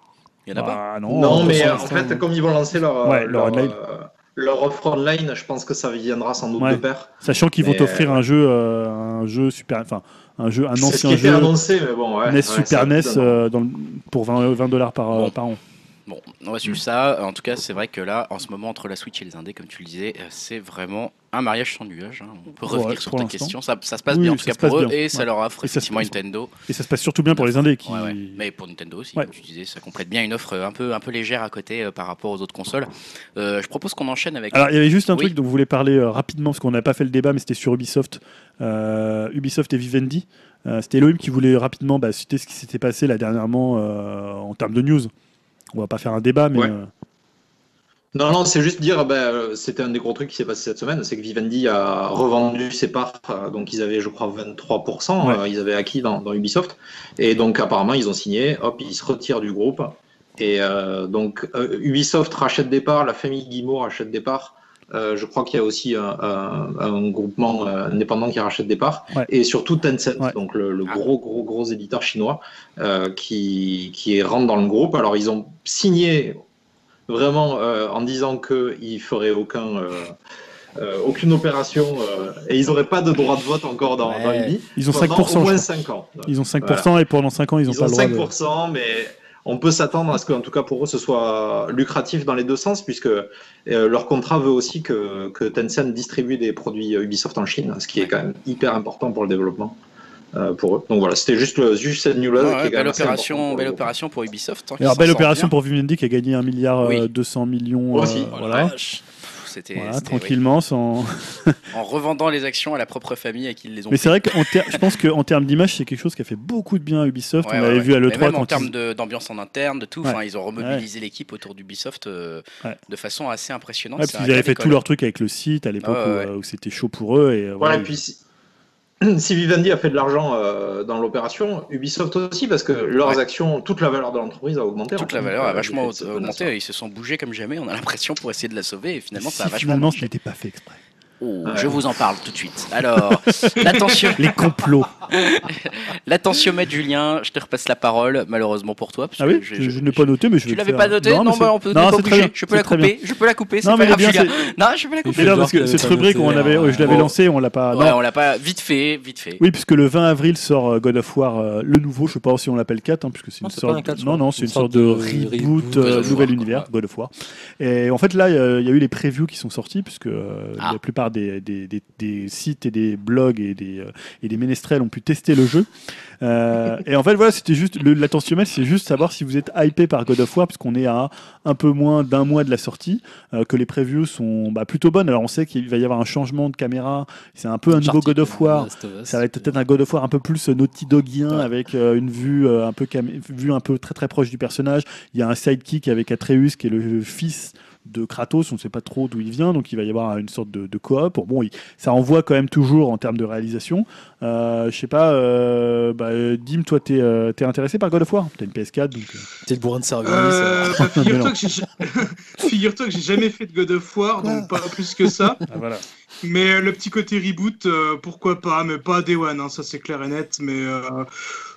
Speaker 1: Il y en a pas
Speaker 2: Bah, non,
Speaker 5: non,
Speaker 2: on-
Speaker 5: mais
Speaker 3: pour
Speaker 5: euh, en
Speaker 3: l'instant,
Speaker 5: fait,
Speaker 3: non.
Speaker 5: comme ils vont lancer leur, euh,
Speaker 2: Ouais, leur online.
Speaker 5: euh, leur offre online, je pense que ça viendra sans doute
Speaker 2: Ouais.
Speaker 5: de pair.
Speaker 2: sachant qu'ils vont
Speaker 5: mais,
Speaker 2: t'offrir un jeu, euh, un jeu super, enfin un jeu, un
Speaker 5: C'est ce qui
Speaker 2: ancien
Speaker 5: était
Speaker 2: jeu
Speaker 5: annoncé, mais bon. Ouais,
Speaker 2: NES
Speaker 5: ouais, ça
Speaker 2: Super
Speaker 5: coûte
Speaker 2: NES
Speaker 5: un an.
Speaker 2: euh, dans le- pour 20 20 dollars par, euh,
Speaker 1: Bon.
Speaker 2: par an.
Speaker 1: Bon, on va
Speaker 2: Mm.
Speaker 1: suivre ça. Euh, En tout cas, c'est vrai que là, en ce moment, entre la Switch et les indés, comme tu le disais, euh, c'est vraiment un mariage sans nuage. hein. On peut
Speaker 2: Pour-
Speaker 1: revenir sur
Speaker 2: pour
Speaker 1: ta
Speaker 2: l'instant.
Speaker 1: question. Ça, ça se passe
Speaker 2: Oui,
Speaker 1: bien en
Speaker 2: ça
Speaker 1: tout
Speaker 2: se
Speaker 1: cas
Speaker 2: passe
Speaker 1: pour eux
Speaker 2: bien.
Speaker 1: et ça
Speaker 2: Ouais.
Speaker 1: leur
Speaker 2: Et
Speaker 1: offre
Speaker 2: ça se
Speaker 1: effectivement
Speaker 2: passe bien.
Speaker 1: Nintendo.
Speaker 2: Et ça se passe surtout bien pour les indés qui.
Speaker 1: Ouais, ouais. Mais pour Nintendo aussi,
Speaker 2: Ouais.
Speaker 1: comme tu disais, ça complète bien une offre euh, un peu, un peu légère à côté euh, par rapport aux autres consoles. Euh, je propose qu'on enchaîne avec.
Speaker 2: Alors il y avait juste un
Speaker 1: Oui.
Speaker 2: truc dont vous voulez parler euh, rapidement parce qu'on n'a pas fait le débat, mais c'était sur Ubisoft, Euh, Ubisoft et Vivendi. Euh, c'était Elohim qui voulait rapidement bah, citer ce qui s'était passé là dernièrement euh, en termes de news. On va pas faire un débat, mais
Speaker 5: Ouais.
Speaker 2: euh,
Speaker 5: Non, non, c'est juste dire, ben, euh, c'était un des gros trucs qui s'est passé cette semaine, c'est que Vivendi a revendu ses parts, euh, donc ils avaient, je crois, 23%,
Speaker 2: Ouais.
Speaker 5: euh, ils avaient acquis dans, dans Ubisoft, et donc apparemment ils ont signé, hop, ils se retirent du groupe, et euh, donc euh, Ubisoft rachète des parts, la famille Guimau rachète des parts, Euh, je crois qu'il y a aussi un, un- un groupement euh, indépendant qui rachète des parts.
Speaker 2: Ouais.
Speaker 5: Et surtout Tencent,
Speaker 2: Ouais.
Speaker 5: donc le, le
Speaker 1: Ah.
Speaker 5: gros, gros, gros éditeur chinois euh, qui, qui rentre dans le groupe. Alors, ils ont signé vraiment euh, en disant qu'ils ne feraient aucun, euh, euh, aucune opération euh, et ils n'auraient pas de droit de vote encore dans,
Speaker 3: Ouais.
Speaker 5: dans l'UNI.
Speaker 2: Ils ont
Speaker 5: pendant
Speaker 2: 5%,
Speaker 5: Au
Speaker 2: je
Speaker 5: moins
Speaker 2: crois.
Speaker 5: 5 ans.
Speaker 2: Ils ont 5% et pendant 5 ans, ils
Speaker 5: Ils
Speaker 2: n'ont
Speaker 5: ont,
Speaker 2: pas le droit. de-
Speaker 5: 5%, mais on peut s'attendre à ce qu'en tout cas pour eux, ce soit lucratif dans les deux sens, puisque euh, leur contrat veut aussi que, que Tencent distribue des produits Ubisoft en Chine, ce qui est quand même hyper important pour le développement euh, pour eux. Donc voilà, c'était juste, le- juste cette news-là.
Speaker 1: Ouais,
Speaker 5: qui est quand
Speaker 1: belle
Speaker 5: même assez importante
Speaker 1: opération,
Speaker 5: pour le
Speaker 1: belle
Speaker 5: groupe.
Speaker 1: opération pour Ubisoft. hein, qui
Speaker 2: Alors,
Speaker 1: s'en
Speaker 2: belle
Speaker 1: sort
Speaker 2: opération
Speaker 1: bien.
Speaker 2: pour Vivendi qui a gagné 1 milliard
Speaker 1: Oui.
Speaker 2: 200 millions.
Speaker 5: Aussi,
Speaker 2: euh,
Speaker 5: voilà.
Speaker 2: voilà.
Speaker 1: Pff, C'était
Speaker 2: Voilà,
Speaker 1: c'était- oui.
Speaker 2: tranquillement, sans.
Speaker 1: en revendant les actions à la propre famille à qui ils les ont.
Speaker 2: Mais c'est vrai qu'en ter- je pense qu'en termes d'image, c'est quelque chose qui a fait beaucoup de bien à Ubisoft.
Speaker 1: Ouais,
Speaker 2: On
Speaker 1: ouais,
Speaker 2: l'avait
Speaker 1: ouais.
Speaker 2: vu à
Speaker 1: Mais
Speaker 2: l'E3
Speaker 1: même en
Speaker 2: quand
Speaker 1: termes
Speaker 2: ils-
Speaker 1: de- d'ambiance en interne, de tout.
Speaker 2: Ouais.
Speaker 1: Enfin, ils ont remobilisé l'équipe autour d'Ubisoft euh,
Speaker 2: Ouais.
Speaker 1: de façon assez impressionnante.
Speaker 2: Ouais,
Speaker 1: C'est
Speaker 2: parce
Speaker 1: un
Speaker 2: qu'ils avaient
Speaker 1: cas
Speaker 2: fait
Speaker 1: d'école.
Speaker 2: tout leur truc avec le site à l'époque
Speaker 1: Ah hein. ouais, ouais.
Speaker 2: où, euh, où c'était chaud pour eux. Et, euh,
Speaker 5: Voilà,
Speaker 2: voilà,
Speaker 5: et puis si, si Vivendi a fait de l'argent euh, dans l'opération, Ubisoft aussi, parce que leurs
Speaker 1: Ouais.
Speaker 5: actions, toute la valeur de l'entreprise a augmenté.
Speaker 1: Toute
Speaker 5: en
Speaker 1: la
Speaker 5: fait.
Speaker 1: valeur
Speaker 5: Euh,
Speaker 1: a vachement
Speaker 5: du fait de cette menace.
Speaker 1: augmenté. Ils se sont bougés comme jamais. On a l'impression pour essayer de la sauver. Et finalement, ça a
Speaker 2: Si,
Speaker 1: vachement.
Speaker 2: finalement, je n'étais pas fait exprès.
Speaker 1: Oh,
Speaker 5: Ouais.
Speaker 1: Je vous en parle tout de suite. Alors, l'attention.
Speaker 2: Les complots.
Speaker 1: L'attention-mètre, Julien, je te repasse la parole, malheureusement pour toi. Parce
Speaker 2: Ah
Speaker 1: que
Speaker 2: oui, je,
Speaker 1: je-
Speaker 2: je
Speaker 1: je-
Speaker 2: n'ai pas noté, mais je vais
Speaker 1: Tu
Speaker 2: le
Speaker 1: l'avais
Speaker 2: faire.
Speaker 1: pas noté Non,
Speaker 2: mais c'est-
Speaker 1: bah, on peut on
Speaker 2: c'est
Speaker 1: peut
Speaker 2: très
Speaker 1: bouger.
Speaker 2: bien,
Speaker 1: Je peux la
Speaker 2: c'est très bien.
Speaker 1: couper. Je peux la couper. C'est
Speaker 2: Non,
Speaker 1: pas
Speaker 2: mais il est
Speaker 1: grave,
Speaker 2: bien,
Speaker 1: Julien.
Speaker 2: c'est-
Speaker 1: Non, je vais la couper.
Speaker 2: Mais non,
Speaker 3: Genre
Speaker 2: parce
Speaker 3: que
Speaker 2: que cette
Speaker 3: t'as
Speaker 2: rubrique,
Speaker 3: noté,
Speaker 2: on avait, euh,
Speaker 3: hein.
Speaker 2: je l'avais
Speaker 1: Bon.
Speaker 2: lancée, on l'a pas.
Speaker 1: Ouais,
Speaker 2: Ah, non.
Speaker 1: on l'a pas vite fait, vite fait.
Speaker 2: Oui, puisque le 20 avril sort euh, God of War, euh, le nouveau, je sais pas si on l'appelle 4, hein, puisque c'est
Speaker 3: Non,
Speaker 2: une
Speaker 3: c'est
Speaker 2: sorte.
Speaker 3: pas un 4, je
Speaker 2: non,
Speaker 3: crois.
Speaker 2: non, c'est une, sorte de, reboot, euh,
Speaker 3: reboot,
Speaker 6: God of War,
Speaker 2: nouvel
Speaker 6: quoi,
Speaker 2: univers,
Speaker 6: ouais.
Speaker 2: God of War. Et en fait, là, euh, il y a eu les previews qui sont sortis, puisque euh,
Speaker 1: Ah.
Speaker 2: la plupart des, des, des- des sites et des blogs et des, euh, et des ménestrels ont pu tester le jeu. Euh, et en fait, voilà, c'était juste. le- L'attentionmètre, c'est juste savoir si vous êtes hypé par God of War, puisqu'on est à un peu moins d'un mois de la sortie, euh, que les previews sont bah, plutôt bonnes. Alors, on sait qu'il va y avoir un changement de caméra, c'est un peu un nouveau God of War. Ça va être peut-être un God of War un peu plus euh, Naughty Dogien
Speaker 6: Ouais.
Speaker 2: avec euh, une vue euh, un peu cam- vue un peu très très proche du personnage. Il y a un sidekick avec Atreus qui est le fils de Kratos, on ne sait pas trop d'où il vient, donc il va y avoir une sorte de, de coop. Bon, il- ça envoie quand même toujours en termes de réalisation. Euh, je sais pas, euh, bah, euh, Dim, toi, t'es euh, t'es intéressé par God of War T'as une PS4, donc euh,
Speaker 3: T'es le bourrin de service.
Speaker 4: Euh, bah,
Speaker 2: Non,
Speaker 4: Figure-toi que j'ai ja- figure-toi que j'ai jamais fait de God of War, donc pas plus que ça. Mais euh, le petit côté reboot, euh, pourquoi pas, mais pas Day One, hein, ça c'est clair et net. Mais euh,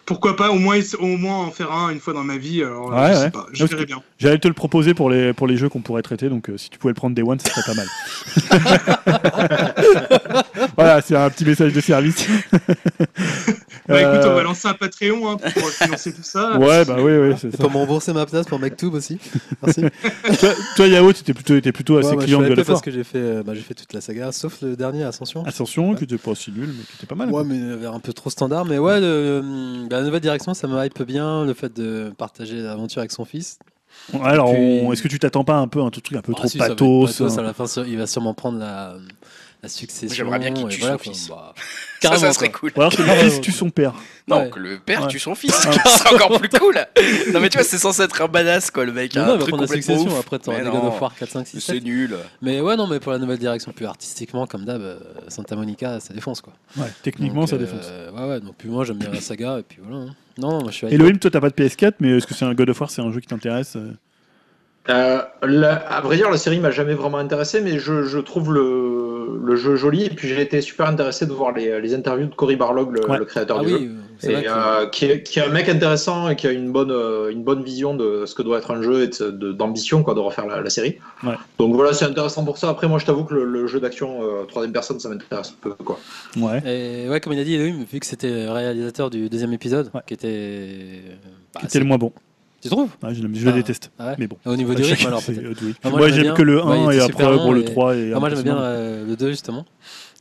Speaker 4: pourquoi pas, au moins, au moins en faire un une fois dans ma vie. Alors,
Speaker 2: Ouais,
Speaker 4: je sais
Speaker 2: ouais.
Speaker 4: pas, je
Speaker 2: Parce
Speaker 4: verrai
Speaker 2: que-
Speaker 4: bien.
Speaker 2: j'allais te le proposer pour les, pour les jeux qu'on pourrait traiter, donc euh, si tu pouvais le prendre Day One, ça serait pas mal. voilà, c'est un petit message de service.
Speaker 4: Bah écoute, on
Speaker 2: Euh,
Speaker 4: va lancer un Patreon hein, pour financer tout ça.
Speaker 2: Ouais, bah oui, oui, c'est ça.
Speaker 3: Comment rembourser ma place pour MacTube aussi Merci.
Speaker 2: Toi, toi, Yao, tu étais plutôt, étais plutôt assez
Speaker 3: Ouais, moi, je
Speaker 2: client
Speaker 3: suis
Speaker 2: de God
Speaker 3: hypé
Speaker 2: of War.
Speaker 3: parce que j'ai fait, euh, bah, j'ai fait toute la saga, sauf le dernier Ascension.
Speaker 2: Ascension,
Speaker 3: Ouais.
Speaker 2: qui était pas si nul, mais qui était pas mal.
Speaker 3: Ouais, mais euh, un peu trop standard. Mais ouais, le- le- bah, la nouvelle direction, ça me hype bien. Le fait de partager l'aventure avec son fils.
Speaker 2: quoi. Alors,
Speaker 3: puis-
Speaker 2: on- est-ce que tu t'attends pas un peu un tout truc un peu
Speaker 3: Ah,
Speaker 2: trop
Speaker 3: si, ça va être
Speaker 2: pathos hein.
Speaker 3: pathos, à la fin, sur- il va sûrement prendre la, la succession.
Speaker 1: J'aimerais bien qu'il
Speaker 3: et
Speaker 1: tue
Speaker 3: voilà,
Speaker 1: son
Speaker 3: quoi.
Speaker 1: fils.
Speaker 3: Bah,
Speaker 1: Ça, ça
Speaker 3: carrément,
Speaker 1: serait cool.
Speaker 3: quoi.
Speaker 2: Ou alors que le
Speaker 3: Ouais,
Speaker 2: fils
Speaker 3: ouais.
Speaker 2: tue son père.
Speaker 1: Non,
Speaker 3: Ouais. Ah
Speaker 1: que le père
Speaker 2: Ouais.
Speaker 1: tue son fils, c'est encore plus cool. Non, mais tu vois, c'est censé être un badass, quoi, le mec.
Speaker 3: Mais
Speaker 1: un
Speaker 3: non, il va
Speaker 1: truc
Speaker 3: prendre la
Speaker 1: complètement
Speaker 3: succession.
Speaker 1: ouf.
Speaker 3: Après, t'auras
Speaker 1: Mais
Speaker 3: des God
Speaker 1: non,
Speaker 3: of War 4, 5, 6, 7.
Speaker 1: C'est nul.
Speaker 3: Mais ouais, non, mais pour la nouvelle direction, plus artistiquement, comme d'hab, euh, Santa Monica, ça défonce quoi.
Speaker 2: Ouais, techniquement,
Speaker 3: Donc,
Speaker 2: ça
Speaker 3: euh,
Speaker 2: défonce.
Speaker 3: ouais, ouais, donc puis moi j'aime bien la saga, et puis voilà. hein. Non, moi je suis
Speaker 2: Elohim, toi, t'as pas de PS4, mais est-ce que c'est un God of War, c'est un jeu qui t'intéresse euh
Speaker 5: Euh, la- à vrai dire, la série m'a jamais vraiment intéressé, mais je, je trouve le, le jeu joli. Et puis j'ai été super intéressé de voir les, les interviews de Cory Barlog, le,
Speaker 2: Ouais.
Speaker 5: le créateur
Speaker 3: Ah
Speaker 5: du
Speaker 3: oui,
Speaker 5: jeu.
Speaker 3: euh, c'est vrai
Speaker 5: Et,
Speaker 3: que-
Speaker 5: euh, qui, est, qui est un mec intéressant et qui a une bonne, euh, une bonne vision de ce que doit être un jeu et de- de- d'ambition quoi, de refaire la, la série.
Speaker 2: Ouais.
Speaker 5: Donc voilà, c'est intéressant pour ça. Après, moi, je t'avoue que le, le jeu d'action euh, troisième personne, ça m'intéresse peu. Quoi.
Speaker 2: Ouais.
Speaker 3: Et ouais, comme il a dit, Elohim, vu que c'était le réalisateur du deuxième épisode,
Speaker 2: Ouais.
Speaker 3: qui était. bah,
Speaker 2: Qui était le moins bon.
Speaker 3: c'est- Tu trouves
Speaker 2: Ouais, je l'aime- je le
Speaker 3: Ah.
Speaker 2: déteste.
Speaker 3: Ah ouais.
Speaker 2: Mais bon.
Speaker 3: Au niveau du rythme,
Speaker 2: Chacun
Speaker 3: alors.
Speaker 2: ses
Speaker 3: peut-être.
Speaker 2: hauts, oui.
Speaker 3: Ah, moi,
Speaker 2: moi,
Speaker 3: j'aime
Speaker 2: j'aime
Speaker 3: bien.
Speaker 2: que le 1
Speaker 3: Ouais, il
Speaker 2: et
Speaker 3: était
Speaker 2: après,
Speaker 3: super long
Speaker 2: bon, le
Speaker 3: et-
Speaker 2: 3 et.
Speaker 3: Ah, moi j'aimais bien
Speaker 2: impressionnant.
Speaker 3: euh, le 2 justement.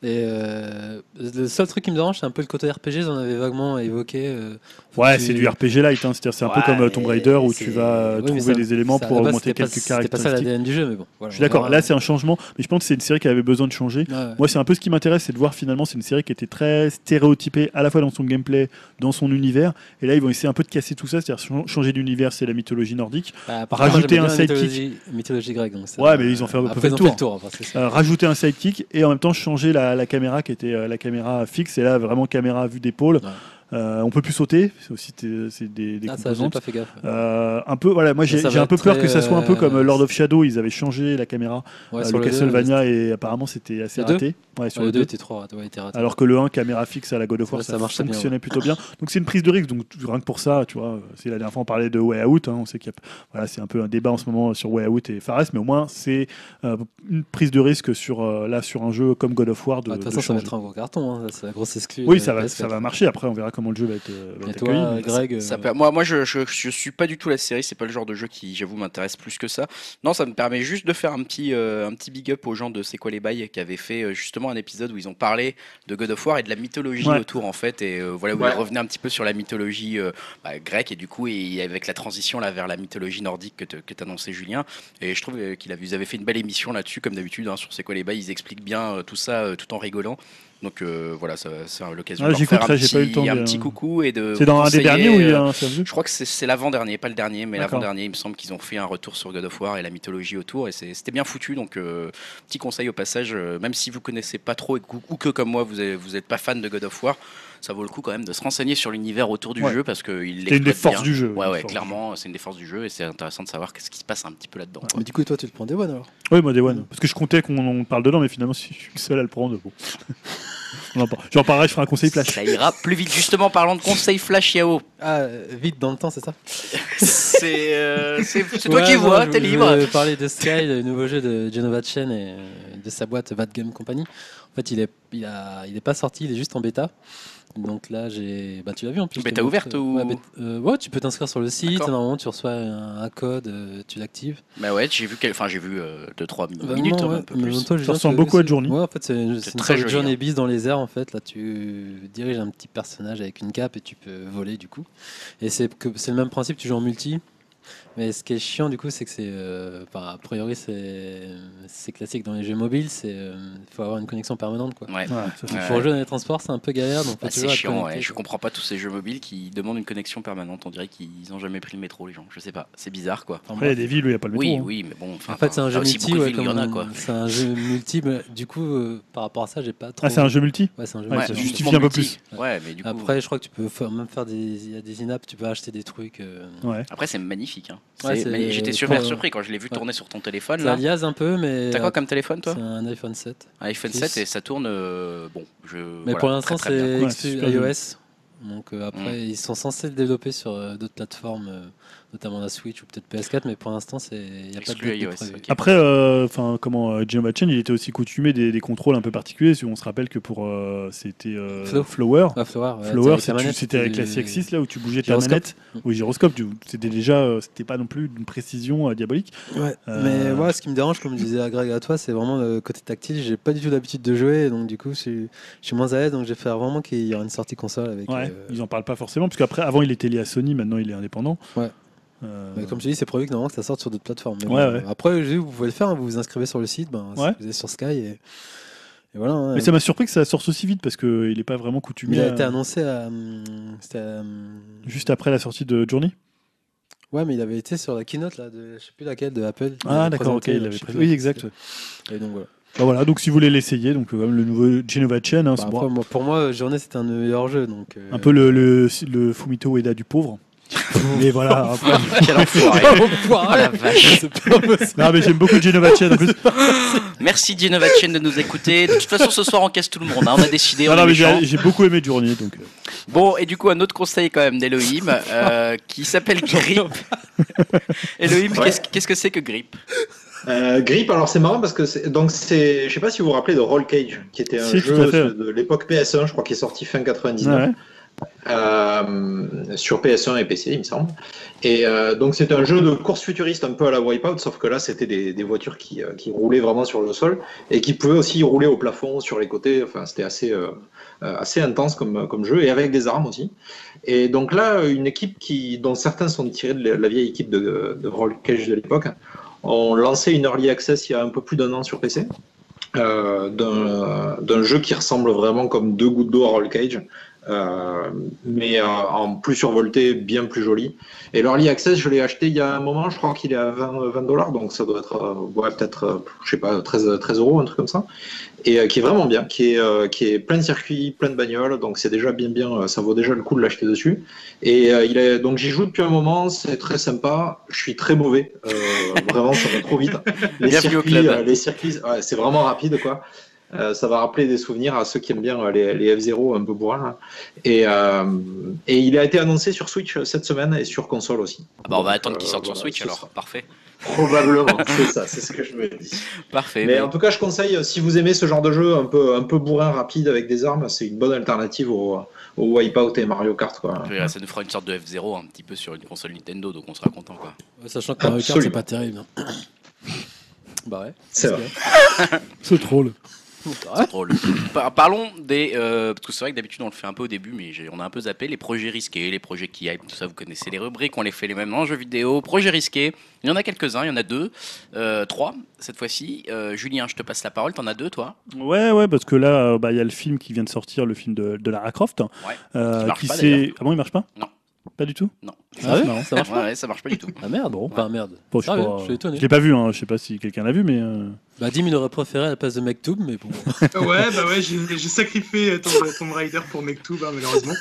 Speaker 3: Et euh, le seul truc qui me dérange, c'est un peu le côté RPG, j'en avais vaguement évoqué. euh,
Speaker 2: Ouais,
Speaker 3: tu-
Speaker 2: c'est du RPG light, hein. c'est-à-dire c'est un peu
Speaker 3: Ouais,
Speaker 2: comme euh, Tomb
Speaker 3: mais
Speaker 2: Raider où tu
Speaker 3: c'est-
Speaker 2: vas
Speaker 3: oui, mais
Speaker 2: trouver
Speaker 3: ça-
Speaker 2: des éléments
Speaker 3: ça, à
Speaker 2: pour
Speaker 3: la base,
Speaker 2: augmenter
Speaker 3: c'était pas-
Speaker 2: quelques
Speaker 3: C'était pas ça
Speaker 2: caractéristiques.
Speaker 3: l'ADN du jeu, mais bon. voilà,
Speaker 2: Je suis d'accord,
Speaker 3: on
Speaker 2: là
Speaker 3: verra.
Speaker 2: c'est un changement, mais je pense que c'est une série qui avait besoin de changer.
Speaker 3: Ouais.
Speaker 2: Moi, c'est un peu ce qui m'intéresse, c'est de voir finalement, c'est une série qui était très stéréotypée à la fois dans son gameplay, dans son univers. Et là, ils vont essayer un peu de casser tout ça, c'est-à-dire ch- changer d'univers, c'est la mythologie nordique.
Speaker 3: Bah,
Speaker 2: Rajouter
Speaker 3: moi, j'aime
Speaker 2: un
Speaker 3: bien la
Speaker 2: sidekick.
Speaker 3: mythologie- Mythologie grecque. donc ça-
Speaker 2: Ouais, mais ils ont fait un peu
Speaker 3: Après,
Speaker 2: fait
Speaker 3: ils
Speaker 2: le
Speaker 3: ont
Speaker 2: tour.
Speaker 3: fait le tour. enfin, c'est ça.
Speaker 2: Euh, rajouter un sidekick et en même temps changer la, la caméra qui était euh, la caméra fixe et là vraiment caméra à vue d'épaule.
Speaker 3: Ouais.
Speaker 2: Euh, on peut plus sauter, c'est aussi t'es- c'est des, des
Speaker 3: Ah, ça, j'ai
Speaker 2: composantes.
Speaker 3: pas fait gaffe.
Speaker 2: Euh, un peu, voilà, moi
Speaker 3: Ça,
Speaker 2: j'ai
Speaker 3: ça va
Speaker 2: j'ai un peu
Speaker 3: être
Speaker 2: peur
Speaker 3: très,
Speaker 2: que ça soit un peu
Speaker 3: euh,
Speaker 2: comme Lord of Shadow, ils avaient changé la caméra
Speaker 3: Ouais,
Speaker 2: euh,
Speaker 3: sur
Speaker 2: le
Speaker 3: deux,
Speaker 2: Castlevania et apparemment c'était assez
Speaker 3: Les deux
Speaker 2: raté. Ouais, sur
Speaker 3: Sur le
Speaker 2: les
Speaker 3: 2,
Speaker 2: deux.
Speaker 3: était trop raté. Ouais, il était raté.
Speaker 2: Alors que le 1, caméra fixe à la God of War,
Speaker 3: Ouais,
Speaker 2: ça,
Speaker 3: ça marchait bien,
Speaker 2: fonctionnait plutôt bien. Donc c'est une prise de risque. Donc tout- rien que pour ça, tu vois, euh, c'est la dernière fois on parlait de Way Out. hein, on sait qu'il y a, voilà, c'est un peu un débat en ce moment sur Way Out et Fares, mais au moins c'est euh, une prise de risque sur euh, là sur un jeu comme God of War de,
Speaker 3: Ah, De
Speaker 2: de
Speaker 3: toute façon, ça va
Speaker 2: changer.
Speaker 3: être un gros carton. hein, C'est la grosse exclue.
Speaker 2: Oui,
Speaker 3: euh,
Speaker 2: ça va,
Speaker 3: PS4.
Speaker 2: ça va marcher. Après, on verra comment le jeu va être, euh, va
Speaker 3: Et
Speaker 2: être
Speaker 3: toi,
Speaker 2: accueilli. mais-
Speaker 3: Greg
Speaker 1: Ça
Speaker 3: euh,
Speaker 1: peut- Moi, moi je, je, je suis pas du tout la série, c'est pas le genre de jeu qui, j'avoue, m'intéresse plus que ça. Non, ça me permet juste de faire un petit, euh, un petit big up aux gens de C'est quoi les bails qui avaient fait euh, justement un épisode où ils ont parlé de God of War et de la mythologie
Speaker 2: Ouais.
Speaker 1: autour en fait. Et euh, voilà, où
Speaker 5: Ouais.
Speaker 1: ils revenaient un petit peu sur la mythologie euh, bah, grecque et du coup, et avec la transition là vers la mythologie nordique que te- que t'annonçais Julien. Et je trouve euh, qu'ils avaient, ils avaient fait une belle émission là-dessus, comme d'habitude, hein, sur C'est quoi les bails. Ils expliquent bien euh, tout ça euh, tout en rigolant. Donc euh, voilà, ça- c'est euh, l'occasion
Speaker 2: Ah,
Speaker 1: de leur faire un
Speaker 2: j'écouterai, j'ai
Speaker 1: petit,
Speaker 2: pas eu le temps
Speaker 1: un
Speaker 2: de-
Speaker 1: petit coucou et de.
Speaker 2: C'est dans un des
Speaker 1: conseiller,
Speaker 2: derniers où il y
Speaker 1: euh,
Speaker 2: a un c'est un jeu
Speaker 1: je crois que c'est- c'est l'avant-dernier, pas le dernier, mais
Speaker 2: D'accord.
Speaker 1: l'avant-dernier, il me semble qu'ils ont fait un retour sur God of War et la mythologie autour, et c'est- c'était bien foutu. Donc, euh, petit conseil au passage, euh, même si vous connaissez pas trop et que vous- ou que comme moi, vous n'êtes vous êtes pas fan de God of War, ça vaut le coup quand même de se renseigner sur l'univers autour du
Speaker 2: Ouais.
Speaker 1: jeu parce qu'il
Speaker 2: C'était une des
Speaker 1: l'exploite
Speaker 2: forces
Speaker 1: bien.
Speaker 2: du jeu.
Speaker 1: Ouais,
Speaker 2: une
Speaker 1: ouais,
Speaker 2: force.
Speaker 1: clairement, c'est une des forces du jeu et c'est intéressant de savoir ce qui se passe un petit peu là-dedans. quoi.
Speaker 3: Mais du coup, toi, tu le prends des bonnes alors
Speaker 2: Oui, moi, Day One. Parce que je comptais qu'on en parle dedans, mais finalement, si je suis le seul à le prendre, bon. On en parle. J'en parlerai, je ferai un conseil flash.
Speaker 1: Ça ira plus vite. Justement, parlant de conseils flash Yao,
Speaker 3: Ah, euh, vite dans le temps, c'est ça
Speaker 1: c'est euh, c'est- c'est toi
Speaker 3: Ouais,
Speaker 1: qui
Speaker 3: non,
Speaker 1: vois,
Speaker 3: je-
Speaker 1: t'es
Speaker 3: je
Speaker 1: libre.
Speaker 3: voulais parler de Sky, le nouveau jeu de Genova Chen et euh, de sa boîte Bad Game Company. En fait, il est, il, a, il est pas sorti, il est juste en bêta. Donc là, j'ai, bah, tu l'as vu en plus. je te
Speaker 1: Bêta
Speaker 3: montre.
Speaker 1: ouverte ou-
Speaker 3: ouais, bêta- euh, ouais, tu peux t'inscrire sur le site.
Speaker 1: D'accord.
Speaker 3: Normalement, tu reçois un, un code, euh, tu l'actives.
Speaker 1: Bah ouais, j'ai vu, quel- enfin j'ai vu 2-3
Speaker 3: Bah,
Speaker 1: minutes,
Speaker 3: non,
Speaker 1: un
Speaker 3: ouais,
Speaker 1: peu
Speaker 3: mais
Speaker 1: plus.
Speaker 3: toi, Julien,
Speaker 2: Ça ressemble
Speaker 3: tu l'as
Speaker 2: beaucoup
Speaker 3: vu
Speaker 2: à Journey.
Speaker 3: Ouais, en fait, c'est, c'est une
Speaker 1: très
Speaker 3: sorte de
Speaker 1: joli, hein.
Speaker 3: Journey bis dans les airs. En fait, là, tu diriges un petit personnage avec une cape et tu peux voler du coup. Et c'est que c'est le même principe. Tu joues en multi. Mais ce qui est chiant du coup, c'est que c'est, euh, enfin, a priori, c'est, c'est classique dans les jeux mobiles. C'est, euh, faut avoir une connexion permanente quoi.
Speaker 1: Ouais.
Speaker 2: Ouais, ça, c'est-
Speaker 1: Ouais.
Speaker 3: Pour jouer dans les transports, c'est un peu galère. Donc, faut
Speaker 1: Bah, c'est
Speaker 3: toujours être
Speaker 1: chiant, ouais.
Speaker 3: connecté,
Speaker 1: je
Speaker 3: quoi.
Speaker 1: comprends pas tous ces jeux mobiles qui demandent une connexion permanente. On dirait qu'ils ont jamais pris le métro, les gens. Je sais pas, c'est bizarre quoi.
Speaker 3: Enfin,
Speaker 2: Après, il y a des villes où il n'y a pas le métro.
Speaker 1: oui,
Speaker 2: hein.
Speaker 1: oui, mais bon. enfin,
Speaker 3: En fait, c'est un
Speaker 1: là
Speaker 3: jeu
Speaker 1: Ah, aussi,
Speaker 3: multi,
Speaker 1: beaucoup de
Speaker 3: ouais,
Speaker 1: villes où il y en
Speaker 3: comme
Speaker 1: a quoi.
Speaker 3: on- c'est un jeu multi. mais Du coup, euh, par rapport à ça, j'ai pas trop.
Speaker 2: Ah, c'est un jeu multi
Speaker 3: Ouais, c'est un jeu
Speaker 2: Ouais,
Speaker 1: Ouais,
Speaker 3: multi,
Speaker 2: ça
Speaker 3: ouais.
Speaker 2: justifie
Speaker 1: monde
Speaker 2: un peu
Speaker 1: multi. Ouais, mais du coup. Après,
Speaker 3: Après, je crois que tu peux faire, même faire des, il y a des in-app, tu peux acheter des trucs. euh,
Speaker 2: Ouais.
Speaker 1: c'est magnifique. hein.
Speaker 3: Ouais,
Speaker 1: C'est
Speaker 3: c'est-
Speaker 1: magnifique. J'étais
Speaker 3: je
Speaker 1: super
Speaker 3: pense,
Speaker 1: surpris quand je l'ai vu
Speaker 3: ouais.
Speaker 1: tourner sur ton téléphone.
Speaker 3: ça
Speaker 1: Là.
Speaker 3: aliase un peu, mais.
Speaker 1: T'as quoi comme téléphone toi
Speaker 3: C'est un iPhone 7.
Speaker 1: Un iPhone
Speaker 3: Six.
Speaker 1: 7 et ça tourne. euh, Bon, je.
Speaker 3: Mais
Speaker 1: voilà,
Speaker 3: pour l'instant,
Speaker 1: très, très bien. Mm.
Speaker 3: c'est
Speaker 2: Ouais,
Speaker 3: exclu
Speaker 2: c'est super joli.
Speaker 3: iOS. Donc euh, après, ils sont censés le développer sur euh, d'autres plateformes, euh, notamment la Switch ou peut-être PS4, mais pour l'instant, c'est- il n'y a pas de
Speaker 1: Exclu
Speaker 3: date de
Speaker 1: iOS,
Speaker 3: prévu.
Speaker 1: ok.
Speaker 2: Après, euh, enfin, comment euh, Jim Chen, il était aussi coutumé des, des contrôles un peu particuliers. Si on se rappelle que pour euh, c'était euh,
Speaker 3: Flow.
Speaker 2: Flower.
Speaker 3: Ouais, Flower, ouais,
Speaker 2: Flower,
Speaker 3: t'as
Speaker 2: c'est-
Speaker 3: la
Speaker 2: tu-
Speaker 3: manette,
Speaker 2: c'était avec la
Speaker 3: tu-
Speaker 2: CX6 là où tu bougeais ta
Speaker 3: Gyroscope. Mm.
Speaker 2: manette au gyroscope. tu- C'était déjà, euh, c'était pas non plus d'une précision euh, diabolique.
Speaker 3: Ouais,
Speaker 2: Euh,
Speaker 3: mais moi, ce qui me dérange, comme je disais à Greg à toi, c'est vraiment le côté tactile. J'ai pas du tout l'habitude de jouer, donc du coup, je suis, je suis moins à l'aise. Donc, j'espère vraiment qu'il y aura une sortie console avec.
Speaker 2: Ouais,
Speaker 3: euh,
Speaker 2: ils en parlent pas forcément parce qu'après, avant, il était lié à Sony, maintenant, il est indépendant.
Speaker 3: Ouais.
Speaker 2: Euh,
Speaker 3: mais comme je te dis, c'est prévu que normalement que ça sorte sur d'autres plateformes. Mais
Speaker 2: Ouais,
Speaker 3: bon,
Speaker 2: ouais.
Speaker 3: Après, je dis, vous pouvez le faire, hein, vous vous inscrivez sur le site, ben,
Speaker 2: Ouais.
Speaker 3: vous allez sur Sky et, et voilà. hein.
Speaker 2: Mais ça m'a surpris que ça sorte aussi vite parce que il est pas vraiment coutumé.
Speaker 3: Il a
Speaker 2: à-
Speaker 3: été annoncé à. hum, c'était à, hum,
Speaker 2: Juste après la sortie de Journey
Speaker 3: Ouais, mais il avait été sur la keynote, là, de, je sais plus laquelle, de Apple. Il
Speaker 2: Ah
Speaker 3: avait
Speaker 2: d'accord, ok,
Speaker 3: présenté,
Speaker 2: il
Speaker 3: euh, je
Speaker 2: l'avait
Speaker 3: sais
Speaker 2: pris.
Speaker 3: plus.
Speaker 2: Oui, exact.
Speaker 3: Et donc, voilà.
Speaker 2: Bah voilà, donc si vous voulez l'essayer, donc euh, comme le nouveau Genova Chen, hein,
Speaker 3: Bah,
Speaker 2: c'est
Speaker 3: après,
Speaker 2: bon,
Speaker 3: moi- pour moi, Journée, c'était un meilleur jeu. Donc, euh,
Speaker 2: un peu le, le, le Fumito Ueda du pauvre. mais voilà. après-
Speaker 1: Quel enfoiré.
Speaker 3: Oh,
Speaker 1: Oh la
Speaker 3: poire,
Speaker 1: vache.
Speaker 3: c'est pas possible.
Speaker 2: Non mais j'aime beaucoup Genova Chen en plus.
Speaker 1: Merci Genova Chen de nous écouter. De toute façon, ce soir on casse tout le monde. hein. On a décidé.
Speaker 2: Non,
Speaker 1: on
Speaker 2: non,
Speaker 1: est
Speaker 2: mais
Speaker 1: méchants.
Speaker 2: j'ai j'ai beaucoup aimé Journey donc. euh,
Speaker 1: Bon, et du coup, un autre conseil quand même d'Elohim euh, qui s'appelle Grip. Elohim,
Speaker 5: Ouais.
Speaker 1: qu'est-ce qu'est-ce que c'est que Grip
Speaker 5: Euh, Grip, alors c'est marrant parce que c'est- donc c'est, je sais pas si vous vous rappelez de Roll Cage, qui était un
Speaker 2: Si, tout à
Speaker 5: jeu
Speaker 2: fait.
Speaker 5: de- de l'époque PS1, je crois, qui est sorti fin 99.
Speaker 2: ouais.
Speaker 5: euh, sur PS1 et PC, il me semble. Et euh, donc c'était un jeu de course futuriste un peu à la Wipeout, sauf que là c'était des, des voitures qui, euh, qui roulaient vraiment sur le sol et qui pouvaient aussi rouler au plafond, sur les côtés. Enfin, c'était assez, euh, euh, assez intense comme, comme jeu et avec des armes aussi. Et donc là, une équipe qui, dont certains sont tirés de la- la vieille équipe de, de Roll Cage de l'époque, ont lancé une early access il y a un peu plus d'un an sur PC. euh, d'un d'un jeu qui ressemble vraiment comme deux gouttes d'eau à Roll Cage, euh, mais euh, en plus survolté, bien plus joli. Et l'Early Access, je l'ai acheté il y a un moment, je crois qu'il est à 20 20 dollars, donc ça doit être, euh, ouais, peut-être, euh, je sais pas, 13, 13 euros, un truc comme ça. Et euh, qui est vraiment bien, qui est, euh, qui est plein de circuits, plein de bagnoles, donc c'est déjà bien, bien, euh, ça vaut déjà le coup de l'acheter dessus. Et euh, il est, donc j'y joue depuis un moment, c'est très sympa, je suis très mauvais, euh, vraiment, ça va trop vite. Les
Speaker 1: Bienvenue au
Speaker 5: circuits,
Speaker 1: club.
Speaker 5: euh, les circuits, ouais, c'est vraiment rapide, quoi. Euh, ça va rappeler des souvenirs à ceux qui aiment bien euh, les, les F0 un peu bourrins. hein. là. Et, euh, et il a été annoncé sur Switch euh, cette semaine et sur console aussi.
Speaker 1: Ah bah, on va
Speaker 5: Donc,
Speaker 1: attendre qu'il
Speaker 5: euh,
Speaker 1: sorte sur
Speaker 5: voilà,
Speaker 1: Switch
Speaker 5: ce
Speaker 1: alors.
Speaker 5: sera-
Speaker 1: Parfait.
Speaker 5: Probablement, c'est ça, c'est ce que je me dis.
Speaker 1: Parfait.
Speaker 5: Mais
Speaker 1: bah,
Speaker 5: en tout cas, je conseille, euh, si vous aimez ce genre de jeu un peu, un peu bourrin, rapide, avec des armes, c'est une bonne alternative au, euh, au Wipeout et Mario Kart. Quoi.
Speaker 1: je veux dire, Ça nous fera une sorte de F0 un petit peu sur une console Nintendo, donc on sera content quoi.
Speaker 3: Sachant que Mario Kart, c'est
Speaker 5: Absolument.
Speaker 3: pas terrible. hein. Bah ouais.
Speaker 5: C'est vrai.
Speaker 2: Ce troll.
Speaker 3: Ouais.
Speaker 1: Drôle. Par- parlons des. euh, parce que c'est vrai que d'habitude on le fait un peu au début, mais j'ai- on a un peu zappé les projets risqués, les projets qui hype, tout ça. Vous connaissez les rubriques, on les fait les mêmes en jeux vidéo. Projets risqués, il y en a quelques-uns, il y en a deux, euh, trois cette fois-ci. Euh, Julien, je te passe la parole, t'en as deux toi
Speaker 2: Ouais, ouais, parce que là, euh, bah, il y a le film qui vient de sortir, le film de, de Lara Croft. euh,
Speaker 1: Qui marche
Speaker 2: qui
Speaker 1: pas,
Speaker 2: s'est- Ah bon, il marche pas
Speaker 1: Non.
Speaker 2: Pas du tout
Speaker 1: Non.
Speaker 3: Ah ouais
Speaker 2: marrant.
Speaker 3: Ça marche
Speaker 1: ouais, ouais, ça marche pas du tout.
Speaker 3: Ah merde, bon.
Speaker 1: Ouais.
Speaker 3: Enfin merde.
Speaker 2: Bon, je, sais
Speaker 3: Sérieux,
Speaker 2: pas,
Speaker 3: Ah, je
Speaker 2: euh,
Speaker 3: suis étonné.
Speaker 2: je l'ai pas vu, hein, je sais pas si quelqu'un l'a vu, mais. euh,
Speaker 3: Bah Dim, il aurait préféré à la place de Mektoub, mais bon.
Speaker 4: Ouais, bah ouais, j'ai j'ai sacrifié Tomb Tomb Raider pour Mektoub, hein, malheureusement.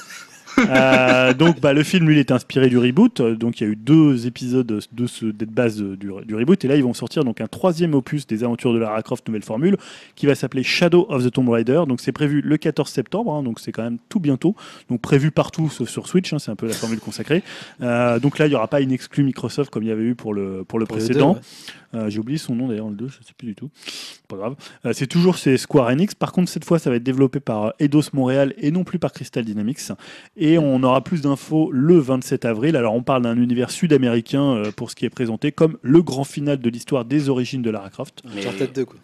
Speaker 2: Euh, donc, bah, le film, lui, il est inspiré du reboot. euh, Donc, il y a eu deux épisodes de ce, de base euh, du, du reboot. Et là, ils vont sortir donc un troisième opus des aventures de Lara Croft, nouvelle formule, qui va s'appeler Shadow of the Tomb Raider. Donc, c'est prévu le 14 septembre. hein, donc, c'est quand même tout bientôt. Donc, prévu partout, sauf sur Switch. hein, c'est un peu la formule consacrée. Euh, donc, là, il n'y aura pas une exclue Microsoft comme il y avait eu pour le, pour le
Speaker 3: Pour les deux,
Speaker 2: précédent.
Speaker 3: ouais.
Speaker 2: Euh, J'ai oublié son nom d'ailleurs, le 2, je sais plus du tout. Pas grave. Euh, c'est toujours chez Square Enix. Par contre, cette fois, ça va être développé par euh, Eidos Montréal et non plus par Crystal Dynamics. Et on aura plus d'infos le 27 avril. Alors, on parle d'un univers sud-américain euh, pour ce qui est présenté comme le grand final de l'histoire des origines de Lara Croft.
Speaker 1: Mais
Speaker 3: Uncharted 2, quoi.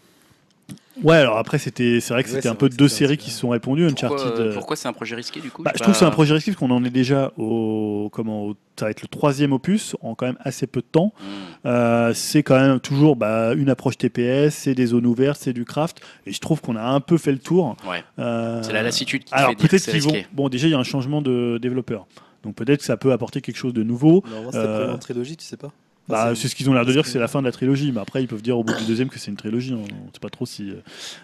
Speaker 2: Ouais, alors après, c'était, c'est vrai que
Speaker 3: Ouais,
Speaker 2: c'était
Speaker 3: c'est
Speaker 2: un peu
Speaker 3: vrai que
Speaker 2: deux
Speaker 3: c'était un
Speaker 2: séries
Speaker 3: petit
Speaker 2: qui
Speaker 3: peu-
Speaker 2: se sont répondues.
Speaker 1: pourquoi,
Speaker 2: Uncharted.
Speaker 1: euh,
Speaker 2: euh,
Speaker 1: pourquoi c'est un projet risqué du coup
Speaker 2: bah,
Speaker 1: J'ai
Speaker 2: je trouve
Speaker 1: pas-
Speaker 2: que c'est un projet risqué parce qu'on en est déjà au comment au- ça va être le troisième opus en quand même assez peu de temps.
Speaker 1: Hmm.
Speaker 2: Euh, c'est quand même toujours bah, une approche TPS, c'est des zones ouvertes, c'est du craft, et je trouve qu'on a un peu fait le tour.
Speaker 1: Ouais.
Speaker 2: Euh,
Speaker 1: C'est la lassitude qui
Speaker 2: Alors
Speaker 1: fait dire que
Speaker 2: peut-être
Speaker 1: c'est
Speaker 2: qu'ils vont.
Speaker 1: risqué.
Speaker 2: Bon, déjà il y a un changement de développeur, donc peut-être que ça peut apporter quelque chose de nouveau.
Speaker 3: Normalement, c'était
Speaker 2: Euh,
Speaker 3: prévu en trilogie, tu sais pas
Speaker 2: Bah,
Speaker 3: Enfin,
Speaker 2: c'est ce qu'ils ont l'air de dire que
Speaker 3: c'est-
Speaker 2: c'est la fin de la trilogie, mais après ils peuvent dire au bout du deuxième que c'est une trilogie. hein. On ne sait pas trop si,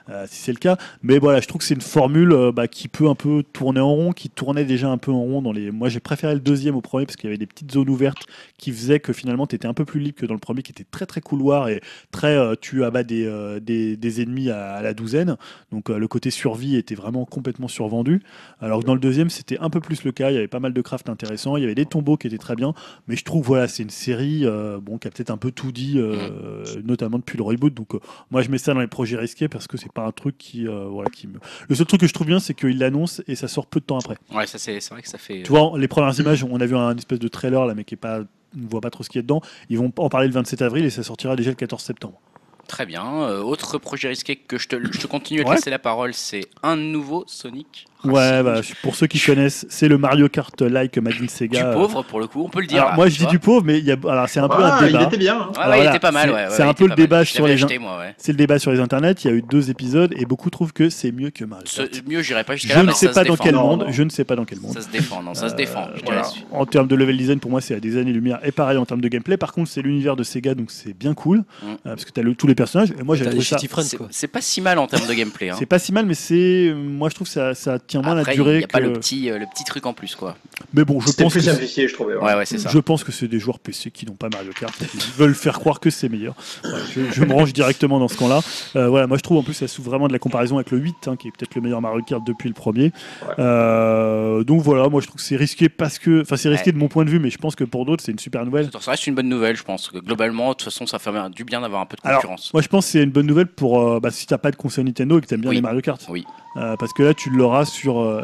Speaker 2: euh, si c'est le cas. Mais voilà, je trouve que c'est une formule euh, bah, qui peut un peu tourner en rond, qui tournait déjà un peu en rond. Dans les... Moi j'ai préféré le deuxième au premier parce qu'il y avait des petites zones ouvertes qui faisaient que finalement tu étais un peu plus libre que dans le premier qui était très très couloir et très euh, tu abats des, euh, des, des ennemis à, à la douzaine. Donc euh, le côté survie était vraiment complètement survendu. Alors que dans le deuxième c'était un peu plus le cas, il y avait pas mal de craft intéressants, il y avait des tombeaux qui étaient très bien. Mais je trouve voilà, c'est une série euh, bon, qui a peut-être un peu tout dit, euh,
Speaker 1: Mm.
Speaker 2: notamment depuis le reboot. Donc euh, moi je mets ça dans les projets risqués parce que c'est pas un truc qui euh, voilà qui me. Le seul truc que je trouve bien c'est qu'ils l'annoncent et ça sort peu de temps après.
Speaker 1: Ouais, ça c'est c'est vrai que ça fait.
Speaker 2: Tu vois les premières images, on a vu un espèce de trailer là mais qui est pas on voit pas trop ce qu'il y a dedans. Ils vont en parler le 27 avril et ça sortira déjà le 14 septembre.
Speaker 1: Très bien. Euh, autre projet risqué que je te, je te continue à te
Speaker 2: Ouais.
Speaker 1: laisser la parole, c'est un nouveau Sonic.
Speaker 2: Ouais,
Speaker 1: Racing.
Speaker 2: bah, pour ceux qui connaissent, c'est le Mario Kart like Madin
Speaker 1: Du
Speaker 2: Sega.
Speaker 1: pauvre pour le coup, on peut le dire.
Speaker 2: euh, Alors,
Speaker 1: là,
Speaker 2: moi
Speaker 1: tu
Speaker 2: je dis
Speaker 1: vois.
Speaker 2: du pauvre, mais il y a... alors c'est un peu
Speaker 5: Ah,
Speaker 2: un débat.
Speaker 5: il était bien. hein.
Speaker 1: Ouais, ouais,
Speaker 2: Alors
Speaker 1: il
Speaker 2: là,
Speaker 1: était pas mal. ouais,
Speaker 2: c'est-
Speaker 1: ouais,
Speaker 2: c'est
Speaker 1: ouais,
Speaker 2: un
Speaker 1: il était
Speaker 2: peu le
Speaker 1: pas mal.
Speaker 2: débat
Speaker 1: Je
Speaker 2: sur
Speaker 1: l'avais
Speaker 2: les gens-
Speaker 1: acheté, moi, ouais.
Speaker 2: C'est le débat sur les internets. Il y a eu deux épisodes et beaucoup trouvent que c'est mieux que Mario Kart.
Speaker 1: Ce- mieux, j'irai pas jusqu'à
Speaker 2: Je
Speaker 1: là.
Speaker 2: ne
Speaker 1: mais
Speaker 2: sais
Speaker 1: ça
Speaker 2: pas
Speaker 1: se
Speaker 2: dans
Speaker 1: défend.
Speaker 2: quel
Speaker 5: Non,
Speaker 2: monde.
Speaker 5: non.
Speaker 2: Je ne sais pas dans quel monde.
Speaker 1: Ça se défend, non, ça se défend.
Speaker 2: Euh,
Speaker 1: je te
Speaker 2: voilà.
Speaker 1: la suis.
Speaker 2: En termes de level design, pour moi, c'est à des années-lumière. Et pareil en termes de gameplay. Par contre, c'est l'univers de Sega, donc c'est bien cool.
Speaker 1: Mm.
Speaker 2: euh, parce que tu as tous les personnages. Et moi,
Speaker 3: T'as
Speaker 2: j'avais
Speaker 3: les
Speaker 2: trouvé ça.
Speaker 3: Shitty Friends,
Speaker 1: C'est-
Speaker 3: quoi.
Speaker 1: C'est pas si mal en termes de gameplay. hein.
Speaker 2: C'est pas si mal, mais c'est. Moi, je trouve que ça, ça tient moins
Speaker 1: Après,
Speaker 2: la durée.
Speaker 1: il n'y a pas
Speaker 2: que-
Speaker 1: le petit, euh, le petit truc en plus, quoi.
Speaker 2: Mais bon, je
Speaker 5: C'était
Speaker 2: pense que.
Speaker 5: plus
Speaker 2: c'est-
Speaker 5: simplifié, je trouvais. ouais.
Speaker 1: Ouais, ouais, c'est ça.
Speaker 2: Je pense que c'est des joueurs PC qui n'ont pas Mario Kart, qui veulent faire croire que c'est meilleur. Voilà, je, je me range directement dans ce camp-là. Euh, voilà, moi je trouve en plus ça souffre vraiment de la comparaison avec le 8, hein, qui est peut-être le meilleur Mario Kart depuis le premier.
Speaker 5: Ouais.
Speaker 2: Euh, donc voilà, moi je trouve que c'est risqué parce que, enfin c'est risqué de mon point de vue, mais je pense que pour d'autres c'est une super nouvelle.
Speaker 1: Ça reste une bonne nouvelle, je pense. que Globalement, de toute façon, ça fait un- du bien d'avoir un peu de
Speaker 2: Alors,
Speaker 1: concurrence.
Speaker 2: Moi je pense que c'est une bonne nouvelle pour euh, bah, si t'as pas de console Nintendo et que t'aimes bien
Speaker 1: Oui.
Speaker 2: les Mario Kart.
Speaker 1: Oui.
Speaker 2: Euh, parce que là tu l'auras sur. euh,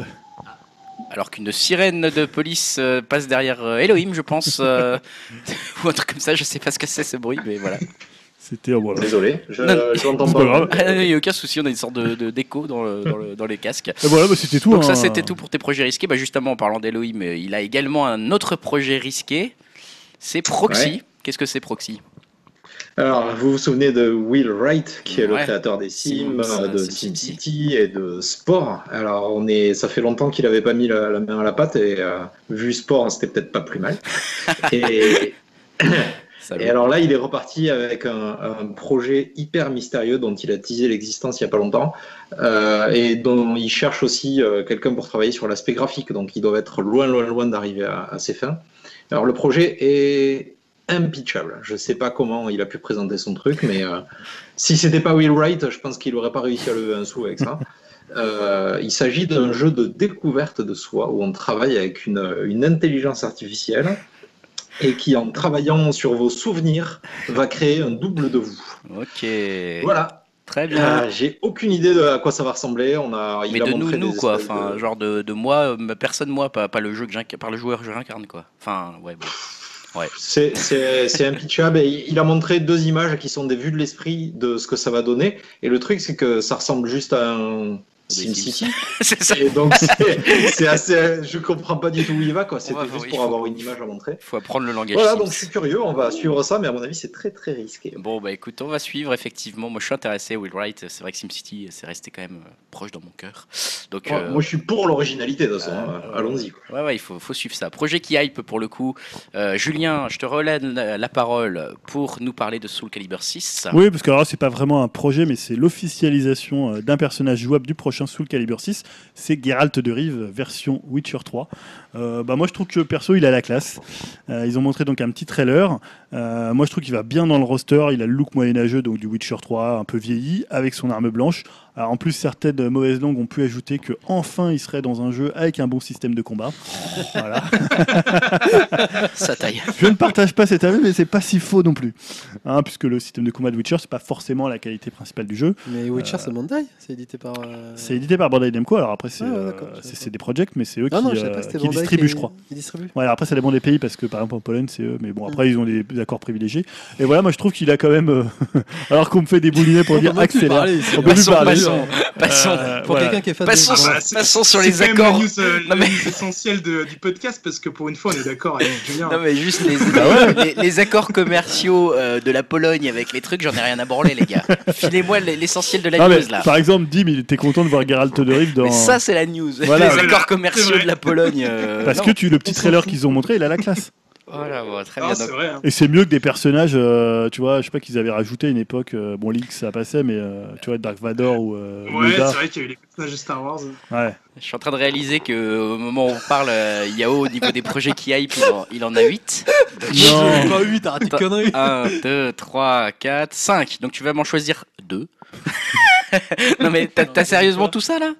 Speaker 1: Alors qu'une sirène de police euh, passe derrière euh, Elohim, je pense, euh, ou un truc comme ça. Je sais pas ce que c'est ce bruit, mais voilà.
Speaker 2: C'était. euh, voilà.
Speaker 5: Désolé, je
Speaker 1: Non,
Speaker 5: je l'entends
Speaker 2: c'est
Speaker 5: pas.
Speaker 2: pas grave.
Speaker 1: Ah, non, Il n'y a aucun souci, on a une sorte de de- d'écho dans, le- dans, le- dans les casques.
Speaker 2: Et voilà, bah, c'était tout.
Speaker 1: Donc
Speaker 2: hein.
Speaker 1: ça c'était tout pour tes projets risqués. Bah, justement en parlant d'Elohim, euh, il a également un autre projet risqué. C'est Proxy.
Speaker 5: Ouais.
Speaker 1: Qu'est-ce que c'est Proxy
Speaker 5: Alors, vous vous souvenez de Will Wright, qui est le
Speaker 1: Ouais.
Speaker 5: créateur des Sims,
Speaker 1: Sims,
Speaker 5: euh, de
Speaker 1: Sim City.
Speaker 5: SimCity et de Sport. Alors, on est, ça fait longtemps qu'il n'avait pas mis la, la main à la pâte et euh, vu Sport, c'était peut-être pas plus mal. Et,
Speaker 1: Ça
Speaker 5: et alors là, il est reparti avec un, un projet hyper mystérieux dont il a teasé l'existence il n'y a pas longtemps euh, et dont il cherche aussi euh, quelqu'un pour travailler sur l'aspect graphique. Donc ils doivent être loin, loin, loin d'arriver à, à ses fins. Alors le projet est impitchable. Je ne sais pas comment il a pu présenter son truc, mais euh, si c'était pas Will Wright, je pense qu'il n'aurait pas réussi à lever un sou avec ça. Euh, il s'agit d'un jeu de découverte de soi où on travaille avec une- une intelligence artificielle et qui, en travaillant sur vos souvenirs, va créer un double de vous.
Speaker 1: euh, Ok.
Speaker 5: Voilà.
Speaker 1: Très bien.
Speaker 5: Euh, J'ai aucune idée de à quoi ça va ressembler. On a, il
Speaker 1: Ah. mais
Speaker 5: a
Speaker 1: de nous,
Speaker 5: montré
Speaker 1: nous
Speaker 5: des
Speaker 1: quoi.
Speaker 5: espèces de-
Speaker 1: Enfin, genre de, de moi, euh, personne moi, pas, pas le jeu que j'incarne, par le joueur que j'incarne quoi. Enfin, ouais, bon.
Speaker 5: C'est- C'est c'est impitchable et il a montré deux images qui sont des vues de l'esprit de ce que ça va donner. Et le truc, c'est que ça ressemble juste à un
Speaker 1: Sims.
Speaker 5: SimCity.
Speaker 1: c'est ça.
Speaker 5: Et donc, c'est c'est assez. Je comprends pas du tout où il va, quoi. C'était
Speaker 1: va-
Speaker 5: juste
Speaker 1: il
Speaker 5: pour
Speaker 1: faut-
Speaker 5: avoir une image à montrer.
Speaker 1: Faut apprendre le langage.
Speaker 5: Voilà,
Speaker 1: Sims.
Speaker 5: donc je suis curieux. On va suivre ça, mais à mon avis, c'est très très risqué.
Speaker 1: Bon, bah écoute, on va suivre effectivement. Moi je suis intéressé, Will Wright. C'est vrai que SimCity, c'est resté quand même euh, proche dans mon cœur. Donc,
Speaker 5: Moi,
Speaker 1: euh,
Speaker 5: moi, je suis pour l'originalité, de toute façon.
Speaker 1: euh,
Speaker 5: hein. Allons-y. quoi.
Speaker 1: Ouais, ouais, il faut, faut suivre ça. Projet qui hype pour le coup. Euh, Julien, je te relève la, la parole pour nous parler de Soul Calibur 6.
Speaker 2: Oui, parce que alors c'est pas vraiment un projet, mais c'est l'officialisation euh, d'un personnage jouable du prochain Soul Calibur 6. C'est Geralt de Rive, version Witcher 3. Euh, bah moi je trouve que perso il a la classe. Euh, ils ont montré donc un petit trailer. Euh, moi je trouve qu'il va bien dans le roster. Il a le look moyenâgeux donc du Witcher 3, un peu vieilli, avec son arme blanche. Alors, en plus certaines mauvaises langues ont pu ajouter que enfin il serait dans un jeu avec un bon système de combat. voilà.
Speaker 1: Ça taille.
Speaker 2: Je ne partage pas cet avis, mais c'est pas si faux non plus, Hein, puisque le système de combat de Witcher c'est pas forcément la qualité principale du jeu.
Speaker 3: Mais Witcher, c'est Bandai C'est édité par. euh,
Speaker 2: Euh, C'est édité par Bandai Namco, alors après c'est
Speaker 3: Ah ouais,
Speaker 2: euh,
Speaker 3: d'accord, je
Speaker 2: c'est-
Speaker 3: savais
Speaker 2: c'est
Speaker 3: pas.
Speaker 2: des projets, mais c'est eux
Speaker 3: Ah
Speaker 2: qui,
Speaker 3: non, je savais
Speaker 2: euh,
Speaker 3: pas, c'était
Speaker 2: qui
Speaker 3: Bandai
Speaker 2: distribuent, je crois.
Speaker 3: Ils distribuent.
Speaker 2: Voilà, après ça dépend des pays parce que par exemple en Pologne c'est eux, mais bon après ils ont des accords privilégiés. Et voilà, moi je trouve qu'il a quand même, euh, alors qu'on me fait des boulinets pour dire
Speaker 3: Bah,
Speaker 2: accélère. Ah, On peut plus
Speaker 1: Passons,
Speaker 2: parler.
Speaker 1: passons, passons,
Speaker 2: Euh,
Speaker 3: Pour
Speaker 2: voilà.
Speaker 3: quelqu'un qui est fan de
Speaker 1: passons,
Speaker 4: Voilà,
Speaker 1: sur-
Speaker 4: c'est-
Speaker 1: passons sur
Speaker 4: C'est
Speaker 1: les
Speaker 4: quand même
Speaker 1: accords.
Speaker 4: La news, euh,
Speaker 1: Non,
Speaker 4: la
Speaker 1: mais-
Speaker 4: news essentielle de- du podcast parce que pour une fois on est d'accord avec Julien.
Speaker 1: Non mais juste les,
Speaker 2: Bah
Speaker 1: les- les accords commerciaux euh, de la Pologne avec les trucs, j'en ai rien à branler les gars. Filez-moi l- l'essentiel de la
Speaker 2: Non, mais,
Speaker 1: news là.
Speaker 2: par exemple, Dim, il était content de voir Geralt de Rive dans.
Speaker 1: Mais ça c'est la news.
Speaker 2: Voilà.
Speaker 1: les
Speaker 4: Voilà,
Speaker 1: accords
Speaker 4: c'est
Speaker 1: commerciaux
Speaker 4: vrai.
Speaker 1: de la Pologne. euh,
Speaker 2: parce
Speaker 1: non.
Speaker 2: que tu, le petit
Speaker 3: on s'en
Speaker 2: trailer
Speaker 3: fout.
Speaker 2: qu'ils ont montré, il a la classe.
Speaker 1: Voilà, bon, très bien.
Speaker 4: Ah, c'est
Speaker 1: Donc,
Speaker 4: vrai. hein.
Speaker 2: Et c'est mieux que des personnages, euh, tu vois, je sais pas qu'ils avaient rajouté à une époque, euh, bon, Link ça passait, mais euh, tu vois, Dark Vador ou euh,
Speaker 4: Ouais, c'est
Speaker 2: Yoda.
Speaker 4: vrai qu'il y a eu les personnages de Star Wars.
Speaker 2: Ouais.
Speaker 1: je suis en train de réaliser que au moment où on parle, euh, Yao au niveau des projets qui hype, il en, il en a 8
Speaker 2: Non.
Speaker 3: Pas eu, t'as raté une connerie.
Speaker 1: 1, 2, 3, 4, 5. Donc tu vas m'en choisir 2. non mais t'as- t'as sérieusement tout ça là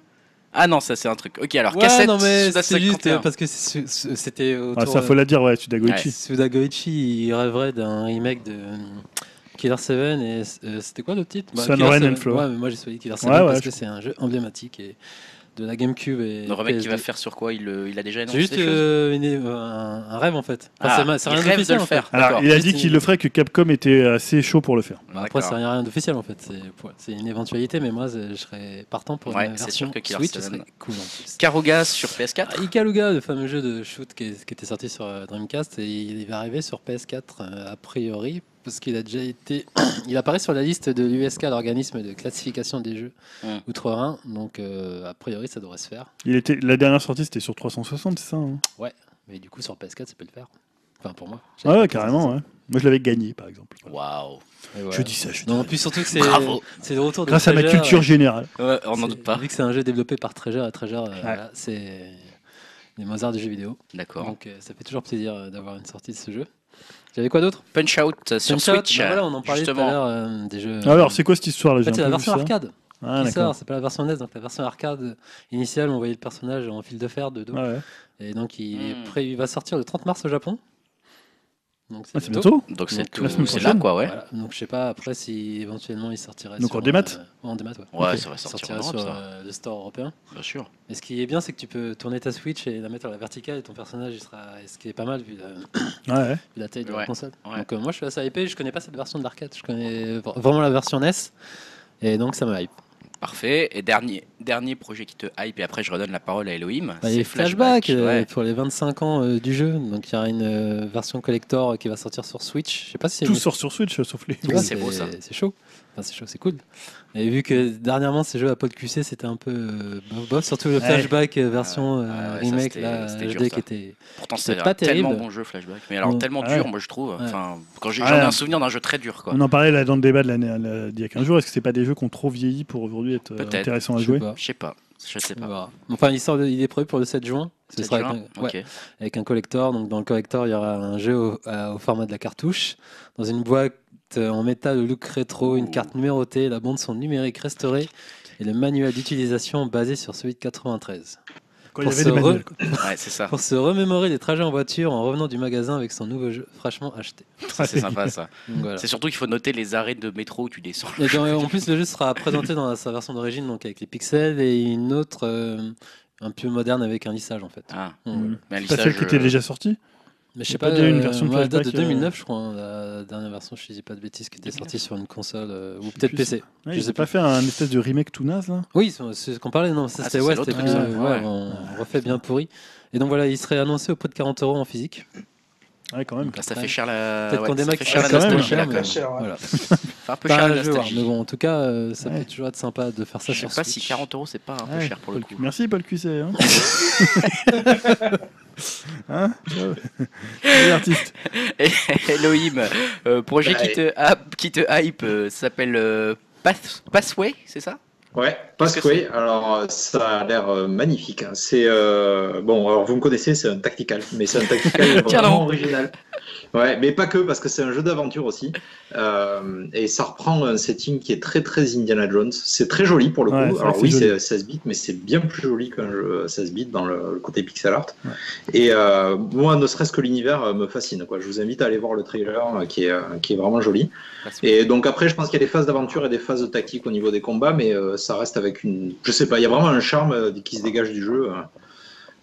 Speaker 1: Ah non, ça c'est un truc. Ok, alors
Speaker 3: Ouais,
Speaker 1: cassette.
Speaker 3: non, mais
Speaker 1: Suda
Speaker 3: c'est juste
Speaker 1: 51.
Speaker 3: euh, parce que c'est- c'est- c'était autour.
Speaker 2: Ah, ça faut la dire, ouais, tu
Speaker 1: Ouais.
Speaker 2: Goichi.
Speaker 3: Suda Goichi, il rêverait d'un remake de euh, Killer 7 et euh, c'était quoi le titre
Speaker 2: Sun,
Speaker 3: Killer
Speaker 2: Ren and
Speaker 3: Seven.
Speaker 2: Flow.
Speaker 3: Ouais, mais moi j'ai choisi Killer 7
Speaker 2: Ouais, ouais,
Speaker 3: parce
Speaker 2: je
Speaker 3: que c'est un jeu emblématique et de la GameCube et
Speaker 1: Le remake qui
Speaker 3: PS2.
Speaker 1: va faire sur quoi il, le- il a déjà
Speaker 3: C'est
Speaker 1: énoncé
Speaker 3: juste
Speaker 1: des choses
Speaker 3: euh, une- euh, un un rêve en fait. Enfin,
Speaker 1: Ah,
Speaker 3: c'est ma- c'est
Speaker 1: il
Speaker 3: rien
Speaker 1: rêve de
Speaker 3: d'officiel
Speaker 1: le
Speaker 3: en fait.
Speaker 1: faire. Ah,
Speaker 2: Alors,
Speaker 1: D'accord.
Speaker 2: il a
Speaker 3: Juste
Speaker 2: dit
Speaker 3: une-
Speaker 2: qu'il le ferait, que Capcom était assez chaud pour le faire.
Speaker 3: Après,
Speaker 1: D'accord.
Speaker 3: c'est rien d'officiel en fait. C'est pour- C'est une éventualité, mais moi c'est- je serais partant pour
Speaker 1: Ouais,
Speaker 3: une
Speaker 1: c'est sûr
Speaker 3: version
Speaker 1: que Killer
Speaker 3: Switch. Ce
Speaker 1: Seven-
Speaker 3: serait cool en plus.
Speaker 1: Karuga sur PS4
Speaker 3: Ah, Ikaruga, le fameux jeu de shoot qui, est- qui était sorti sur euh, Dreamcast, et il il va arriver sur PS4 euh, a priori, parce qu'il a déjà été. il apparaît sur la liste de l'USK, l'organisme de classification des jeux
Speaker 1: Hmm.
Speaker 3: outre-Rhin, donc euh, a priori ça devrait se faire.
Speaker 2: Il était, la dernière sortie, c'était sur 360, c'est ça hein
Speaker 3: Mais du coup, sur PS4, ça peut le faire. Enfin, pour moi.
Speaker 2: Ah Ouais, ouais, carrément. Ouais. Moi, je l'avais gagné, par exemple. Voilà.
Speaker 1: Waouh.
Speaker 2: Je dis ça, je dis
Speaker 3: Non,
Speaker 2: rien.
Speaker 3: plus surtout que c'est
Speaker 1: Bravo.
Speaker 3: c'est le retour de
Speaker 2: Grâce à ma
Speaker 3: Treasure,
Speaker 2: culture
Speaker 3: euh,
Speaker 2: générale.
Speaker 1: Ouais, on n'en
Speaker 3: c'est-
Speaker 1: doute pas.
Speaker 3: Vu que c'est un jeu développé par Treasure, et Treasure, euh, voilà, c'est les Mozart du jeu vidéo.
Speaker 1: D'accord.
Speaker 3: Donc euh, ça fait toujours plaisir euh, d'avoir une sortie de ce jeu. J'avais quoi d'autre
Speaker 1: Punch Out euh, sur
Speaker 3: Punch-Out,
Speaker 1: Switch.
Speaker 3: bah voilà, on en parlait
Speaker 1: justement.
Speaker 3: tout à l'heure euh, des jeux.
Speaker 2: Ah, Alors, c'est quoi cette histoire là
Speaker 3: en fait, c'est la version arcade
Speaker 2: Ah,
Speaker 3: qui
Speaker 2: d'accord.
Speaker 3: sort, c'est pas la version NES, donc la version arcade initiale, on voyait le personnage en fil de fer de dos.
Speaker 2: Ah, ouais.
Speaker 3: Et donc il, est
Speaker 1: Hmm.
Speaker 3: prêt, il va sortir le 30 mars au Japon. Donc
Speaker 2: Ah, c'est bientôt
Speaker 1: Donc c'est
Speaker 3: Donc,
Speaker 1: tout.
Speaker 2: la semaine
Speaker 1: C'est là
Speaker 2: prochaine.
Speaker 1: quoi, ouais.
Speaker 3: Voilà. Donc je sais pas après si éventuellement il sortirait.
Speaker 2: Donc,
Speaker 3: sur,
Speaker 2: en démat
Speaker 3: euh, ouais, En démat, ouais.
Speaker 1: Ouais,
Speaker 2: Ok.
Speaker 1: ça va
Speaker 3: Il
Speaker 1: sortir
Speaker 3: sortira
Speaker 1: en Europe,
Speaker 3: sur
Speaker 1: ça.
Speaker 3: euh, le store européen.
Speaker 1: Bien sûr.
Speaker 3: Et ce qui est bien, c'est que tu peux tourner ta Switch et la mettre à la verticale et ton personnage il sera. et ce qui est pas mal vu la, vu
Speaker 2: Ah Ouais, ouais.
Speaker 3: la taille de
Speaker 1: Ouais,
Speaker 3: la console.
Speaker 1: ouais.
Speaker 3: Donc euh, moi je suis assez hypé, je connais pas cette version de l'arcade, je connais v- vraiment la version NES. Et E donc ça me hype.
Speaker 1: Parfait. Et dernier, dernier projet qui te hype, et après je redonne la parole à Elohim.
Speaker 3: Bah, il y a eu Flashback euh, pour les 25 ans euh, du jeu. Donc il y a une euh, version collector qui va sortir sur Switch. Je sais pas si c'est
Speaker 2: Tout
Speaker 3: une-
Speaker 2: sort sur Switch, euh, sauf les.
Speaker 3: Tu vois,
Speaker 1: c'est beau, ça.
Speaker 3: C'est chaud. Enfin, c'est chaud, c'est cool. Et vu que dernièrement ces jeux à Paul QC c'était un peu euh, bof, bof, surtout le
Speaker 2: Ouais.
Speaker 3: flashback euh, version
Speaker 1: ouais,
Speaker 3: euh,
Speaker 1: ouais, ça,
Speaker 3: remake
Speaker 1: c'était-
Speaker 3: là,
Speaker 1: c'était dur,
Speaker 3: HD
Speaker 1: ça.
Speaker 3: qui était.
Speaker 1: Pourtant,
Speaker 3: C'est
Speaker 1: c'est
Speaker 3: pas
Speaker 1: un tellement
Speaker 3: terrible.
Speaker 1: bon jeu, Flashback. Mais alors,
Speaker 3: Ouais.
Speaker 1: tellement
Speaker 2: Ah ouais.
Speaker 1: dur, moi, je trouve.
Speaker 3: Ouais.
Speaker 1: Enfin, quand j'ai-
Speaker 2: Ah
Speaker 1: j'en ai
Speaker 2: ouais.
Speaker 1: un souvenir d'un jeu très dur, quoi.
Speaker 2: On en parlait là dans le débat de l'année la- d'il y a 15 jours. Est-ce que c'est pas des jeux qui ont trop vieilli pour aujourd'hui être euh,
Speaker 1: Peut-être.
Speaker 2: intéressants à
Speaker 3: Je sais
Speaker 2: jouer
Speaker 3: pas.
Speaker 1: Je sais pas. Je sais
Speaker 3: On
Speaker 1: pas.
Speaker 3: verra. Enfin, il, sort de- il est prévu pour le 7 juin. Ce
Speaker 1: C'est
Speaker 3: sera
Speaker 1: dur,
Speaker 3: avec,
Speaker 1: hein
Speaker 3: un, ouais,
Speaker 1: Ok.
Speaker 3: avec un collector. Donc, dans le collector, il y aura un jeu au, à- au format de la cartouche, dans une boîte euh, en métal au look rétro, une
Speaker 1: Ouh.
Speaker 3: carte numérotée, la bande son numérique restaurée et le manuel d'utilisation basé sur celui de 93.
Speaker 2: Quand il y
Speaker 3: Pour
Speaker 2: avait
Speaker 3: se
Speaker 2: des manuels, quoi.
Speaker 1: Ouais, c'est ça.
Speaker 3: Pour se remémorer les trajets en voiture en revenant du magasin avec son nouveau jeu fraîchement acheté.
Speaker 1: Ça, C'est sympa, ça.
Speaker 3: Donc, voilà.
Speaker 1: C'est surtout qu'il faut noter les arrêts de métro où tu descends.
Speaker 3: Et dans- en plus, le jeu sera présenté dans sa version d'origine, donc avec les pixels, et une autre euh, un peu moderne avec un lissage en fait.
Speaker 1: Ah,
Speaker 2: Mm.
Speaker 3: Donc, voilà.
Speaker 1: mais
Speaker 2: C'est pas celle
Speaker 1: lissage,
Speaker 2: qui était
Speaker 1: euh,
Speaker 2: déjà sortie
Speaker 3: Mais je
Speaker 2: Il y
Speaker 3: sais
Speaker 2: a pas
Speaker 3: pas,
Speaker 2: déjà une
Speaker 3: euh,
Speaker 2: version de
Speaker 3: ouais, elle date de
Speaker 2: flashback, euh,
Speaker 3: 2009, je crois, hein, la dernière version, je dis pas de bêtises, qui était sortie sur une console, euh, ou
Speaker 2: sais
Speaker 3: peut-être
Speaker 2: plus.
Speaker 3: PC.
Speaker 2: Ouais,
Speaker 3: Je
Speaker 2: Ils
Speaker 3: sais
Speaker 2: ont pas fait un espèce de remake tout naze là
Speaker 3: Oui, c'est c'est ce qu'on parlait, non, ça,
Speaker 1: Ah,
Speaker 3: c'était
Speaker 1: ça,
Speaker 3: ouais,
Speaker 1: c'est
Speaker 3: c'était
Speaker 1: l'autre
Speaker 3: plus,
Speaker 1: truc, ça,
Speaker 3: euh,
Speaker 1: ouais.
Speaker 3: ouais, on refait bien pourri. Et donc voilà, il serait annoncé au pot de 40 euros en physique.
Speaker 2: Ouais, quand même.
Speaker 1: Bah, ça
Speaker 3: Ouais.
Speaker 1: fait cher la.
Speaker 3: Peut-être
Speaker 1: ouais,
Speaker 3: qu'on
Speaker 1: ça
Speaker 3: démarque
Speaker 1: fait cher
Speaker 2: Ah,
Speaker 1: la
Speaker 2: quand même,
Speaker 1: nostalgie,
Speaker 2: cher,
Speaker 1: là, quand
Speaker 3: mais
Speaker 1: même.
Speaker 4: Pas cher, ouais.
Speaker 3: Voilà.
Speaker 1: Fait un peu
Speaker 3: Pas
Speaker 1: cher
Speaker 3: un
Speaker 1: la
Speaker 3: jeu, voir,
Speaker 1: nostalgie.
Speaker 3: mais bon, en tout cas, euh, ça
Speaker 2: Ouais.
Speaker 3: peut toujours être sympa de faire ça
Speaker 1: Je
Speaker 3: sur
Speaker 1: sais pas si
Speaker 3: Switch.
Speaker 1: 40 euros c'est pas un peu
Speaker 2: Ouais,
Speaker 1: cher pour le
Speaker 2: Paul-
Speaker 1: coup.
Speaker 2: Merci Paul Cusset. Hein Hein Ciao. Salut, l'artiste.
Speaker 1: Et Elohim, euh, projet
Speaker 5: Bah,
Speaker 1: qui te, hype- qui te hype, euh, ça s'appelle euh, Path- Pathway, c'est ça
Speaker 5: Ouais, parce
Speaker 1: Qu'est-ce
Speaker 5: que
Speaker 1: que
Speaker 5: oui, alors euh, ça a l'air euh, magnifique. hein. C'est euh, bon, alors vous me connaissez, c'est un tactical, mais c'est un tactical
Speaker 1: Tiens
Speaker 5: vraiment
Speaker 1: donc.
Speaker 5: original. Ouais, mais pas que, parce que c'est un jeu d'aventure aussi, Euh, et ça reprend un setting qui est très très Indiana Jones. C'est très joli pour le
Speaker 2: Ouais, c'est
Speaker 5: coup.
Speaker 2: vrai
Speaker 5: Alors
Speaker 2: que
Speaker 5: oui,
Speaker 2: c'est
Speaker 5: c'est 16 bits, mais c'est bien plus joli qu'un jeu euh, 16 bits dans le, le côté pixel art. Et euh, moi, ne serait-ce que l'univers euh, me fascine. Quoi. Je vous invite à aller voir le trailer euh, qui est, euh, qui est vraiment joli.
Speaker 1: Pathway.
Speaker 5: Et donc après, je pense qu'il y a des phases d'aventure et des phases de tactique au niveau des combats, mais euh, ça reste avec une. Je sais pas, il y a vraiment un charme euh, qui se dégage du jeu. euh.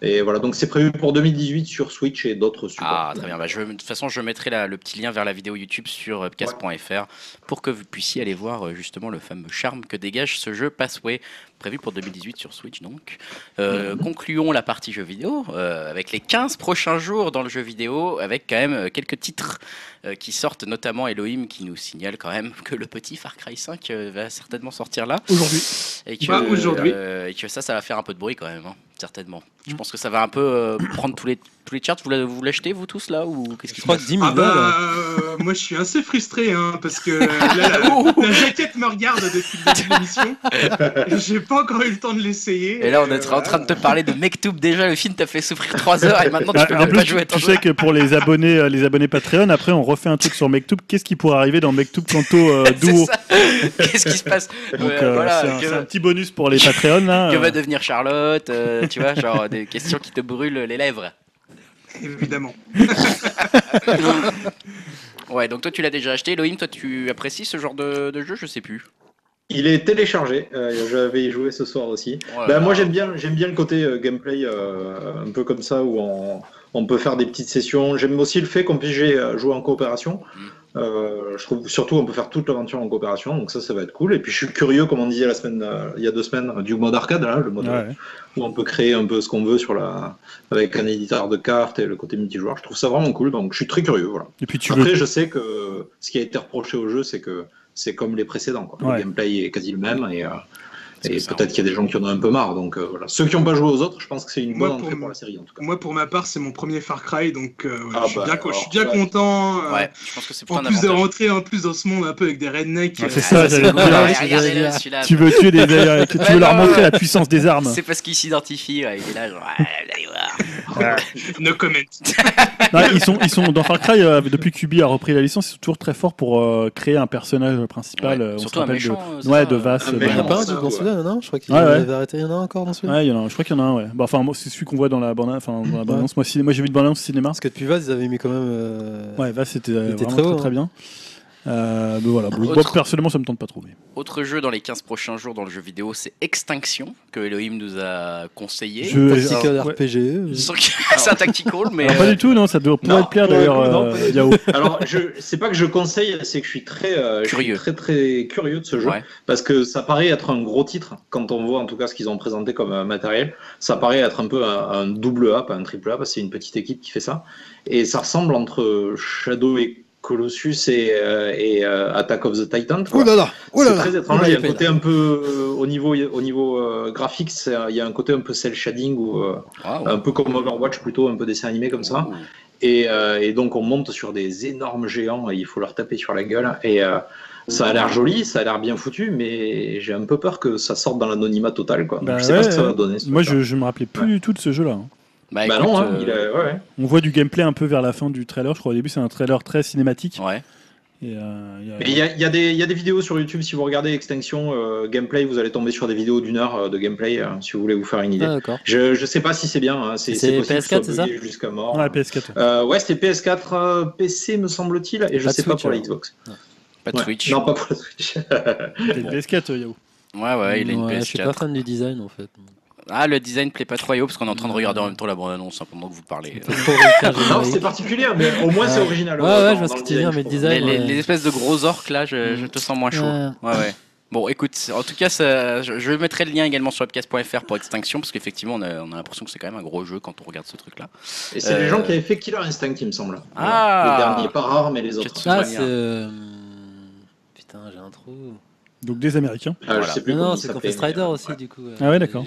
Speaker 5: Et voilà, donc c'est prévu pour 2018 sur Switch et d'autres supports.
Speaker 1: Ah, très bien. Bah, je, de toute façon, je mettrai la- le petit lien vers la vidéo YouTube sur euh, upcast.fr pour que vous puissiez aller voir euh, justement le fameux charme que dégage ce jeu Passway, prévu pour 2018 sur Switch. Donc, Euh, concluons la partie jeux vidéo euh, avec les 15 prochains jours dans le jeu vidéo, avec quand même euh, quelques titres euh, qui sortent, notamment Elohim qui nous signale quand même que le petit Far Cry 5 euh, va certainement sortir là.
Speaker 2: Aujourd'hui.
Speaker 1: Et que,
Speaker 4: Bah, aujourd'hui.
Speaker 1: euh, et que ça, ça va faire un peu de bruit quand même, hein, certainement. Je pense que ça va un peu euh, prendre tous les, tous les charts. Vous l'a- vous l'achetez, vous tous, là Ou qu'est-ce qui se
Speaker 3: Je crois
Speaker 1: passe
Speaker 3: que 10 000
Speaker 4: Ah
Speaker 3: balles, hein.
Speaker 4: bah, euh, moi je suis assez frustré hein, parce que euh, la, la- la jaquette me regarde depuis le début de l'émission. J'ai pas encore eu le temps de l'essayer.
Speaker 1: Et là, on
Speaker 4: Euh,
Speaker 1: est en
Speaker 4: voilà.
Speaker 1: train de te parler de Mektoub déjà. Le film t'a fait souffrir 3 heures et maintenant tu
Speaker 2: Bah,
Speaker 1: peux
Speaker 2: en
Speaker 1: même
Speaker 2: plus,
Speaker 1: pas jouer à ton
Speaker 2: tu
Speaker 1: jeu.
Speaker 2: sais que pour les abonnés, euh, les abonnés Patreon, après on refait un truc sur Mektoub. Qu'est-ce qui pourrait arriver dans Mektoub Canto euh,
Speaker 1: C'est
Speaker 2: Duo
Speaker 1: ça. Qu'est-ce qui se passe
Speaker 2: Donc
Speaker 1: Ouais,
Speaker 2: euh,
Speaker 1: voilà,
Speaker 2: c'est un,
Speaker 1: que-
Speaker 2: c'est un petit bonus pour les Patreon là.
Speaker 1: Que
Speaker 2: euh.
Speaker 1: va devenir Charlotte euh, Tu vois, genre des questions qui te brûlent les lèvres.
Speaker 4: Évidemment.
Speaker 1: Ouais, donc toi tu l'as déjà acheté. Elohim, toi tu apprécies ce genre de, de jeu Je sais plus.
Speaker 5: Il est téléchargé, euh, je vais y jouer ce soir aussi.
Speaker 1: Oh là
Speaker 5: Bah,
Speaker 1: là.
Speaker 5: moi j'aime bien, j'aime bien le côté euh, gameplay euh, un peu comme ça où on, on peut faire des petites sessions. J'aime aussi le fait qu'on puisse jouer, euh, jouer en coopération.
Speaker 1: Mm.
Speaker 5: Euh, je trouve surtout on peut faire toute l'aventure en coopération, donc ça ça va être cool. Et puis je suis curieux, comme on disait la semaine, euh, il y a deux semaines, euh, du mode arcade là, le mode
Speaker 2: Ouais, ouais.
Speaker 5: où on peut créer un peu ce qu'on veut sur la avec un éditeur de cartes et le côté multijoueur. Je trouve ça vraiment cool, donc je suis très curieux. Voilà.
Speaker 2: Et puis tu
Speaker 5: Après,
Speaker 2: le.
Speaker 5: je sais que ce qui a été reproché au jeu, c'est que c'est comme les précédents. Quoi.
Speaker 2: Ouais.
Speaker 5: Le gameplay est quasi le même et, euh,
Speaker 1: Parce
Speaker 5: et
Speaker 1: que ça,
Speaker 5: peut-être qu'il y a des gens qui en ont un peu marre. Donc euh, voilà. Ceux qui n'ont pas joué aux autres, je pense que c'est une
Speaker 4: Moi,
Speaker 5: bonne
Speaker 4: pour
Speaker 5: entrée pour
Speaker 4: me-
Speaker 5: la série en tout cas.
Speaker 4: Moi pour ma part, c'est mon premier Far Cry donc euh,
Speaker 5: Ah
Speaker 4: je suis
Speaker 5: bah,
Speaker 4: bien, co- je
Speaker 5: alors,
Speaker 4: suis bien
Speaker 5: ouais.
Speaker 4: content. euh,
Speaker 1: Ouais, je pense que c'est plutôt
Speaker 4: En
Speaker 1: un
Speaker 4: plus de
Speaker 1: avantage.
Speaker 4: rentrer en plus dans ce monde un peu avec des rednecks.
Speaker 2: Ah,
Speaker 4: euh,
Speaker 2: c'est ça,
Speaker 1: c'est
Speaker 2: j'allais
Speaker 1: cool.
Speaker 2: dire.
Speaker 1: Ouais, regardez-le, celui-là.
Speaker 2: Tu veux tuer des, euh, tu veux
Speaker 1: Ah, Ouais,
Speaker 2: leur
Speaker 1: non,
Speaker 2: montrer
Speaker 1: ouais.
Speaker 2: la puissance des armes.
Speaker 1: C'est parce qu'il s'identifie. ouais, il est là, genre, ouais, allez voir.
Speaker 4: euh, No comment.
Speaker 2: Non, ils sont, ils sont dans Far Cry euh, depuis qu'Ubi a repris la licence, ils sont toujours très forts pour euh, créer un personnage principal.
Speaker 1: Ouais,
Speaker 2: euh, on se
Speaker 1: Surtout un
Speaker 2: rappelle
Speaker 1: méchant. euh,
Speaker 2: de,
Speaker 1: c'est
Speaker 2: ouais,
Speaker 1: ça,
Speaker 2: de
Speaker 1: euh,
Speaker 2: Vasse.
Speaker 5: un
Speaker 2: euh,
Speaker 3: Il y en a
Speaker 5: méchant.
Speaker 2: Vasse.
Speaker 3: pas un
Speaker 5: ça,
Speaker 3: dans
Speaker 5: ouais.
Speaker 3: celui-là, non Je crois qu'il
Speaker 2: Ouais, ouais.
Speaker 3: avait arrêté. Il y en a encore dans celui-là
Speaker 2: Ouais, il y en a un. Je crois qu'il y en a un. Ouais. Bah, enfin, moi, c'est celui qu'on voit dans la bande. Enfin, dans la bande annonce. Moi, ciné- moi, j'ai vu de bande annonce au cinéma.
Speaker 3: Parce que depuis Vaze, ils avaient mis quand même. euh,
Speaker 2: Ouais, Vasse c'était euh,
Speaker 3: Il était
Speaker 2: vraiment
Speaker 3: très hein. haut,
Speaker 2: très, très bien. Euh, mais voilà, Blue Box,
Speaker 1: Autre-
Speaker 2: personnellement, ça me tente pas trop. mais-
Speaker 1: Autre jeu dans les 15 prochains jours dans le jeu vidéo, c'est Extinction, que Elohim nous a conseillé.
Speaker 2: Je-
Speaker 3: Tactical
Speaker 2: alors, ouais.
Speaker 3: RPG.
Speaker 1: Sans que- c'est un tactical, mais.
Speaker 2: Alors, pas
Speaker 1: euh,
Speaker 2: du tout, non, ça doit
Speaker 5: non,
Speaker 2: pourrait te plaire
Speaker 5: pour le
Speaker 2: d'ailleurs,
Speaker 5: coup, non,
Speaker 2: euh,
Speaker 5: pas du tout.
Speaker 2: Yao.
Speaker 5: Alors, je, c'est pas que je conseille, c'est que je suis très, euh, je suis
Speaker 1: Curieux.
Speaker 5: très, très curieux de ce jeu
Speaker 1: Ouais.
Speaker 5: parce que ça paraît être un gros titre quand on voit en tout cas ce qu'ils ont présenté comme euh, matériel. Ça paraît être un peu un, un double A, pas un triple A, parce que c'est une petite équipe qui fait ça. Et ça ressemble entre Shadow et Colossus et, euh, et, euh, Attack of the Titan. quoi.
Speaker 3: Ouh là là, ouh là
Speaker 5: C'est
Speaker 3: là.
Speaker 5: très étrange.
Speaker 3: Ouh là,
Speaker 5: Il y a un
Speaker 3: il fait
Speaker 5: côté
Speaker 3: là.
Speaker 5: un peu euh, au niveau, au niveau euh, graphique, c'est- il y a un côté un peu cel shading ou euh,
Speaker 1: Waouh.
Speaker 5: un peu comme Overwatch plutôt, un peu dessin animé comme ça.
Speaker 1: Ouh.
Speaker 5: Et, euh, et donc on monte sur des énormes géants et il faut leur taper sur la gueule. Et euh, ça a l'air joli, ça a l'air bien foutu, mais j'ai un peu peur que ça sorte dans l'anonymat total. Quoi. Donc,
Speaker 2: Bah
Speaker 5: je sais
Speaker 2: ouais,
Speaker 5: pas ce que ça va
Speaker 2: ouais.
Speaker 5: donner. ce
Speaker 2: Moi,
Speaker 5: truc-là.
Speaker 2: je, je me rappelais plus du tout de ce jeu-là. hein.
Speaker 1: Bah,
Speaker 5: Bah
Speaker 1: écoute,
Speaker 5: non, hein,
Speaker 1: euh,
Speaker 5: il a- ouais, ouais.
Speaker 2: On voit du gameplay un peu vers la fin du trailer. Je crois au début, c'est un trailer très cinématique.
Speaker 1: Ouais.
Speaker 2: Et, euh, il y a-
Speaker 5: Mais il y a, il y a des- il y a des vidéos sur YouTube, si vous regardez Extinction euh, Gameplay, vous allez tomber sur des vidéos d'une heure euh, de gameplay, euh, si vous voulez vous faire une idée.
Speaker 3: Ah, d'accord.
Speaker 5: Je, je sais pas si c'est bien, hein. c'est
Speaker 3: C'est
Speaker 5: c'est possible
Speaker 3: PS4,
Speaker 5: que ce soit
Speaker 3: c'est ça
Speaker 5: bugué jusqu'à mort.
Speaker 2: Ah, la PS4. ouais.
Speaker 5: Euh, ouais, c'était PS4, euh, PC me semble-t-il, et je
Speaker 3: Pas de
Speaker 5: sais pas
Speaker 3: Switch,
Speaker 5: pour la
Speaker 3: alors.
Speaker 5: Xbox.
Speaker 1: Pas de
Speaker 5: Ouais.
Speaker 1: Switch.
Speaker 5: Non, pas pour la Switch.
Speaker 2: T'as une PS4, euh, Yao.
Speaker 1: Ouais, ouais, il a une
Speaker 3: Ouais, Je suis pas
Speaker 1: PS4.
Speaker 3: fan du design en fait.
Speaker 1: Ah, le design plaît pas trop à Yo, parce qu'on est en train de regarder en même temps la bande-annonce hein, pendant que vous parlez.
Speaker 5: Non, c'est particulier, mais au moins c'est
Speaker 3: Ah Ouais.
Speaker 5: original.
Speaker 3: Ouais,
Speaker 5: euh,
Speaker 3: ouais,
Speaker 5: dans-
Speaker 3: je vois ce
Speaker 5: dans
Speaker 3: que tu veux dire,
Speaker 5: je
Speaker 3: mais
Speaker 5: trouve.
Speaker 3: le design-
Speaker 1: Les, les-
Speaker 3: ouais.
Speaker 1: les espèces de gros orques là, je, je te sens moins chaud.
Speaker 3: Ouais.
Speaker 1: Ouais, ouais. Bon, écoute, c'est- en tout cas, ça, je, je mettrai le lien également sur webcast.fr pour Extinction, parce qu'effectivement, on a, on a l'impression que c'est quand même un gros jeu quand on regarde ce truc-là.
Speaker 5: Et c'est
Speaker 1: Euh,
Speaker 5: les gens qui avaient fait Killer Instinct, il me semble.
Speaker 1: Ah.
Speaker 5: Les derniers, pas rares, mais les autres.
Speaker 1: Qu'est-ce
Speaker 5: Ah,
Speaker 3: Ah,
Speaker 1: Ouais.
Speaker 3: c'est. euh, Putain, j'ai un trou.
Speaker 2: Donc des Américains.
Speaker 5: Euh, Je
Speaker 1: Voilà.
Speaker 5: sais plus
Speaker 3: Non, non,
Speaker 5: comment
Speaker 3: c'est
Speaker 5: ça
Speaker 3: qu'on fait
Speaker 5: s'appelait, mais,
Speaker 3: Strider
Speaker 5: euh,
Speaker 3: aussi,
Speaker 5: ouais.
Speaker 3: du coup.
Speaker 2: Ah ouais, d'accord.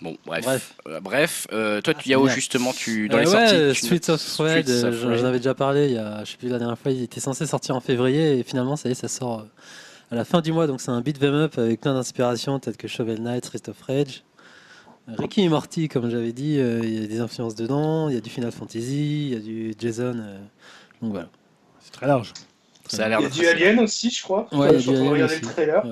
Speaker 1: Bon, bref.
Speaker 3: Bref.
Speaker 1: Euh, bref, euh, toi,
Speaker 3: Ah,
Speaker 1: tu Yao,
Speaker 3: génial.
Speaker 1: justement, tu, dans les
Speaker 3: Euh, ouais,
Speaker 1: sorties. tu
Speaker 3: Streets
Speaker 1: notes-
Speaker 3: of Rage,
Speaker 1: Streets
Speaker 3: euh,
Speaker 1: of
Speaker 3: j'en
Speaker 1: Rage.
Speaker 3: j'en avais déjà parlé, il y a, je sais plus, la dernière fois, il était censé sortir en février et finalement, ça y est, ça sort euh, à la fin du mois. Donc, c'est un beat them up avec plein d'inspirations, peut-être que Shovel Knight, Streets of Rage. Euh, Ricky et Morty, comme j'avais dit, euh, il y a des influences dedans, il y a du Final Fantasy, il y a du Jason. euh, donc voilà.
Speaker 2: C'est très large.
Speaker 1: Ça a
Speaker 4: Il
Speaker 1: l'air
Speaker 4: y a
Speaker 1: d'être
Speaker 4: du
Speaker 1: assez-
Speaker 4: Alien aussi, je crois.
Speaker 3: Ouais, il y a
Speaker 4: je suis en train
Speaker 3: du
Speaker 4: de
Speaker 3: Alien
Speaker 4: regarder
Speaker 3: aussi.
Speaker 4: le trailer.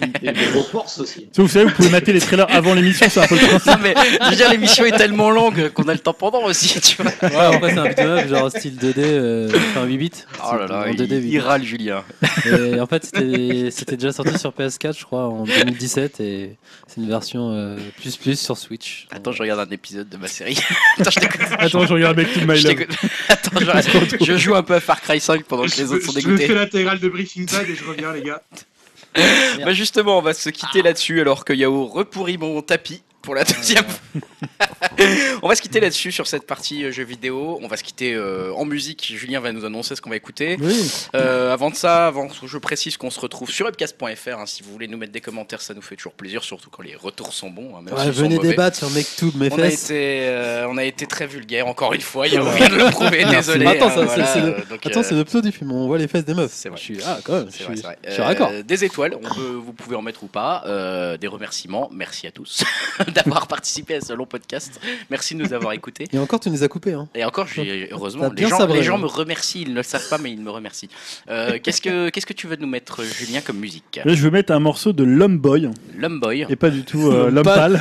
Speaker 5: Il y a des gros forces aussi.
Speaker 2: Ça, vous savez, vous pouvez mater les trailers avant l'émission, c'est un peu le principe.
Speaker 1: Non, mais je veux dire, l'émission est tellement longue qu'on a le temps pendant aussi, tu vois.
Speaker 3: Ouais, après, c'est un beat 'em up, genre style 2D, euh, enfin 8 bits.
Speaker 1: Oh là
Speaker 3: En
Speaker 1: là, il,
Speaker 3: 2D, 8
Speaker 1: il râle, Julien.
Speaker 3: Et en fait, c'était c'était déjà sorti sur PS4, je crois, en 2017, et c'est une version euh, plus plus sur Switch.
Speaker 1: Attends, je regarde un épisode de ma série. Attends, je t'écoute.
Speaker 2: Attends, je regarde avec tout my
Speaker 1: Je
Speaker 2: love.
Speaker 1: t'écoute. Attends, je, je joue un peu à Far Cry 5 pendant que
Speaker 4: Je,
Speaker 1: les autres sont
Speaker 4: je me fais
Speaker 1: dégoûtés.
Speaker 4: l'intégrale de Breaking Bad et je reviens, les gars.
Speaker 1: Bah justement, on va se quitter là-dessus alors que Yao repourrit mon tapis pour la deuxième On va se quitter là-dessus sur cette partie euh, jeux vidéo. On va se quitter euh, en musique. Julien va nous annoncer ce qu'on va écouter.
Speaker 2: Oui.
Speaker 1: Euh, avant de ça, avant, je précise qu'on se retrouve sur webcast.fr. hein, si vous voulez nous mettre des commentaires, ça nous fait toujours plaisir, surtout quand les retours sont bons. hein, même
Speaker 3: Ouais,
Speaker 1: s'ils sont
Speaker 3: venez
Speaker 1: mauvais.
Speaker 3: débattre sur MakeTube, mes
Speaker 1: On a,
Speaker 3: fesses.
Speaker 1: été, euh, on a été très vulgaire encore une fois. Yao vient de le prouver. Désolé.
Speaker 3: Attends,
Speaker 1: hein,
Speaker 3: ça, c'est-
Speaker 1: voilà,
Speaker 3: c'est le-
Speaker 1: euh, donc,
Speaker 3: Attends,
Speaker 1: euh,
Speaker 3: c'est le pseudo du film, on voit les fesses des meufs.
Speaker 1: C'est vrai.
Speaker 3: Je suis, ah, quand même, je
Speaker 1: C'est
Speaker 3: suis,
Speaker 1: vrai, c'est vrai.
Speaker 3: je suis
Speaker 1: Euh,
Speaker 3: raccord.
Speaker 1: des étoiles, on peut, vous pouvez en mettre ou pas. euh, des remerciements, merci à tous d'avoir participé à ce long podcast. Merci de nous avoir écoutés.
Speaker 3: Et encore, tu nous as coupé, hein.
Speaker 1: Et encore, j'ai- heureusement,
Speaker 3: T'as
Speaker 1: les
Speaker 3: bien
Speaker 1: gens,
Speaker 3: sabré,
Speaker 1: les gens
Speaker 3: hein.
Speaker 1: me remercient. Ils ne le savent pas, mais ils me remercient. Euh, qu'est-ce que qu'est-ce que tu veux nous mettre, Julien, comme musique
Speaker 2: Là, je vais mettre un morceau de L'Homme Boy,
Speaker 1: L'homme boy.
Speaker 2: et pas du tout euh,
Speaker 3: L'Homme
Speaker 2: L'Homme
Speaker 3: Pâle.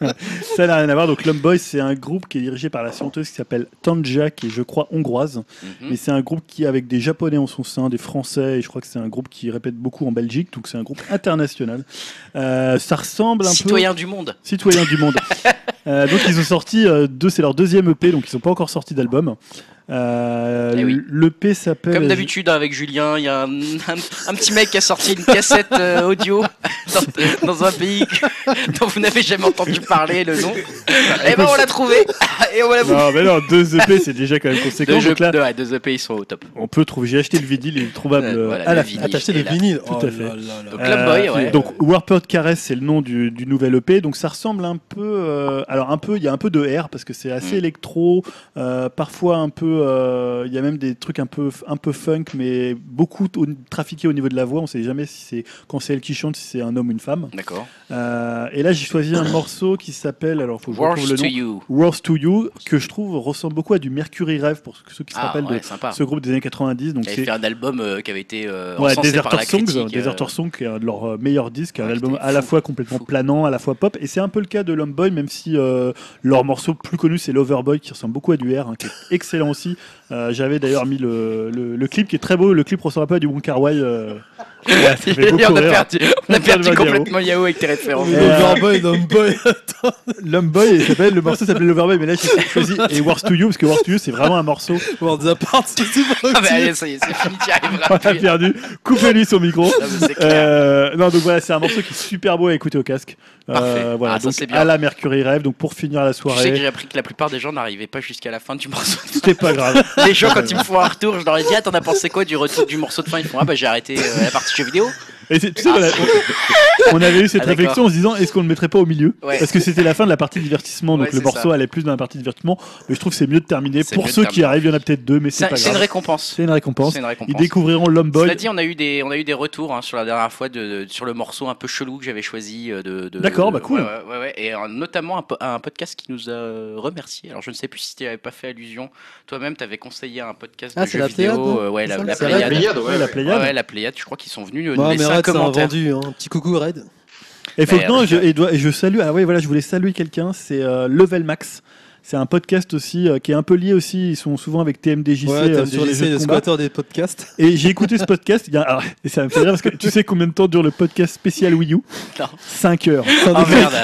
Speaker 2: Pâle. Ça n'a rien à voir. Donc, L'Homme Boy, c'est un groupe qui est dirigé par la chanteuse qui s'appelle Tanja, qui est, je crois, hongroise.
Speaker 1: Mhm.
Speaker 2: Mais c'est un groupe qui, avec des Japonais en son sein, des Français, et je crois que c'est un groupe qui répète beaucoup en Belgique, donc c'est un groupe international. Euh, ça ressemble un peu.
Speaker 1: Citoyen du monde.
Speaker 2: Citoyens du monde. Euh, donc ils ont sorti euh, deux, c'est leur deuxième EP, donc ils sont pas encore sortis d'album. Euh,
Speaker 1: Eh oui.
Speaker 2: L'EP s'appelle.
Speaker 1: Comme d'habitude hein, avec Julien, il y a un, un- un petit mec qui a sorti une cassette euh, audio dans, dans un pays que- dont vous n'avez jamais entendu parler le nom. Et ben on l'a trouvé et on l'a voulu.
Speaker 2: Non, mais non, deux EP, c'est déjà quand même conséquent.
Speaker 1: Deux, E jeux,
Speaker 2: Donc là,
Speaker 1: deux, ouais, deux EP ils sont au top.
Speaker 2: on peut trouver. J'ai acheté le vinyle, il est trouvable
Speaker 1: Ouais,
Speaker 2: euh,
Speaker 1: voilà,
Speaker 2: à
Speaker 1: le
Speaker 2: la
Speaker 1: vinyle.
Speaker 2: fin.
Speaker 3: Ah, t'as acheté
Speaker 1: il est
Speaker 3: le
Speaker 1: là.
Speaker 3: vinyle
Speaker 2: Tout
Speaker 3: oh
Speaker 2: à
Speaker 3: là
Speaker 2: fait.
Speaker 3: là là là.
Speaker 1: Donc, Club Boy, ouais.
Speaker 2: Euh, Donc Warped Caress, c'est le nom du, du nouvel EP. Donc ça ressemble un peu, euh, alors un peu, il y a un peu de R parce que c'est assez
Speaker 1: Mm.
Speaker 2: électro, euh, parfois un peu, euh, il y a même des trucs un peu, un peu funk, mais beaucoup t- au- trafiqué au niveau de la voix. On sait jamais si c'est quand c'est elle qui chante, si c'est un homme ou une femme.
Speaker 1: D'accord.
Speaker 2: Euh, et là j'ai choisi un morceau qui s'appelle, alors faut que je retrouve
Speaker 1: Worst
Speaker 2: le
Speaker 1: to
Speaker 2: nom,
Speaker 1: you.
Speaker 2: Worst to You, que je trouve ressemble beaucoup à du Mercury Rêve pour ceux qui se
Speaker 1: Ah
Speaker 2: rappellent
Speaker 1: ouais,
Speaker 2: de
Speaker 1: sympa.
Speaker 2: ce groupe des années 90. Donc
Speaker 1: Il
Speaker 2: c'est
Speaker 1: avait fait un album euh, qui avait été euh,
Speaker 2: Ouais,
Speaker 1: encensé par
Speaker 2: Deserter
Speaker 1: la
Speaker 2: Songs,
Speaker 1: critique. euh,
Speaker 2: Deserter Songs, qui est un de leurs euh, meilleurs disques, un
Speaker 1: ouais,
Speaker 2: album
Speaker 1: c'était
Speaker 2: à la
Speaker 1: fou,
Speaker 2: fois complètement
Speaker 1: fou.
Speaker 2: planant, à la fois pop. Et c'est un peu le cas de L'Homme Boy, même si euh, leur morceau plus connu c'est L'Overboy, qui ressemble beaucoup à du R, hein, qui est excellent aussi, sorti. Euh, J'avais d'ailleurs mis le, le, le clip qui est très beau, le clip ressemble un peu à du Wong Kar Wai. euh, ouais, ça fait
Speaker 1: Et
Speaker 2: beaucoup
Speaker 1: on a
Speaker 2: rire.
Speaker 1: perdu, on a
Speaker 2: Pierre
Speaker 1: perdu
Speaker 2: Vadero.
Speaker 1: complètement Yahoo avec tes références.
Speaker 2: Euh,
Speaker 3: Overboy, Dumboy.
Speaker 2: L'Homeboy, il s'appelle- le morceau s'appelle L'Overboy, mais là j'ai choisi et Wars to You parce que Wars to You c'est vraiment un morceau.
Speaker 3: Worlds Apart, c'est pas
Speaker 1: Ah, mais
Speaker 3: possible.
Speaker 1: allez, ça y est, c'est fini, tu y
Speaker 2: On
Speaker 1: arriveras
Speaker 2: a
Speaker 1: plus.
Speaker 2: perdu. Coupez-lui son micro.
Speaker 1: Non, mais c'est clair.
Speaker 2: Euh, non, donc voilà, c'est un morceau qui est super beau à écouter au casque. Euh,
Speaker 1: Parfait.
Speaker 2: voilà,
Speaker 1: Ah, ça,
Speaker 2: donc
Speaker 1: c'est bien.
Speaker 2: à la Mercury Rêve, donc pour finir la
Speaker 1: Tu sais que
Speaker 2: soirée,
Speaker 1: j'ai appris que la plupart des gens n'arrivaient pas jusqu'à la fin du morceau.
Speaker 2: c'était pas grave.
Speaker 1: Les gens, quand ils me font un retour, je leur ai dit Ah, t'en as pensé quoi du retour du morceau de fin Ils font Ah, bah j'ai arrêté euh, la partie jeu vidéo.
Speaker 2: Et c'est- tu sais, voilà, on on avait eu cette
Speaker 1: Ah, d'accord.
Speaker 2: réflexion en se disant est-ce qu'on le mettrait pas au milieu
Speaker 1: Ouais.
Speaker 2: Parce que c'était la fin de la partie divertissement, donc
Speaker 1: Ouais,
Speaker 2: le
Speaker 1: c'est
Speaker 2: morceau allait plus dans la partie divertissement. Mais je trouve que c'est mieux de terminer.
Speaker 1: C'est
Speaker 2: Pour
Speaker 1: mieux de
Speaker 2: ceux qui
Speaker 1: terminer.
Speaker 2: arrivent, il y en a peut-être deux, mais c'est
Speaker 1: C'est
Speaker 2: pas
Speaker 1: c'est une
Speaker 2: grave.
Speaker 1: récompense.
Speaker 2: C'est une récompense.
Speaker 1: C'est une
Speaker 2: Ils
Speaker 1: récompense.
Speaker 2: découvriront l'Homeboy.
Speaker 1: Cela dit, on a eu des, on a eu des retours hein, sur la dernière fois de, de- sur le morceau un peu chelou que j'avais choisi. euh, De, de-
Speaker 2: D'accord, bah
Speaker 1: de-
Speaker 2: cool.
Speaker 1: ouais, ouais, ouais, ouais. Et euh, notamment un, po- un podcast qui nous a remercié. Alors, je ne sais plus si tu n'avais pas fait allusion. Toi-même, tu avais conseillé un podcast de
Speaker 3: Ah, c'est
Speaker 1: jeux
Speaker 3: la
Speaker 1: vidéo.
Speaker 3: Pléiade, non
Speaker 1: euh, ouais, la,
Speaker 3: Il me
Speaker 1: la
Speaker 3: semble, c'est
Speaker 5: La
Speaker 1: Pléiade.
Speaker 5: Pléiade, ouais,
Speaker 2: Ouais, la
Speaker 5: ouais.
Speaker 2: Pléiade.
Speaker 1: Ouais, ouais, la Pléiade, je crois qu'ils sont venus euh, nous
Speaker 3: Ouais,
Speaker 1: laisser
Speaker 3: mais
Speaker 1: un
Speaker 3: Red, c'est un
Speaker 1: commentaire.
Speaker 3: vendu. Hein. Petit coucou, Red.
Speaker 2: Et faut
Speaker 1: Mais,
Speaker 2: que- non,
Speaker 1: euh,
Speaker 2: je, et dois- et je salue. Ah oui, voilà, je voulais saluer quelqu'un. C'est euh, Level Max. C'est un podcast aussi euh, qui est un peu lié aussi. Ils sont souvent avec TMDJC,
Speaker 3: Ouais,
Speaker 2: euh,
Speaker 3: t'as
Speaker 2: sur les
Speaker 3: le
Speaker 2: jeux
Speaker 3: le
Speaker 2: de combat.
Speaker 3: squatter des podcasts.
Speaker 2: Et j'ai écouté ce podcast. il y a- ah, et ça me fait rire parce que tu sais combien de temps dure le podcast spécial Wii U
Speaker 1: Non.
Speaker 2: 5 heures.
Speaker 1: Oh merde,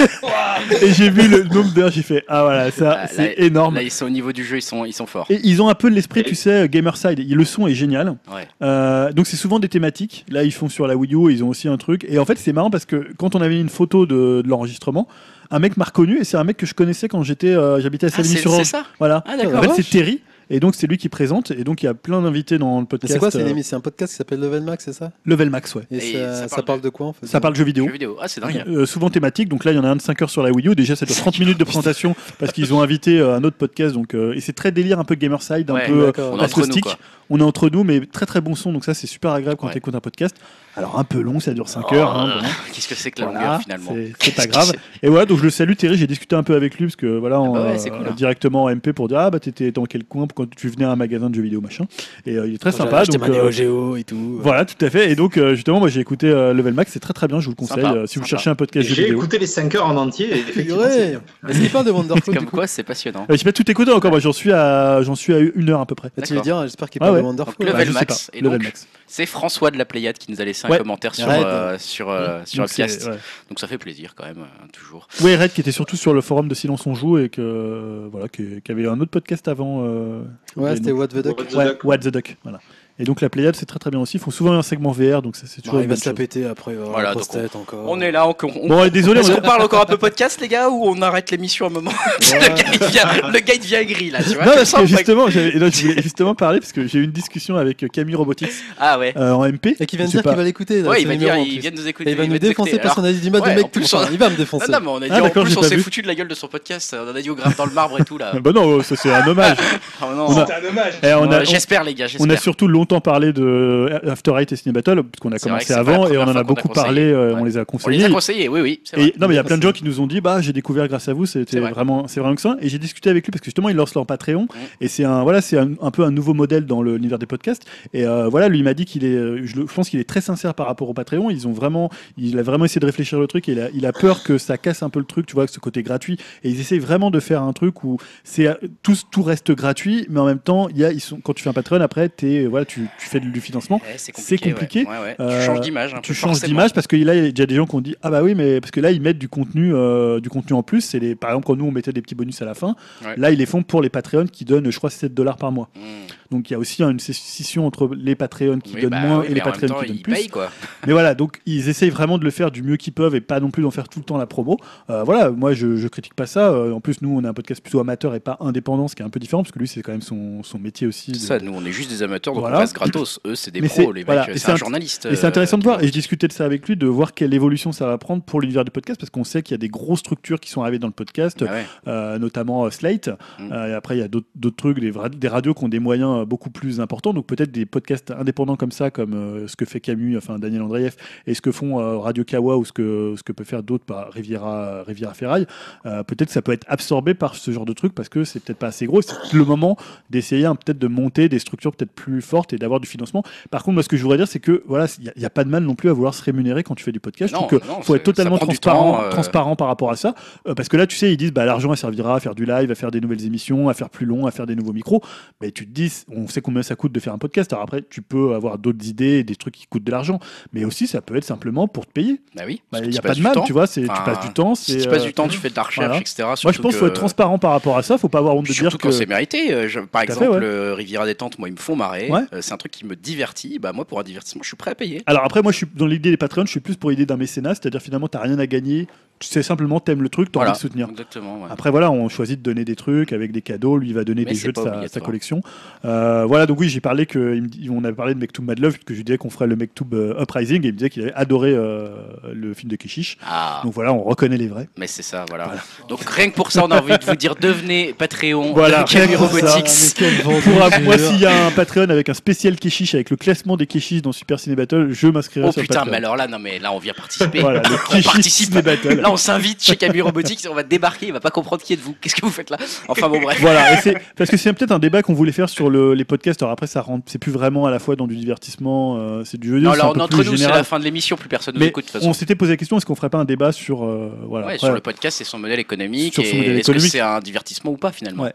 Speaker 2: Et j'ai vu le nombre d'heures. J'ai fait ah voilà, ça
Speaker 1: Ah, là,
Speaker 2: c'est énorme.
Speaker 1: là ils sont au niveau du jeu, ils sont, ils sont forts.
Speaker 2: Et ils ont un peu l'esprit, tu sais, euh, gamerside. Le son est génial.
Speaker 1: Ouais.
Speaker 2: Euh, donc c'est souvent des thématiques. Là, ils font sur la Wii U, ils ont aussi un truc. Et en fait, c'est marrant parce que quand on avait mis une photo de, de l'enregistrement, un mec m'a reconnu et c'est un mec que je connaissais quand j'étais, euh, j'habitais à
Speaker 1: Ah, c'est c'est
Speaker 2: Savigny-sur-Orge.
Speaker 1: ça
Speaker 2: Voilà.
Speaker 1: Ah,
Speaker 2: en
Speaker 1: d'accord.
Speaker 2: fait, c'est Terry. Et donc c'est lui qui présente. Et donc il y a plein d'invités dans le
Speaker 3: Mais
Speaker 2: podcast.
Speaker 3: c'est quoi C'est une
Speaker 2: euh,
Speaker 3: émission- c'est un podcast qui s'appelle Level Max, c'est ça
Speaker 2: Level Max, ouais.
Speaker 3: Et,
Speaker 1: Et
Speaker 3: ça,
Speaker 1: ça
Speaker 3: ça
Speaker 1: parle
Speaker 3: parle de quoi en fait
Speaker 2: Ça parle jeux vidéo.
Speaker 1: Jeux vidéo. Ah, c'est dingue.
Speaker 2: Euh, souvent thématique, donc là il y en a un de 5 heures sur la Wii U. Déjà, ça dure 30 minutes de présentation parce qu'ils ont invité euh, un autre podcast. Donc, euh, et c'est très délire, un peu gamerside, un
Speaker 1: Ouais,
Speaker 2: peu euh,
Speaker 3: d'accord.
Speaker 1: On est entre nous,
Speaker 2: acoustique.
Speaker 1: quoi.
Speaker 2: On est entre nous, mais très très bon son, donc ça c'est super agréable quand
Speaker 1: Ouais.
Speaker 2: tu écoutes un podcast. Alors un peu long, ça dure 5 heures. hein,
Speaker 1: Oh,
Speaker 2: bon.
Speaker 1: Qu'est-ce que c'est que la
Speaker 2: Voilà,
Speaker 1: longueur finalement
Speaker 2: c'est- c'est pas
Speaker 1: Qu'est-ce que
Speaker 2: grave. Et voilà, donc je le salue Thierry, j'ai discuté un peu avec lui parce que voilà, en,
Speaker 1: bah ouais,
Speaker 2: euh,
Speaker 1: c'est cool, hein.
Speaker 2: directement en MP pour dire ah bah t'étais dans quel coin quand tu venais à un magasin de jeux vidéo machin. Et euh, il est très
Speaker 3: J'avais
Speaker 2: sympa.
Speaker 3: acheté
Speaker 2: Donc,
Speaker 3: ma Neo
Speaker 2: euh,
Speaker 3: Geo et tout.
Speaker 2: voilà, tout à fait. Et donc euh, justement, moi j'ai écouté euh, Level Max, c'est très très bien, je vous le conseille.
Speaker 1: Sympa,
Speaker 2: euh, si vous
Speaker 1: sympa.
Speaker 2: cherchez un
Speaker 5: Et
Speaker 2: podcast jeux
Speaker 5: J'ai
Speaker 2: vidéo.
Speaker 5: écouté les 5 heures en entier. Et effectivement, c'est-
Speaker 3: Purée Est-ce qu'il parle de Wonder Cloud
Speaker 1: Comme
Speaker 3: du coup
Speaker 1: quoi, c'est passionnant.
Speaker 2: Euh, j'ai pas tout écouté encore, moi j'en suis à j'en suis à une heure à peu près.
Speaker 3: Ah, Tu veux
Speaker 1: D'accord.
Speaker 3: dire, j'espère qu'il
Speaker 2: Ah
Speaker 3: parle
Speaker 2: ouais.
Speaker 3: de Wonder
Speaker 1: Donc,
Speaker 3: Cloud.
Speaker 1: Level
Speaker 2: je sais
Speaker 1: Max,
Speaker 2: pas.
Speaker 1: et
Speaker 2: Level
Speaker 1: donc,
Speaker 2: Max.
Speaker 1: C'est François de la Pléiade qui nous a laissé un
Speaker 2: Ouais.
Speaker 1: commentaire sur,
Speaker 3: Arrête.
Speaker 1: euh, sur, euh, sur
Speaker 2: Donc,
Speaker 1: le
Speaker 2: c'est-
Speaker 1: podcast.
Speaker 2: ouais.
Speaker 1: Donc ça fait plaisir quand même, euh, toujours.
Speaker 2: Ouais, Red qui était surtout sur le forum de Silence on joue et que euh, voilà, qui, qui avait un autre podcast avant. euh, j'ai
Speaker 3: Ouais,
Speaker 2: oublié
Speaker 3: c'était
Speaker 2: le nom.
Speaker 3: What the Duck.
Speaker 5: What the
Speaker 2: Ouais,
Speaker 5: Duck.
Speaker 2: What the Duck. Voilà. Et donc la Pléiade c'est très très bien aussi. Ils font souvent un segment VR, donc ça c'est toujours.
Speaker 3: Bah,
Speaker 2: une
Speaker 3: Il va
Speaker 2: bonne
Speaker 3: se la
Speaker 2: chose.
Speaker 3: péter après. il va avoir
Speaker 1: Voilà,
Speaker 3: la
Speaker 1: donc
Speaker 3: prostate encore.
Speaker 1: Euh, On est là, on, on-
Speaker 2: Bon, et désolé,
Speaker 1: est-ce
Speaker 2: on-
Speaker 1: qu'on parle encore un peu podcast, les gars, ou on arrête l'émission un moment le, gars, il vient, le gars, il devient gris, là, tu vois
Speaker 2: Non,
Speaker 1: je
Speaker 2: parce
Speaker 1: sens
Speaker 2: que
Speaker 1: pas-
Speaker 2: justement, j'avais- et là, je voulais justement parler parce que j'ai eu une discussion avec euh, Camille Robotics
Speaker 1: Ah ouais.
Speaker 2: euh, en MP.
Speaker 3: Et qui vient de
Speaker 2: Je sais
Speaker 3: dire
Speaker 2: pas.
Speaker 3: qu'il va l'écouter. là,
Speaker 1: Ouais,
Speaker 3: c'est
Speaker 1: il va
Speaker 3: le
Speaker 1: dire,
Speaker 3: numéro, en
Speaker 1: il
Speaker 3: plus.
Speaker 1: vient de nous écouter.
Speaker 3: Et il va nous
Speaker 1: écouter.
Speaker 3: défoncer parce
Speaker 1: Alors-
Speaker 3: qu'on a dit du mal de
Speaker 1: Ouais, en
Speaker 3: mec tout
Speaker 1: plus,
Speaker 3: le temps.
Speaker 1: on-
Speaker 3: Il va me défoncer.
Speaker 1: Non, non, mais on a dit, en
Speaker 2: Ah, d'accord,
Speaker 1: plus,
Speaker 2: j'ai
Speaker 1: on
Speaker 2: pas
Speaker 1: s'est
Speaker 2: vu.
Speaker 1: foutu de la gueule de son podcast, on a dit au grave dans le marbre et tout, là.
Speaker 2: Ah, Bah non, ça c'est un hommage.
Speaker 1: Oh non.
Speaker 2: On a-
Speaker 4: C'est un hommage.
Speaker 2: Eh, on,
Speaker 1: Ouais,
Speaker 2: a,
Speaker 1: J'espère, les gars,
Speaker 2: on a
Speaker 1: j'espère.
Speaker 2: surtout longtemps parlé de euh, After Eight et Ciné Battle, puisqu'on a
Speaker 1: C'est vrai que
Speaker 2: commencé
Speaker 1: c'est pas la
Speaker 2: avant et
Speaker 1: première
Speaker 2: on en
Speaker 1: fois
Speaker 2: a
Speaker 1: qu'on a
Speaker 2: beaucoup
Speaker 1: conseillé.
Speaker 2: parlé, euh,
Speaker 1: Ouais.
Speaker 2: on les a
Speaker 1: On les
Speaker 2: conseillés.
Speaker 1: a conseillés, oui, oui. c'est
Speaker 2: Et,
Speaker 1: vrai.
Speaker 2: non, mais il y a
Speaker 3: Ça,
Speaker 2: plein de
Speaker 3: c'est-
Speaker 2: gens qui nous ont dit bah j'ai découvert grâce à vous,
Speaker 1: C'est
Speaker 2: c'était
Speaker 1: vrai.
Speaker 2: vraiment c'est vraiment que ça. Et j'ai discuté avec lui parce que justement il lance leur Patreon et c'est un voilà c'est un, un peu un nouveau modèle dans le- l'univers des podcasts. Et euh, voilà lui il m'a dit qu'il est euh, je, le- je pense qu'il est très sincère par rapport au Patreon. Ils ont vraiment il a vraiment essayé de réfléchir le truc. Et il a, il a peur que ça casse un peu le truc, tu vois, que ce côté gratuit. Et ils essayent vraiment de faire un truc où c'est euh, tout tout reste gratuit, mais en même temps il y a ils sont quand tu fais un Patreon après t'es voilà tu, tu fais du financement.
Speaker 1: Ouais, Eh, C'est
Speaker 2: c'est compliqué.
Speaker 1: ouais. Ouais, ouais.
Speaker 2: Euh,
Speaker 1: Tu changes d'image. un
Speaker 2: Tu
Speaker 1: peu,
Speaker 2: changes
Speaker 1: forcément.
Speaker 2: d'image parce que là, il y a déjà des gens qui ont dit Ah bah oui, mais parce que là, ils mettent du contenu, euh, du contenu en plus. C'est les, par exemple, quand nous, on mettait des petits bonus à la fin,
Speaker 1: Ouais.
Speaker 2: là, ils les font pour les Patreons qui donnent, je crois, 7 dollars par mois.
Speaker 1: Mm.
Speaker 2: Donc il y a aussi une scission entre les Patreons qui
Speaker 1: Oui,
Speaker 2: donnent
Speaker 1: bah
Speaker 2: moins
Speaker 1: oui,
Speaker 2: et
Speaker 1: mais
Speaker 2: les
Speaker 1: en même
Speaker 2: Patreons
Speaker 1: temps,
Speaker 2: qui donnent
Speaker 1: ils
Speaker 2: plus.
Speaker 1: payent, quoi.
Speaker 2: Mais voilà, donc ils essayent vraiment de le faire du mieux qu'ils peuvent et pas non plus d'en faire tout le temps la promo. Euh, voilà, moi je, je critique pas ça. Euh, En plus, nous, on a un podcast plutôt amateur et pas indépendant, ce qui est un peu différent parce que lui, c'est quand même son, son métier aussi. de-
Speaker 1: Ça, nous, on est juste des amateurs, donc
Speaker 2: Voilà.
Speaker 1: on reste gratos. Eux, c'est des
Speaker 2: Mais
Speaker 1: pros,
Speaker 2: c'est-
Speaker 1: les
Speaker 2: voilà.
Speaker 1: mecs.
Speaker 2: Et
Speaker 1: C'est
Speaker 2: c'est
Speaker 1: un
Speaker 2: int-
Speaker 1: journaliste.
Speaker 2: Et c'est
Speaker 1: euh,
Speaker 2: intéressant de
Speaker 1: qui-
Speaker 2: voir, et je discutais de ça avec lui, de voir quelle évolution ça va prendre pour l'univers du podcast, parce qu'on sait qu'il y a des grosses structures qui sont arrivées dans le podcast,
Speaker 1: Ah ouais.
Speaker 2: euh, notamment euh, Slate.
Speaker 1: Mm.
Speaker 2: Euh, et après, il y a d'autres d'autres trucs, des, ra- des radios qui ont des moyens moyens euh, beaucoup plus importants. Donc peut-être des podcasts indépendants comme ça, comme euh, ce que fait Camus, enfin Daniel Andreev, et ce que font euh, Radio Kawa ou ce que, ce que peut faire d'autres par Riviera, Riviera Ferraille. Euh, peut-être que ça peut être absorbé par ce genre de truc parce que c'est peut-être pas assez gros. C'est peut-être le moment d'essayer hein, peut-être de monter des structures peut-être plus fortes et d'avoir du financement. Par contre, moi, ce que je voudrais dire, c'est que voilà, il n'y a, pas de mal non plus à vouloir se rémunérer quand tu fais du podcast.
Speaker 1: Non,
Speaker 2: je trouve que
Speaker 1: non,
Speaker 2: faut
Speaker 1: c'est-
Speaker 2: être totalement
Speaker 1: ça prend du
Speaker 2: transparent,
Speaker 1: temps, euh.
Speaker 2: transparent par rapport à ça. Euh, parce que là, tu sais, ils disent bah, l'argent, elle servira à faire du live, à faire des nouvelles émissions, à faire plus long, à faire des nouveaux micros. Mais tu te dis, on sait combien ça coûte de faire un podcast. Alors après, tu peux avoir d'autres idées, des trucs qui coûtent de l'argent. Mais aussi, ça peut être simplement pour te payer.
Speaker 1: Bah oui.
Speaker 2: Bah,
Speaker 1: parce
Speaker 2: Il
Speaker 1: que
Speaker 2: n'y
Speaker 1: tu
Speaker 2: a pas
Speaker 1: passes
Speaker 2: de
Speaker 1: du
Speaker 2: mal,
Speaker 1: temps.
Speaker 2: tu vois. c'est-
Speaker 1: Enfin,
Speaker 2: tu passes du temps.
Speaker 1: Si
Speaker 2: c'est,
Speaker 1: tu passes
Speaker 2: euh,
Speaker 1: du temps, tu fais de la recherche,
Speaker 2: voilà.
Speaker 1: etc.
Speaker 2: Moi, je
Speaker 1: surtout
Speaker 2: pense qu'il faut
Speaker 1: que-
Speaker 2: être transparent par rapport à ça. faut pas avoir honte de dire
Speaker 1: Surtout
Speaker 2: que.
Speaker 1: quand c'est mérité. euh, je- par
Speaker 2: Tout à
Speaker 1: exemple,
Speaker 2: fait, ouais.
Speaker 1: euh, Riviera Détente, moi, ils me font marrer.
Speaker 2: Ouais.
Speaker 1: Euh, c'est un truc qui me divertit. Bah, moi, pour un divertissement, je suis prêt à payer.
Speaker 2: Alors après, moi, je suis dans l'idée des Patreons, je suis plus pour l'idée d'un mécénat, c'est-à-dire finalement, t'as rien à gagner, tu sais simplement, t'aimes le truc, t'as
Speaker 1: Voilà.
Speaker 2: envie de soutenir.
Speaker 1: Exactement. ouais.
Speaker 2: Après, voilà, on choisit de donner des trucs avec des cadeaux. Lui, il va donner
Speaker 1: Mais
Speaker 2: des
Speaker 1: c'est
Speaker 2: jeux de
Speaker 1: pas
Speaker 2: sa,
Speaker 1: obligatoire.
Speaker 2: sa collection. Euh, voilà, donc oui, j'ai parlé que, il me dit- on avait parlé de Mektoub Mad Love, que je lui disais qu'on ferait le Mektoub euh, Uprising, et il me disait qu'il avait adoré euh, le film de Kishish.
Speaker 1: Ah,
Speaker 2: Donc voilà, on reconnaît les vrais.
Speaker 1: mais c'est ça, voilà. Donc rien que pour ça, on a envie de vous dire devenez Patreon
Speaker 2: Voilà,
Speaker 1: de Camus
Speaker 2: rien que pour ça.
Speaker 1: Robotics.
Speaker 2: Pour un- moi, s'il y a un Patreon avec un spécial Kishish, avec le classement des Kishish dans Super Ciné Battle, je m'inscrirai
Speaker 1: Oh
Speaker 2: sur
Speaker 1: putain,
Speaker 2: Patreon.
Speaker 1: mais alors là, non, mais là, on vient participer.
Speaker 2: Voilà, le
Speaker 1: on
Speaker 2: Kishish
Speaker 1: participe.
Speaker 2: Ciné Battle.
Speaker 1: Là, on s'invite chez Camus Robotics, on va débarquer, il va pas comprendre qui êtes-vous, qu'est-ce que vous faites là Enfin bon, bref.
Speaker 2: Voilà, et c'est- parce que c'est peut-être un débat qu'on voulait faire sur le- les podcasts. Alors après, ça rentre, c'est plus vraiment à la fois dans du divertissement, euh, c'est du jeu vidéo,
Speaker 1: Non,
Speaker 2: c'est un
Speaker 1: alors,
Speaker 2: peu
Speaker 1: entre
Speaker 2: plus
Speaker 1: nous, c'est
Speaker 2: général.
Speaker 1: la fin de l'émission, plus personne nous
Speaker 2: Mais
Speaker 1: écoute de toute façon.
Speaker 2: on s'était posé la question est-ce qu'on ferait pas un débat sur euh, voilà
Speaker 1: Ouais,
Speaker 2: après-
Speaker 1: sur le podcast et son modèle économique.
Speaker 2: Sur son
Speaker 1: et
Speaker 2: modèle
Speaker 1: Est-ce que
Speaker 2: économique.
Speaker 1: c'est un divertissement ou pas finalement
Speaker 2: Ouais.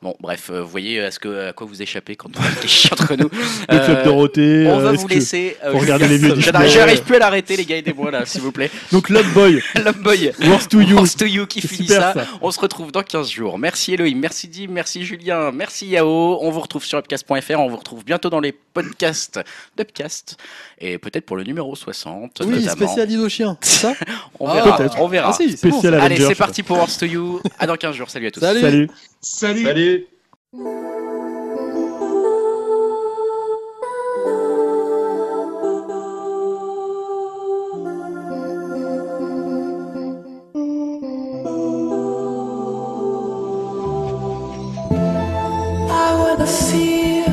Speaker 1: Bon, bref, euh, vous voyez à, ce que, à quoi vous échappez quand on réfléchit entre nous.
Speaker 2: le club
Speaker 1: Euh,
Speaker 2: Dorothée
Speaker 1: on
Speaker 2: euh,
Speaker 1: va
Speaker 2: est-ce
Speaker 1: vous
Speaker 2: que-
Speaker 1: laisser. euh,
Speaker 2: pour regarder
Speaker 1: Lucas.
Speaker 2: les vieux Disney.
Speaker 1: J'arrive- J'arrête plus à l'arrêter, les gars, aidez-moi là, s'il vous plaît.
Speaker 2: donc Love Boy
Speaker 1: Love Boy,
Speaker 2: Worst to You
Speaker 1: Force to You qui
Speaker 2: c'est
Speaker 1: finit
Speaker 2: super,
Speaker 1: ça.
Speaker 2: ça.
Speaker 1: On se retrouve dans 15 jours. Merci Elohim, merci Dim, merci Julien, merci Yao. On vous retrouve sur upcast.fr, on vous retrouve bientôt dans les podcasts d'Upcast et peut-être pour le numéro 60
Speaker 3: Oui,
Speaker 1: notamment.
Speaker 3: spécialise aux chiens, c'est ça
Speaker 1: On
Speaker 3: Ah,
Speaker 1: verra,
Speaker 2: peut-être.
Speaker 1: on verra.
Speaker 3: Ah si, c'est bon,
Speaker 2: spécial
Speaker 1: Allez,
Speaker 2: Avengers
Speaker 1: c'est parti pour Wars to You. À dans 15 jours. Salut à tous.
Speaker 3: Salut.
Speaker 2: salut
Speaker 4: Salut
Speaker 5: Salut
Speaker 6: I wanna feel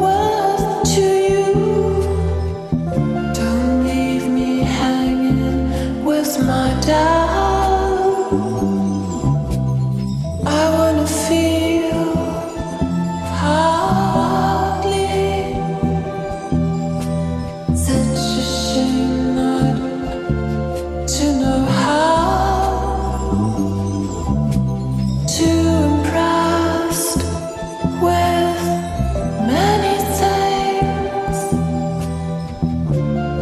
Speaker 6: what to you Don't leave me hanging with my doubt I wanna feel hardly such a shame not to know how too impressed with many things,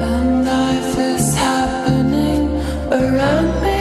Speaker 6: and life is happening around me.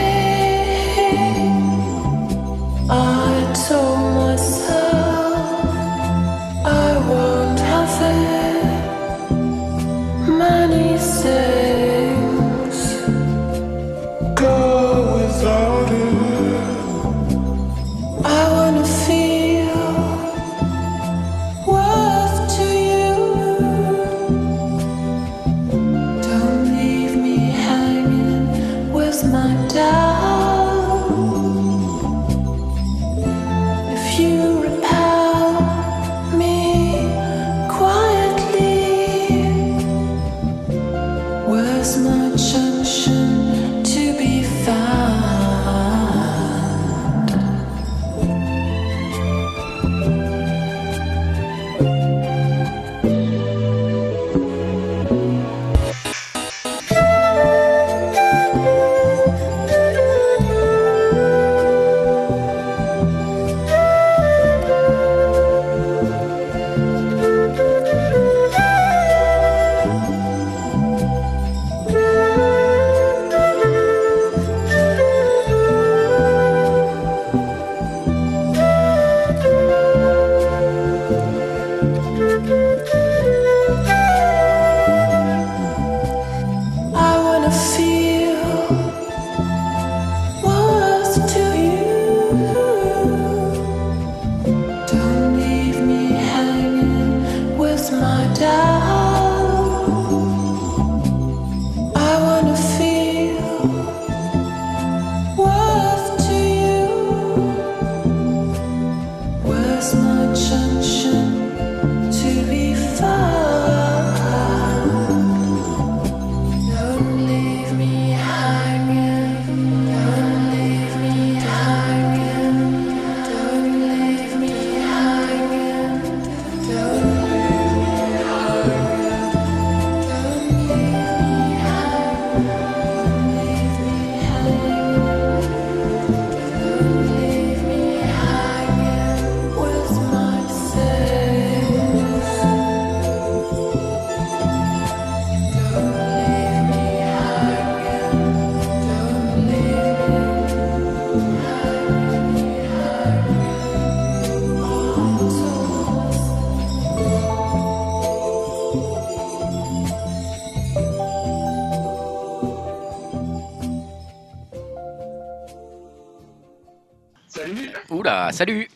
Speaker 4: Salut,
Speaker 1: Oula, salut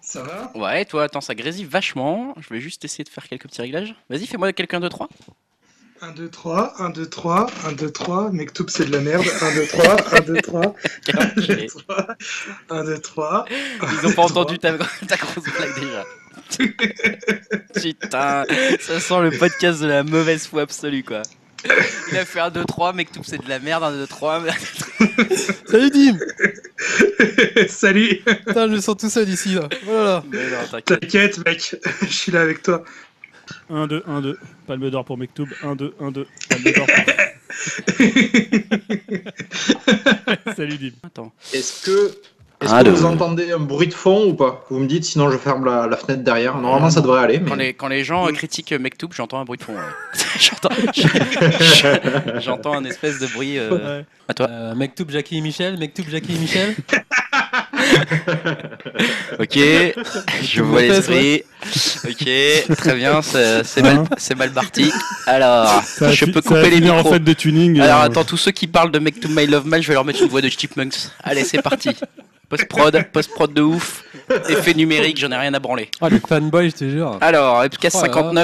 Speaker 4: ça va
Speaker 1: Ouais, toi, attends, ça grésille vachement. Je vais juste essayer de faire quelques petits réglages. Vas-y, fais-moi quelqu'un de trois.
Speaker 4: 1, 2, 3, 1, 2, 3, 1, 2, 3, Mektoub c'est de la merde, 1, 2, 3, 1, 2, 3, 1, 2, 3, 1, 2, 3.
Speaker 1: Ils ont pas entendu ta, ta grosse blague déjà. Putain, ça sent le podcast de la mauvaise foi absolue, quoi. Il a fait un 2-3, mec, tout c'est de la merde, un 2-3.
Speaker 3: Salut Dim
Speaker 4: Salut,
Speaker 3: Putain, je me sens tout seul ici là. Voilà.
Speaker 1: Mais non, t'inquiète.
Speaker 4: t'inquiète mec, je suis là avec toi.
Speaker 2: 1, 2, 1, 2. Palme d'or pour Mektoub. 1, 2, 1, 2. Palme d'or. pour- Salut Dim.
Speaker 1: Attends.
Speaker 5: Est-ce que, est-ce
Speaker 1: Ah,
Speaker 5: que
Speaker 1: le-
Speaker 5: vous entendez un bruit de fond ou pas Vous me dites, sinon je ferme la, la fenêtre derrière. Normalement, ça devrait aller.
Speaker 1: Quand
Speaker 5: Mais...
Speaker 1: les, quand les gens euh, critiquent euh, Mektoub, j'entends un bruit de fond. ouais. j'entends, je- j'entends un espèce de bruit. euh,
Speaker 2: Ouais.
Speaker 3: Euh, Mektoub, Jackie et Michel, Mektoub, Jackie et Michel.
Speaker 1: Ok, je vois l'esprit. Ok, très bien, c'est, c'est mal, c'est mal parti. Alors,
Speaker 2: Hein Ça a
Speaker 1: je
Speaker 2: fi-
Speaker 1: peux
Speaker 2: ça a
Speaker 1: couper les
Speaker 2: fini en
Speaker 1: micros.
Speaker 2: fait de tuning.
Speaker 1: Alors
Speaker 2: euh,
Speaker 1: attends, tous ceux qui parlent de Make to My Love Man, je vais leur mettre une voix de Chipmunks. Allez, c'est parti. Post-prod, post-prod de ouf, effet numérique, j'en ai rien à branler.
Speaker 3: Oh, les fanboys, je te jure.
Speaker 1: Alors, FK59,